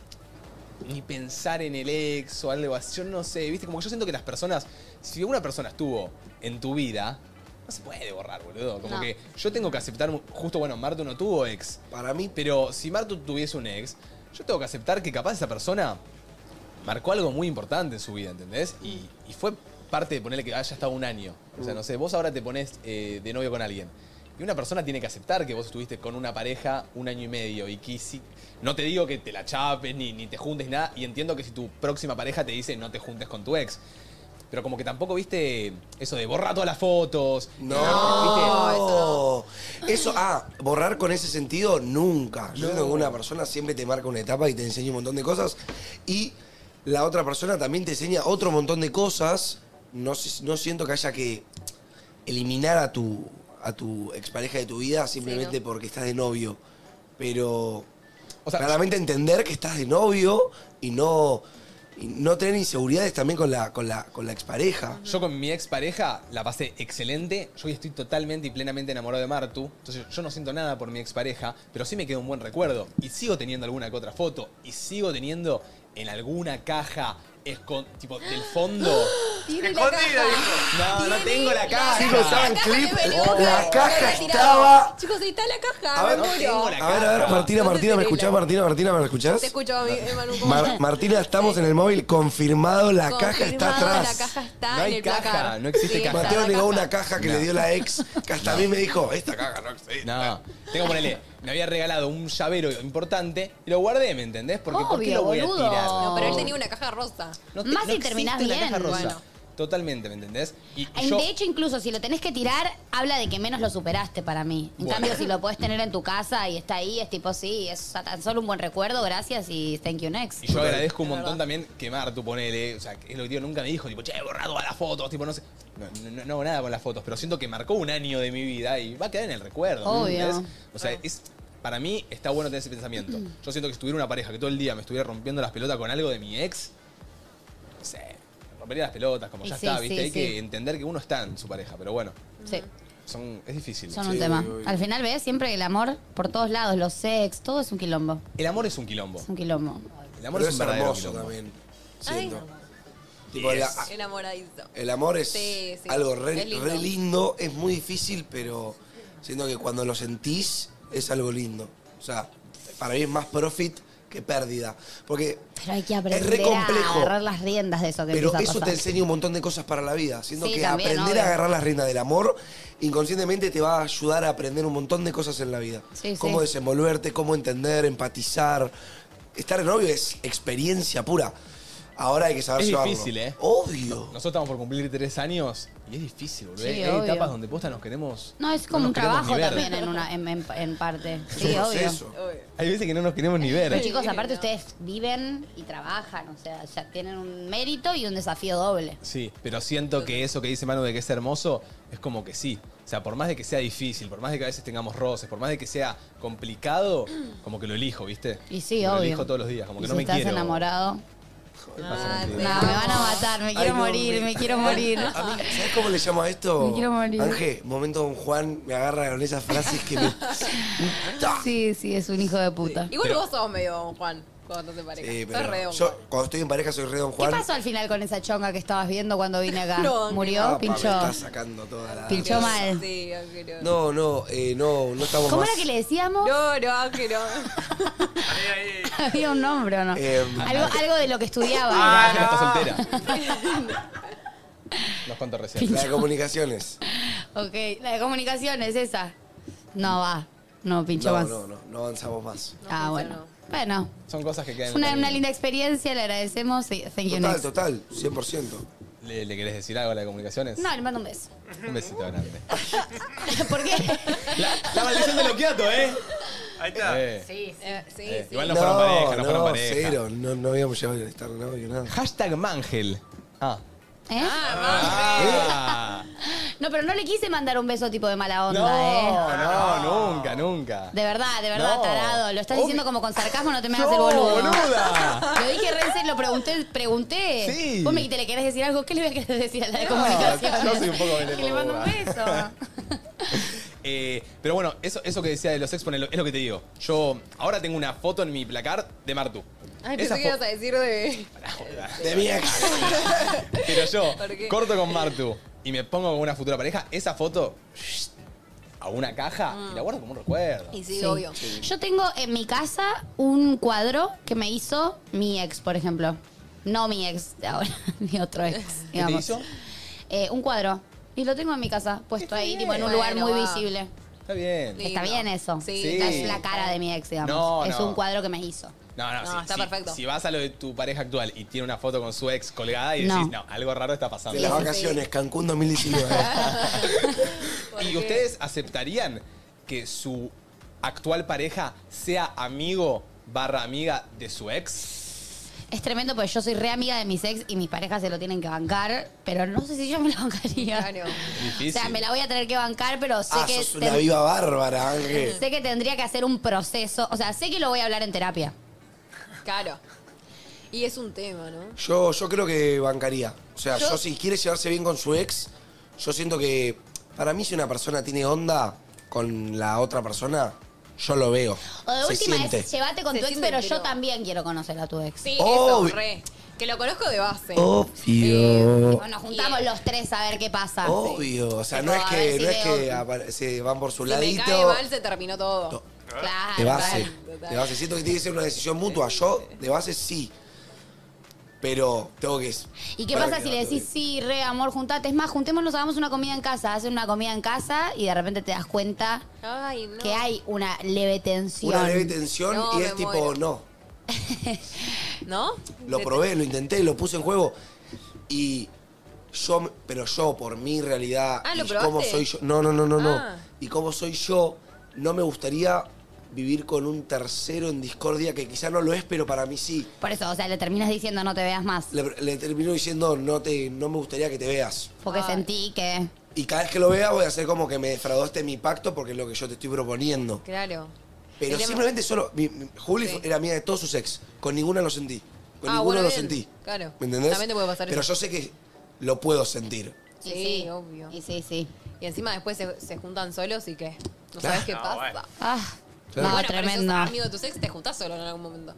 Speaker 1: ni pensar en el ex o algo así? Yo no sé, ¿viste? Como que yo siento que las personas. Si una persona estuvo en tu vida, no se puede borrar, boludo. Como
Speaker 7: No.
Speaker 1: que yo tengo que aceptar. Justo, bueno, Marto no tuvo ex.
Speaker 7: Para mí.
Speaker 1: Pero si Marto tuviese un ex, yo tengo que aceptar que capaz esa persona marcó algo muy importante en su vida, ¿entendés? Y, y fue parte de ponerle que haya estado un año. O sea, no sé, vos ahora te pones eh, de novio con alguien. Y una persona tiene que aceptar que vos estuviste con una pareja un año y medio y que si- no te digo que te la chapes ni, ni te juntes ni nada. Y entiendo que si tu próxima pareja te dice no te juntes con tu ex. Pero como que tampoco viste eso de borra todas las fotos.
Speaker 7: No, eso, ah, borrar con ese sentido nunca. Yo siento que una persona siempre te marca una etapa y te enseña un montón de cosas. Y la otra persona también te enseña otro montón de cosas. No, sé- no siento que haya que eliminar a tu, a tu expareja de tu vida simplemente
Speaker 1: ¿no?
Speaker 7: porque estás de novio. Pero
Speaker 1: o sea,
Speaker 7: claramente entender que estás de novio y no, y no tener inseguridades también con la, con la, con la expareja.
Speaker 1: Yo con mi expareja la pasé excelente. Yo hoy estoy totalmente y plenamente enamorado de Martu. Entonces yo no siento nada por mi expareja, pero sí me queda un buen recuerdo. Y sigo teniendo alguna que otra foto. Y sigo teniendo en alguna caja, escon- tipo del fondo.
Speaker 2: Tiene la caja.
Speaker 1: No, no tengo la caja.
Speaker 7: Chicos, ¿saben
Speaker 2: La caja
Speaker 7: clip?
Speaker 2: de Beluga
Speaker 7: La
Speaker 2: que
Speaker 7: caja
Speaker 2: había tirado.
Speaker 7: estaba.
Speaker 2: Chicos, ahí está la caja.
Speaker 7: A ver,
Speaker 2: me
Speaker 7: no
Speaker 2: muero.
Speaker 7: A ver, a ver, Martina, Martina, ¿me escuchás? Martina, Martina, ¿me escuchás?
Speaker 2: Te escucho, mi- eh, Manu. ¿cómo
Speaker 7: Mar-
Speaker 2: estás?
Speaker 7: Martina, estamos en el móvil, confirmado, la caja está
Speaker 2: Confirmado,
Speaker 7: atrás.
Speaker 2: La caja está en el placar. Sí, está
Speaker 7: Mateo
Speaker 2: la
Speaker 7: negó
Speaker 2: caja.
Speaker 7: una caja que le dio la ex, que hasta a mí me dijo, esta caja no existe.
Speaker 1: No, tengo que ponerle, me había regalado un llavero importante y lo guardé, ¿me entendés? Porque ¿por
Speaker 15: Obvio,
Speaker 1: qué lo voy
Speaker 15: boludo.
Speaker 1: a tirar?
Speaker 2: No, pero él tenía una caja rosa.
Speaker 1: te-
Speaker 15: Más si
Speaker 1: existe
Speaker 15: terminás
Speaker 1: la
Speaker 15: bien.
Speaker 1: caja rosa.
Speaker 15: Bueno.
Speaker 1: Totalmente, ¿me entendés? Y
Speaker 15: En-
Speaker 1: yo,
Speaker 15: De hecho, incluso si lo tenés que tirar, habla de que menos lo superaste para mí. En
Speaker 1: Bueno.
Speaker 15: cambio, si lo podés tener en tu casa y está ahí, es tipo, sí, es tan solo un buen recuerdo, gracias y thank you next.
Speaker 1: Y yo agradezco un montón también que Martu, ponele, o sea, que es lo que digo, nunca me dijo, tipo, che, he borrado a las fotos, tipo, no sé. No, no- no hago nada con las fotos, pero siento que marcó un año de mi vida y va a quedar en el recuerdo. ¿me
Speaker 15: Obvio.
Speaker 1: entendés? O sea, es, para mí está bueno tener ese pensamiento. Yo siento que si tuviera una pareja que todo el día me estuviera rompiendo las pelotas con algo de mi ex, no sé, me rompería las pelotas, como
Speaker 15: Y
Speaker 1: ya
Speaker 15: sí,
Speaker 1: está, ¿viste?
Speaker 15: sí,
Speaker 1: Hay
Speaker 15: sí.
Speaker 1: que entender que uno está en su pareja, pero bueno,
Speaker 15: Sí,
Speaker 1: son, es difícil.
Speaker 15: son un tema. Al final, ves, siempre el amor por todos lados, los sex, todo es un quilombo.
Speaker 1: El amor es un quilombo.
Speaker 15: Es un quilombo.
Speaker 1: El amor
Speaker 7: Pero
Speaker 1: es un
Speaker 7: es
Speaker 1: verdadero
Speaker 7: hermoso
Speaker 1: quilombo.
Speaker 7: también.
Speaker 2: Ay,
Speaker 7: Siento. Tipo,
Speaker 1: Yes.
Speaker 7: la-
Speaker 2: enamoradizo.
Speaker 7: El amor es
Speaker 2: Sí, sí.
Speaker 7: algo re
Speaker 2: Es
Speaker 7: re lindo.
Speaker 2: lindo.
Speaker 7: es muy difícil, pero siento que cuando lo sentís es algo lindo. O sea, para mí es más profit que pérdida. Porque,
Speaker 15: Pero hay que
Speaker 7: Es re
Speaker 15: aprender a
Speaker 7: complejo.
Speaker 15: agarrar las riendas de eso que
Speaker 7: pero
Speaker 15: empieza a
Speaker 7: eso te
Speaker 15: pasar.
Speaker 7: enseña un montón de cosas para la vida. Siento
Speaker 15: Sí,
Speaker 7: que
Speaker 15: también,
Speaker 7: aprender
Speaker 15: obvio.
Speaker 7: a agarrar las riendas del amor inconscientemente te va a ayudar a aprender un montón de cosas en la vida.
Speaker 15: Sí, sí.
Speaker 7: cómo desenvolverte, cómo entender, empatizar. Estar en novio es experiencia pura. Ahora hay que saber
Speaker 1: Es
Speaker 7: llevarlo.
Speaker 1: difícil, ¿eh?
Speaker 7: Obvio.
Speaker 1: Nosotros estamos por cumplir tres años y es difícil, boludo.
Speaker 15: Sí,
Speaker 1: Hay
Speaker 15: obvio.
Speaker 1: etapas donde posta nos queremos.
Speaker 15: No, es
Speaker 1: no
Speaker 15: como
Speaker 1: nos
Speaker 15: un
Speaker 1: queremos
Speaker 15: trabajo
Speaker 1: ni ver.
Speaker 15: también en, una, en, en- en parte. Sí,
Speaker 1: un
Speaker 15: obvio.
Speaker 1: proceso. Hay veces que no nos queremos ni ver.
Speaker 15: Pero chicos, aparte ustedes viven y trabajan, o sea, ya tienen un mérito y un desafío doble.
Speaker 1: Sí, pero siento que eso que dice Manu de que es hermoso es como que sí. O sea, por más de que sea difícil, por más de que a veces tengamos roces, por más de que sea complicado, como que lo elijo, ¿viste?
Speaker 15: Y sí,
Speaker 1: Como que Lo
Speaker 15: obvio.
Speaker 1: elijo todos los días, como que
Speaker 15: Y
Speaker 1: no
Speaker 15: si
Speaker 1: me
Speaker 15: estás
Speaker 1: quiero.
Speaker 15: enamorado.
Speaker 1: Ah,
Speaker 15: No, me van a matar, me quiero morir, me quiero morir.
Speaker 7: A mí, ¿sabes cómo le llamo a esto?
Speaker 15: Me quiero morir.
Speaker 7: Ángel, momento Don Juan me agarra con esas frases que me.
Speaker 15: Sí, sí, es un hijo de puta.
Speaker 2: Igual
Speaker 7: Pero-
Speaker 2: vos sos medio don Juan cuando te parejas.
Speaker 7: Sí,
Speaker 2: sos
Speaker 7: eh, pero
Speaker 2: re don
Speaker 7: yo cuando estoy en pareja soy re Don
Speaker 15: ¿Qué
Speaker 7: Juan.
Speaker 15: pasó al final con esa chonga que estabas viendo cuando vine acá?
Speaker 2: No,
Speaker 15: ¿Murió?
Speaker 7: Ah, pa, me
Speaker 15: ¿Pinchó?
Speaker 7: está sacando toda la.
Speaker 15: Pinchó mal.
Speaker 2: Sí, Ángel.
Speaker 7: No, no, eh, no, no estamos
Speaker 15: ¿Cómo
Speaker 7: más.
Speaker 15: era que le decíamos?
Speaker 2: No, no,
Speaker 15: ah,
Speaker 2: Ángel.
Speaker 15: Había un nombre o no.
Speaker 1: Eh, ah,
Speaker 7: Em,
Speaker 15: Algo, algo de lo que estudiaba.
Speaker 7: Ah,
Speaker 15: era.
Speaker 7: no.
Speaker 1: Está soltera. Nos contó recién.
Speaker 7: La de comunicaciones.
Speaker 15: Ok, la de comunicaciones, esa. No va, no pinchó
Speaker 7: no,
Speaker 15: más.
Speaker 7: No, no, no avanzamos más.
Speaker 15: ah, bueno. Bueno,
Speaker 1: Son cosas que quedan. en el
Speaker 15: una,
Speaker 1: camino.
Speaker 15: una linda experiencia, le agradecemos. y Thank you,
Speaker 7: Total,
Speaker 15: next.
Speaker 7: total, 100%.
Speaker 1: ¿Le, le querés decir algo a la de comunicaciones?
Speaker 15: No, le mando un beso.
Speaker 1: Un besito grande.
Speaker 15: ¿Por qué?
Speaker 1: La maldición de loquiato, ¿eh?
Speaker 11: Ahí
Speaker 1: está. Eh.
Speaker 15: Sí, sí.
Speaker 1: Eh, igual no, fueron pareja, no, fueron pareja.
Speaker 7: Cero, no, no habíamos llegado a estar novio, nada.
Speaker 1: Hashtag Mangel. Ah.
Speaker 15: ¿Eh?
Speaker 1: Ah.
Speaker 15: No, pero no le quise mandar un beso tipo de mala onda,
Speaker 1: No,
Speaker 15: ¿eh?
Speaker 1: no, nunca, nunca.
Speaker 15: De verdad, de verdad,
Speaker 1: No.
Speaker 15: tarado. Lo estás diciendo como con sarcasmo, no te me hagas
Speaker 1: No,
Speaker 15: el boludo.
Speaker 1: boluda.
Speaker 15: Lo dije re en serio, lo pregunté, pregunté.
Speaker 1: Sí.
Speaker 15: Vos me dijiste, ¿le querés decir algo? ¿Qué le voy a querer decir a la de
Speaker 1: No,
Speaker 15: comunicaciones?
Speaker 1: yo soy un poco
Speaker 15: Que le mando un beso.
Speaker 1: Eh, pero bueno, eso, eso que decía de los expos es lo que te digo. Yo ahora tengo una foto en mi placar de Martu.
Speaker 2: Ay, pensé
Speaker 1: Esa
Speaker 2: que
Speaker 1: fo-
Speaker 2: ibas a decir de.
Speaker 1: De mi ex. Pero yo
Speaker 2: ¿Por qué?
Speaker 1: corto con Martu y me pongo con una futura pareja, esa foto shh, a una caja y la guardo como un recuerdo.
Speaker 15: Ah. Y sí, obvio. Yo tengo en mi casa un cuadro que me hizo mi ex, por ejemplo. No mi ex de ahora, mi otro ex.
Speaker 1: ¿Qué te
Speaker 15: digamos.
Speaker 1: hizo?
Speaker 15: Eh, un cuadro. Y lo tengo en mi casa, puesto ahí, tipo, en un lugar
Speaker 2: Bueno,
Speaker 15: muy
Speaker 2: va.
Speaker 15: visible.
Speaker 1: Está bien.
Speaker 15: Está bien eso.
Speaker 1: Sí.
Speaker 15: Esta Es la cara de mi ex, digamos.
Speaker 1: No,
Speaker 15: es
Speaker 1: no.
Speaker 15: un cuadro que me hizo.
Speaker 1: No, no,
Speaker 15: No,
Speaker 1: si,
Speaker 15: está
Speaker 1: si-
Speaker 15: perfecto.
Speaker 1: Si vas a lo de tu pareja actual y tiene una foto con su ex colgada y decís, no, algo raro está pasando.
Speaker 7: De las vacaciones, Cancún 2019.
Speaker 1: ¿Y ustedes aceptarían que su actual pareja sea amigo barra amiga de su ex?
Speaker 15: Es tremendo porque yo soy re amiga de mis ex y mis parejas se lo tienen que bancar, pero no sé si yo me lo bancaría. O
Speaker 1: Difícil.
Speaker 15: sea, me la voy a tener que bancar, pero sé
Speaker 7: ah,
Speaker 15: que.
Speaker 7: sos una
Speaker 15: ten-
Speaker 7: viva bárbara, Ángel.
Speaker 15: Sé que tendría que hacer un proceso. O sea, sé que lo voy a hablar en terapia.
Speaker 2: Claro. Y es un tema, ¿no?
Speaker 7: Yo, yo creo que bancaría. O sea,
Speaker 2: Yo-
Speaker 7: yo, si quiere llevarse bien con su ex, yo siento que para mí si una persona tiene onda con la otra persona, yo lo veo.
Speaker 15: O de
Speaker 7: Se
Speaker 15: última
Speaker 7: siente.
Speaker 15: es, llévate con
Speaker 2: Se
Speaker 15: tu ex,
Speaker 2: siente,
Speaker 15: pero yo
Speaker 2: pero-
Speaker 15: también quiero conocer a tu ex.
Speaker 2: Sí,
Speaker 7: Oh,
Speaker 2: eso, re. Que lo conozco de base.
Speaker 7: Obvio.
Speaker 15: Nos juntamos los tres a ver qué pasa.
Speaker 7: Obvio. O sea, no es
Speaker 15: a ver
Speaker 7: que,
Speaker 15: si
Speaker 7: no es
Speaker 15: veo-
Speaker 7: que apare- se van por su
Speaker 2: Si me
Speaker 7: ladito.
Speaker 2: cae mal, se terminó todo.
Speaker 15: Claro.
Speaker 7: De base.
Speaker 2: Total.
Speaker 7: De base. Siento que tiene que ser una decisión mutua. Yo, de base, sí. Pero tengo que.
Speaker 15: ¿Y qué pasa si le decís, sí, re, amor, juntate? Es más, juntémonos, hagamos una comida en casa. Hacen una comida en casa y de repente te das cuenta que hay una leve tensión.
Speaker 7: Una leve tensión y es tipo, no.
Speaker 2: ¿No?
Speaker 7: Lo probé, lo intenté, lo puse en juego. Y yo, pero yo, por mi realidad,
Speaker 2: Ah, ¿lo
Speaker 7: y cómo
Speaker 2: probaste?
Speaker 7: soy yo. No, no, no, no, no.
Speaker 2: Ah.
Speaker 7: Y cómo soy yo, no me gustaría vivir con un tercero en discordia que quizá no lo es, pero para mí sí.
Speaker 15: Por eso, o sea, le terminas diciendo no te veas más.
Speaker 7: Le, le termino diciendo, no, te, no me gustaría que te veas.
Speaker 15: Porque sentí que.
Speaker 7: Y cada vez que lo vea voy a hacer como que me defraudaste mi pacto porque es lo que yo te estoy proponiendo.
Speaker 2: Claro.
Speaker 7: Pero
Speaker 2: Tenemos-
Speaker 7: simplemente solo... mi- mi- Juli fue- era mía de todos sus ex. Con ninguna lo sentí. Con
Speaker 2: Ah,
Speaker 7: ninguna
Speaker 2: bueno,
Speaker 7: lo
Speaker 2: bien.
Speaker 7: sentí.
Speaker 2: Claro.
Speaker 7: ¿Me entendés?
Speaker 2: También te puede pasar
Speaker 7: Pero
Speaker 2: eso.
Speaker 7: yo sé que lo puedo sentir.
Speaker 2: Sí, obvio.
Speaker 15: Y sí, sí.
Speaker 2: Y encima después se, se juntan solos y qué. No sabes qué
Speaker 7: No,
Speaker 2: pasa.
Speaker 7: bueno.
Speaker 15: Ah,
Speaker 7: Claro.
Speaker 15: no,
Speaker 2: Bueno, pero si
Speaker 15: tremendo.
Speaker 2: sos amigo de tu ex, te juntás solo en algún momento.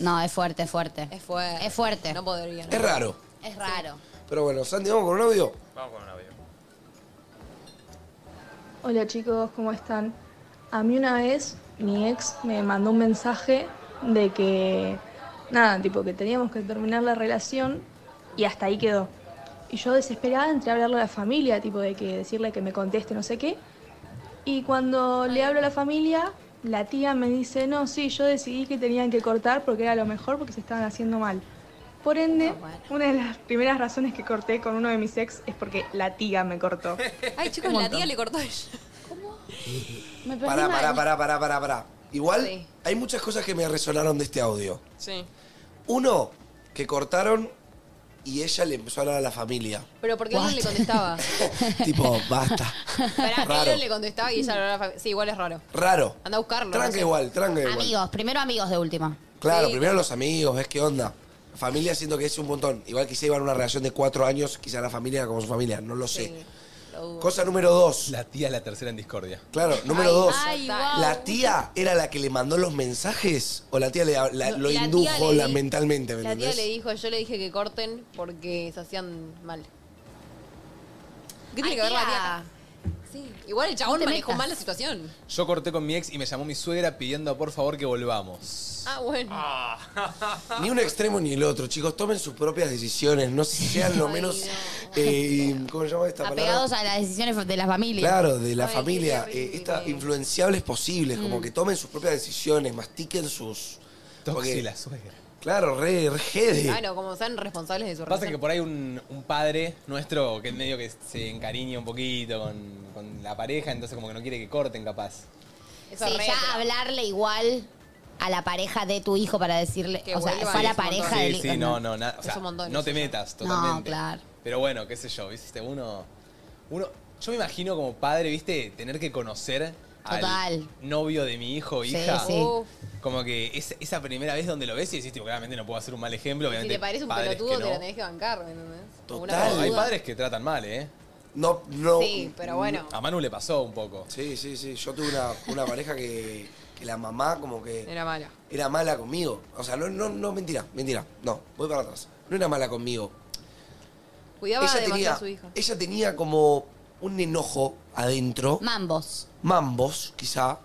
Speaker 15: No, es fuerte, es fuerte.
Speaker 2: Es fuerte.
Speaker 15: Es fuerte.
Speaker 2: No podría. ¿no?
Speaker 7: Es raro.
Speaker 15: Es raro.
Speaker 7: Pero bueno, Santi, ¿vamos con un audio?
Speaker 4: Vamos con un audio.
Speaker 9: Hola chicos, ¿cómo están? A mí una vez mi ex me mandó un mensaje de que, nada, tipo que teníamos que terminar la relación y hasta ahí quedó. Y yo desesperada entré a hablarle a la familia, tipo de que decirle que me conteste no sé qué. Y cuando le hablo a la familia, la tía me dice, no, sí, yo decidí que tenían que cortar porque era lo mejor porque se estaban haciendo mal. Por
Speaker 2: Ah,
Speaker 9: ende, una de las primeras razones que corté con uno de mis ex es porque la tía me cortó.
Speaker 2: Ay, chicos,
Speaker 9: Un
Speaker 2: la
Speaker 9: montón.
Speaker 2: tía le cortó a ella.
Speaker 15: Me
Speaker 7: Eh, Pará, pará,
Speaker 2: mal.
Speaker 7: pará, pará, pará, pará. Igual
Speaker 2: Sí.
Speaker 7: hay muchas cosas que me resonaron de este audio.
Speaker 2: Sí.
Speaker 7: Uno, que cortaron y ella le empezó a hablar a la familia.
Speaker 2: Pero porque alguien le contestaba.
Speaker 7: tipo, basta.
Speaker 2: Pará, que
Speaker 7: Raro.
Speaker 2: alguien le contestaba y ella lo hablaba a la fam- Sí, igual es raro.
Speaker 7: Raro.
Speaker 2: Anda a buscarlo. no
Speaker 7: Tranca
Speaker 2: sé.
Speaker 7: igual, tranca igual.
Speaker 15: Amigos, primero amigos de última.
Speaker 7: Claro,
Speaker 15: Sí.
Speaker 7: primero los amigos, ves qué onda. Familia siento que es un montón. Igual quizá iban a una relación de cuatro años, quizá la familia era como su familia, no lo sé. Cosa número dos.
Speaker 1: La tía es la tercera en discordia.
Speaker 7: Claro, número dos.
Speaker 1: ay,
Speaker 7: ¿La tía era la que le mandó los mensajes? ¿O la tía le, la- lo
Speaker 2: la
Speaker 7: indujo
Speaker 2: tía le
Speaker 7: la-
Speaker 2: di-
Speaker 7: mentalmente? ¿me
Speaker 2: La tía
Speaker 7: entendés?
Speaker 2: le dijo, yo le dije que corten porque se hacían mal. ¿Qué tiene
Speaker 15: Ay,
Speaker 2: que ver la
Speaker 15: tía.
Speaker 2: tía? Sí. Igual el chabón
Speaker 15: No te
Speaker 2: manejó
Speaker 15: metas.
Speaker 2: mal la situación.
Speaker 1: Yo corté con mi ex y me llamó mi suegra pidiendo por favor que volvamos.
Speaker 2: Ah, bueno.
Speaker 1: Ah.
Speaker 15: Ah.
Speaker 7: Ni un extremo ni el otro, chicos. Tomen sus propias decisiones. No sean lo menos. eh, ¿Cómo se llama esta palabra?
Speaker 15: Apegados a las decisiones de la familia.
Speaker 7: Claro, de la familia. eh, esta- influenciables posibles, como
Speaker 15: Mm.
Speaker 7: que tomen sus propias decisiones, mastiquen sus.
Speaker 1: Toxi
Speaker 7: porque-
Speaker 1: la suegra.
Speaker 7: Claro, re, re jede.
Speaker 2: Claro, como sean responsables de su
Speaker 1: Pasa que
Speaker 2: relación.
Speaker 1: por ahí un, un padre nuestro que es medio que se encariña un poquito con, con la pareja, entonces como que no quiere que corten capaz.
Speaker 15: Sí, ya hablarle igual a la pareja de tu hijo para decirle, o sea, fue a la pareja
Speaker 1: Sí,
Speaker 15: del
Speaker 1: sí,
Speaker 15: hijo,
Speaker 1: no, no, nada. O sea,
Speaker 15: un montón
Speaker 1: no
Speaker 15: eso
Speaker 1: te
Speaker 15: ya.
Speaker 1: metas
Speaker 15: No,
Speaker 1: totalmente.
Speaker 15: claro.
Speaker 1: Pero bueno, qué sé yo, viste, uno. Uno. Yo me imagino como padre, viste, tener que conocer al
Speaker 15: Total.
Speaker 1: novio de mi hijo o
Speaker 15: Sí,
Speaker 1: hija.
Speaker 15: sí. Uf.
Speaker 1: Como que es- esa primera vez donde lo ves y decís, tipo, claramente no puedo hacer un mal ejemplo.
Speaker 2: Si
Speaker 1: Obviamente,
Speaker 2: te parece un
Speaker 1: padres
Speaker 2: pelotudo,
Speaker 1: que
Speaker 2: te la
Speaker 1: no.
Speaker 2: tenés que bancar, ¿me entendés? O una
Speaker 1: Total. Hay
Speaker 2: pelotuda.
Speaker 1: padres que tratan mal, ¿eh?
Speaker 7: No, no.
Speaker 2: Sí, pero bueno.
Speaker 1: A Manu le pasó un poco.
Speaker 7: Sí, sí, sí. Yo tuve una, una pareja que, que la mamá como que
Speaker 2: Era mala.
Speaker 7: era mala conmigo. O sea, no, no, no, mentira, mentira. No, voy para atrás. No era mala conmigo.
Speaker 2: Cuidaba
Speaker 7: ella
Speaker 2: demasiado
Speaker 7: tenía,
Speaker 2: a su hija.
Speaker 7: Ella tenía como un enojo adentro.
Speaker 15: Mambos.
Speaker 7: Mambos, quizá,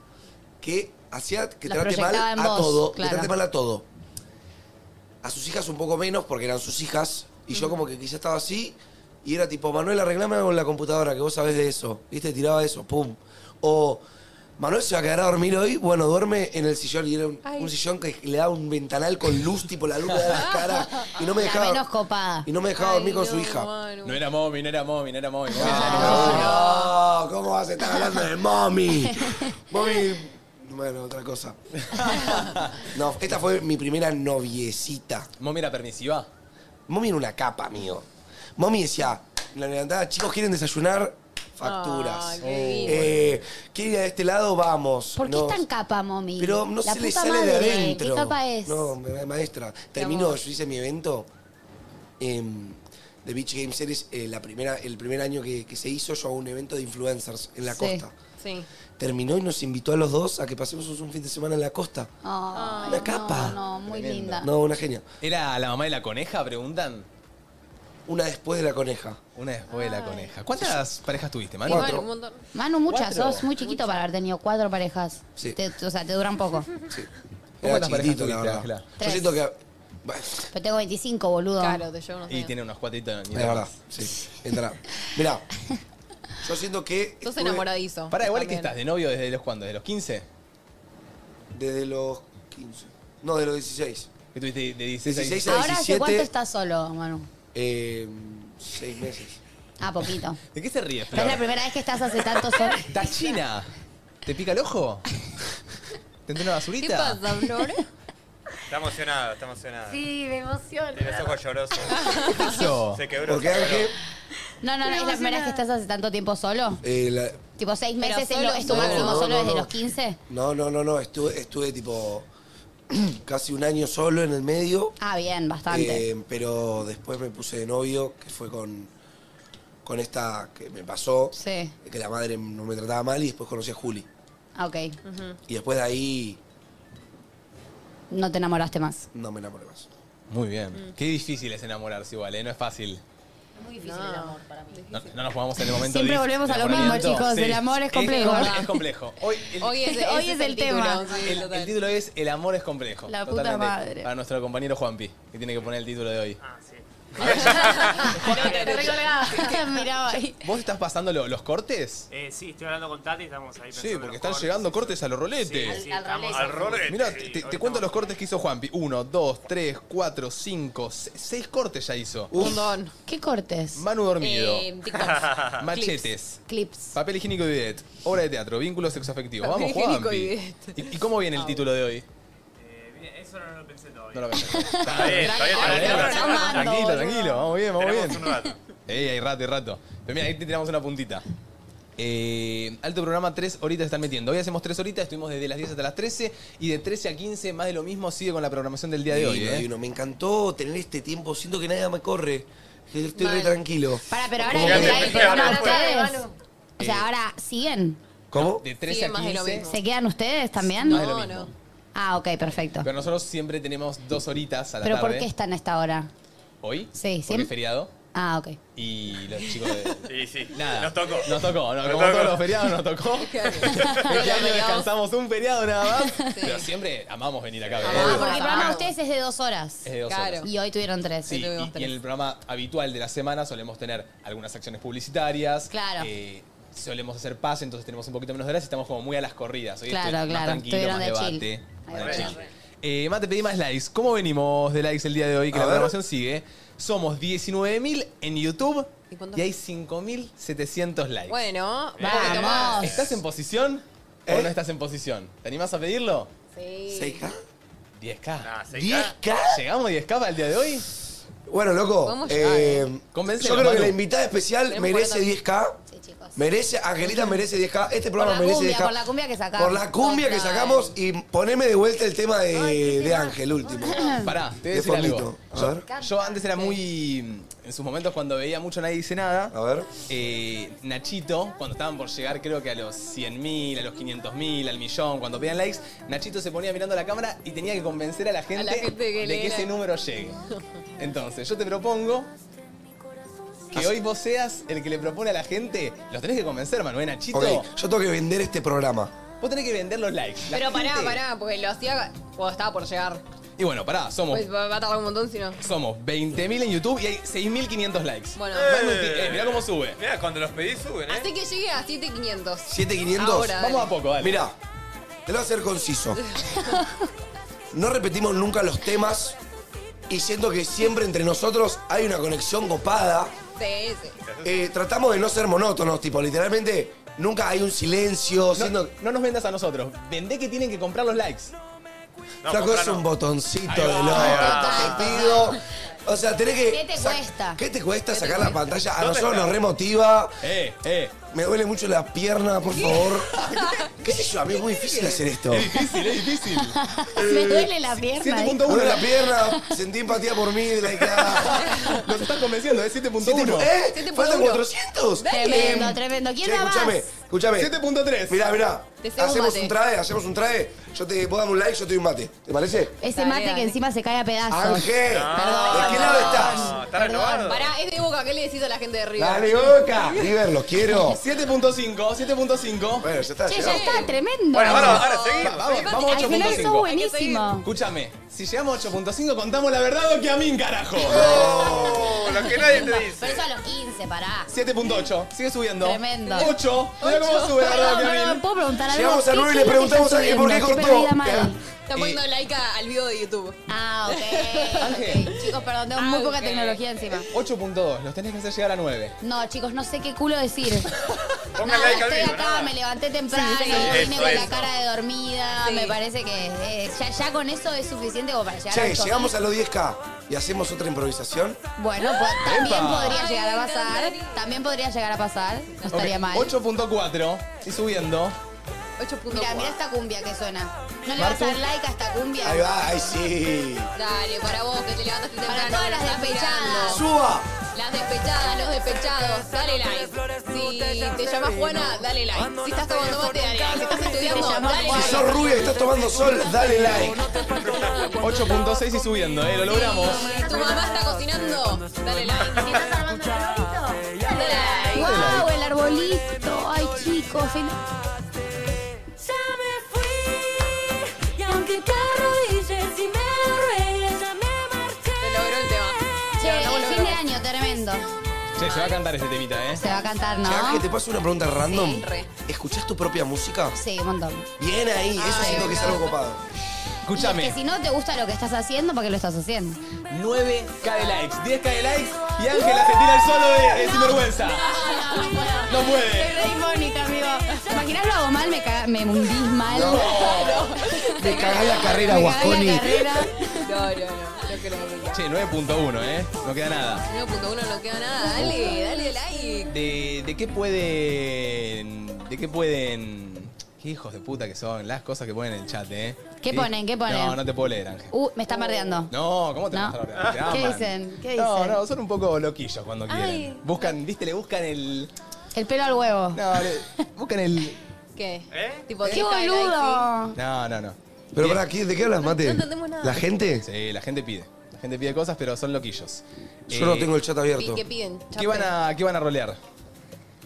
Speaker 7: que hacía que
Speaker 15: Los
Speaker 7: trate mal
Speaker 15: proyectaba
Speaker 7: a
Speaker 15: en vos,
Speaker 7: todo.
Speaker 15: claro.
Speaker 7: Que trate mal a todo. A sus hijas un poco menos, porque eran sus hijas. Y
Speaker 15: Mm.
Speaker 7: yo como que quizá estaba así. Y era tipo, Manuel, arreglame con la computadora, que vos sabés de eso. ¿Viste? Tiraba eso, pum. O, Manuel se va a quedar a dormir hoy. Bueno, duerme en el sillón. Y era un,
Speaker 15: Ay.
Speaker 7: un sillón que le daba un ventanal con luz, tipo la luz le daba en la cara. Y no me
Speaker 15: la menos
Speaker 7: dejaba,
Speaker 15: copada.
Speaker 7: y no me dejaba dormir con su hija.
Speaker 1: No era mommy, no era mommy, no era mommy.
Speaker 7: Ah, No, ¿cómo vas a estar hablando de mommy? Mommy. Bueno, otra cosa. No, esta fue mi primera noviecita.
Speaker 1: ¿Mommy era permisiva?
Speaker 7: Mommy era una capa, amigo. Mommy decía, la levantada, chicos, ¿quieren desayunar? Facturas.
Speaker 15: Ay, qué
Speaker 7: Eh, ¿Quieren ir a este lado? Vamos.
Speaker 15: ¿Por qué
Speaker 7: No,
Speaker 15: es tan capa, mami?
Speaker 7: Pero no
Speaker 15: La
Speaker 7: se le
Speaker 15: puta
Speaker 7: sale de
Speaker 15: madre,
Speaker 7: adentro.
Speaker 15: ¿Qué capa es?
Speaker 7: No, ma- maestra. Terminó, yo hice mi evento em, de Beach Game Series, eh, la primera, el primer año que, que se hizo, yo hago un evento de influencers en la
Speaker 2: Sí.
Speaker 7: costa.
Speaker 2: Sí.
Speaker 7: Terminó y nos invitó a los dos a que pasemos un fin de semana en la costa.
Speaker 15: Ay,
Speaker 7: una capa.
Speaker 15: No, no, muy linda.
Speaker 7: No, una genia.
Speaker 1: ¿Era la mamá de la coneja? Preguntan.
Speaker 7: Una después de la coneja.
Speaker 1: Una después de la coneja. ¿Cuántas parejas tuviste, Manu?
Speaker 15: Cuatro. Manu, muchas.
Speaker 1: Cuatro.
Speaker 15: Sos muy chiquito para haber tenido cuatro parejas.
Speaker 7: Sí.
Speaker 15: Te- o sea, te duran poco.
Speaker 7: Era
Speaker 1: ¿Cuántas parejas
Speaker 7: chiquitito, la
Speaker 1: tuviste,
Speaker 7: verdad.
Speaker 1: Ángela?
Speaker 7: Yo
Speaker 15: Tres.
Speaker 7: siento que.
Speaker 15: Pero tengo 25, boludo.
Speaker 2: Claro, te llevo unos
Speaker 1: Y
Speaker 2: días.
Speaker 1: tiene unos cuatitos.
Speaker 7: Es verdad, sí. Entra. Mirá, yo siento que.
Speaker 2: Sos
Speaker 7: estuve
Speaker 2: enamoradizo.
Speaker 1: Pará, igual que
Speaker 2: También.
Speaker 1: estás de novio desde los cuándo, desde los 15?
Speaker 7: Desde los 15. No, de los 16.
Speaker 1: Que tuviste de 16,
Speaker 7: a
Speaker 15: Ahora, ¿hace
Speaker 7: 17.
Speaker 15: cuánto estás solo, Manu?
Speaker 7: Eh, seis meses.
Speaker 15: Ah, poquito.
Speaker 1: ¿De qué se ríe,
Speaker 15: Pero
Speaker 1: Flor?
Speaker 15: es la primera vez que estás hace tanto solo.
Speaker 1: ¡Tachina! ¿Te pica el ojo? ¿Te entró una basurita?
Speaker 2: Flor?
Speaker 4: Está emocionada, está emocionada.
Speaker 3: Sí, me emociona.
Speaker 4: Tiene los ojos llorosos.
Speaker 1: ¿Qué pasó?
Speaker 4: Se quebró.
Speaker 7: Porque Ángel,
Speaker 15: No, no, no, es la primera vez que estás hace tanto tiempo solo.
Speaker 7: eh, la-
Speaker 15: Tipo, seis
Speaker 2: Pero
Speaker 15: meses es,
Speaker 2: solo,
Speaker 15: lo- es tu
Speaker 7: solo.
Speaker 15: máximo
Speaker 7: No, no,
Speaker 15: solo
Speaker 7: no,
Speaker 15: desde
Speaker 7: no.
Speaker 15: los 15.
Speaker 7: no, no, no, no. Estuve, estuve tipo casi un año solo en el medio.
Speaker 15: Ah, bien, bastante.
Speaker 7: Eh, pero después me puse de novio, que fue con, con esta que me pasó,
Speaker 15: Sí,
Speaker 7: que la madre no me trataba mal y después conocí a Juli.
Speaker 15: ah, ok.
Speaker 7: Y después de ahí
Speaker 15: No te enamoraste más.
Speaker 7: no me enamoré más.
Speaker 1: Muy bien.
Speaker 15: Mm.
Speaker 1: Qué difícil es enamorarse igual, ¿eh? No es fácil.
Speaker 3: Muy difícil el amor para mí.
Speaker 1: No, no nos jugamos en el momento
Speaker 15: Siempre
Speaker 1: dif-
Speaker 15: volvemos
Speaker 1: de
Speaker 15: a lo mismo,
Speaker 1: enamoramiento.
Speaker 15: chicos. El amor es complejo.
Speaker 1: Es, es complejo. Hoy, el,
Speaker 2: Hoy es,
Speaker 15: Hoy
Speaker 2: ese
Speaker 15: es el tema.
Speaker 2: título, sí,
Speaker 1: el-
Speaker 2: total.
Speaker 1: el título es El amor es complejo.
Speaker 2: La puta madre.
Speaker 1: Para nuestro compañero Juanpi, que tiene que poner el título de hoy.
Speaker 11: Ah, sí.
Speaker 2: Te recolgaba. Miraba ahí.
Speaker 1: ¿Vos estás pasando lo- los cortes?
Speaker 11: Eh, sí, estoy hablando con Tati, estamos ahí pensando
Speaker 1: Sí,
Speaker 11: en
Speaker 1: porque
Speaker 11: los
Speaker 1: están
Speaker 11: cortes.
Speaker 1: llegando cortes a los
Speaker 11: Sí,
Speaker 1: roletes.
Speaker 11: sí, estamos-
Speaker 4: Al rolete.
Speaker 1: Mirá, te, te cuento los cortes que hizo Juanpi. Uno, dos, tres, cuatro, cinco, se- seis cortes ya hizo.
Speaker 15: ¿Qué cortes?
Speaker 1: Manu dormido.
Speaker 2: Eh, TikToks.
Speaker 1: Machetes.
Speaker 15: Clips.
Speaker 1: Papel higiénico y bidet. Obra de teatro. Vínculos sexoafectivos.
Speaker 2: Papel
Speaker 1: Vamos,
Speaker 2: higiénico y
Speaker 1: Juanpi. ¿Y, y cómo viene el título de hoy?
Speaker 11: Ah, eh, Bien, Eso no lo pensé todavía.
Speaker 1: No lo pensé.
Speaker 4: Está bien, está bien, está bien.
Speaker 1: Tranquilo,
Speaker 4: boludo.
Speaker 1: tranquilo. Vamos bien, vamos
Speaker 4: Tenemos
Speaker 1: bien.
Speaker 4: un rato.
Speaker 1: Ey, hay rato, hay rato. Pero mira, ahí te tiramos una puntita. Eh, alto programa, tres horitas están metiendo. Hoy hacemos tres horitas, estuvimos desde las 10 hasta las 13 y de 13 a 15, más de lo mismo, sigue con la programación del día de hoy.
Speaker 7: Divino,
Speaker 1: ¿eh?
Speaker 7: divino. Me encantó tener este tiempo. Siento que nadie me corre. que Estoy
Speaker 15: Mal.
Speaker 7: re tranquilo.
Speaker 15: Para, Ah, pero ahora
Speaker 7: ¿Cómo?
Speaker 15: que hay programa
Speaker 7: Ahora
Speaker 15: ustedes. O
Speaker 1: Eh,
Speaker 15: sea, ahora siguen.
Speaker 7: ¿Cómo?
Speaker 1: De 13
Speaker 2: Sigue
Speaker 1: a
Speaker 2: más de lo
Speaker 1: 15.
Speaker 2: mismo.
Speaker 15: ¿Se quedan ustedes también?
Speaker 1: Más de lo mismo.
Speaker 15: Ah, ok, perfecto.
Speaker 1: Pero nosotros siempre tenemos dos horitas a la
Speaker 15: ¿Pero
Speaker 1: tarde.
Speaker 15: por qué están a esta hora?
Speaker 1: Hoy.
Speaker 15: Sí,
Speaker 1: Porque
Speaker 15: siempre.
Speaker 1: es feriado.
Speaker 15: Ah, ok.
Speaker 1: Y los chicos de.
Speaker 4: Sí, sí.
Speaker 1: Nada.
Speaker 4: Nos tocó.
Speaker 1: Nos tocó, no,
Speaker 4: Nos
Speaker 1: como
Speaker 4: tocó.
Speaker 1: todos los feriados nos tocó. Este año descansamos un feriado nada más. Pero siempre amamos venir acá. ¿verdad?
Speaker 15: Ah, porque el programa de ustedes es de dos horas.
Speaker 1: Es de dos Claro. horas.
Speaker 15: Y hoy tuvieron Este, tres.
Speaker 1: Sí, y, y en el programa habitual de la semana solemos tener algunas acciones publicitarias.
Speaker 15: Claro.
Speaker 1: eh, solemos hacer pase, entonces tenemos un poquito menos de horas y estamos como muy a las corridas. Hoy
Speaker 15: Claro,
Speaker 1: estoy más
Speaker 15: claro,
Speaker 1: tranquilo,
Speaker 15: estuvieron
Speaker 1: más
Speaker 15: de
Speaker 1: debate.
Speaker 15: chill.
Speaker 1: más de chill. Eh, Mate, pedí más likes. ¿Cómo venimos de likes el día de hoy? Que
Speaker 7: A
Speaker 1: la
Speaker 7: ver.
Speaker 1: programación sigue. Somos 19.000 en YouTube
Speaker 2: ¿Y cuánto?
Speaker 1: y hay 5.700 likes.
Speaker 2: Bueno,
Speaker 7: Eh.
Speaker 1: ¿Estás en posición o no estás en posición? ¿Te animás a pedirlo?
Speaker 2: Sí.
Speaker 7: ¿6K?
Speaker 1: 10K.
Speaker 7: ¿10K?
Speaker 1: ¿Llegamos a 10K para el día de hoy?
Speaker 7: Bueno, loco,
Speaker 1: Vamos ya,
Speaker 7: eh,
Speaker 1: eh.
Speaker 7: yo
Speaker 1: Convéncenos,
Speaker 7: creo que
Speaker 1: Manu.
Speaker 7: la invitada especial
Speaker 15: Tenemos
Speaker 7: merece
Speaker 15: 40.
Speaker 7: 10K. Merece, Angelita merece 10K. Este programa
Speaker 15: la
Speaker 7: merece
Speaker 15: cumbia,
Speaker 7: 10K.
Speaker 15: por la cumbia que sacamos.
Speaker 7: Por la cumbia que
Speaker 15: Total.
Speaker 7: sacamos y poneme de vuelta el tema de, de Ángel, último.
Speaker 1: Pará, te voy a
Speaker 7: De
Speaker 1: decir algo.
Speaker 7: fondito. A
Speaker 1: Yo-
Speaker 7: ver.
Speaker 1: Yo, antes era muy. En sus momentos, cuando veía mucho, nadie dice nada. eh,
Speaker 7: A ver.
Speaker 1: Nachito, cuando estaban por llegar, creo que a los 100.000, a los 500.000, al millón, cuando pedían likes, Nachito se ponía mirando la cámara y tenía que convencer a la gente,
Speaker 2: la gente que
Speaker 1: de
Speaker 2: le
Speaker 1: que
Speaker 2: era.
Speaker 1: ese número llegue. Entonces, yo te propongo. Que hoy vos seas el que le propone a la gente, los tenés que convencer, Manuel Nachito.
Speaker 7: Ok, yo tengo que vender este programa.
Speaker 1: Vos tenés que vender los likes. La
Speaker 2: Pero pará,
Speaker 1: gente-
Speaker 2: pará, porque lo hacía cuando estaba por llegar.
Speaker 1: Y bueno, pará, somos
Speaker 2: Pues va va a tardar un montón si no.
Speaker 1: Somos 20.000 en YouTube y hay 6.500 likes.
Speaker 2: Bueno.
Speaker 1: Manu, eh, mirá cómo sube.
Speaker 4: Mira, cuando los pedís suben, ¿eh?
Speaker 2: Así que llegue a 7500.
Speaker 7: 7500.
Speaker 2: Ahora, dale.
Speaker 7: Mirá, te lo voy a hacer conciso. No repetimos nunca los temas y siento que siempre entre nosotros hay una conexión copada.
Speaker 2: Sí, sí.
Speaker 7: Eh, tratamos de no ser monótonos, tipo, literalmente nunca hay un silencio. siento-
Speaker 1: No nos vendas a nosotros. Vendé que tienen que comprar los likes.
Speaker 7: Flaco, es un botoncito
Speaker 1: Ahí va,
Speaker 7: de loco.
Speaker 1: ahí va.
Speaker 7: Te pido. O sea, tenés que.
Speaker 15: ¿Qué te
Speaker 7: sac-
Speaker 15: cuesta?
Speaker 7: ¿Qué te cuesta sacar la pantalla? A
Speaker 1: ¿Dónde
Speaker 7: nosotros
Speaker 1: está?
Speaker 7: nos remotiva.
Speaker 1: Eh, eh.
Speaker 7: Me duele mucho la pierna, por favor. ¿Qué sé yo? A mí es muy difícil hacer esto.
Speaker 1: difícil, es difícil.
Speaker 15: Me duele la pierna.
Speaker 7: Me
Speaker 15: dijo.
Speaker 7: duele la pierna, sentí empatía por mí. la-
Speaker 1: Nos estás convenciendo, es 7.1.
Speaker 7: ¿Eh?
Speaker 15: 7.1.
Speaker 7: ¿Faltan 400?
Speaker 15: Tremendo,
Speaker 7: Em,
Speaker 15: tremendo.
Speaker 7: che,
Speaker 15: ¿Quién da más?
Speaker 7: escúchame, escúchame.
Speaker 1: 7.3.
Speaker 7: Mirá, mirá.
Speaker 15: Te cebo un
Speaker 7: Hacemos
Speaker 15: mate.
Speaker 7: un trae, hacemos un trae. Yo te puedo dar un like, yo te doy un mate. ¿Te parece?
Speaker 15: Ese mate que encima se cae a pedazos.
Speaker 7: Ángel,
Speaker 15: Perdón.
Speaker 7: ¿de qué lado estás?
Speaker 4: Está renovado.
Speaker 2: Pará, es de boca, ¿qué le decís a la gente de River?
Speaker 7: Dale, boca. River, los quiero.
Speaker 1: 7.5,
Speaker 7: Bueno,
Speaker 1: 7.5.
Speaker 7: ya está.
Speaker 15: Che, ya está, tremendo.
Speaker 1: seguimos. Vamos, vamos a
Speaker 15: Al final estuvo
Speaker 1: 8.5.
Speaker 15: buenísimo.
Speaker 1: Escúchame, si llegamos a 8.5 contamos la verdad o que a mí, carajo.
Speaker 15: Lo
Speaker 1: que nadie te dice.
Speaker 15: Pero eso a los 15, pará.
Speaker 1: 7.8, sigue subiendo.
Speaker 15: Tremendo.
Speaker 1: 8, mira cómo
Speaker 15: Ocho.
Speaker 1: sube la verdad
Speaker 15: Perdón,
Speaker 1: que a
Speaker 15: perdón,
Speaker 1: mí.
Speaker 15: ¿puedo preguntar algo?
Speaker 7: Llegamos a
Speaker 15: ¿Qué
Speaker 7: 9 y le
Speaker 15: es lo que
Speaker 7: preguntamos
Speaker 15: está
Speaker 7: a alguien por qué
Speaker 15: subiendo?
Speaker 7: cortó.
Speaker 15: perdida mal.
Speaker 2: Está poniendo like a- al video de YouTube.
Speaker 15: Ah, ok. Chicos, perdón,
Speaker 1: Ah,
Speaker 15: tengo muy
Speaker 4: Ah,
Speaker 15: poca tecnología encima.
Speaker 1: 8.2, los tenés que hacer llegar a 9.
Speaker 15: No, chicos, no sé qué culo decir.
Speaker 1: Pongan
Speaker 15: Nada,
Speaker 1: like al
Speaker 15: estoy
Speaker 1: vivo,
Speaker 15: acá,
Speaker 1: nada.
Speaker 15: me levanté temprano,
Speaker 1: Sí, sí.
Speaker 15: vine
Speaker 1: Eso,
Speaker 15: con
Speaker 1: eso.
Speaker 15: la cara de dormida,
Speaker 2: Sí.
Speaker 15: me parece que eh, ya, ya con eso es suficiente como para llegar a
Speaker 7: Che,
Speaker 15: los
Speaker 7: llegamos a
Speaker 15: 8.000.
Speaker 7: los 10K y hacemos otra improvisación.
Speaker 15: Bueno, pues, también
Speaker 7: Epa.
Speaker 15: podría llegar a pasar, también podría llegar a pasar, no estaría
Speaker 1: Ok,
Speaker 15: mal.
Speaker 1: 8.4, y subiendo.
Speaker 15: 8.4. Mira, mira esta cumbia que suena. No le vas
Speaker 1: Martu.
Speaker 15: a dar like a esta cumbia.
Speaker 7: Ahí va, ahí sí.
Speaker 2: Dale, para vos que te levantaste temprano.
Speaker 15: todas las
Speaker 2: estás
Speaker 15: despechadas.
Speaker 2: mirando.
Speaker 7: ¡Suba!
Speaker 2: Las despechadas, los despechados, dale like. Si te llamas Juana, dale like. Si estás tomando mate, dale like. Si estás estudiando, dale
Speaker 7: Si
Speaker 2: like.
Speaker 7: sos rubia y estás tomando sol, dale like.
Speaker 1: 8.6 y subiendo, eh, lo logramos.
Speaker 2: Si tu mamá está cocinando, dale like. Si estás armando el arbolito, dale like.
Speaker 15: ¡Wow! El arbolito. Ay, chicos, feliz.
Speaker 6: Ya me fui, y aunque te arrodilles y me ruegues, ya me marché. Se logró el tema.
Speaker 15: Che, el fin de año tremendo.
Speaker 1: Che, se va a cantar este temita, eh.
Speaker 15: Se va a cantar,
Speaker 7: Che, Ángel, te
Speaker 15: ¿no?
Speaker 7: paso una pregunta random.
Speaker 15: re.
Speaker 7: ¿Escuchás tu propia música?
Speaker 15: Sí, un montón.
Speaker 7: Bien ahí, eso
Speaker 15: Ay,
Speaker 7: siento que es
Speaker 15: no.
Speaker 7: algo copado.
Speaker 1: Escúchame.
Speaker 15: Que si no te gusta lo que estás haciendo, ¿para qué lo estás haciendo?
Speaker 1: 9K de likes, 10K de likes y Ángela se tira el solo de, de sinvergüenza. No puede.
Speaker 15: Soy re icónica, amigo. Imaginar lo hago mal, me, caga- me hundís mal.
Speaker 7: No. Me cagás la carrera,
Speaker 15: Me cagás la
Speaker 7: Guasconi.
Speaker 15: carrera.
Speaker 2: No, no, no. No creo que
Speaker 1: Che, 9.1, eh. No queda nada.
Speaker 2: 9.1 no queda nada. Dale, dale like.
Speaker 1: ¿De, de qué pueden. ¿De qué pueden. Qué hijos de puta que son las cosas que ponen en el chat, eh?
Speaker 15: ¿Qué
Speaker 1: ¿Sí?
Speaker 15: ponen? ¿Qué ponen?
Speaker 1: No, no te puedo leer, Ángel.
Speaker 15: Uh, me está bardeando.
Speaker 1: No, ¿cómo te
Speaker 15: No.
Speaker 1: vas a hablar? Te
Speaker 15: ¿Qué
Speaker 1: aman.
Speaker 15: dicen? ¿Qué
Speaker 1: No,
Speaker 15: dicen?
Speaker 1: no, son un poco loquillos cuando quieren.
Speaker 15: Ay.
Speaker 1: Buscan, viste, le buscan el.
Speaker 15: El pelo al huevo.
Speaker 1: No, le- buscan el.
Speaker 2: ¿Qué?
Speaker 1: ¿Eh?
Speaker 2: Tipo,
Speaker 15: ¡Qué
Speaker 2: 10K de
Speaker 15: boludo!
Speaker 1: No, no, no.
Speaker 7: Pero
Speaker 1: Bien.
Speaker 7: pará, ¿qué- ¿de qué hablas, Mate?
Speaker 2: No entendemos nada.
Speaker 7: ¿La gente?
Speaker 1: Sí, la gente pide. La gente pide cosas, pero son loquillos. Eh,
Speaker 7: Yo no tengo el chat
Speaker 2: like.
Speaker 7: abierto.
Speaker 2: ¿Qué piden?
Speaker 1: ¿Qué van a, qué van a rolear?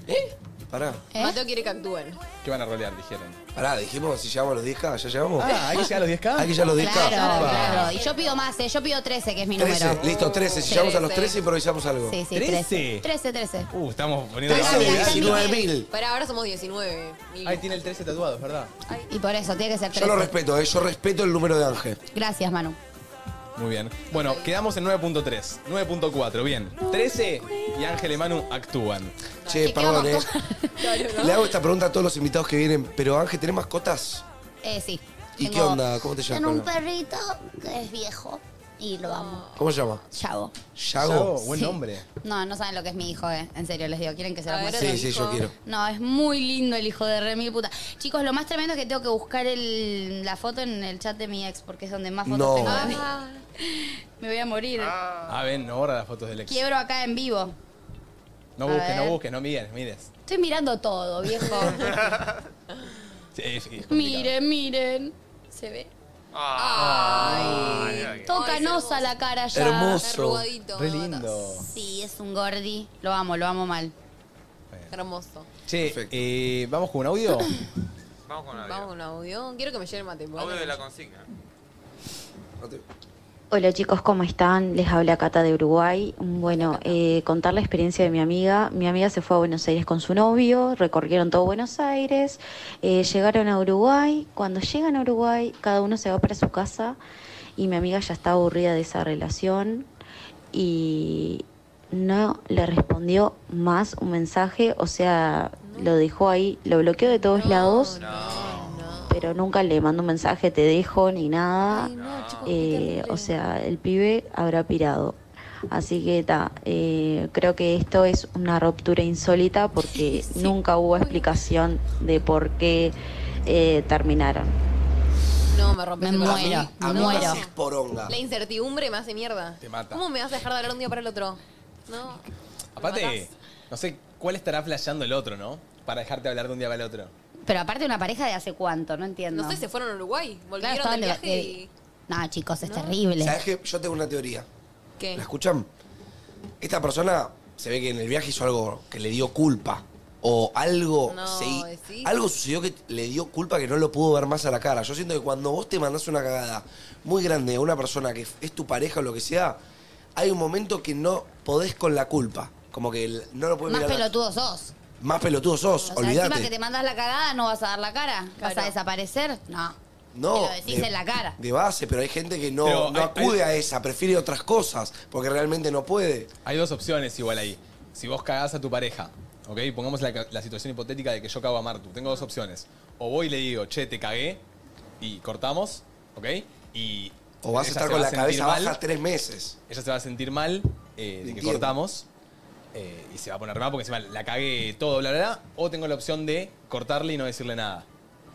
Speaker 7: ¿Eh? Pará,
Speaker 2: ¿Eh? Mateo quiere que actúen.
Speaker 1: ¿Qué van a rolear? Dijeron.
Speaker 7: pará, dijimos si llegamos a los 10K, ¿ya llegamos?
Speaker 1: Ah, ¿hay que llegar a los 10K?
Speaker 7: Hay que llegar a los 10K.
Speaker 15: Claro,
Speaker 7: Opa.
Speaker 15: claro. Y yo pido más, ¿eh? Yo pido 13, que es mi
Speaker 7: 13,
Speaker 15: número.
Speaker 7: listo, 13. Si llegamos a los 13
Speaker 15: 13,
Speaker 7: improvisamos algo.
Speaker 15: Sí, sí,
Speaker 1: 13.
Speaker 15: 13. 13, 13.
Speaker 1: Uh, estamos poniendo
Speaker 7: Trece,
Speaker 1: la barra.
Speaker 7: diecinueve mil.
Speaker 2: Pará, ahora somos 19. mil.
Speaker 1: Ahí tiene el 13 tatuado, es ¿verdad?
Speaker 15: Y por eso, tiene que ser 13.
Speaker 7: Yo lo respeto, eh, yo respeto el número de Ángel.
Speaker 15: Gracias, Manu.
Speaker 1: Muy bien. Bueno, quedamos en 9.3. 9.4, bien. 13 y Ángel y Manu actúan.
Speaker 7: Che, perdón, eh. Le hago esta pregunta a todos los invitados que vienen, pero Ángel, ¿tenés mascotas?
Speaker 15: Eh, sí.
Speaker 7: ¿Y qué
Speaker 15: Tengo-
Speaker 7: onda? ¿Cómo te llamas?
Speaker 15: Tengo un
Speaker 7: Paula?
Speaker 15: perrito que es viejo y lo amo.
Speaker 7: ¿Cómo se llama?
Speaker 15: Yago.
Speaker 7: Yago.
Speaker 15: Yago, buen Sí.
Speaker 7: nombre.
Speaker 15: No, no saben lo que es mi hijo, eh. En serio, les digo, quieren que se lo
Speaker 7: A ver,
Speaker 15: muestre.
Speaker 7: Sí, sí, yo hijo. quiero.
Speaker 15: No, es muy lindo el hijo de re mil puta. Chicos, lo más tremendo es que tengo que buscar el- la foto en el chat de mi ex, porque es donde más fotos
Speaker 1: No.
Speaker 15: tengo de mí. Me voy a morir.
Speaker 1: Ah, ven, no borra las fotos del ex.
Speaker 15: Quiebro acá en vivo.
Speaker 1: No
Speaker 15: A
Speaker 1: busques, no
Speaker 15: ver.
Speaker 1: busques, no mires, mires.
Speaker 15: Estoy mirando todo, viejo.
Speaker 1: Sí, es- es complicado.
Speaker 15: miren, miren. ¿Se ve?
Speaker 1: Ay.
Speaker 15: Toca canosa la cara ya.
Speaker 7: Hermoso.
Speaker 1: Re lindo.
Speaker 15: Sí, es un gordi. Lo amo, lo amo mal.
Speaker 2: Hermoso.
Speaker 1: Che, eh, ¿vamos con un audio?
Speaker 4: Vamos con la
Speaker 2: Vamos con un audio. Quiero que me lleve el mate.
Speaker 4: Audio de la consigna.
Speaker 19: Hola chicos, ¿cómo están? Les habla Cata de Uruguay. Bueno, eh, contar la experiencia de mi amiga. Mi amiga se fue a Buenos Aires con su novio, recorrieron todo Buenos Aires, eh, llegaron a Uruguay. Cuando llegan a Uruguay, cada uno se va para su casa y mi amiga ya está aburrida de esa relación y no le respondió más un mensaje, o sea, lo dejó ahí, lo bloqueó de todos lados. Pero nunca le mandó un mensaje, te dejo, ni nada. Eh, o sea, el pibe habrá pirado. Así que ta, eh, creo que esto es una ruptura insólita porque nunca hubo explicación de por qué eh, terminaron.
Speaker 2: No, me rompes el corazón.
Speaker 7: A mí me haces poronga.
Speaker 2: La incertidumbre me hace mierda.
Speaker 1: Te mata.
Speaker 2: ¿Cómo me vas a dejar de hablar un día para el otro? No.
Speaker 1: Aparte, no sé cuál estará flasheando el otro, ¿no? Para dejarte hablar de un día para el otro.
Speaker 15: Pero aparte una pareja de hace cuánto, no entiendo.
Speaker 2: No sé, se fueron a Uruguay. Volvieron
Speaker 15: estaban
Speaker 2: del
Speaker 15: de-
Speaker 2: viaje
Speaker 15: de-
Speaker 2: y...
Speaker 15: No, chicos, es terrible.
Speaker 7: ¿Sabes qué? Yo tengo una teoría.
Speaker 2: ¿Qué?
Speaker 7: ¿La escuchan? Esta persona se ve que en el viaje hizo algo que le dio culpa. O algo,
Speaker 2: No,
Speaker 7: se-
Speaker 2: ¿decís?
Speaker 7: algo sucedió que le dio culpa que no lo pudo ver más a la cara. Yo siento que cuando vos te mandás una cagada muy grande a una persona que es tu pareja o lo que sea, hay un momento que no podés con la culpa. Como que el- no lo puedes
Speaker 15: Más
Speaker 7: mirar. la-
Speaker 15: pelotudo sos.
Speaker 7: Más pelotudo sos,
Speaker 15: O sea, encima que
Speaker 7: olvídate.
Speaker 15: te mandas la cagada, no vas a dar la cara. ¿Vas a desaparecer? No.
Speaker 7: No.
Speaker 15: Te lo decís
Speaker 7: de-
Speaker 15: en la cara.
Speaker 7: De base, pero hay gente que
Speaker 1: Pero
Speaker 7: no, no
Speaker 1: hay-
Speaker 7: acude
Speaker 1: hay-
Speaker 7: a esa, prefiere otras cosas, porque realmente no puede.
Speaker 1: Hay dos opciones igual ahí. Si vos cagás a tu pareja, ¿ok? Pongamos la, la situación hipotética de que yo cago a Martu. Tengo dos opciones. O voy y le digo, che, te cagué y cortamos, ¿ok? Y.
Speaker 7: O vas a
Speaker 1: ella
Speaker 7: estar
Speaker 1: se
Speaker 7: con
Speaker 1: va
Speaker 7: la
Speaker 1: sentir
Speaker 7: cabeza
Speaker 1: mal,
Speaker 7: baja tres meses.
Speaker 1: Ella se va a sentir mal eh, de que
Speaker 7: Entiendo.
Speaker 1: cortamos eh, y se va a poner mal porque encima la cagué todo, bla, bla, bla. O tengo la opción de cortarle y no decirle nada.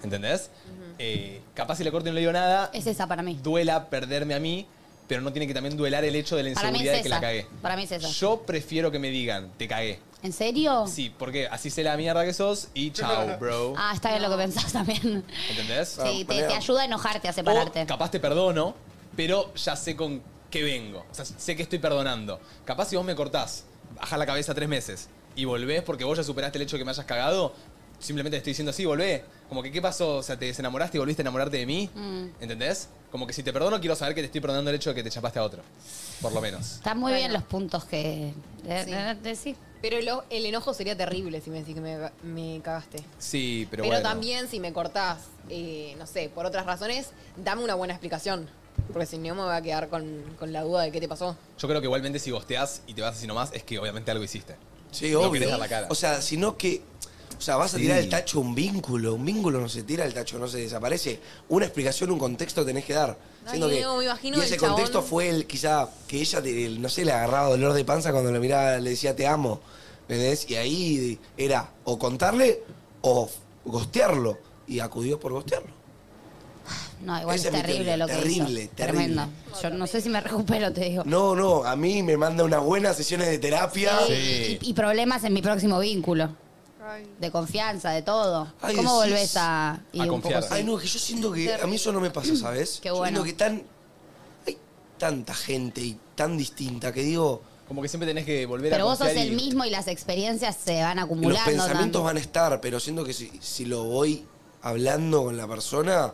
Speaker 1: ¿Entendés? Eh, capaz si le corto y no le digo nada,
Speaker 15: Es esa para mí.
Speaker 1: duela perderme a mí, pero no tiene que también duelar el hecho de la
Speaker 15: Para mí
Speaker 1: inseguridad
Speaker 15: es
Speaker 1: de que la
Speaker 15: esa.
Speaker 1: cagué.
Speaker 15: Para mí es esa.
Speaker 1: Yo prefiero que me digan, te cagué.
Speaker 15: ¿En serio?
Speaker 1: Sí, porque así sé la mierda que sos y chao, bro.
Speaker 15: Ah, está bien lo que pensás también.
Speaker 1: ¿Entendés?
Speaker 7: Ah,
Speaker 15: Sí, te, te ayuda a enojarte, a separarte.
Speaker 1: O capaz te perdono, pero ya sé con qué vengo. O sea, sé que estoy perdonando. Capaz si vos me cortás, bajás la cabeza tres meses y volvés porque vos ya superaste el hecho de que me hayas cagado, simplemente te estoy diciendo así, volvé. Como que, ¿qué pasó? O sea, ¿te desenamoraste y volviste a enamorarte de mí?
Speaker 15: Mm.
Speaker 1: ¿Entendés? Como que si te perdono, quiero saber que te estoy perdonando el hecho de que te chapaste a otro. Por lo menos.
Speaker 15: Están muy bien los puntos que. de- de- de- Eh, sí.
Speaker 2: Pero lo- el enojo sería terrible si me decís que me, me cagaste.
Speaker 1: Sí, pero,
Speaker 2: Pero,
Speaker 1: bueno.
Speaker 2: también si me cortás, eh, no sé, por otras razones, dame una buena explicación. Porque si no me voy a quedar con, con la duda de qué te pasó.
Speaker 1: Yo creo que igualmente si bosteás y te vas así nomás, es que obviamente algo hiciste.
Speaker 7: Sí,
Speaker 1: No
Speaker 7: obvio.
Speaker 1: querés dar la cara.
Speaker 7: O sea, sino que. O sea, vas a
Speaker 1: Sí.
Speaker 7: tirar el tacho un vínculo. Un vínculo no se tira el tacho, no se desaparece. Una explicación, un contexto tenés que dar.
Speaker 2: Ay,
Speaker 7: Siendo que-
Speaker 2: no, me imagino
Speaker 7: y
Speaker 2: el
Speaker 7: ese
Speaker 2: chabón-
Speaker 7: contexto fue el, quizá, que ella, te- el- no sé, le agarraba dolor de panza cuando le miraba, le decía te amo. ¿Entendés? Y ahí era o contarle o f- gostearlo. Y acudió por gostearlo.
Speaker 15: No, igual
Speaker 7: Esa
Speaker 15: es
Speaker 7: es mi
Speaker 15: terrible
Speaker 7: teoría.
Speaker 15: lo que
Speaker 7: Terrible,
Speaker 15: hizo.
Speaker 7: terrible.
Speaker 15: Tremendo. Yo no sé si me recupero, te digo.
Speaker 7: No, no, a mí me manda unas buenas sesiones de terapia.
Speaker 15: Sí, Y, y problemas en mi próximo vínculo. De confianza, de todo.
Speaker 7: Ay,
Speaker 15: ¿Cómo
Speaker 7: decís-
Speaker 15: volvés a. y un poco así?
Speaker 7: Ay, no, que yo siento que a mí eso no me pasa, ¿sabes?
Speaker 15: Qué
Speaker 7: Yo
Speaker 15: bueno.
Speaker 7: siento que tan. Hay tanta gente y tan distinta que digo.
Speaker 1: Como que siempre tenés que volver
Speaker 15: Pero vos sos el mismo y las experiencias se van
Speaker 7: Los
Speaker 15: acumulando.
Speaker 7: pensamientos
Speaker 15: también.
Speaker 7: van a estar, pero siento que si, si lo voy hablando con la persona,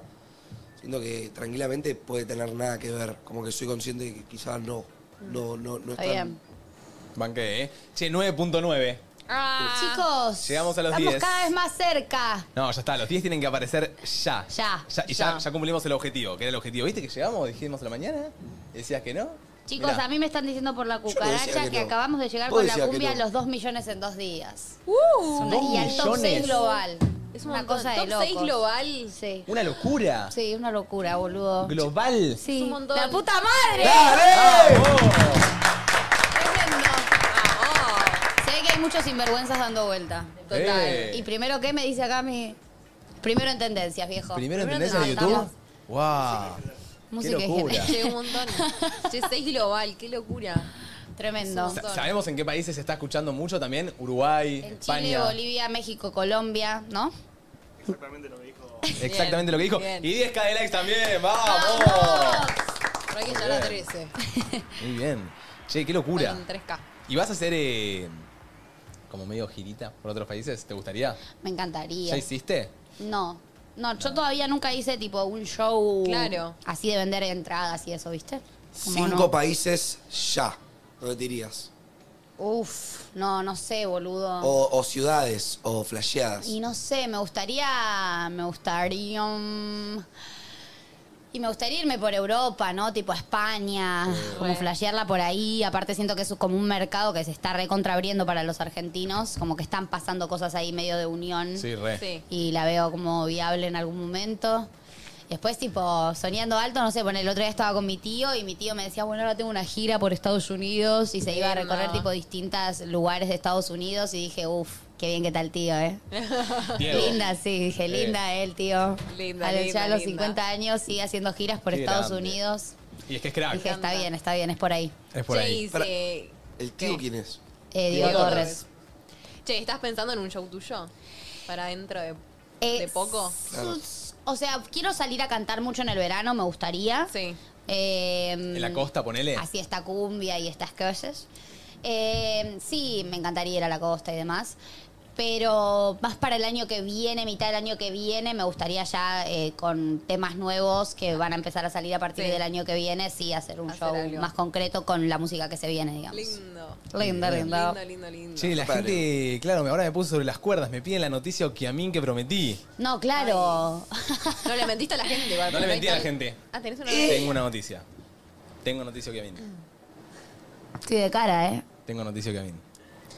Speaker 7: siento que tranquilamente puede tener nada que ver. Como que soy consciente de que quizás no. No, no, no
Speaker 15: Está
Speaker 7: están-
Speaker 15: bien.
Speaker 1: Banqué, ¿eh? Che, 9.9.
Speaker 15: Ah. Chicos,
Speaker 1: Llegamos a los
Speaker 15: estamos
Speaker 1: 10.
Speaker 15: cada vez más cerca.
Speaker 1: No, ya está, los 10 tienen que aparecer ya.
Speaker 15: Ya,
Speaker 1: Ya, y ya,
Speaker 15: ya.
Speaker 1: ya cumplimos el objetivo, que era el objetivo. ¿Viste que llegamos? Dijimos a la mañana, decías que no.
Speaker 15: Chicos,
Speaker 1: Mirá.
Speaker 15: a mí me están diciendo por la
Speaker 1: decía
Speaker 15: cucaracha
Speaker 1: que
Speaker 15: que,
Speaker 1: no.
Speaker 15: acabamos de llegar
Speaker 1: Vos
Speaker 15: con la
Speaker 1: decías que
Speaker 15: cumbia a
Speaker 1: no.
Speaker 15: los 2 millones en dos días.
Speaker 2: Uh,
Speaker 15: y al top 6 global.
Speaker 2: Es
Speaker 15: una
Speaker 2: montón.
Speaker 15: cosa de
Speaker 2: Top
Speaker 15: locos.
Speaker 2: seis global.
Speaker 15: Sí.
Speaker 1: Una locura.
Speaker 15: Sí, una locura, boludo.
Speaker 1: Global.
Speaker 15: Sí.
Speaker 2: un montón.
Speaker 15: ¡La puta madre!
Speaker 1: ¡Dale!
Speaker 15: Se ve que hay muchos sinvergüenzas dando vuelta. Total.
Speaker 1: Eh.
Speaker 15: Y primero, ¿qué me dice acá mi...? Primero en tendencias, viejo.
Speaker 1: Primero en tendencia de YouTube.
Speaker 15: Estamos-
Speaker 1: ¡Wow! ¡Qué
Speaker 15: Música y
Speaker 1: locura!
Speaker 15: gente.
Speaker 2: un montón. Che, seis global, qué locura.
Speaker 15: Tremendo.
Speaker 1: Sa- ¿Sabemos en qué países se está escuchando mucho también? Uruguay,
Speaker 15: Chile,
Speaker 1: España.
Speaker 15: Bolivia, México, Colombia, ¿no?
Speaker 1: Exactamente lo que dijo.
Speaker 15: bien.
Speaker 1: Y 10k de likes también, vamos.
Speaker 2: Pero hay que
Speaker 1: Muy
Speaker 2: llegar a
Speaker 1: bien.
Speaker 2: 13.
Speaker 1: Muy bien. Che, qué locura.
Speaker 2: Con 3K.
Speaker 1: ¿Y vas a hacer eh, como medio girita por otros países? ¿Te gustaría?
Speaker 15: Me encantaría.
Speaker 1: ¿Ya hiciste?
Speaker 15: No. No, yo todavía nunca hice tipo un show
Speaker 2: Claro.
Speaker 15: así de vender entradas y eso, ¿viste? Como
Speaker 7: Cinco
Speaker 15: no.
Speaker 7: países ya, retirías.
Speaker 15: Uf, no, no sé, boludo.
Speaker 7: O, o ciudades, o flasheadas.
Speaker 15: Y no sé, me gustaría. Me gustaría. mm, y me gustaría irme por Europa, ¿no? Tipo a España, como flashearla por ahí. Aparte siento que es como un mercado que se está recontraabriendo para los argentinos. Como que están pasando cosas ahí medio de unión.
Speaker 1: Sí, re. Sí.
Speaker 15: Y la veo como viable en algún momento. Después, tipo, soñando alto, no sé, bueno, el otro día estaba con mi tío y mi tío me decía, bueno, ahora tengo una gira por Estados Unidos y se iba a
Speaker 2: Bien,
Speaker 15: recorrer,
Speaker 2: ma.
Speaker 15: tipo, distintos lugares de Estados Unidos y dije, uff, qué bien que tal tío, ¿eh?
Speaker 2: Diego.
Speaker 15: Linda, sí, dije,
Speaker 2: Sí.
Speaker 15: linda él, tío.
Speaker 2: Linda,
Speaker 15: A los- ya
Speaker 2: linda,
Speaker 15: a los
Speaker 2: linda.
Speaker 15: 50 años sigue haciendo giras por
Speaker 1: Qué
Speaker 15: Estados
Speaker 1: grande.
Speaker 15: Unidos.
Speaker 1: Y es que es crack.
Speaker 15: Dije, está bien, está bien, es por ahí.
Speaker 1: Es por
Speaker 2: Che,
Speaker 1: ahí.
Speaker 2: y se-
Speaker 7: ¿El tío quién es?
Speaker 15: Eh, Diego
Speaker 2: Diego
Speaker 15: Torres.
Speaker 2: Che, ¿estás pensando en un show tuyo? Para dentro de,
Speaker 15: Eh,
Speaker 2: de poco.
Speaker 15: sus- O sea, quiero salir a cantar mucho en el verano, me gustaría. Em,
Speaker 2: Sí.
Speaker 1: ¿En la costa, ponele?
Speaker 15: Así está cumbia y estas cosas. Eh, sí, me encantaría ir a la costa y demás. Pero más para el año que viene, mitad del año que viene, me gustaría ya eh, con temas nuevos que van a empezar a salir a partir
Speaker 2: Sí.
Speaker 15: del año que viene, sí, hacer un
Speaker 2: Hacer
Speaker 15: show
Speaker 2: algo.
Speaker 15: más concreto con la música que se viene, digamos.
Speaker 2: Lindo.
Speaker 15: Lindo, lindo.
Speaker 2: Lindo, lindo, lindo.
Speaker 1: Che, la
Speaker 2: Claro.
Speaker 1: gente, claro, me- ahora me puso sobre las cuerdas. Me piden la noticia Okiamin que prometí.
Speaker 15: No, claro.
Speaker 2: No le mentiste a la gente igual.
Speaker 1: No le mentí a la
Speaker 2: perfecto.
Speaker 1: gente.
Speaker 2: Ah, tenés una
Speaker 1: Eh, Tengo una noticia. Tengo noticia Okiamin.
Speaker 15: Estoy de cara, ¿eh?
Speaker 1: Tengo noticia Okiamin.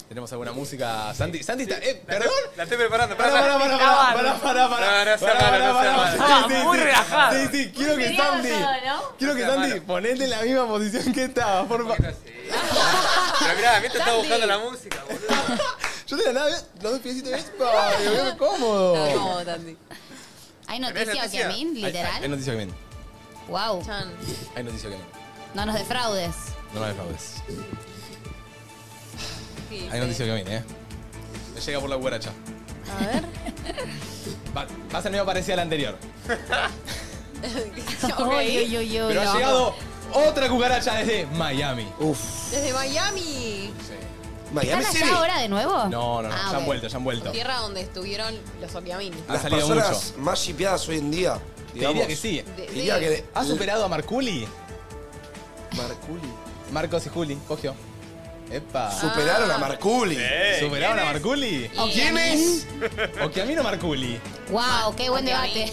Speaker 1: ¿Tenemos alguna música? Santi, Santi está... Eh, ¿Perdón?
Speaker 4: La estoy preparando.
Speaker 1: Pará, pará, pará, pará, pará, pará, pará.
Speaker 4: No, no se
Speaker 1: Pará,
Speaker 4: arma,
Speaker 1: pará,
Speaker 4: no se
Speaker 1: pará.
Speaker 4: arma.
Speaker 1: Sí,
Speaker 4: Estaba
Speaker 1: sí,
Speaker 4: muy
Speaker 1: sí.
Speaker 4: relajado.
Speaker 1: Sí, sí, quiero que
Speaker 4: Feriado
Speaker 1: Sandy.
Speaker 4: todo, ¿no?
Speaker 1: Quiero que
Speaker 4: No se arma,
Speaker 1: Sandy, ponete en la misma posición que estaba, por favor.
Speaker 4: Pero mirá, mientras estaba buscando la música,
Speaker 1: Yo de la nada, ¿ves? los dos piecitos, ¿ves? Pa, digo, qué cómodo.
Speaker 15: Está
Speaker 2: Oh,
Speaker 15: cómodo, Hay noticia
Speaker 4: noticia?
Speaker 15: Okiamin,
Speaker 1: Hay- Hay, hay
Speaker 15: literal.
Speaker 1: noticia Okiamin.
Speaker 15: Wow.
Speaker 1: Hay noticia Okiamin.
Speaker 15: No nos defraudes.
Speaker 1: No me defraudes. Hay noticia Okiamin, eh. Me llega por la cucaracha.
Speaker 2: A ver.
Speaker 1: Va, va a ser medio parecida a la anterior.
Speaker 2: Ok.
Speaker 1: Pero ha llegado otra cucaracha desde Miami. Uf.
Speaker 2: Desde Miami.
Speaker 1: Miami
Speaker 2: ¿Están
Speaker 1: City.
Speaker 2: allá ahora
Speaker 15: de nuevo?
Speaker 1: No, no, no.
Speaker 2: Ah,
Speaker 1: ya
Speaker 2: ok.
Speaker 1: han vuelto, ya han vuelto. Ah,
Speaker 2: Tierra donde estuvieron los Okiamin.
Speaker 7: Las
Speaker 1: salido
Speaker 7: personas más shipeadas hoy en día,
Speaker 1: Te
Speaker 7: digamos.
Speaker 1: diría que sí.
Speaker 2: De-
Speaker 7: Diría
Speaker 2: de-
Speaker 7: que-
Speaker 1: ¿Ha superado a Marculi?
Speaker 7: Marculi.
Speaker 1: Marcos y Juli, cogió. Epa.
Speaker 15: Ah.
Speaker 7: ¿Superaron a Marculi?
Speaker 1: Sí. ¿Superaron a Marculi?
Speaker 15: ¿Y ¿Quién a mí? es?
Speaker 1: ¿O que a mí no Marculi?
Speaker 15: Wow, qué buen debate.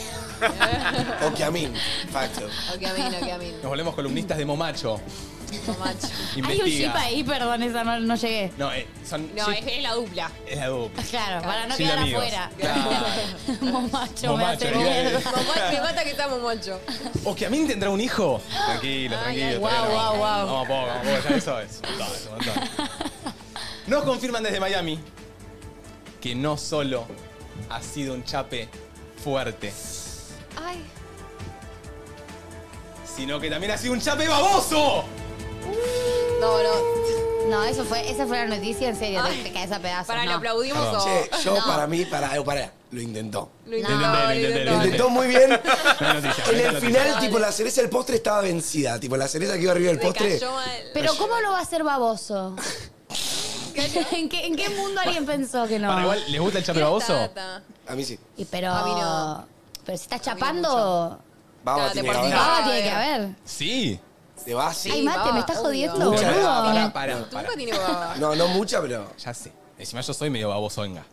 Speaker 1: O que a mí. Facto.
Speaker 15: Okiamin, Okiamin.
Speaker 1: Nos volvemos columnistas de Momacho.
Speaker 15: Hay un
Speaker 1: Investiga.
Speaker 15: chip ahí, perdón, esa no, no llegué.
Speaker 1: No, eh, son.
Speaker 15: No,
Speaker 1: sí,
Speaker 15: es que es la dupla.
Speaker 1: es la dupla.
Speaker 15: Claro, para no
Speaker 1: Sin
Speaker 15: quedar
Speaker 1: amigos.
Speaker 15: afuera.
Speaker 1: Claro.
Speaker 15: Momacho, me
Speaker 1: Momacho,
Speaker 15: hace
Speaker 1: ahí viene.
Speaker 15: mierda.
Speaker 2: Momacho, me mata que estamos mocho.
Speaker 1: ¿O que a mí tendrá un hijo? Tranquilo,
Speaker 2: Ay,
Speaker 1: tranquilo.
Speaker 2: ay,
Speaker 1: todavía
Speaker 2: guau, guau,
Speaker 1: no.
Speaker 2: guau.
Speaker 1: Vamos a poco, vamos a poco, ya eso es. un montón, es un montón. Nos confirman desde Miami que no solo ha sido un chape fuerte,
Speaker 2: Ay.
Speaker 1: sino que también ha sido un chape baboso.
Speaker 15: No, no. No, eso fue, esa fue la noticia, en serio, te- te caes a pedazos.
Speaker 2: Para,
Speaker 15: no.
Speaker 2: ¿lo aplaudimos
Speaker 7: Perdón.
Speaker 2: o...?
Speaker 7: Che, yo
Speaker 2: No.
Speaker 7: para mí, para, eh, para, lo intentó.
Speaker 2: Lo intentó, No, lo intentó,
Speaker 7: Lo intentó muy bien.
Speaker 1: noticia,
Speaker 7: En
Speaker 1: no hay
Speaker 7: el
Speaker 1: noticia.
Speaker 7: final, tipo, la cereza del postre estaba vencida. Tipo, la cereza que iba arriba del postre.
Speaker 15: Pero ¿cómo lo va a hacer baboso? ¿En qué, en qué mundo alguien pensó que no?
Speaker 1: Para igual, ¿les gusta el chape baboso? A mí sí.
Speaker 15: Y pero,
Speaker 1: A mí
Speaker 15: pero si estás chapando,
Speaker 7: Baba
Speaker 1: Claro,
Speaker 7: tiene
Speaker 1: de
Speaker 7: que
Speaker 1: por
Speaker 7: haber.
Speaker 1: sí.
Speaker 15: ah, tiene que haber.
Speaker 1: Sí.
Speaker 7: Se va así.
Speaker 15: Ay, mate, me estás
Speaker 2: obvio.
Speaker 15: jodiendo,
Speaker 1: Mucha
Speaker 15: boludo.
Speaker 1: baba, pará, pará, pará.
Speaker 2: tiene baba.
Speaker 7: No, no mucha, pero.
Speaker 1: Ya sé. Encima yo soy medio babosonga.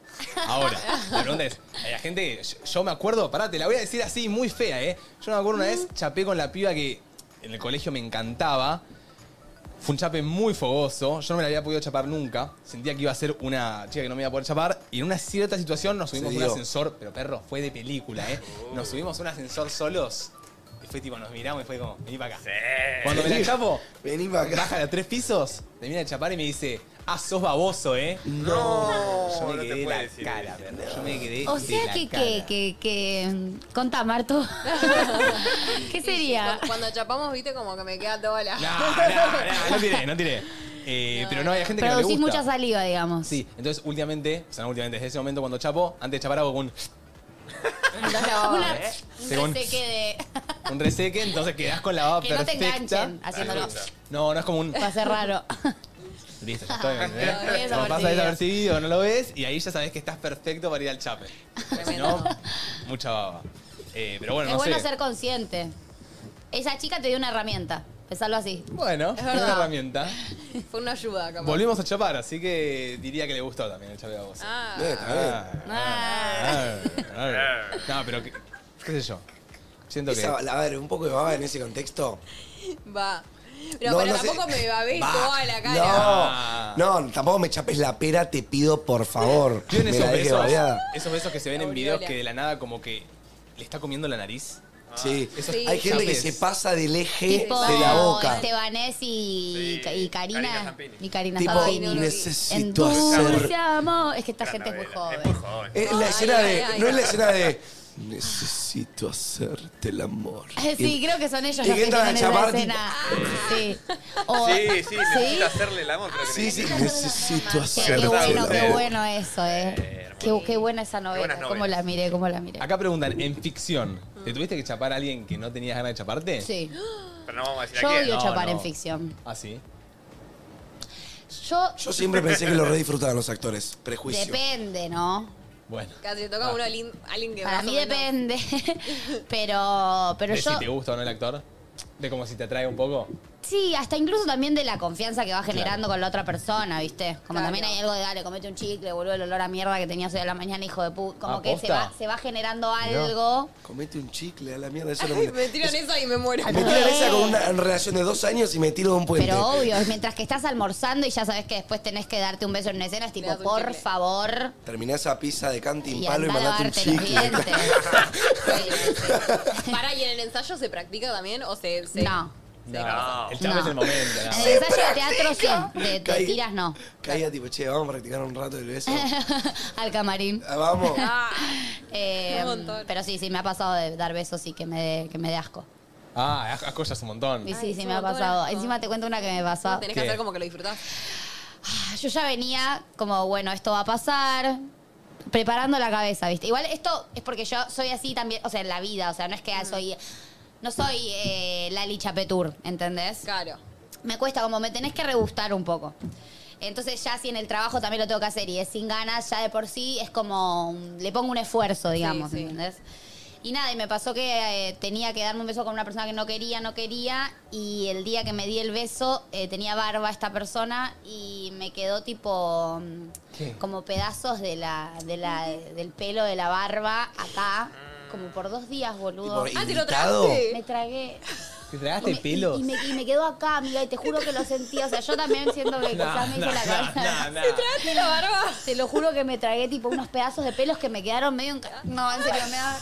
Speaker 1: Ahora, la pregunta es, a la gente, yo, yo me acuerdo, pará, te la voy a decir así, muy fea, ¿eh? Yo me acuerdo una vez, chapé con la piba que en el colegio me encantaba. Fue un chape muy fogoso. Yo no me la había podido chapar nunca. Sentía que iba a ser una chica que no me iba a poder chapar. Y en una cierta situación nos subimos
Speaker 7: Se
Speaker 1: a un
Speaker 7: dio.
Speaker 1: ascensor, pero perro, fue de película, ¿eh? Nos subimos a un ascensor solos. Y fue tipo, nos miramos y fue como, vení para acá. Cuando me la chapo,
Speaker 7: vení
Speaker 1: acá. Baja de tres pisos, termina de chapar y me dice, ah, sos baboso, ¿eh? No. Yo me quedé la cara, perro. Yo me quedé
Speaker 15: O
Speaker 1: de
Speaker 15: sea
Speaker 1: la
Speaker 15: que,
Speaker 1: cara.
Speaker 15: que, que, que, mm, contá, Marto. ¿Qué sería?
Speaker 2: Cuando, cuando chapamos, viste, como que me queda toda la.
Speaker 1: Ah, no tiré, no tiré. Eh, pero no, hay gente que no le
Speaker 15: Producís
Speaker 1: gusta.
Speaker 15: mucha saliva, digamos.
Speaker 1: Sí, entonces últimamente, o sea, no últimamente, desde ese momento cuando chapo, antes de chapar hago un,
Speaker 15: Una,
Speaker 1: ¿eh? Según-
Speaker 15: que se quede.
Speaker 1: un reseque, entonces quedás con la baba
Speaker 15: Que no te
Speaker 1: perfecta.
Speaker 15: enganchen, haciéndolo.
Speaker 1: No, no es como un...
Speaker 15: Va a ser raro.
Speaker 1: Listo, ya ¿eh? estoy. ¿entendés?
Speaker 15: Lo ves
Speaker 1: Como pasa
Speaker 15: apercibido.
Speaker 1: desapercibido, no lo ves, y ahí ya sabés que estás perfecto para ir al chape. Porque Si no, mucha baba. Eh, pero bueno,
Speaker 15: es
Speaker 1: no
Speaker 15: bueno
Speaker 1: sé.
Speaker 15: ser consciente. Esa chica te dio una herramienta. Pensarlo así.
Speaker 1: Bueno,
Speaker 15: Es
Speaker 1: es
Speaker 15: verdad.
Speaker 1: una herramienta.
Speaker 2: Fue una ayuda, capaz.
Speaker 1: Volvimos a chapar, así que diría que le gustó también el chape a vos.
Speaker 2: Ah.
Speaker 1: Bien, está bien. Ah, ah. No, pero qué, qué sé yo. Siento que.
Speaker 7: Esa, a ver, un poco de baba en ese contexto.
Speaker 2: Va. Pero,
Speaker 7: No,
Speaker 2: pero
Speaker 7: no sé.
Speaker 2: tampoco me babé
Speaker 7: Va.
Speaker 2: toda la cara.
Speaker 7: No, no, tampoco me chapes la pera, te pido por favor.
Speaker 1: ¿Vieron
Speaker 7: me
Speaker 1: esos
Speaker 7: la deje
Speaker 1: besos,
Speaker 7: babeada.
Speaker 1: esos besos que se ven en videos
Speaker 2: aureola.
Speaker 1: que de la nada como que le está comiendo la nariz?
Speaker 7: Sí.
Speaker 1: Esos
Speaker 7: Hay gente que
Speaker 1: chapes.
Speaker 7: se pasa del eje
Speaker 15: Tipo
Speaker 7: de la boca.
Speaker 15: Estebanés y, y Karina. y Karina
Speaker 7: Tipo,
Speaker 15: Zampini.
Speaker 7: necesito
Speaker 15: En dulce
Speaker 7: hacer-
Speaker 15: amor. Es que esta gente es muy joven.
Speaker 7: Es la
Speaker 15: Ay,
Speaker 7: escena
Speaker 15: ay,
Speaker 7: de.
Speaker 15: ay.
Speaker 7: No es la escena de. Necesito hacerte el amor.
Speaker 15: Sí, creo que son ellos
Speaker 7: y que
Speaker 15: los que
Speaker 7: entran a
Speaker 15: tienen esa
Speaker 7: chapar,
Speaker 15: escena. Sí. O-
Speaker 4: Sí, sí, necesito hacerle el amor. creo que
Speaker 7: Sí, sí,
Speaker 4: necesito.
Speaker 7: necesito
Speaker 15: Qué, qué
Speaker 7: hacerte el
Speaker 15: bueno,
Speaker 7: amor.
Speaker 15: qué bueno eso, eh. Qué, qué buena esa novela.
Speaker 1: buenas
Speaker 15: Cómo la miré, cómo la miré.
Speaker 1: Acá preguntan, en ficción, ¿te tuviste que chapar a alguien que no tenías ganas de chaparte?
Speaker 15: Sí.
Speaker 1: Pero no vamos a
Speaker 15: Yo odio chapar en ficción.
Speaker 1: ¿Ah, sí?
Speaker 15: Yo,
Speaker 7: Yo siempre pensé que lo redisfrutaban los actores. Prejuicio.
Speaker 15: Depende, ¿no?
Speaker 1: Bueno.
Speaker 2: Casi toca uno a alguien alguien que
Speaker 15: Para
Speaker 2: más o
Speaker 15: mí
Speaker 2: menos-
Speaker 15: depende. pero pero
Speaker 1: ¿De
Speaker 15: yo.
Speaker 1: si te gusta o no el actor? ¿De cómo si te atrae un poco?
Speaker 15: Sí, hasta incluso también de la confianza que va generando con la otra persona, ¿viste? Como
Speaker 2: Claro.
Speaker 15: también hay algo de, dale, comete un chicle, boludo, el olor a mierda que tenías hoy a la mañana, hijo de puta. Como
Speaker 7: Ah,
Speaker 15: que se
Speaker 7: ¿posta?
Speaker 15: va, se va generando
Speaker 7: Mirá.
Speaker 15: algo.
Speaker 7: Comete un chicle a la mierda. Eso no
Speaker 2: Ay,
Speaker 7: me...
Speaker 2: me tiran esa y me muero.
Speaker 7: Me tiran esa con una relación de dos años y me tiro de un puente.
Speaker 15: Pero obvio, es mientras que estás almorzando y ya sabes que después tenés que darte un beso en una escena, es tipo, por favor.
Speaker 7: Terminá esa pizza de
Speaker 15: Y
Speaker 7: cantin palo y
Speaker 15: andá a
Speaker 7: mandate un
Speaker 15: lavarte los
Speaker 7: chicle.
Speaker 2: Para, ¿y en el ensayo se practica también? ¿O se.? se-
Speaker 15: No.
Speaker 1: No, el chape
Speaker 7: No.
Speaker 1: es el momento.
Speaker 15: En
Speaker 1: nada.
Speaker 15: el ensayo de teatro sí, de, de
Speaker 7: Caí.
Speaker 15: tiras no.
Speaker 7: Caía tipo, che, vamos a practicar un rato el beso.
Speaker 15: Al camarín.
Speaker 7: Ah, vamos.
Speaker 15: Eh,
Speaker 2: Un montón.
Speaker 15: pero sí, sí, me ha pasado de dar besos y que me dé, que me dé asco.
Speaker 1: Ah, haz- haz cosas un montón.
Speaker 15: Y sí, sí,
Speaker 2: es un
Speaker 15: me ha
Speaker 2: montón de
Speaker 15: pasado.
Speaker 2: asco.
Speaker 15: Encima te cuento una que me pasó. Ah,
Speaker 2: Tenés que
Speaker 1: ¿Qué?
Speaker 2: hacer como que lo disfrutás.
Speaker 15: Yo ya venía como, bueno, esto va a pasar, preparando la cabeza, ¿viste? Igual esto es porque yo soy así también, o sea, en la vida, o sea, no es que soy... No soy eh, Lali Chapetur, ¿entendés?
Speaker 2: Claro.
Speaker 15: Me cuesta, como me tenés que regustar un poco. Entonces ya si en el trabajo también lo tengo que hacer y es sin ganas, ya de por sí es como, un- le pongo un esfuerzo, digamos,
Speaker 2: sí.
Speaker 15: ¿entendés? Y nada, y me pasó que eh, tenía que darme un beso con una persona que no quería, no quería, y el día que me di el beso eh, tenía barba esta persona y me quedó tipo mm, como pedazos de la, de la, del pelo de la barba acá, como por dos días, boludo.
Speaker 7: Tipo, Ah, ¿te lo irritado? tragaste?
Speaker 15: Me tragué.
Speaker 1: ¿Te tragaste pelos?
Speaker 15: Y me, y me quedó acá, amiga, y te juro que lo sentí. O sea, yo también siento que
Speaker 1: No,
Speaker 15: quizás me hice
Speaker 1: no,
Speaker 15: la
Speaker 1: no,
Speaker 15: cabeza.
Speaker 4: Ah,
Speaker 1: no, no. ¿Te
Speaker 2: tragaste Ah, la barba?
Speaker 15: Te lo juro que me tragué tipo unos pedazos de pelos que me quedaron medio en ca- No, en serio, me da.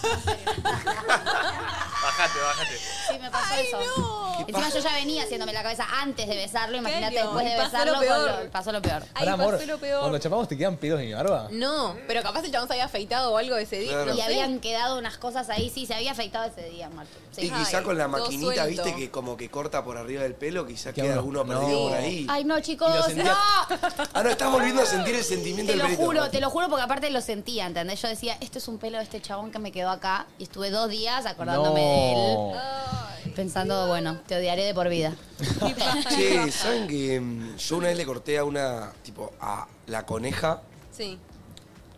Speaker 4: Bajate, bajate.
Speaker 15: Sí, me pasó eso. Encima yo ya venía haciéndome la cabeza antes de besarlo, imagínate
Speaker 2: serio?
Speaker 15: después de
Speaker 2: Y pasó
Speaker 15: besarlo.
Speaker 2: lo
Speaker 15: con
Speaker 2: peor.
Speaker 15: pasó lo peor.
Speaker 2: Ay,
Speaker 1: Pará, amor,
Speaker 2: pasé lo peor.
Speaker 1: cuando chapamos te quedan pelos en mi barba.
Speaker 2: No, pero capaz el chabón se había afeitado o algo ese día.
Speaker 1: Claro.
Speaker 2: no
Speaker 15: Y
Speaker 2: sé.
Speaker 15: habían quedado unas cosas ahí, sí, se había afeitado ese día, Marto. Sí.
Speaker 7: Y quizá con la
Speaker 2: Ay, todo
Speaker 7: maquinita,
Speaker 2: suelto.
Speaker 7: viste, que como que corta por arriba del pelo, quizá
Speaker 1: ¿Qué
Speaker 7: queda
Speaker 1: hago?
Speaker 7: alguno
Speaker 1: No.
Speaker 7: perdido por ahí.
Speaker 15: Ay, no,
Speaker 7: Y lo
Speaker 15: chicos,
Speaker 7: sentía-
Speaker 15: no.
Speaker 7: Ah, no, estás volviendo a sentir el sentimiento del
Speaker 15: Te lo
Speaker 7: pelito.
Speaker 15: juro, te lo juro porque aparte lo sentía, ¿entendés? Yo decía, esto es un pelo de este chabón que me quedó acá y estuve dos días acordándome
Speaker 7: No.
Speaker 15: de él, pensando, bueno, te odiaré de por vida.
Speaker 7: Che, ¿saben que mm, yo una vez le corté a una, tipo, a la coneja?
Speaker 2: Sí.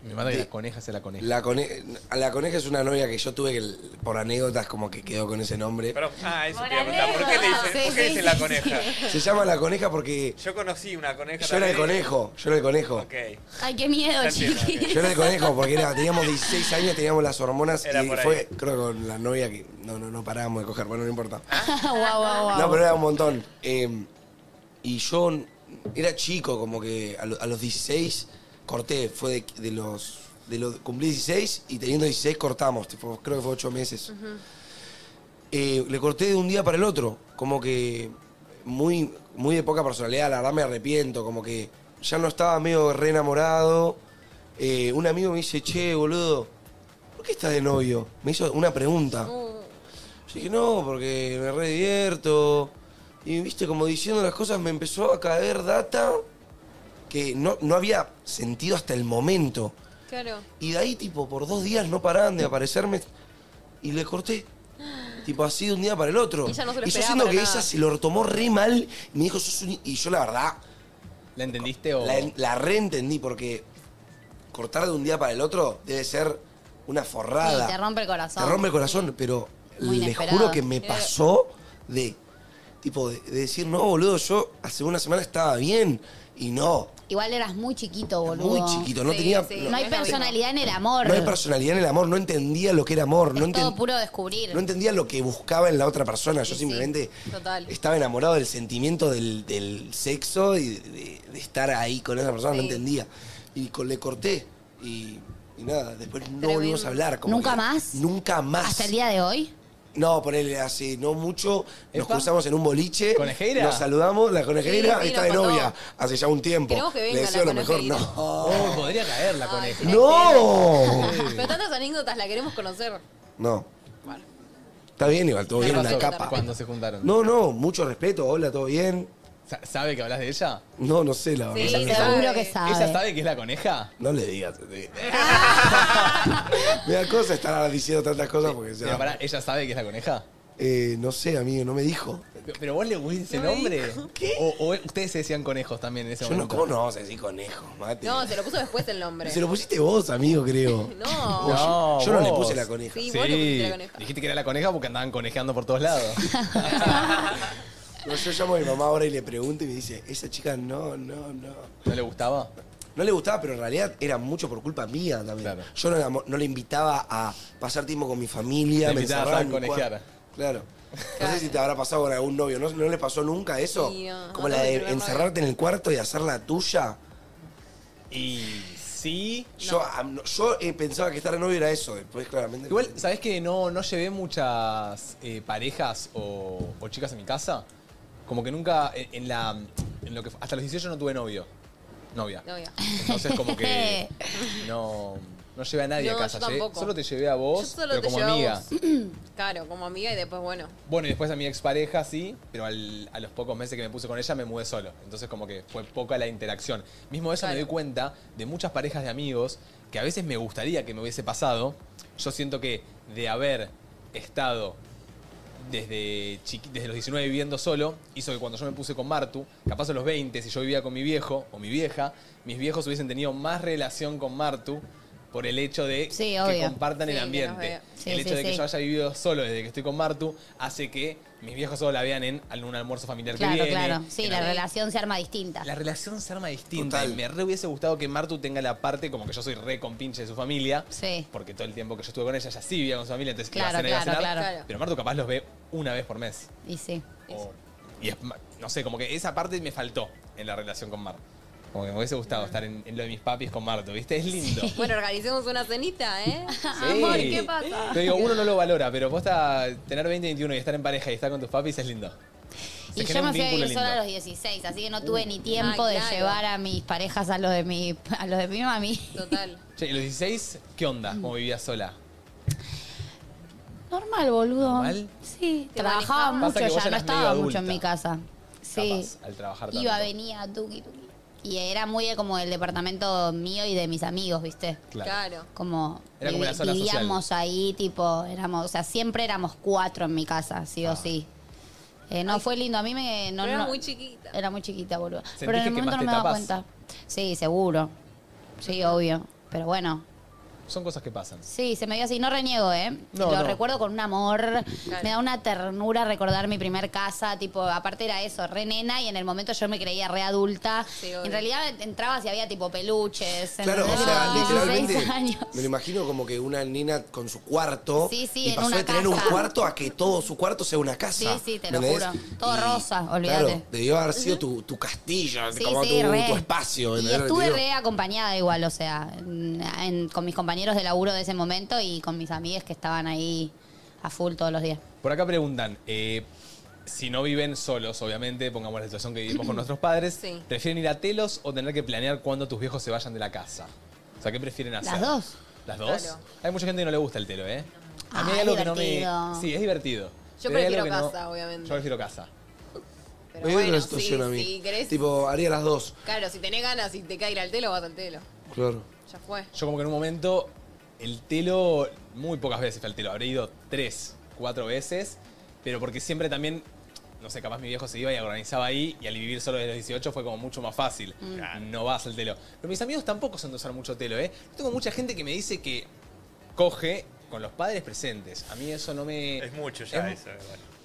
Speaker 1: Me mata que las conejas se la coneja.
Speaker 7: La, cone- a la coneja es una novia que yo tuve que, l- por anécdotas, como que quedó con ese nombre.
Speaker 4: Pero, ah, eso te iba a preguntar. ¿Por qué le dicen,
Speaker 15: Sí,
Speaker 4: por qué
Speaker 15: sí,
Speaker 4: le dicen
Speaker 15: sí,
Speaker 4: la
Speaker 15: sí.
Speaker 4: coneja?
Speaker 7: Se llama la coneja porque
Speaker 4: Yo conocí una coneja.
Speaker 7: yo era el
Speaker 4: también.
Speaker 7: conejo, yo era el conejo.
Speaker 4: Ok.
Speaker 15: Ay, qué miedo,
Speaker 4: Ya entiendo,
Speaker 15: chiqui.
Speaker 7: Yo era el conejo porque era- teníamos 16 años, teníamos las hormonas
Speaker 4: Era
Speaker 7: y
Speaker 4: por ahí.
Speaker 7: fue, creo que con la novia que no, no, no parábamos de coger, bueno, no importa.
Speaker 15: Guau, guau, guau.
Speaker 7: No, pero era un montón. Eh, y yo n- era chico, como que a, lo- a los 16 corté, fue de, de los... De los cumplí 16 y teniendo 16 cortamos, tipo, creo que fue 8 meses. Eh, le corté de un día para el otro, como que muy, muy de poca personalidad, la verdad me arrepiento, como que ya no estaba medio re enamorado. Eh, un amigo me dice, che, boludo, ¿por qué estás de novio? Me hizo una pregunta. Yo dije, no, porque me re divierto. Y viste, como diciendo las cosas, me empezó a caer data que no, no había sentido hasta el momento.
Speaker 2: Claro.
Speaker 7: Y de ahí, tipo, por dos días no paraban de aparecerme y le corté. Tipo, así de un día para el otro.
Speaker 2: Y ella no se lo
Speaker 7: y yo
Speaker 2: esperaba
Speaker 7: siento
Speaker 2: para
Speaker 7: que
Speaker 2: nada.
Speaker 7: ella se lo tomó re mal y me dijo, sos un... Y yo, la verdad...
Speaker 1: ¿La entendiste o...?
Speaker 7: La, la reentendí porque cortar de un día para el otro debe ser una forrada.
Speaker 15: Sí, te rompe el
Speaker 7: Te
Speaker 15: corazón.
Speaker 7: rompe el corazón, pero
Speaker 15: Muy
Speaker 7: les
Speaker 15: inesperado.
Speaker 7: juro que me
Speaker 15: Era-
Speaker 7: pasó de... Tipo, de, de decir, no, boludo, yo hace una semana estaba bien y no.
Speaker 15: Igual eras muy chiquito, boludo.
Speaker 7: Muy chiquito, no tenía...
Speaker 15: No, hay personalidad en el amor.
Speaker 7: No hay personalidad en el amor, no entendía lo que era amor, no, enten-
Speaker 15: Todo puro descubrir.
Speaker 7: no entendía lo que buscaba en la otra persona. Yo simplemente
Speaker 15: Total.
Speaker 7: estaba enamorado del sentimiento del, del sexo y de, de- de estar ahí con esa persona, no
Speaker 15: Sí.
Speaker 7: entendía. Y con- le corté y, y nada, después no volvimos a hablar. como
Speaker 15: ¿Nunca
Speaker 7: que-
Speaker 15: más?
Speaker 7: Nunca más.
Speaker 15: ¿Hasta el día de hoy?
Speaker 7: No, ponele hace no mucho, nos
Speaker 15: Epa.
Speaker 7: cruzamos en un boliche.
Speaker 1: ¿Conejeira?
Speaker 7: Nos saludamos, la
Speaker 1: Sí,
Speaker 7: conejera
Speaker 1: sí,
Speaker 7: está
Speaker 1: nos
Speaker 7: de
Speaker 1: contó.
Speaker 7: novia hace ya un tiempo.
Speaker 2: Queremos que venga
Speaker 7: le
Speaker 2: la
Speaker 7: deseo lo mejor,
Speaker 2: conejeira.
Speaker 7: no.
Speaker 1: Oh, podría caer la coneja.
Speaker 7: ¡No!
Speaker 2: Pero tantas anécdotas la queremos conocer.
Speaker 7: No. Está bien, igual, todo
Speaker 1: ¿Qué
Speaker 7: bien, una
Speaker 1: pasó
Speaker 7: capa.
Speaker 1: Cuando se juntaron.
Speaker 7: No, no, mucho respeto, hola, ¿todo bien?
Speaker 1: Sa- ¿Sabe que hablas de ella?
Speaker 7: No, no sé, la verdad.
Speaker 1: ¿Ella
Speaker 15: seguro que sabe.
Speaker 1: ¿Ella sabe que es la coneja?
Speaker 7: No le digas. Me da cosa estar diciendo tantas cosas porque se
Speaker 1: Pero pará, ¿ella sabe que es la coneja?
Speaker 7: Eh, no sé, amigo, no me dijo.
Speaker 1: Pero- ¿Pero vos le pusiste
Speaker 2: No me
Speaker 1: nombre? ¿Qué? O, o ustedes se decían conejos también en ese
Speaker 7: Yo no,
Speaker 1: momento?
Speaker 7: ¿cómo no vamos a decir conejos, mate?
Speaker 2: No, se lo puso después el nombre.
Speaker 7: Se lo pusiste vos, amigo, creo.
Speaker 2: No.
Speaker 7: Oye, yo no le
Speaker 1: vos.
Speaker 7: puse la coneja.
Speaker 2: Sí, vos le pusiste la coneja.
Speaker 1: Dijiste que era la coneja porque andaban conejeando por todos lados.
Speaker 7: No, yo llamo a mi mamá ahora y le pregunto y me dice, esa chica no, no, no.
Speaker 1: ¿No le gustaba?
Speaker 7: No le gustaba, pero en realidad era mucho por culpa mía también. Yo no, la mo- no le invitaba a pasar tiempo con mi familia,
Speaker 1: Te
Speaker 7: me
Speaker 1: invitabas
Speaker 7: encerraba
Speaker 1: a
Speaker 7: en mi
Speaker 1: conejear.
Speaker 7: cuarto. Claro. No sé si te habrá pasado con algún novio, ¿no, no le pasó nunca eso?
Speaker 1: Sí, no,
Speaker 7: Como
Speaker 1: no,
Speaker 7: la
Speaker 1: no,
Speaker 7: de
Speaker 1: no, no, no.
Speaker 7: encerrarte en el cuarto y hacerla tuya.
Speaker 1: Y sí.
Speaker 7: Yo, am- no, yo eh, pensaba que estar de novio era eso, después claramente.
Speaker 1: Igual, ¿sabés que no, no llevé muchas eh, parejas o, o chicas a mi casa? Como que nunca, en, en la, en lo que, hasta los 18 no tuve novio. Novia.
Speaker 2: Novia.
Speaker 1: Entonces como
Speaker 15: Eh.
Speaker 1: que no, no llevé a nadie
Speaker 2: No,
Speaker 1: a casa.
Speaker 2: yo
Speaker 1: llevé-
Speaker 2: tampoco.
Speaker 1: solo te llevé a vos,
Speaker 2: Yo solo
Speaker 1: pero
Speaker 2: te
Speaker 1: como
Speaker 2: llevo a
Speaker 1: amiga.
Speaker 2: vos. Claro, como amiga y después, bueno.
Speaker 1: Bueno, y después a mi expareja sí, pero al- a los pocos meses que me puse con ella me mudé solo. Entonces como que fue poca la interacción. Mismo eso me doy cuenta de muchas parejas de amigos que a veces me gustaría que me hubiese pasado. Yo siento que de haber estado desde, chiqui- desde los 19 viviendo solo, hizo que cuando yo me puse con Martu, capaz a los 20, si yo vivía con mi viejo o mi vieja, mis viejos hubiesen tenido más relación con Martu por el hecho de que
Speaker 15: obvio.
Speaker 1: compartan
Speaker 15: Sí,
Speaker 1: el
Speaker 15: que nos
Speaker 1: ambiente.
Speaker 15: vea. Sí,
Speaker 1: el
Speaker 15: sí,
Speaker 1: hecho de que
Speaker 15: sí.
Speaker 1: yo haya vivido solo desde que estoy con Martu hace que mis viejos solo la vean en algún almuerzo familiar que
Speaker 15: Claro,
Speaker 1: viene.
Speaker 15: claro. Sí,
Speaker 1: en
Speaker 15: la
Speaker 1: algún-
Speaker 15: relación se arma distinta.
Speaker 1: La relación se arma distinta. Y Me re hubiese gustado que Martu tenga la parte como que yo soy re compinche de su familia.
Speaker 15: Sí.
Speaker 1: Porque todo el tiempo que yo estuve con ella, ella sí vivía con su familia, entonces iba a
Speaker 15: Claro,
Speaker 1: cenar, iba a
Speaker 15: claro,
Speaker 1: cenar.
Speaker 15: claro.
Speaker 1: Pero Martu capaz los ve una vez por mes.
Speaker 15: Y sí.
Speaker 1: O- y es ma- no sé, como que esa parte me faltó en la relación con Mar. Como que me hubiese
Speaker 15: Ah.
Speaker 1: gustado estar en, en lo de mis papis con Martu, ¿viste? Es lindo.
Speaker 2: Bueno, organicemos una cenita, ¿eh? Amor, ¿qué pasa?
Speaker 1: Te digo, uno no lo valora, pero posta tener 20, 21 y estar en pareja y estar con tus papis es lindo. Se
Speaker 15: Y
Speaker 1: genera
Speaker 15: yo
Speaker 1: un
Speaker 15: me fui a
Speaker 1: vínculo
Speaker 15: vivir sola a
Speaker 1: lindo. Mm.
Speaker 15: los 16, así que no tuve ni tiempo
Speaker 2: Ah,
Speaker 15: de
Speaker 2: claro.
Speaker 15: llevar a mis parejas a los de mi, a los de mi mami.
Speaker 2: Total.
Speaker 1: Che, ¿y los 16, ¿qué onda?
Speaker 15: Mm.
Speaker 1: ¿Cómo vivías sola?
Speaker 15: Normal, boludo.
Speaker 1: ¿Normal?
Speaker 15: Sí,
Speaker 2: ¿Te
Speaker 15: trabajaba
Speaker 2: manejabas?
Speaker 15: mucho,
Speaker 1: Pasa que vos
Speaker 15: ya no
Speaker 1: eras medio
Speaker 15: estaba mucho en
Speaker 1: adulta.
Speaker 15: mi casa. Sí,
Speaker 1: Al trabajar tanto.
Speaker 15: iba, venía, tuki, tuki. Y era muy de como el departamento mío y de mis amigos, ¿viste?
Speaker 1: Claro. Claro.
Speaker 15: Como,
Speaker 1: Era como
Speaker 15: vivi-
Speaker 1: la zona social.
Speaker 15: vivíamos ahí, tipo, éramos, o sea, siempre éramos cuatro en mi casa, sí o sí. Eh, no, fue lindo, a mí me... No,
Speaker 2: Pero era
Speaker 15: no-
Speaker 2: muy chiquita.
Speaker 15: Era muy chiquita, boludo.
Speaker 2: ¿Sentís
Speaker 15: Pero en
Speaker 2: que
Speaker 15: el momento no
Speaker 1: quemaste
Speaker 15: me daba
Speaker 1: etapas?
Speaker 15: cuenta. Sí, seguro. Sí, obvio. Pero bueno,
Speaker 1: Son cosas que pasan.
Speaker 15: Sí, se me dio así. No reniego, ¿eh?
Speaker 1: No,
Speaker 15: Lo
Speaker 1: no.
Speaker 15: recuerdo con un amor. Me da una ternura recordar mi primer casa. Tipo, aparte era eso, re nena. Y en el momento yo me creía re adulta. en realidad entrabas y había tipo peluches.
Speaker 7: Claro, o
Speaker 15: ¿entendés?
Speaker 7: sea,
Speaker 15: Tipo, 16
Speaker 7: literalmente.
Speaker 15: años.
Speaker 7: Me lo imagino como que una nena con su cuarto.
Speaker 15: Sí, sí,
Speaker 7: y
Speaker 15: en
Speaker 7: pasó
Speaker 15: una
Speaker 7: de tener un
Speaker 15: casa.
Speaker 7: cuarto a que todo su cuarto sea una
Speaker 15: Sí,
Speaker 7: casa.
Speaker 15: sí, te lo
Speaker 7: ¿me entendés?
Speaker 15: juro. Todo rosa, olvídate.
Speaker 7: Claro, debió haber sido tu, tu castillo,
Speaker 15: Sí,
Speaker 7: como
Speaker 15: sí,
Speaker 7: tu,
Speaker 15: re.
Speaker 7: tu espacio.
Speaker 15: Y
Speaker 7: ¿entendés?
Speaker 15: estuve
Speaker 7: Digo,
Speaker 15: re acompañada igual, o sea, en- en- con mis compañeros de laburo de ese momento y con mis amigas que estaban ahí a full todos los días.
Speaker 1: Por acá preguntan, eh, si no viven solos, obviamente, pongamos la situación que vivimos con nuestros padres,
Speaker 15: Sí.
Speaker 1: ¿prefieren ir a telos o tener que planear cuándo tus viejos se vayan de la casa? O sea, ¿qué prefieren hacer?
Speaker 15: Las dos.
Speaker 1: ¿Las dos?
Speaker 15: Claro.
Speaker 1: Hay mucha gente que no le gusta el telo, ¿eh? A mí
Speaker 2: Ah,
Speaker 1: hay algo
Speaker 2: es
Speaker 1: que no me...
Speaker 2: divertido.
Speaker 1: Sí, es divertido.
Speaker 2: Yo
Speaker 1: Pero hay
Speaker 2: prefiero
Speaker 1: algo que no-
Speaker 2: casa, obviamente.
Speaker 1: Yo prefiero casa.
Speaker 2: Pero
Speaker 7: me dio
Speaker 2: bueno,
Speaker 7: otra situación
Speaker 2: sí,
Speaker 7: a mí.
Speaker 2: si querés-
Speaker 7: Tipo, haría las dos.
Speaker 2: Claro, si tenés ganas y te cae ir al telo, vas al telo.
Speaker 7: Claro.
Speaker 2: Ya fue.
Speaker 1: Yo como que en un momento, el telo, muy pocas veces fui al telo, habré ido tres, cuatro veces, pero porque siempre también, no sé, capaz mi viejo se iba y organizaba ahí, y al vivir solo desde los 18 fue como mucho más fácil.
Speaker 13: Mm.
Speaker 1: No vas al telo. Pero mis amigos tampoco son de usar mucho telo, ¿eh? Yo tengo mucha gente que me dice que coge con los padres presentes. A mí eso no me... Es mucho
Speaker 4: ya
Speaker 1: eso. eh,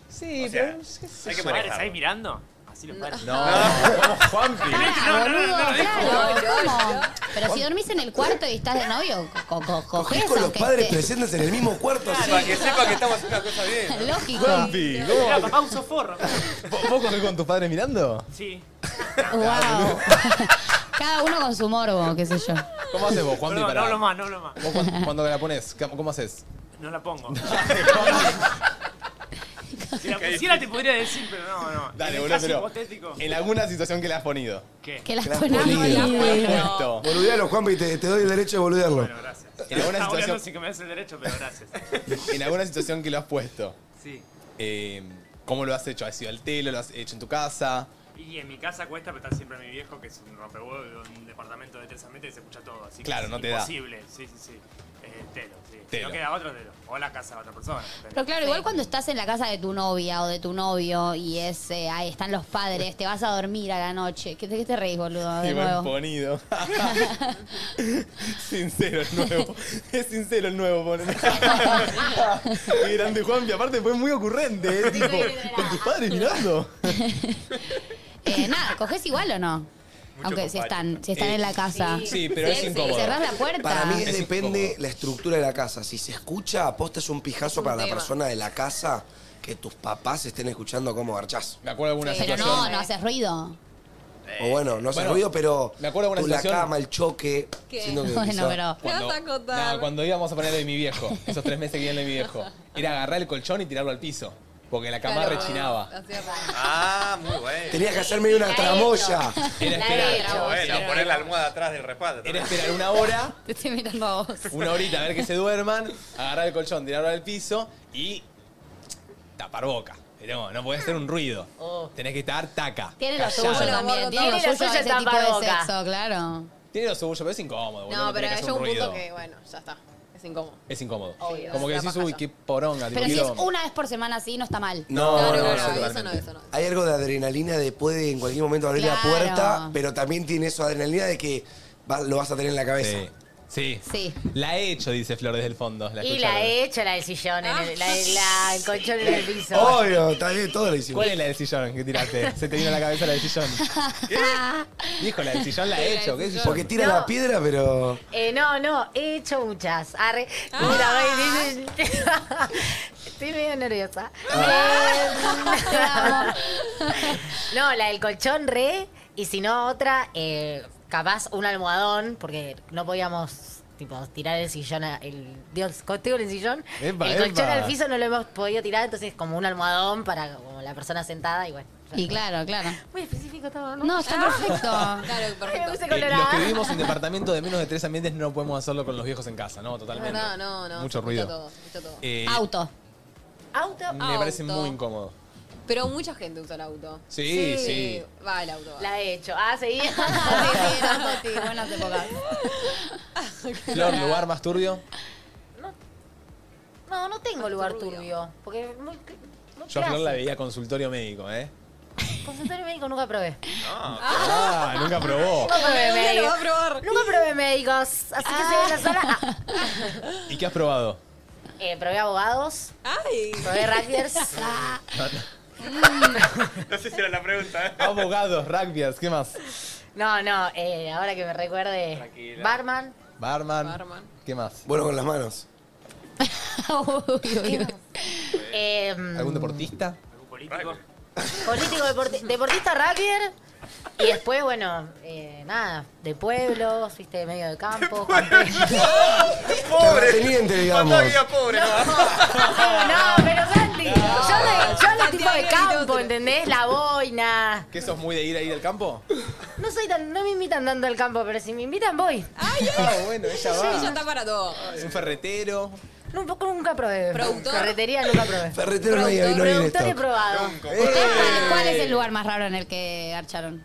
Speaker 4: Sí,
Speaker 1: pero es que
Speaker 4: hay que
Speaker 11: ¿Los padres
Speaker 4: manejarlo.
Speaker 11: ahí mirando? Así los padres.
Speaker 1: No, vamos, Juanpi.
Speaker 11: No, no, no,
Speaker 15: Boludo,
Speaker 11: no, no,
Speaker 15: claro,
Speaker 11: no, no, no.
Speaker 15: ¿cómo? Pero si dormís en el cuarto y estás de novio, co- co-
Speaker 7: Cogés
Speaker 15: cogés
Speaker 7: con los
Speaker 15: aunque
Speaker 7: padres
Speaker 15: esté-
Speaker 7: presentes en el mismo cuarto. así.
Speaker 4: Para que sepa que estamos haciendo las cosas bien.
Speaker 15: Lógico.
Speaker 1: Juanpi, ¿cómo?
Speaker 11: Mira, papá usó forro.
Speaker 1: ¿Vos- ¿Vos cogés con tus padres mirando?
Speaker 11: Sí.
Speaker 15: Wow. Cada uno con su morbo, qué sé yo.
Speaker 1: ¿Cómo haces vos, Juanpi?
Speaker 11: No, no
Speaker 1: para-
Speaker 11: hablo más, no hablo más.
Speaker 1: ¿Vos cuan- cuando la pones? ¿Cómo haces?
Speaker 11: No la pongo. si la pusiera te podría decir, pero no, no.
Speaker 1: Dale,
Speaker 11: En el
Speaker 1: boludo,
Speaker 11: caso
Speaker 1: pero-
Speaker 11: hipotético.
Speaker 1: En alguna situación que le has ponido.
Speaker 11: ¿Qué?
Speaker 15: Que las
Speaker 1: Que las
Speaker 15: conozco.
Speaker 1: Perfecto.
Speaker 7: Boludealo, Juanpi, te, te doy el derecho de boludearlo.
Speaker 1: En alguna
Speaker 11: Ahora no
Speaker 1: situación,
Speaker 11: sé que me hace el derecho, pero gracias.
Speaker 1: en alguna situación que lo has puesto.
Speaker 11: Sí.
Speaker 1: Eh, ¿Cómo lo has hecho? ¿Has ido al telo? ¿Lo has hecho en tu casa?
Speaker 11: Y en mi casa cuesta, pero está siempre mi viejo, que es un rompehuevo, vive en un departamento de tres metros y se escucha todo. Así que
Speaker 1: Claro,
Speaker 11: es
Speaker 1: no te da.
Speaker 11: Imposible, sí, sí, sí. Eh, telo, sí. Si
Speaker 1: Telo.
Speaker 11: no queda otro telo. O la casa de otra persona. pero-
Speaker 15: Pero claro, igual cuando estás en la casa de tu novia o de tu novio y es, eh, ahí están los padres, te vas a dormir a la noche. ¿Qué te, qué te reís, boludo? Ah, De
Speaker 1: Qué buen
Speaker 15: nuevo.
Speaker 1: ponido. sincero el nuevo. Es sincero el nuevo, ponele. Qué grande Juanpi. Aparte fue muy ocurrente. ¿eh? Tipo, con tus padres mirando.
Speaker 15: Eh, nada, ¿coges igual o no? Aunque si están, si están
Speaker 7: Eh,
Speaker 15: en la casa.
Speaker 7: sí, sí, pero es incómodo.
Speaker 15: Cerrás la puerta.
Speaker 7: Para mí depende la estructura de la casa. Si se escucha, aposta es un pijazo
Speaker 15: un
Speaker 7: para la
Speaker 15: tema.
Speaker 7: persona de la casa que tus papás estén escuchando cómo garchás.
Speaker 1: Me acuerdo de alguna
Speaker 15: Pero
Speaker 1: situación.
Speaker 15: no, no haces ruido.
Speaker 7: O bueno, no hace
Speaker 1: Bueno,
Speaker 7: ruido, pero
Speaker 1: me acuerdo de una
Speaker 7: tú, la
Speaker 1: situación-
Speaker 7: cama, el choque.
Speaker 2: ¿Qué?
Speaker 7: siento que
Speaker 15: Bueno,
Speaker 7: quizá-
Speaker 15: pero-
Speaker 2: ¿Qué vas a
Speaker 1: Nada,
Speaker 2: acotar?
Speaker 1: cuando íbamos a poner de mi viejo, esos tres meses que iban de mi viejo, era agarrar el colchón y tirarlo al piso. Porque la cama
Speaker 2: Claro,
Speaker 1: rechinaba.
Speaker 2: hacía raro.
Speaker 4: Ah, muy bueno.
Speaker 7: Tenías que hacerme una tramoya.
Speaker 1: Era
Speaker 4: La
Speaker 1: esperar.
Speaker 4: Bueno, poner la almohada atrás del respaldo.
Speaker 1: Era esperar una hora,
Speaker 15: Te estoy mirando a vos.
Speaker 1: una horita, a ver que se duerman, agarrar el colchón, tirarlo al piso y tapar boca. No, no podés hacer un ruido.
Speaker 2: Oh.
Speaker 1: Tenés que estar taca.
Speaker 15: Tiene lo
Speaker 1: callado.
Speaker 15: suyo también. Tiene lo
Speaker 2: Tiene lo
Speaker 15: suyo
Speaker 2: suyo
Speaker 15: ese
Speaker 2: el
Speaker 15: tipo de
Speaker 2: tapaboca.
Speaker 15: sexo, claro.
Speaker 1: Tiene lo suyo, pero es incómodo. boludo,
Speaker 2: No, pero
Speaker 1: tenés que hacer
Speaker 2: llegó un punto
Speaker 1: ruido.
Speaker 2: que, bueno, ya está. Es incómodo.
Speaker 1: Es incómodo.
Speaker 2: Obvio,
Speaker 1: Como que
Speaker 2: la
Speaker 1: decís,
Speaker 2: paja
Speaker 1: uy,
Speaker 2: ya.
Speaker 1: qué poronga. tipo,
Speaker 15: Pero si es
Speaker 1: quiero-
Speaker 15: una vez por semana así, no está mal.
Speaker 7: No,
Speaker 15: Claro,
Speaker 7: no,
Speaker 15: claro,
Speaker 7: no,
Speaker 15: claro, eso no,
Speaker 7: totalmente.
Speaker 15: eso no.
Speaker 7: Hay algo de adrenalina de puede en cualquier momento abrir la
Speaker 15: Claro.
Speaker 7: puerta, pero también tiene eso adrenalina de que va- lo vas a tener en la cabeza.
Speaker 1: Sí.
Speaker 15: Sí.
Speaker 1: La he hecho, dice Flor desde el fondo. La
Speaker 3: Y
Speaker 1: escucharon.
Speaker 3: la he hecho la del sillón, en el, la, la- el colchón en el piso.
Speaker 7: Obvio, está bien, todo lo hicimos.
Speaker 1: ¿Cuál es la del sillón que tiraste? Se te vino a la cabeza la del sillón. Dijo, la del sillón la he
Speaker 3: La
Speaker 1: hecho.
Speaker 3: del
Speaker 1: ¿qué sé yo?
Speaker 7: Porque tira la piedra, pero.
Speaker 3: Eh, no, no, he hecho muchas. Arre.
Speaker 1: Ah.
Speaker 3: Mira, güey, dice- Estoy medio nerviosa. Eh,
Speaker 15: Te amo.
Speaker 3: no, la del colchón re, y si no otra, eh, capaz un almohadón, porque no podíamos tipo tirar el sillón, a- el Dios, contigo el sillón,
Speaker 1: Epa,
Speaker 3: el colchón
Speaker 1: epa.
Speaker 3: al piso no lo hemos podido tirar, entonces como un almohadón para como la persona sentada y bueno.
Speaker 15: Y claro, claro.
Speaker 3: Muy específico todo, ¿no?
Speaker 15: No, está
Speaker 3: Ah.
Speaker 15: perfecto. Claro,
Speaker 3: Me puse
Speaker 1: Eh, los
Speaker 3: colorada.
Speaker 1: que vivimos en departamento de menos de tres ambientes no podemos hacerlo con los viejos en casa, ¿no? Totalmente.
Speaker 2: No, no, no.
Speaker 1: Mucho
Speaker 2: se escucha
Speaker 1: ruido.
Speaker 2: todo, se escucha todo.
Speaker 1: Eh,
Speaker 15: Auto.
Speaker 3: Auto.
Speaker 1: Me parece muy incómodo.
Speaker 2: Pero mucha gente usa el auto.
Speaker 1: Sí, sí.
Speaker 2: Va el auto. va.
Speaker 3: La he hecho. Ah, seguí.
Speaker 2: tanto, sí, buenas épocas.
Speaker 1: Flor, lugar más turbio.
Speaker 3: No, no tengo lugar turbio. Porque es muy- no,
Speaker 1: Yo a
Speaker 3: ¿qué
Speaker 1: Flor la
Speaker 3: hace?
Speaker 1: veía consultorio médico, ¿eh?
Speaker 3: consultorio médico nunca probé.
Speaker 1: Ah, nunca probó.
Speaker 3: Nunca probé
Speaker 2: Nunca lo
Speaker 3: médicos.
Speaker 2: va a probar.
Speaker 3: Nunca probé médicos. Así que se ve la sola. Ah,
Speaker 1: ¿Y qué has probado?
Speaker 3: eh, probé abogados.
Speaker 2: Ay.
Speaker 3: Probé rugbyers.
Speaker 4: No sé si era la pregunta. ¿eh?
Speaker 1: Abogados, rugbyers, ¿qué más?
Speaker 3: No, no, eh, ahora que me recuerde. Barman.
Speaker 1: Barman. ¿Qué más?
Speaker 7: Bueno, con las manos.
Speaker 3: eh,
Speaker 1: ¿Algún deportista?
Speaker 3: político, deporti- deportista rugbyer. Y después, bueno, eh, nada, de pueblos, viste, de medio de campo.
Speaker 7: Pobre. Teniente, digamos.
Speaker 4: pobre,
Speaker 3: No, pero Santi, yo de, yo de tipo de campo, ¿entendés? La boina.
Speaker 1: ¿Qué sos muy de ir ahí del campo?
Speaker 3: No soy tan, no me invitan tanto al campo, pero si me invitan voy.
Speaker 1: Ah, bueno, ella
Speaker 2: Sí, ya
Speaker 1: va.
Speaker 2: está para todo.
Speaker 1: Es un ferretero.
Speaker 3: No, un poco nunca
Speaker 15: eh,
Speaker 3: probé.
Speaker 2: Productor.
Speaker 3: Ferretería nunca probé.
Speaker 7: Ferretero no hay, no hay en
Speaker 3: Productor he
Speaker 7: esto.
Speaker 3: probado.
Speaker 15: ¿Cuál es el lugar más raro en el que archaron?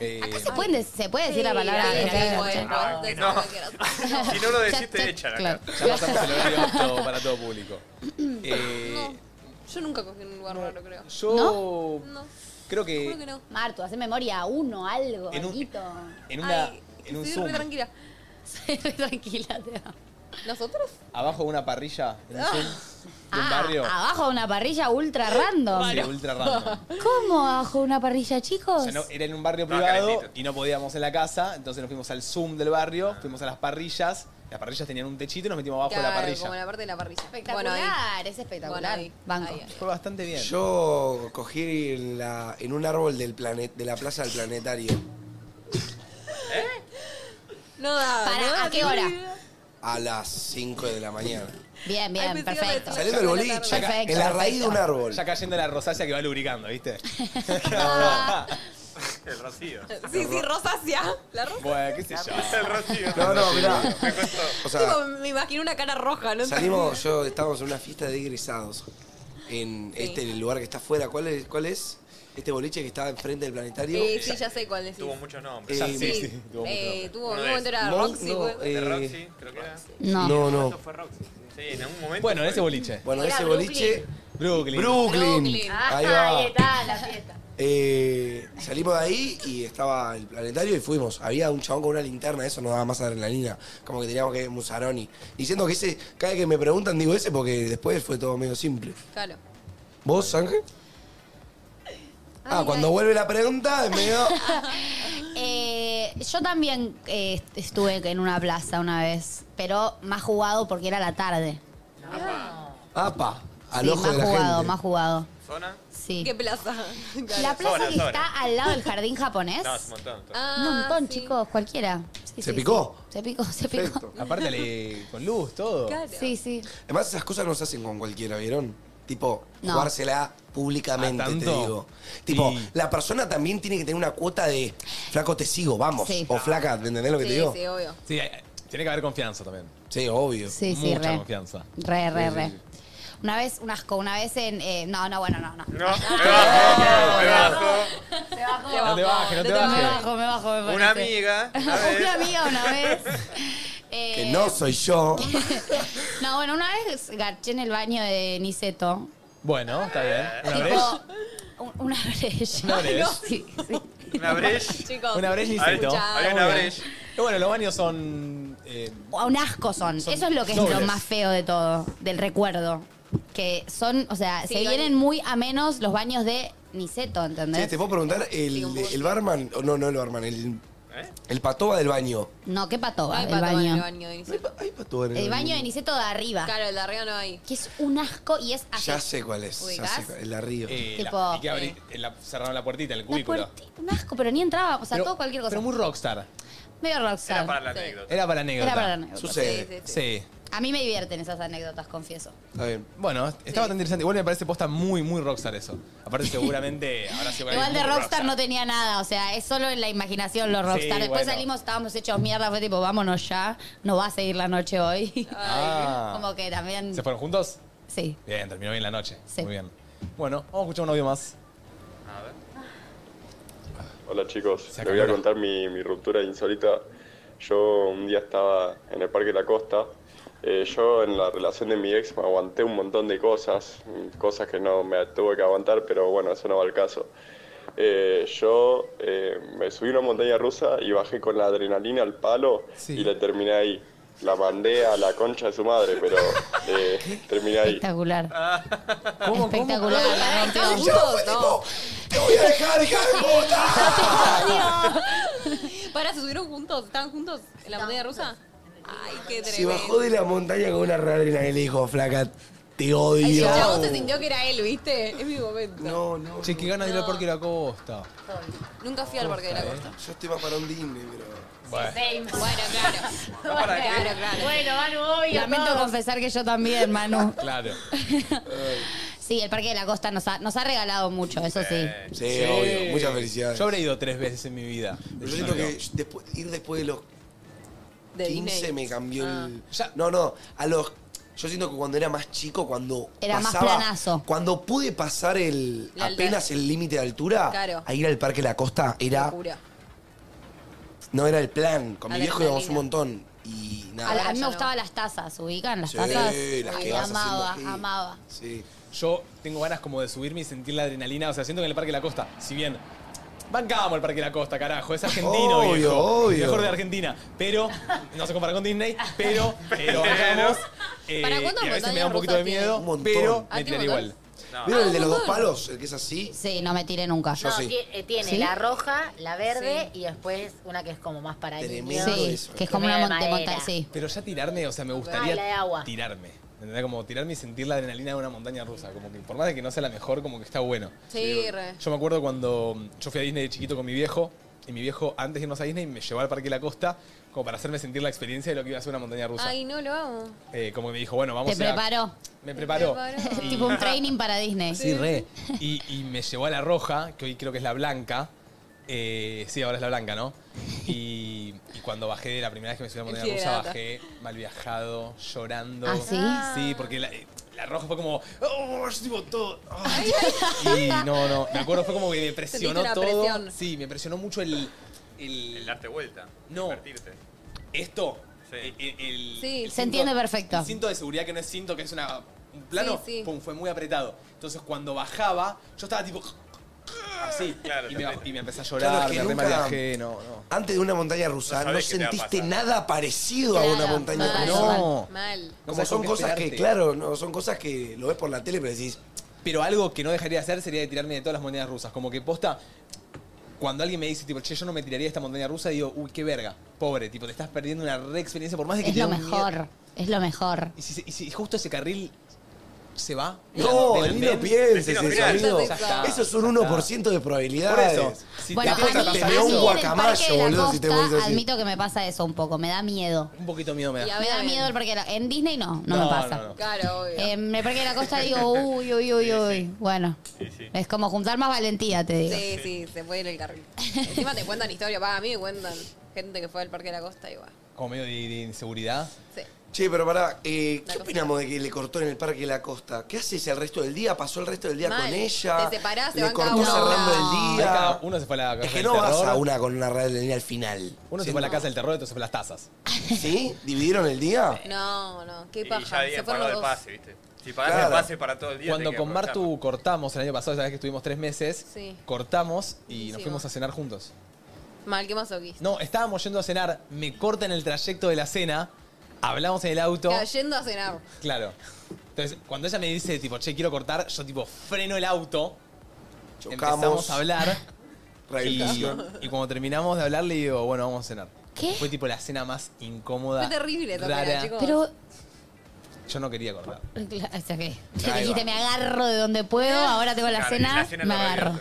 Speaker 1: Eh,
Speaker 15: Acá se, pueden de- se puede decir la palabra.
Speaker 2: Sí,
Speaker 15: en el que
Speaker 2: sí,
Speaker 15: garcharon?
Speaker 2: bueno,
Speaker 4: No. Si no lo decís, te echan acá.
Speaker 1: Ya pasamos el horario apto para todo público. Eh,
Speaker 2: Yo nunca cogí en un lugar raro, creo.
Speaker 1: Yo creo
Speaker 15: Creo
Speaker 1: que
Speaker 15: que no. Martu, hace memoria uno, algo,
Speaker 1: En un-
Speaker 15: alguito.
Speaker 1: en una en un
Speaker 2: Estoy
Speaker 1: Zoom,
Speaker 2: re tranquila.
Speaker 15: Soy re tranquila, te amo.
Speaker 2: ¿Nosotros?
Speaker 1: abajo de una parrilla, en
Speaker 2: Ah.
Speaker 1: un Zoom, de un
Speaker 15: Ah,
Speaker 1: barrio.
Speaker 15: Abajo de una parrilla ultra random.
Speaker 1: Sí, ultra random.
Speaker 15: ¿Cómo abajo de una parrilla, chicos?
Speaker 1: O sea, no- eh, era en un barrio
Speaker 4: No,
Speaker 1: privado
Speaker 4: calentito.
Speaker 1: y no podíamos en la casa, entonces nos fuimos al Zoom del barrio, fuimos a las parrillas, las parrillas tenían un techito y nos metimos abajo de la
Speaker 2: Claro,
Speaker 1: parrilla.
Speaker 2: Como en la parte de la parrilla.
Speaker 15: Espectacular, es
Speaker 2: Bueno,
Speaker 15: espectacular.
Speaker 2: ahí.
Speaker 15: Banco.
Speaker 1: Fue bastante bien.
Speaker 7: Yo cogí en, la- en un árbol del planet, de la plaza del planetario.
Speaker 2: No da.
Speaker 15: Para,
Speaker 2: Ah, no da
Speaker 15: ¿a qué
Speaker 2: ni
Speaker 15: hora?
Speaker 2: idea.
Speaker 7: A las 5 de la mañana.
Speaker 15: Bien, bien,
Speaker 2: Ay, pensé que
Speaker 15: perfecto.
Speaker 2: iba a
Speaker 7: Saliendo del boliche,
Speaker 15: Perfecto,
Speaker 7: en la raíz de
Speaker 15: perfecto.
Speaker 7: un árbol.
Speaker 1: Ya cayendo la rosácea que va lubricando, ¿viste?
Speaker 4: El rocío.
Speaker 2: Sí, sí, rosácea. La rosa.
Speaker 1: Bueno, qué sé yo.
Speaker 4: El rocío.
Speaker 7: No, no, mirá. O sea,
Speaker 2: Tipo, me imagino una cara roja, ¿no?
Speaker 7: salimos, yo estábamos en una fiesta de egresados. En este el lugar que está afuera. ¿Cuál es? ¿Cuál es? Este boliche que estaba enfrente del planetario.
Speaker 2: Eh, sí, ya sé cuál decís.
Speaker 4: Tuvo muchos nombres.
Speaker 7: Eh,
Speaker 2: Sí, eh, tuvo un momento era
Speaker 7: Monk,
Speaker 2: Roxy.
Speaker 7: no,
Speaker 2: fue-
Speaker 7: eh,
Speaker 4: De Roxy, creo que era.
Speaker 7: No. No, no.
Speaker 4: Sí, en algún momento.
Speaker 1: Bueno, en ese boliche.
Speaker 7: Bueno,
Speaker 3: Era
Speaker 7: ese
Speaker 3: Brooklyn.
Speaker 7: boliche.
Speaker 1: Brooklyn.
Speaker 7: Brooklyn.
Speaker 3: Ah,
Speaker 7: Ahí va.
Speaker 3: ahí está la fiesta.
Speaker 7: Eh, salimos de ahí y estaba el planetario y fuimos. Había un chabón con una linterna, eso nos daba más adrenalina. Como que teníamos que Musaroni. Diciendo que ese, cada vez que me preguntan, digo ese porque después fue todo medio simple.
Speaker 2: Claro.
Speaker 7: ¿Vos, Ángel? Ah, cuando vuelve la pregunta, es medio.
Speaker 15: Eh, yo también eh, estuve en una plaza una vez, pero más jugado porque era la tarde.
Speaker 7: Apa, al
Speaker 15: Sí,
Speaker 7: ojo
Speaker 15: más
Speaker 7: de la
Speaker 15: jugado,
Speaker 7: gente.
Speaker 15: más jugado.
Speaker 4: ¿Zona?
Speaker 15: Sí.
Speaker 2: ¿Qué plaza?
Speaker 15: La plaza
Speaker 4: Zona,
Speaker 15: que
Speaker 4: zona.
Speaker 15: está al lado del jardín japonés.
Speaker 4: No, es un montón.
Speaker 2: Ah,
Speaker 15: Un montón, chicos, cualquiera. Sí,
Speaker 7: ¿Se
Speaker 15: sí,
Speaker 7: picó?
Speaker 15: sí. Se picó, se picó.
Speaker 1: Aparte le- con luz, todo.
Speaker 15: Sí, sí.
Speaker 7: Además, esas cosas no se hacen con cualquiera, ¿vieron? Tipo,
Speaker 15: No.
Speaker 7: jugársela públicamente,
Speaker 1: ¿Ah,
Speaker 7: te
Speaker 1: tanto?
Speaker 7: digo. Tipo, la persona también tiene que tener una cuota de flaco, te sigo, vamos.
Speaker 15: Sí.
Speaker 7: O flaca, ¿me entendés lo que te digo?
Speaker 2: sí, obvio.
Speaker 1: Sí, hay- tiene que haber confianza también.
Speaker 7: Sí, obvio.
Speaker 15: Sí, sí,
Speaker 1: Mucha
Speaker 15: re.
Speaker 1: confianza.
Speaker 15: Re, re,
Speaker 1: Sí, sí,
Speaker 15: re.
Speaker 1: sí.
Speaker 15: Una vez, un asco, una vez en. eh, no, no, bueno, no, no.
Speaker 4: No, me bajo, me bajo.
Speaker 1: No te bajes, no te
Speaker 15: Me
Speaker 1: bajes.
Speaker 15: bajo, me bajo, me parece.
Speaker 4: Una amiga. una vez.
Speaker 15: Una amiga una vez. eh,
Speaker 7: Que no soy yo.
Speaker 15: No, bueno, una vez garché en el baño de Niceto.
Speaker 1: Bueno, está bien. Una vez.
Speaker 15: Tipo, un- una brecha.
Speaker 1: Una brecha.
Speaker 15: Sí, sí.
Speaker 4: Una breche.
Speaker 2: Chicos.
Speaker 1: Una brecha y
Speaker 4: Hay-
Speaker 1: seto.
Speaker 4: hay una brecha.
Speaker 1: Y bueno, los baños son. eh,
Speaker 15: A un asco son.
Speaker 1: Son
Speaker 15: Eso es lo que es
Speaker 1: dobles.
Speaker 15: lo más feo de todo, del recuerdo. Que son, o sea,
Speaker 2: Sí,
Speaker 15: se
Speaker 2: hay-
Speaker 15: vienen muy a menos los baños de Niceto, ¿entendés?
Speaker 7: Che, te puedo preguntar, el, el barman, o no, no el barman, el,
Speaker 4: ¿Eh?
Speaker 7: el patoba del baño.
Speaker 15: No, qué patoba,
Speaker 2: Hay
Speaker 15: el
Speaker 2: pato en
Speaker 15: baño.
Speaker 2: el baño de Niceto.
Speaker 7: Patoba en
Speaker 15: El baño de Niceto de arriba.
Speaker 2: Claro, el de arriba no hay.
Speaker 15: Que es un asco y es así.
Speaker 7: Ya sé cuál es, ya
Speaker 15: Ah, ¿Ubicás?
Speaker 7: sé cuál, el de arriba.
Speaker 1: eh,
Speaker 15: Tipo,
Speaker 1: la- y que abrí- la- cerraron la puertita en el cubículo.
Speaker 15: Un asco, pero ni entraba, o sea,
Speaker 1: Pero-
Speaker 15: todo cualquier cosa.
Speaker 1: Pero muy rockstar.
Speaker 15: Medio rockstar.
Speaker 4: Era para la anécdota.
Speaker 1: Era para la anécdota.
Speaker 15: Era para la anécdota.
Speaker 1: Sucede.
Speaker 15: Sí,
Speaker 1: Sí.
Speaker 15: A mí me divierten esas anécdotas, confieso.
Speaker 7: Está bien.
Speaker 1: Bueno, está bastante interesante. Igual me parece posta muy, muy rockstar eso. Aparte, seguramente habrá sido
Speaker 15: Igual de
Speaker 1: muy
Speaker 15: rockstar, no tenía nada, o sea, es solo en la imaginación los rockstar.
Speaker 1: Sí,
Speaker 15: Después
Speaker 1: bueno.
Speaker 15: salimos, estábamos hechos mierda, fue tipo, vámonos ya, no va a seguir la noche hoy.
Speaker 1: Ah.
Speaker 15: Como que también...
Speaker 1: ¿Se fueron juntos?
Speaker 15: Sí.
Speaker 1: Bien, terminó bien la noche.
Speaker 15: Sí.
Speaker 1: Muy bien. Bueno, vamos a escuchar un audio más.
Speaker 4: A ver.
Speaker 20: Hola chicos, les
Speaker 1: acabó
Speaker 20: voy a
Speaker 1: la-
Speaker 20: contar mi, mi ruptura insólita. Yo un día estaba en el Parque de la Costa. Eh, yo en la relación de mi ex me aguanté un montón de cosas, mm, cosas que no me tuve que aguantar, pero bueno, eso no va al caso. eh, yo eh, me subí a una montaña rusa y bajé con la adrenalina al palo y la terminé ahí. La mandé a la concha de su madre, pero eh, terminé ahí.
Speaker 15: Espectacular.
Speaker 7: Ah.
Speaker 15: Espectacular.
Speaker 2: Ah,
Speaker 15: la rompió.
Speaker 7: ¡Te voy a dejar, hija de
Speaker 2: Pará, ¿se subieron juntos? ¿Estaban juntos en la montaña rusa? Ay, qué tremendo.
Speaker 7: Se bajó de la montaña con una adrenalina y le dijo, flaca, te
Speaker 2: El
Speaker 7: odio.
Speaker 2: chabón se sintió que era él, ¿viste? Es mi momento. No, no.
Speaker 1: Che, qué ganas de ir al Parque de la Costa.
Speaker 2: Nunca fui al Parque de la Costa.
Speaker 1: eh?
Speaker 7: Yo estoy más para un Disney, pero...
Speaker 2: Bueno, claro.
Speaker 15: para qué?
Speaker 2: claro, claro.
Speaker 15: Bueno, Manu, obvio. Lamento
Speaker 2: no.
Speaker 15: confesar que yo también, Manu.
Speaker 1: Claro.
Speaker 15: Sí, el Parque de la Costa nos ha, nos ha regalado mucho, eso sí.
Speaker 7: Sí, obvio. Muchas felicidades.
Speaker 1: Yo habré ido tres veces en mi vida.
Speaker 7: Pero yo siento que después- ir después de los 15 me cambió
Speaker 15: Ah.
Speaker 7: el. No, no, a los. Yo siento que cuando era más chico, cuando
Speaker 15: Era más
Speaker 7: pasaba,
Speaker 15: planazo.
Speaker 7: cuando pude pasar el
Speaker 15: La altura.
Speaker 7: apenas el límite de altura,
Speaker 15: Claro.
Speaker 7: a ir al Parque La Costa era
Speaker 2: Locura.
Speaker 7: no era el plan. Con mi viejo íbamos un
Speaker 15: Adrenalina.
Speaker 7: montón y nada.
Speaker 15: A, la- a mí me gustaban las tazas, ¿ubican? Las
Speaker 7: Sí,
Speaker 15: tazas.
Speaker 7: las
Speaker 15: Ay,
Speaker 7: que vas
Speaker 15: amaba,
Speaker 7: haciendo así.
Speaker 15: amaba.
Speaker 7: Sí.
Speaker 1: Yo tengo ganas como de subirme y sentir la adrenalina. O sea, siento que en el Parque de la Costa, si bien bancamos el Parque de la Costa, carajo, es argentino,
Speaker 7: Obvio,
Speaker 1: viejo.
Speaker 7: obvio.
Speaker 1: Mejor de Argentina. Pero, no se compara con Disney, pero eh, lo bancamos. eh,
Speaker 2: ¿Para cuándo
Speaker 1: y a veces
Speaker 2: montañas
Speaker 1: me da un poquito de
Speaker 2: rusas
Speaker 1: miedo,
Speaker 7: Un montón.
Speaker 1: pero
Speaker 2: Ah,
Speaker 1: me
Speaker 2: ¿tiene
Speaker 1: tiraría igual.
Speaker 15: Ah,
Speaker 7: ¿Vieron el de los dos palos? El que es así.
Speaker 15: Sí, no me tiré nunca.
Speaker 7: Yo
Speaker 3: No,
Speaker 7: sí.
Speaker 3: ti- eh, tiene
Speaker 15: ¿Sí?
Speaker 3: la roja, la verde y después una que es como más para niños.
Speaker 15: Sí, que es como una monte- montaña, sí.
Speaker 1: Pero ya tirarme, o sea, me
Speaker 3: Ah, la de
Speaker 1: gustaría
Speaker 3: agua.
Speaker 1: tirarme. ¿Entendés? Como tirarme y sentir la adrenalina de una montaña rusa. Como que por más de que no sea la mejor, como que está bueno.
Speaker 2: Sí, re.
Speaker 1: Yo me acuerdo cuando yo fui a Disney de chiquito con mi viejo. Y mi viejo, antes de irnos a Disney, me llevó al Parque de la Costa como para hacerme sentir la experiencia de lo que iba a ser una montaña rusa.
Speaker 2: Ay, no lo hago.
Speaker 1: Eh, como que me dijo,
Speaker 15: Te
Speaker 1: bueno, vamos a...
Speaker 15: preparó.
Speaker 1: Me preparó. Y-
Speaker 15: tipo un training para Disney.
Speaker 1: Sí, re. Y, y me llevó a la roja, que hoy creo que es la blanca. Eh, sí, ahora es la blanca, ¿no? Y, y cuando bajé, la primera vez que me subí a la montaña rusa,
Speaker 13: Enfiebrada.
Speaker 1: bajé mal viajado, llorando.
Speaker 13: ¿Ah, sí?
Speaker 1: Sí, porque la, eh, la roja fue como... ¡Oh, yo tipo todo! ah". Y no, no, me acuerdo, fue como que me presionó
Speaker 4: una
Speaker 1: todo.
Speaker 4: presión.
Speaker 1: Sí, me presionó mucho el... El,
Speaker 4: darte vuelta.
Speaker 1: No.
Speaker 4: Divertirte.
Speaker 1: Esto... El, el- el-
Speaker 15: Sí,
Speaker 1: el
Speaker 15: se entiende perfecto.
Speaker 1: El cinto de seguridad que no es cinto, que es una, un plano,
Speaker 15: Sí, sí.
Speaker 1: pum, fue muy apretado. Entonces cuando bajaba, yo estaba tipo... Así, y, me, y me empecé a llorar,
Speaker 7: Claro, es que
Speaker 1: me
Speaker 7: nunca-
Speaker 1: re viajé, no, no.
Speaker 7: Antes de una montaña rusa,
Speaker 1: No
Speaker 7: no,
Speaker 1: sabés qué te va a
Speaker 7: sentiste
Speaker 1: pasar.
Speaker 7: nada parecido a una montaña
Speaker 1: mal,
Speaker 7: rusa.
Speaker 1: No.
Speaker 2: Mal.
Speaker 1: No
Speaker 7: Como
Speaker 1: sabés con
Speaker 7: son
Speaker 1: qué
Speaker 7: cosas que,
Speaker 1: esperarte.
Speaker 7: claro, no, son cosas que lo ves por la tele, pero decís,
Speaker 1: Pero algo que no dejaría de hacer sería de tirarme de todas las montañas rusas. Como que posta, cuando alguien me dice, tipo, che, yo no me tiraría de esta montaña rusa, digo, uy, qué verga, pobre, tipo, te estás perdiendo una re experiencia, por más de que
Speaker 15: Es
Speaker 1: te
Speaker 15: lo
Speaker 1: dé un
Speaker 15: mejor.
Speaker 1: miedo.
Speaker 15: Es lo mejor.
Speaker 1: Y si, se- y si justo ese carril se va...
Speaker 7: No,
Speaker 1: del
Speaker 7: ni lo
Speaker 1: andén,
Speaker 7: pienses
Speaker 1: vecino
Speaker 7: eso,
Speaker 1: final.
Speaker 7: amigo.
Speaker 1: Ya está.
Speaker 7: Eso es un 1% de probabilidades.
Speaker 1: Por eso, si
Speaker 15: Bueno,
Speaker 1: te
Speaker 15: a
Speaker 1: pasa,
Speaker 15: mí,
Speaker 1: te
Speaker 15: a
Speaker 1: veo
Speaker 15: mí
Speaker 1: un
Speaker 15: en el
Speaker 1: guacamayo,
Speaker 15: Parque de la
Speaker 1: boludo, si te
Speaker 15: Costa
Speaker 1: morís así.
Speaker 15: admito que me pasa eso un poco, me da miedo.
Speaker 1: Un poquito miedo me da.
Speaker 15: Me da miedo el Parque de la En Disney no, no, me pasa.
Speaker 2: Claro, obvio.
Speaker 15: Eh, en el Parque de la Costa digo, uy, uy, uy, uy. Bueno, es como juntar más valentía, te digo.
Speaker 2: Sí, sí, se puede ir el carril. Encima te cuentan historias, va, a mí me cuentan gente que fue al Parque de la Costa y va.
Speaker 1: Como medio de, de inseguridad.
Speaker 2: Sí.
Speaker 7: Che, pero pará, eh, ¿qué opinamos de que le cortó en el Parque de la Costa? ¿Qué haces el resto del día? ¿Pasó el resto del día
Speaker 2: Mal.
Speaker 7: con ella?
Speaker 2: Te separás, se
Speaker 7: ¿Le
Speaker 2: van cada
Speaker 7: cortó
Speaker 2: uno.
Speaker 7: cerrando
Speaker 1: Ahí
Speaker 7: el
Speaker 1: cada
Speaker 7: día?
Speaker 1: Uno se fue a la casa
Speaker 7: Es que
Speaker 1: del
Speaker 7: no vas
Speaker 1: terror.
Speaker 7: a una con una red de línea al final.
Speaker 1: Uno se
Speaker 7: Sí.
Speaker 1: fue a la casa del terror, otro se fue a las tazas.
Speaker 7: ¿Sí? ¿Dividieron el día?
Speaker 2: No, no, qué
Speaker 4: Y ya
Speaker 2: paja. Se
Speaker 4: habían
Speaker 2: fueron
Speaker 4: pagado
Speaker 2: los
Speaker 4: el
Speaker 2: dos.
Speaker 4: pase, ¿viste? Si pagás el
Speaker 1: Claro.
Speaker 4: pase para todo el día.
Speaker 1: Cuando
Speaker 4: tenés que
Speaker 1: con
Speaker 4: aprovecharlo.
Speaker 1: Martu cortamos el año pasado, sabes que estuvimos tres meses,
Speaker 2: Sí.
Speaker 1: cortamos y
Speaker 2: Buenísimo.
Speaker 1: nos fuimos a cenar juntos.
Speaker 2: Mal, qué masoquista.
Speaker 1: No, estábamos yendo a cenar, me cortan el trayecto de la cena, hablamos en el auto.
Speaker 2: Cayendo a cenar.
Speaker 1: Claro. Entonces, cuando ella me dice, tipo, che, quiero cortar, yo, tipo, freno el auto.
Speaker 7: Chocamos.
Speaker 1: Empezamos a hablar. y,
Speaker 7: Rehabilitación.
Speaker 1: y cuando terminamos de hablar, le digo, bueno, vamos a cenar.
Speaker 15: ¿Qué?
Speaker 1: Fue, tipo, la cena más incómoda.
Speaker 2: Fue terrible, Topera,
Speaker 1: rara.
Speaker 2: chicos.
Speaker 15: Pero,
Speaker 1: Yo no quería cortar.
Speaker 15: claro, o sea que-
Speaker 1: va.
Speaker 15: dijiste, me agarro de donde puedo, ahora tengo la
Speaker 1: Claro, y
Speaker 15: cena,
Speaker 1: la cena
Speaker 15: me
Speaker 1: la
Speaker 15: agarro.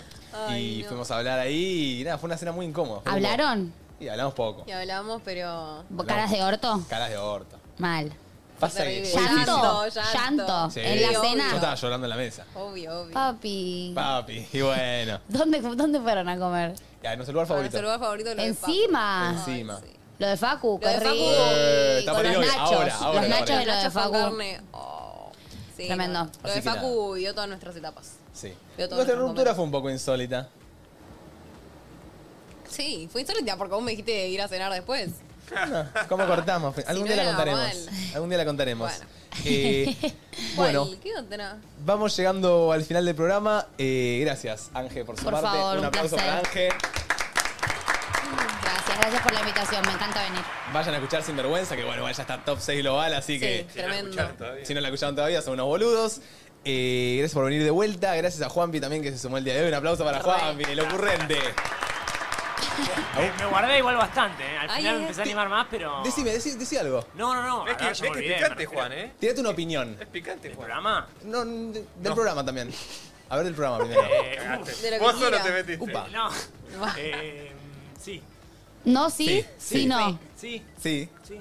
Speaker 1: y fuimos a hablar ahí y nada, fue una cena muy incómoda. Fue como-
Speaker 15: ¿Hablaron?
Speaker 1: Y hablamos poco.
Speaker 2: Y hablamos, pero.
Speaker 15: ¿Caras de orto?
Speaker 1: Caras de horta.
Speaker 15: Mal.
Speaker 1: Pasa que fue difícil.
Speaker 15: Llanto,
Speaker 2: Llanto,
Speaker 15: llanto.
Speaker 1: Sí.
Speaker 15: En la
Speaker 1: Yo
Speaker 15: cena.
Speaker 1: estaba llorando en la mesa.
Speaker 2: Obvio, obvio.
Speaker 15: Papi.
Speaker 1: Papi, y bueno.
Speaker 15: ¿Dónde, ¿Dónde fueron a comer?
Speaker 1: Ya, nuestro lugar favorito.
Speaker 2: Nuestro lugar favorito lo de Facu.
Speaker 15: Encima.
Speaker 1: Encima.
Speaker 15: Lo de Facu,
Speaker 2: Lo de Facu.
Speaker 15: corrí.
Speaker 1: Eh, está
Speaker 15: Con
Speaker 1: para ir
Speaker 15: los
Speaker 1: hoy,
Speaker 15: nachos.
Speaker 1: ahora, ahora
Speaker 15: los
Speaker 1: está
Speaker 15: nachos
Speaker 1: para
Speaker 15: de
Speaker 1: ir.
Speaker 15: lo de
Speaker 2: Nachos con
Speaker 15: Facu.
Speaker 2: carne. Oh, sí,
Speaker 15: Tremendo.
Speaker 2: no. Lo de
Speaker 1: Así que
Speaker 2: Facu vio todas nuestras etapas.
Speaker 1: Sí.
Speaker 2: Veo todo
Speaker 1: Nuestra
Speaker 2: nuestro
Speaker 1: ruptura fue un poco insólita.
Speaker 2: Sí, fue insólita porque vos me dijiste ir a cenar después.
Speaker 1: Bueno, ¿Cómo cortamos? Algún
Speaker 2: no
Speaker 1: día la
Speaker 2: era
Speaker 1: contaremos.
Speaker 2: mal.
Speaker 1: Algún día la contaremos. Eh, bueno,
Speaker 2: Guay, ¿Qué otra?
Speaker 1: vamos llegando al final del programa. Eh, gracias, Ángel, por su
Speaker 15: Por
Speaker 1: parte.
Speaker 15: favor,
Speaker 1: un
Speaker 15: un
Speaker 1: aplauso
Speaker 15: placer.
Speaker 1: para Ángel.
Speaker 15: Gracias, gracias por la invitación. Me encanta venir.
Speaker 1: Vayan a escuchar Sin Vergüenza, que bueno, igual ya está top 6 global, así que.
Speaker 15: tremendo.
Speaker 1: Si no la escucharon todavía, son unos boludos. Eh, gracias por venir de vuelta. Gracias a Juanpi también que se sumó el día de hoy. Un aplauso para Juanpi, el ocurrente.
Speaker 11: Me guardé igual bastante, ¿eh? Al
Speaker 1: Ay,
Speaker 11: final
Speaker 1: ay,
Speaker 11: me empecé a animar más, pero.
Speaker 1: Decime, decí, decí algo.
Speaker 11: No, no, no.
Speaker 1: Ves que-
Speaker 11: ahora ya me
Speaker 1: ves que
Speaker 11: olvidé,
Speaker 1: picante,
Speaker 11: me refiero.
Speaker 1: Juan, ¿eh? Tirate una opinión.
Speaker 4: Es picante, Juan.
Speaker 11: ¿Programa?
Speaker 1: No, n- de- del programa también. A ver del programa primero.
Speaker 11: Eh, uf.
Speaker 4: De lo que Vos solo quiera. te metiste.
Speaker 1: Upa.
Speaker 11: No. Eh, sí.
Speaker 15: ¿No, sí? Sí, no.
Speaker 11: Sí.
Speaker 1: Sí.
Speaker 11: Sí.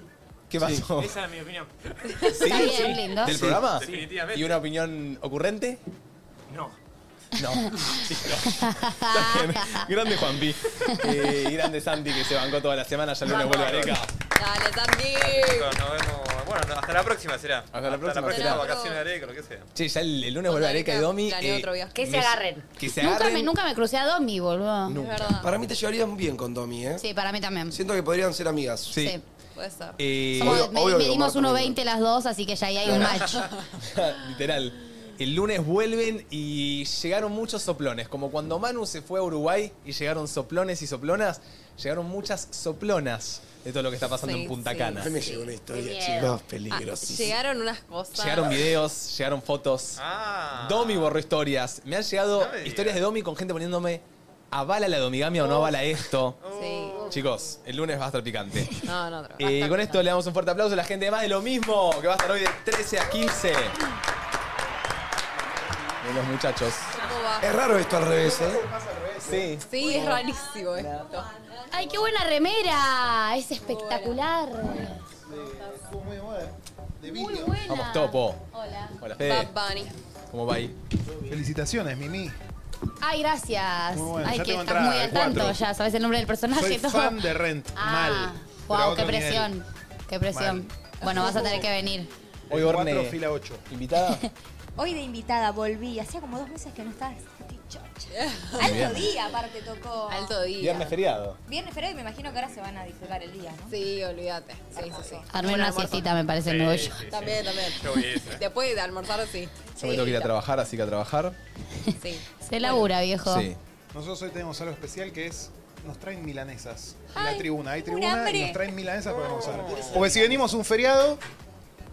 Speaker 1: ¿Qué pasó?
Speaker 11: Esa es mi opinión.
Speaker 15: Está bien, lindo.
Speaker 1: ¿Del
Speaker 15: Sí,
Speaker 1: programa?
Speaker 11: definitivamente.
Speaker 1: ¿Y una opinión ocurrente?
Speaker 11: No.
Speaker 1: No. Sí, no. Está bien. Grande Juanpi. Eh, y grande Santi que se bancó toda la semana. Ya el lunes vuelve a Areca.
Speaker 2: Dale, Santi.
Speaker 4: Chicos, nos vemos. Bueno, no, hasta la próxima será. Hasta,
Speaker 1: la próxima será.
Speaker 4: vacaciones de Areca, lo que sea.
Speaker 1: Che, ya el, el lunes vuelve a Areca y Domi. eh,
Speaker 15: Que se
Speaker 1: me-
Speaker 15: agarren.
Speaker 1: Que se
Speaker 15: nunca,
Speaker 1: agarren.
Speaker 15: me, nunca me crucé a Domi, boludo.
Speaker 1: Nunca.
Speaker 7: Para mí te llevarías bien con Domi, ¿eh?
Speaker 15: Sí, para mí también.
Speaker 7: Siento que podrían ser amigas.
Speaker 1: Sí.
Speaker 2: Puede ser.
Speaker 1: Eh,
Speaker 15: Somos-
Speaker 1: obvio-
Speaker 15: me-
Speaker 1: obvio que
Speaker 15: medimos
Speaker 1: Omar también.
Speaker 15: 1.20 las dos, así que ya ahí hay un match.
Speaker 1: Literal. El lunes vuelven y llegaron muchos soplones. Como cuando Manu se fue a Uruguay y llegaron soplones y soplonas, llegaron muchas soplonas de todo lo que está pasando
Speaker 2: Sí,
Speaker 1: en Punta
Speaker 2: sí,
Speaker 1: Cana.
Speaker 2: A mí me sí. llegó una historia, Qué miedo. chicos,
Speaker 1: peligrosísima.
Speaker 2: Llegaron unas cosas.
Speaker 1: Llegaron videos, llegaron fotos.
Speaker 2: Ah.
Speaker 1: Domi borró historias. Me han llegado historias de Domi con gente poniéndome avala la domigamia o no avala esto.
Speaker 2: Sí.
Speaker 1: Chicos, el lunes va a estar picante.
Speaker 2: No, no, otro.
Speaker 1: Eh, con esto le damos un fuerte aplauso a la gente de más de lo mismo, que va a estar hoy de 13 a 15. De los muchachos.
Speaker 2: ¿Cómo va?
Speaker 7: Es raro esto al revés, ¿eh?
Speaker 1: Sí.
Speaker 2: Sí, es rarísimo esto.
Speaker 15: ¡Ay, qué buena remera! Es espectacular. Muy buena.
Speaker 1: Vamos, Topo.
Speaker 15: Hola.
Speaker 1: Hola, Fede.
Speaker 15: Bad Bunny.
Speaker 1: ¿Cómo va ahí?
Speaker 21: Felicitaciones, Mimi.
Speaker 15: Ay, gracias.
Speaker 21: Muy buena,
Speaker 15: Ay,
Speaker 21: ya
Speaker 15: que
Speaker 21: tengo
Speaker 15: estás
Speaker 21: entrada,
Speaker 15: muy al
Speaker 21: el cuatro.
Speaker 15: tanto ya, sabes el nombre del personaje
Speaker 21: Soy
Speaker 15: y todo.
Speaker 21: fan de Rent.
Speaker 15: Ah,
Speaker 21: Mal.
Speaker 15: Wow,
Speaker 21: Pero a
Speaker 15: qué
Speaker 21: otro nivel.
Speaker 15: presión. Qué presión. Bueno, vas a tener que venir.
Speaker 1: Hoy
Speaker 21: Cuatro,
Speaker 1: Orne.
Speaker 21: fila 8.
Speaker 1: ¿Invitada?
Speaker 22: Hoy de invitada volví, hacía como dos meses que no estabas. Estoy chocha.
Speaker 1: Muy bien.
Speaker 22: Alto día, aparte tocó. Alto día.
Speaker 1: Viernes feriado.
Speaker 22: Viernes, pero hoy me imagino que ahora se van a disfrutar el día, ¿no?
Speaker 2: Sí, olvídate. Sí, sí, sí.
Speaker 15: Armé una siestita, me parece, el
Speaker 1: Sí, sí,
Speaker 15: nuevo
Speaker 1: sí.
Speaker 2: También, también.
Speaker 1: Yo voy a esa.
Speaker 2: Después de almorzar, sí.
Speaker 1: Yo me tengo que ir a trabajar, así que a trabajar.
Speaker 2: Sí.
Speaker 15: Se labura, viejo.
Speaker 1: Sí.
Speaker 21: Nosotros hoy tenemos algo especial que es. Nos traen milanesas. en
Speaker 2: Ay,
Speaker 21: la tribuna. Hay
Speaker 2: un
Speaker 21: tribuna
Speaker 2: hambre.
Speaker 21: y nos traen milanesas para almorzar. Porque si venimos un feriado,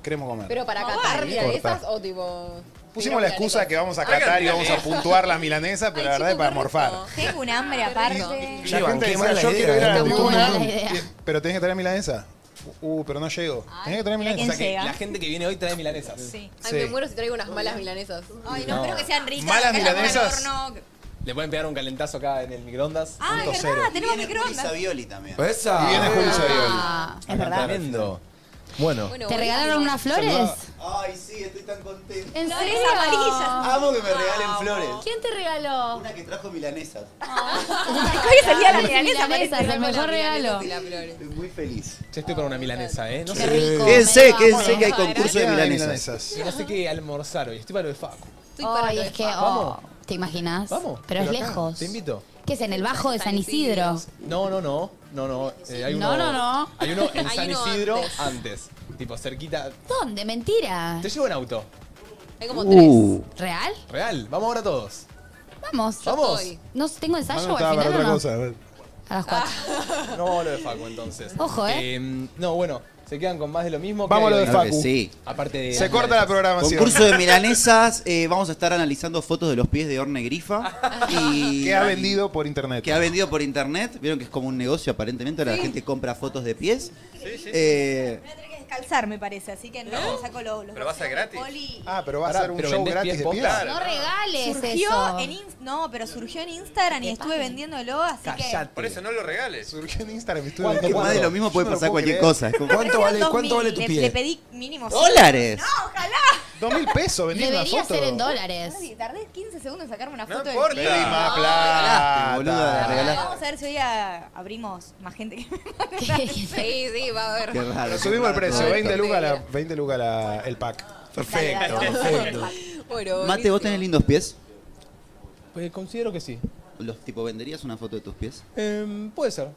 Speaker 21: queremos comer.
Speaker 2: Pero para
Speaker 21: Vamos,
Speaker 2: catar
Speaker 21: vale.
Speaker 2: milanesas o tipo.
Speaker 21: Pusimos la excusa que vamos a catar y vamos a puntuar la milanesa, pero la verdad es para morfar.
Speaker 22: Tengo un hambre aparte.
Speaker 21: La
Speaker 7: Llevan,
Speaker 21: gente
Speaker 7: qué
Speaker 21: decía,
Speaker 7: mala
Speaker 21: yo
Speaker 7: idea,
Speaker 21: quiero ir a la
Speaker 7: está muy
Speaker 21: tribuna,
Speaker 7: buena la idea.
Speaker 21: y- pero tenés que traer milanesa. Uh, pero no llego. Tenés que traer
Speaker 22: mira
Speaker 1: O
Speaker 21: milanesa.
Speaker 1: sea que la gente que viene hoy trae milanesas.
Speaker 22: Sí.
Speaker 2: Ay, me
Speaker 21: Sí.
Speaker 2: muero si traigo unas malas milanesas.
Speaker 22: Ay,
Speaker 1: no, No. espero que
Speaker 22: sean ricas,
Speaker 21: Malas
Speaker 22: que hayan
Speaker 21: milanesas.
Speaker 22: buen horno.
Speaker 1: Le pueden pegar un calentazo acá en el microondas.
Speaker 22: Ah, es verdad, tenemos microondas.
Speaker 7: Violi también.
Speaker 1: ¡Esa!
Speaker 21: Y viene Juli
Speaker 15: Ah, es verdad.
Speaker 1: Tremendo. Bueno.
Speaker 15: ¿Te regalaron unas flores?
Speaker 6: Ay, sí, estoy tan contento.
Speaker 15: ¿En
Speaker 22: Flores
Speaker 15: serio?
Speaker 22: amarillas.
Speaker 6: Amo que me regalen
Speaker 15: Vamos.
Speaker 6: flores.
Speaker 15: ¿Quién te regaló?
Speaker 6: Una que trajo milanesas.
Speaker 22: Hoy salía la
Speaker 15: Las
Speaker 22: milanesa.
Speaker 15: milanesas,
Speaker 22: parece.
Speaker 15: el mejor regalo.
Speaker 6: Estoy muy feliz.
Speaker 1: Ya estoy con una milanesa, ¿eh? No
Speaker 6: Qué
Speaker 1: sé
Speaker 6: rico, Quédense, me quédense vamos. que hay concurso de
Speaker 1: Queda
Speaker 6: milanesas.
Speaker 1: No sé qué almorzar hoy. Estoy para lo de Facu.
Speaker 15: Ay, es que, oh, ¿te imaginas?
Speaker 1: Vamos.
Speaker 15: Pero es
Speaker 1: acá,
Speaker 15: lejos.
Speaker 1: Te invito.
Speaker 15: ¿Qué es en el bajo de San Isidro?
Speaker 1: No, no, no. No, no. eh, hay
Speaker 15: No,
Speaker 1: uno,
Speaker 15: no, no.
Speaker 1: Hay uno en
Speaker 15: Hay
Speaker 1: San
Speaker 15: uno
Speaker 1: Isidro
Speaker 15: antes.
Speaker 1: antes. Tipo, cerquita.
Speaker 15: ¿Dónde? Mentira.
Speaker 1: Te llevo en auto.
Speaker 2: Hay
Speaker 1: como
Speaker 15: Uh. ¿Real?
Speaker 1: Real. Vamos ahora todos.
Speaker 15: Vamos.
Speaker 1: Yo Vamos. estoy.
Speaker 15: No sé, tengo ensayo
Speaker 1: estaba
Speaker 15: al
Speaker 1: para
Speaker 15: final.
Speaker 1: otra
Speaker 15: o no?
Speaker 1: cosa.
Speaker 15: A las cuatro.
Speaker 1: No vamos a lo de Facu entonces. Em,
Speaker 15: Ojo, ¿eh?
Speaker 1: No, bueno. Se quedan con más de lo mismo.
Speaker 21: Vamos a lo
Speaker 1: ¿Qué hay
Speaker 21: de
Speaker 1: hoy?
Speaker 21: Facu.
Speaker 6: Sí.
Speaker 1: Aparte de.
Speaker 21: Se corta la programación.
Speaker 6: Concurso de milanesas. eh, vamos a estar analizando fotos de los pies de Orne Grifa. Y,
Speaker 21: Que ha vendido por internet.
Speaker 6: Que ha vendido por internet. Vieron que es como un negocio aparentemente. Ahora la gente compra fotos de pies.
Speaker 22: Sí, sí.
Speaker 6: Eh,
Speaker 22: Voy a tener que descalzar, me parece, así que no, saco los. los
Speaker 6: Pero va a ser
Speaker 22: brasileños de
Speaker 6: gratis.
Speaker 22: poli.
Speaker 21: Ah, pero va a
Speaker 1: Pará,
Speaker 21: ser un
Speaker 1: pero
Speaker 21: show
Speaker 1: vendés
Speaker 21: gratis
Speaker 1: pies
Speaker 21: de
Speaker 1: posta.
Speaker 21: pies.
Speaker 22: No
Speaker 15: regales
Speaker 22: surgió
Speaker 15: eso.
Speaker 22: En Inst- no, pero surgió en Instagram y estuve vendiéndolo, así que.
Speaker 4: Por eso no lo regales.
Speaker 21: Surgió en Instagram. Estuve
Speaker 6: ¿Cuánto?
Speaker 21: vendiendo.
Speaker 6: Más de lo mismo puede
Speaker 21: Yo no
Speaker 6: pasar
Speaker 21: puedo
Speaker 6: cualquier
Speaker 21: creer.
Speaker 6: cosa, es como-
Speaker 21: ¿Cuánto vale, cuánto vale tu
Speaker 22: le,
Speaker 21: pie?
Speaker 22: le pedí
Speaker 1: Ah,
Speaker 22: mínimo.
Speaker 6: ¡Dólares!
Speaker 21: Dos mil pesos, vendí una
Speaker 15: Debería
Speaker 21: foto.
Speaker 15: ser en dólares.
Speaker 22: Sí, Tardé 15 segundos en sacarme una
Speaker 21: No
Speaker 22: foto del
Speaker 21: importa.
Speaker 22: pie.
Speaker 21: Pedí más
Speaker 22: No,
Speaker 21: plata.
Speaker 6: boluda, la regalaste.
Speaker 22: Vamos a ver si hoy ah, abrimos más gente que me manda.
Speaker 2: Sí, sí, va a haber.
Speaker 6: Qué raro.
Speaker 21: Lo subimos el precio,
Speaker 6: Perfecto.
Speaker 21: 20 lucas, la- 20 lucas la- el pack.
Speaker 6: Perfecto,
Speaker 21: Dale, dale.
Speaker 6: perfecto.
Speaker 2: Bueno,
Speaker 6: Mate, ¿vos tenés lindos pies?
Speaker 1: Pues considero que sí.
Speaker 6: ¿Los tipo venderías una foto de tus pies?
Speaker 1: Em, puede ser.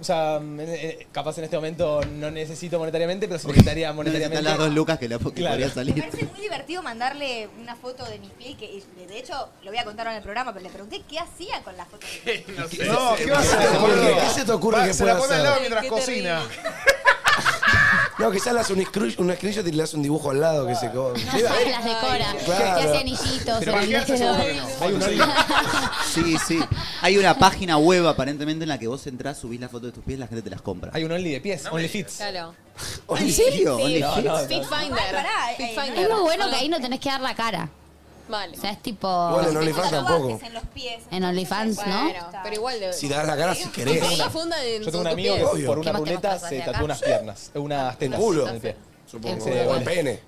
Speaker 1: O sea, en- en- capaz en este momento no necesito monetariamente, pero si necesitaría monetariamente.
Speaker 5: necesitas las dos lucas que, la, que
Speaker 1: Claro.
Speaker 5: podría salir.
Speaker 22: parece muy divertido mandarle una foto de mis pies, que y de hecho lo voy a contar ahora en el programa, pero le pregunté qué hacía con las fotos.
Speaker 4: No,
Speaker 21: sé. No, ¿qué vas a
Speaker 7: ¿Qué se te
Speaker 21: hacer, boludo?
Speaker 7: ocurre? ¿Qué se te ocurre
Speaker 21: Va,
Speaker 7: que
Speaker 21: Se la
Speaker 7: pueda
Speaker 21: pone al
Speaker 7: hacer?
Speaker 21: lado mientras
Speaker 7: Qué
Speaker 21: cocina.
Speaker 7: No, quizás le hace un scrunch- una screenshot y le hace un dibujo al lado que se co-
Speaker 15: No sé, las decora.
Speaker 5: Claro.
Speaker 15: Te hace anillitos,
Speaker 5: Pero
Speaker 15: arandeles
Speaker 5: imagínate,
Speaker 15: de
Speaker 5: no,
Speaker 15: oro.
Speaker 5: no. Hay un- Sí, sí. Hay una página web aparentemente en la que vos entrás, subís las fotos de tus pies y la gente te las compra.
Speaker 1: Hay un Only de pies, Only Fits.
Speaker 2: Claro.
Speaker 5: ¿En serio?
Speaker 2: Sí,
Speaker 5: ¿Only
Speaker 2: sí.
Speaker 5: Fits?
Speaker 2: Fit Finder.
Speaker 22: eh,
Speaker 2: Fit Finder.
Speaker 15: Es muy bueno que ahí no tenés que dar la cara. Vale. O sea, es tipo.
Speaker 7: Bueno, en OnlyFans tampoco.
Speaker 15: En OnlyFans, ¿no?
Speaker 2: Pero igual de.
Speaker 7: Si das la cara si querés.
Speaker 2: Que se difundan en
Speaker 1: Yo tengo
Speaker 2: sus
Speaker 1: un amigo que
Speaker 7: Obvio.
Speaker 1: por una
Speaker 7: ¿Qué más te
Speaker 1: ruleta
Speaker 7: mostrás
Speaker 1: se
Speaker 7: de
Speaker 1: tatuó
Speaker 7: acá?
Speaker 1: unas piernas, unas tetas.
Speaker 7: culo.
Speaker 1: En el pie.
Speaker 7: Supongo.
Speaker 1: Sí,
Speaker 7: O el
Speaker 1: vale.
Speaker 7: pene.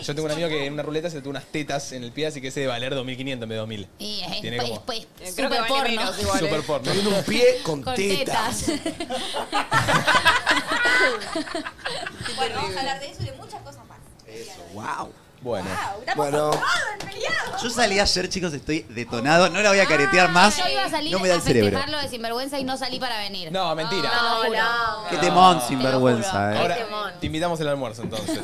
Speaker 1: Yo tengo un amigo que en una ruleta se tatuó unas tetas en el pie, así que ese de valer 2500 en vez de 2000.
Speaker 15: Y es,
Speaker 1: Tiene
Speaker 15: es-
Speaker 1: como-
Speaker 15: es- es
Speaker 2: Eh, Creo que
Speaker 15: super
Speaker 2: vale
Speaker 15: porno.
Speaker 2: menos igual,
Speaker 1: Super
Speaker 2: eh.
Speaker 1: porno.
Speaker 7: Tiene un pie con, teta.
Speaker 22: bueno, vamos a hablar de eso y de muchas cosas más.
Speaker 5: Wow.
Speaker 1: Bueno.
Speaker 5: Bueno. Yo salí ayer, chicos, estoy detonado. No la voy a caretear más.
Speaker 15: Yo iba a salir
Speaker 5: Ah, No me da
Speaker 15: a
Speaker 5: el cerebro.
Speaker 15: festejarlo de sinvergüenza y no salí para venir.
Speaker 1: No, mentira.
Speaker 15: Ah, No,
Speaker 5: Qué temón sinvergüenza, eh.
Speaker 1: Ahora te invitamos al almuerzo entonces.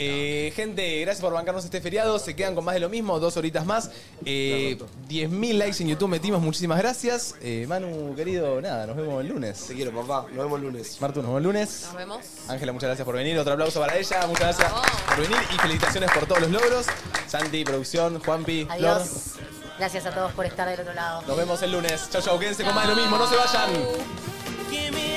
Speaker 1: Eh, gente, gracias por bancarnos este feriado. Se quedan con más de lo mismo, dos horitas más. Eh, 10.000 likes en YouTube metimos, muchísimas gracias. Eh, Manu, querido, nada, nos vemos el lunes. Te
Speaker 7: quiero, papá. Nos vemos el lunes.
Speaker 1: Martu, nos vemos el lunes.
Speaker 2: Nos vemos.
Speaker 1: Ángela, muchas gracias por venir. Otro aplauso para ella. Muchas gracias por venir y felicitaciones por todos los logros. Santi, producción, Juanpi, Flor.
Speaker 3: Adiós. Gracias a todos por estar del otro lado.
Speaker 1: Nos vemos el lunes. Chau, chau. Quédense con más de lo mismo. No se vayan.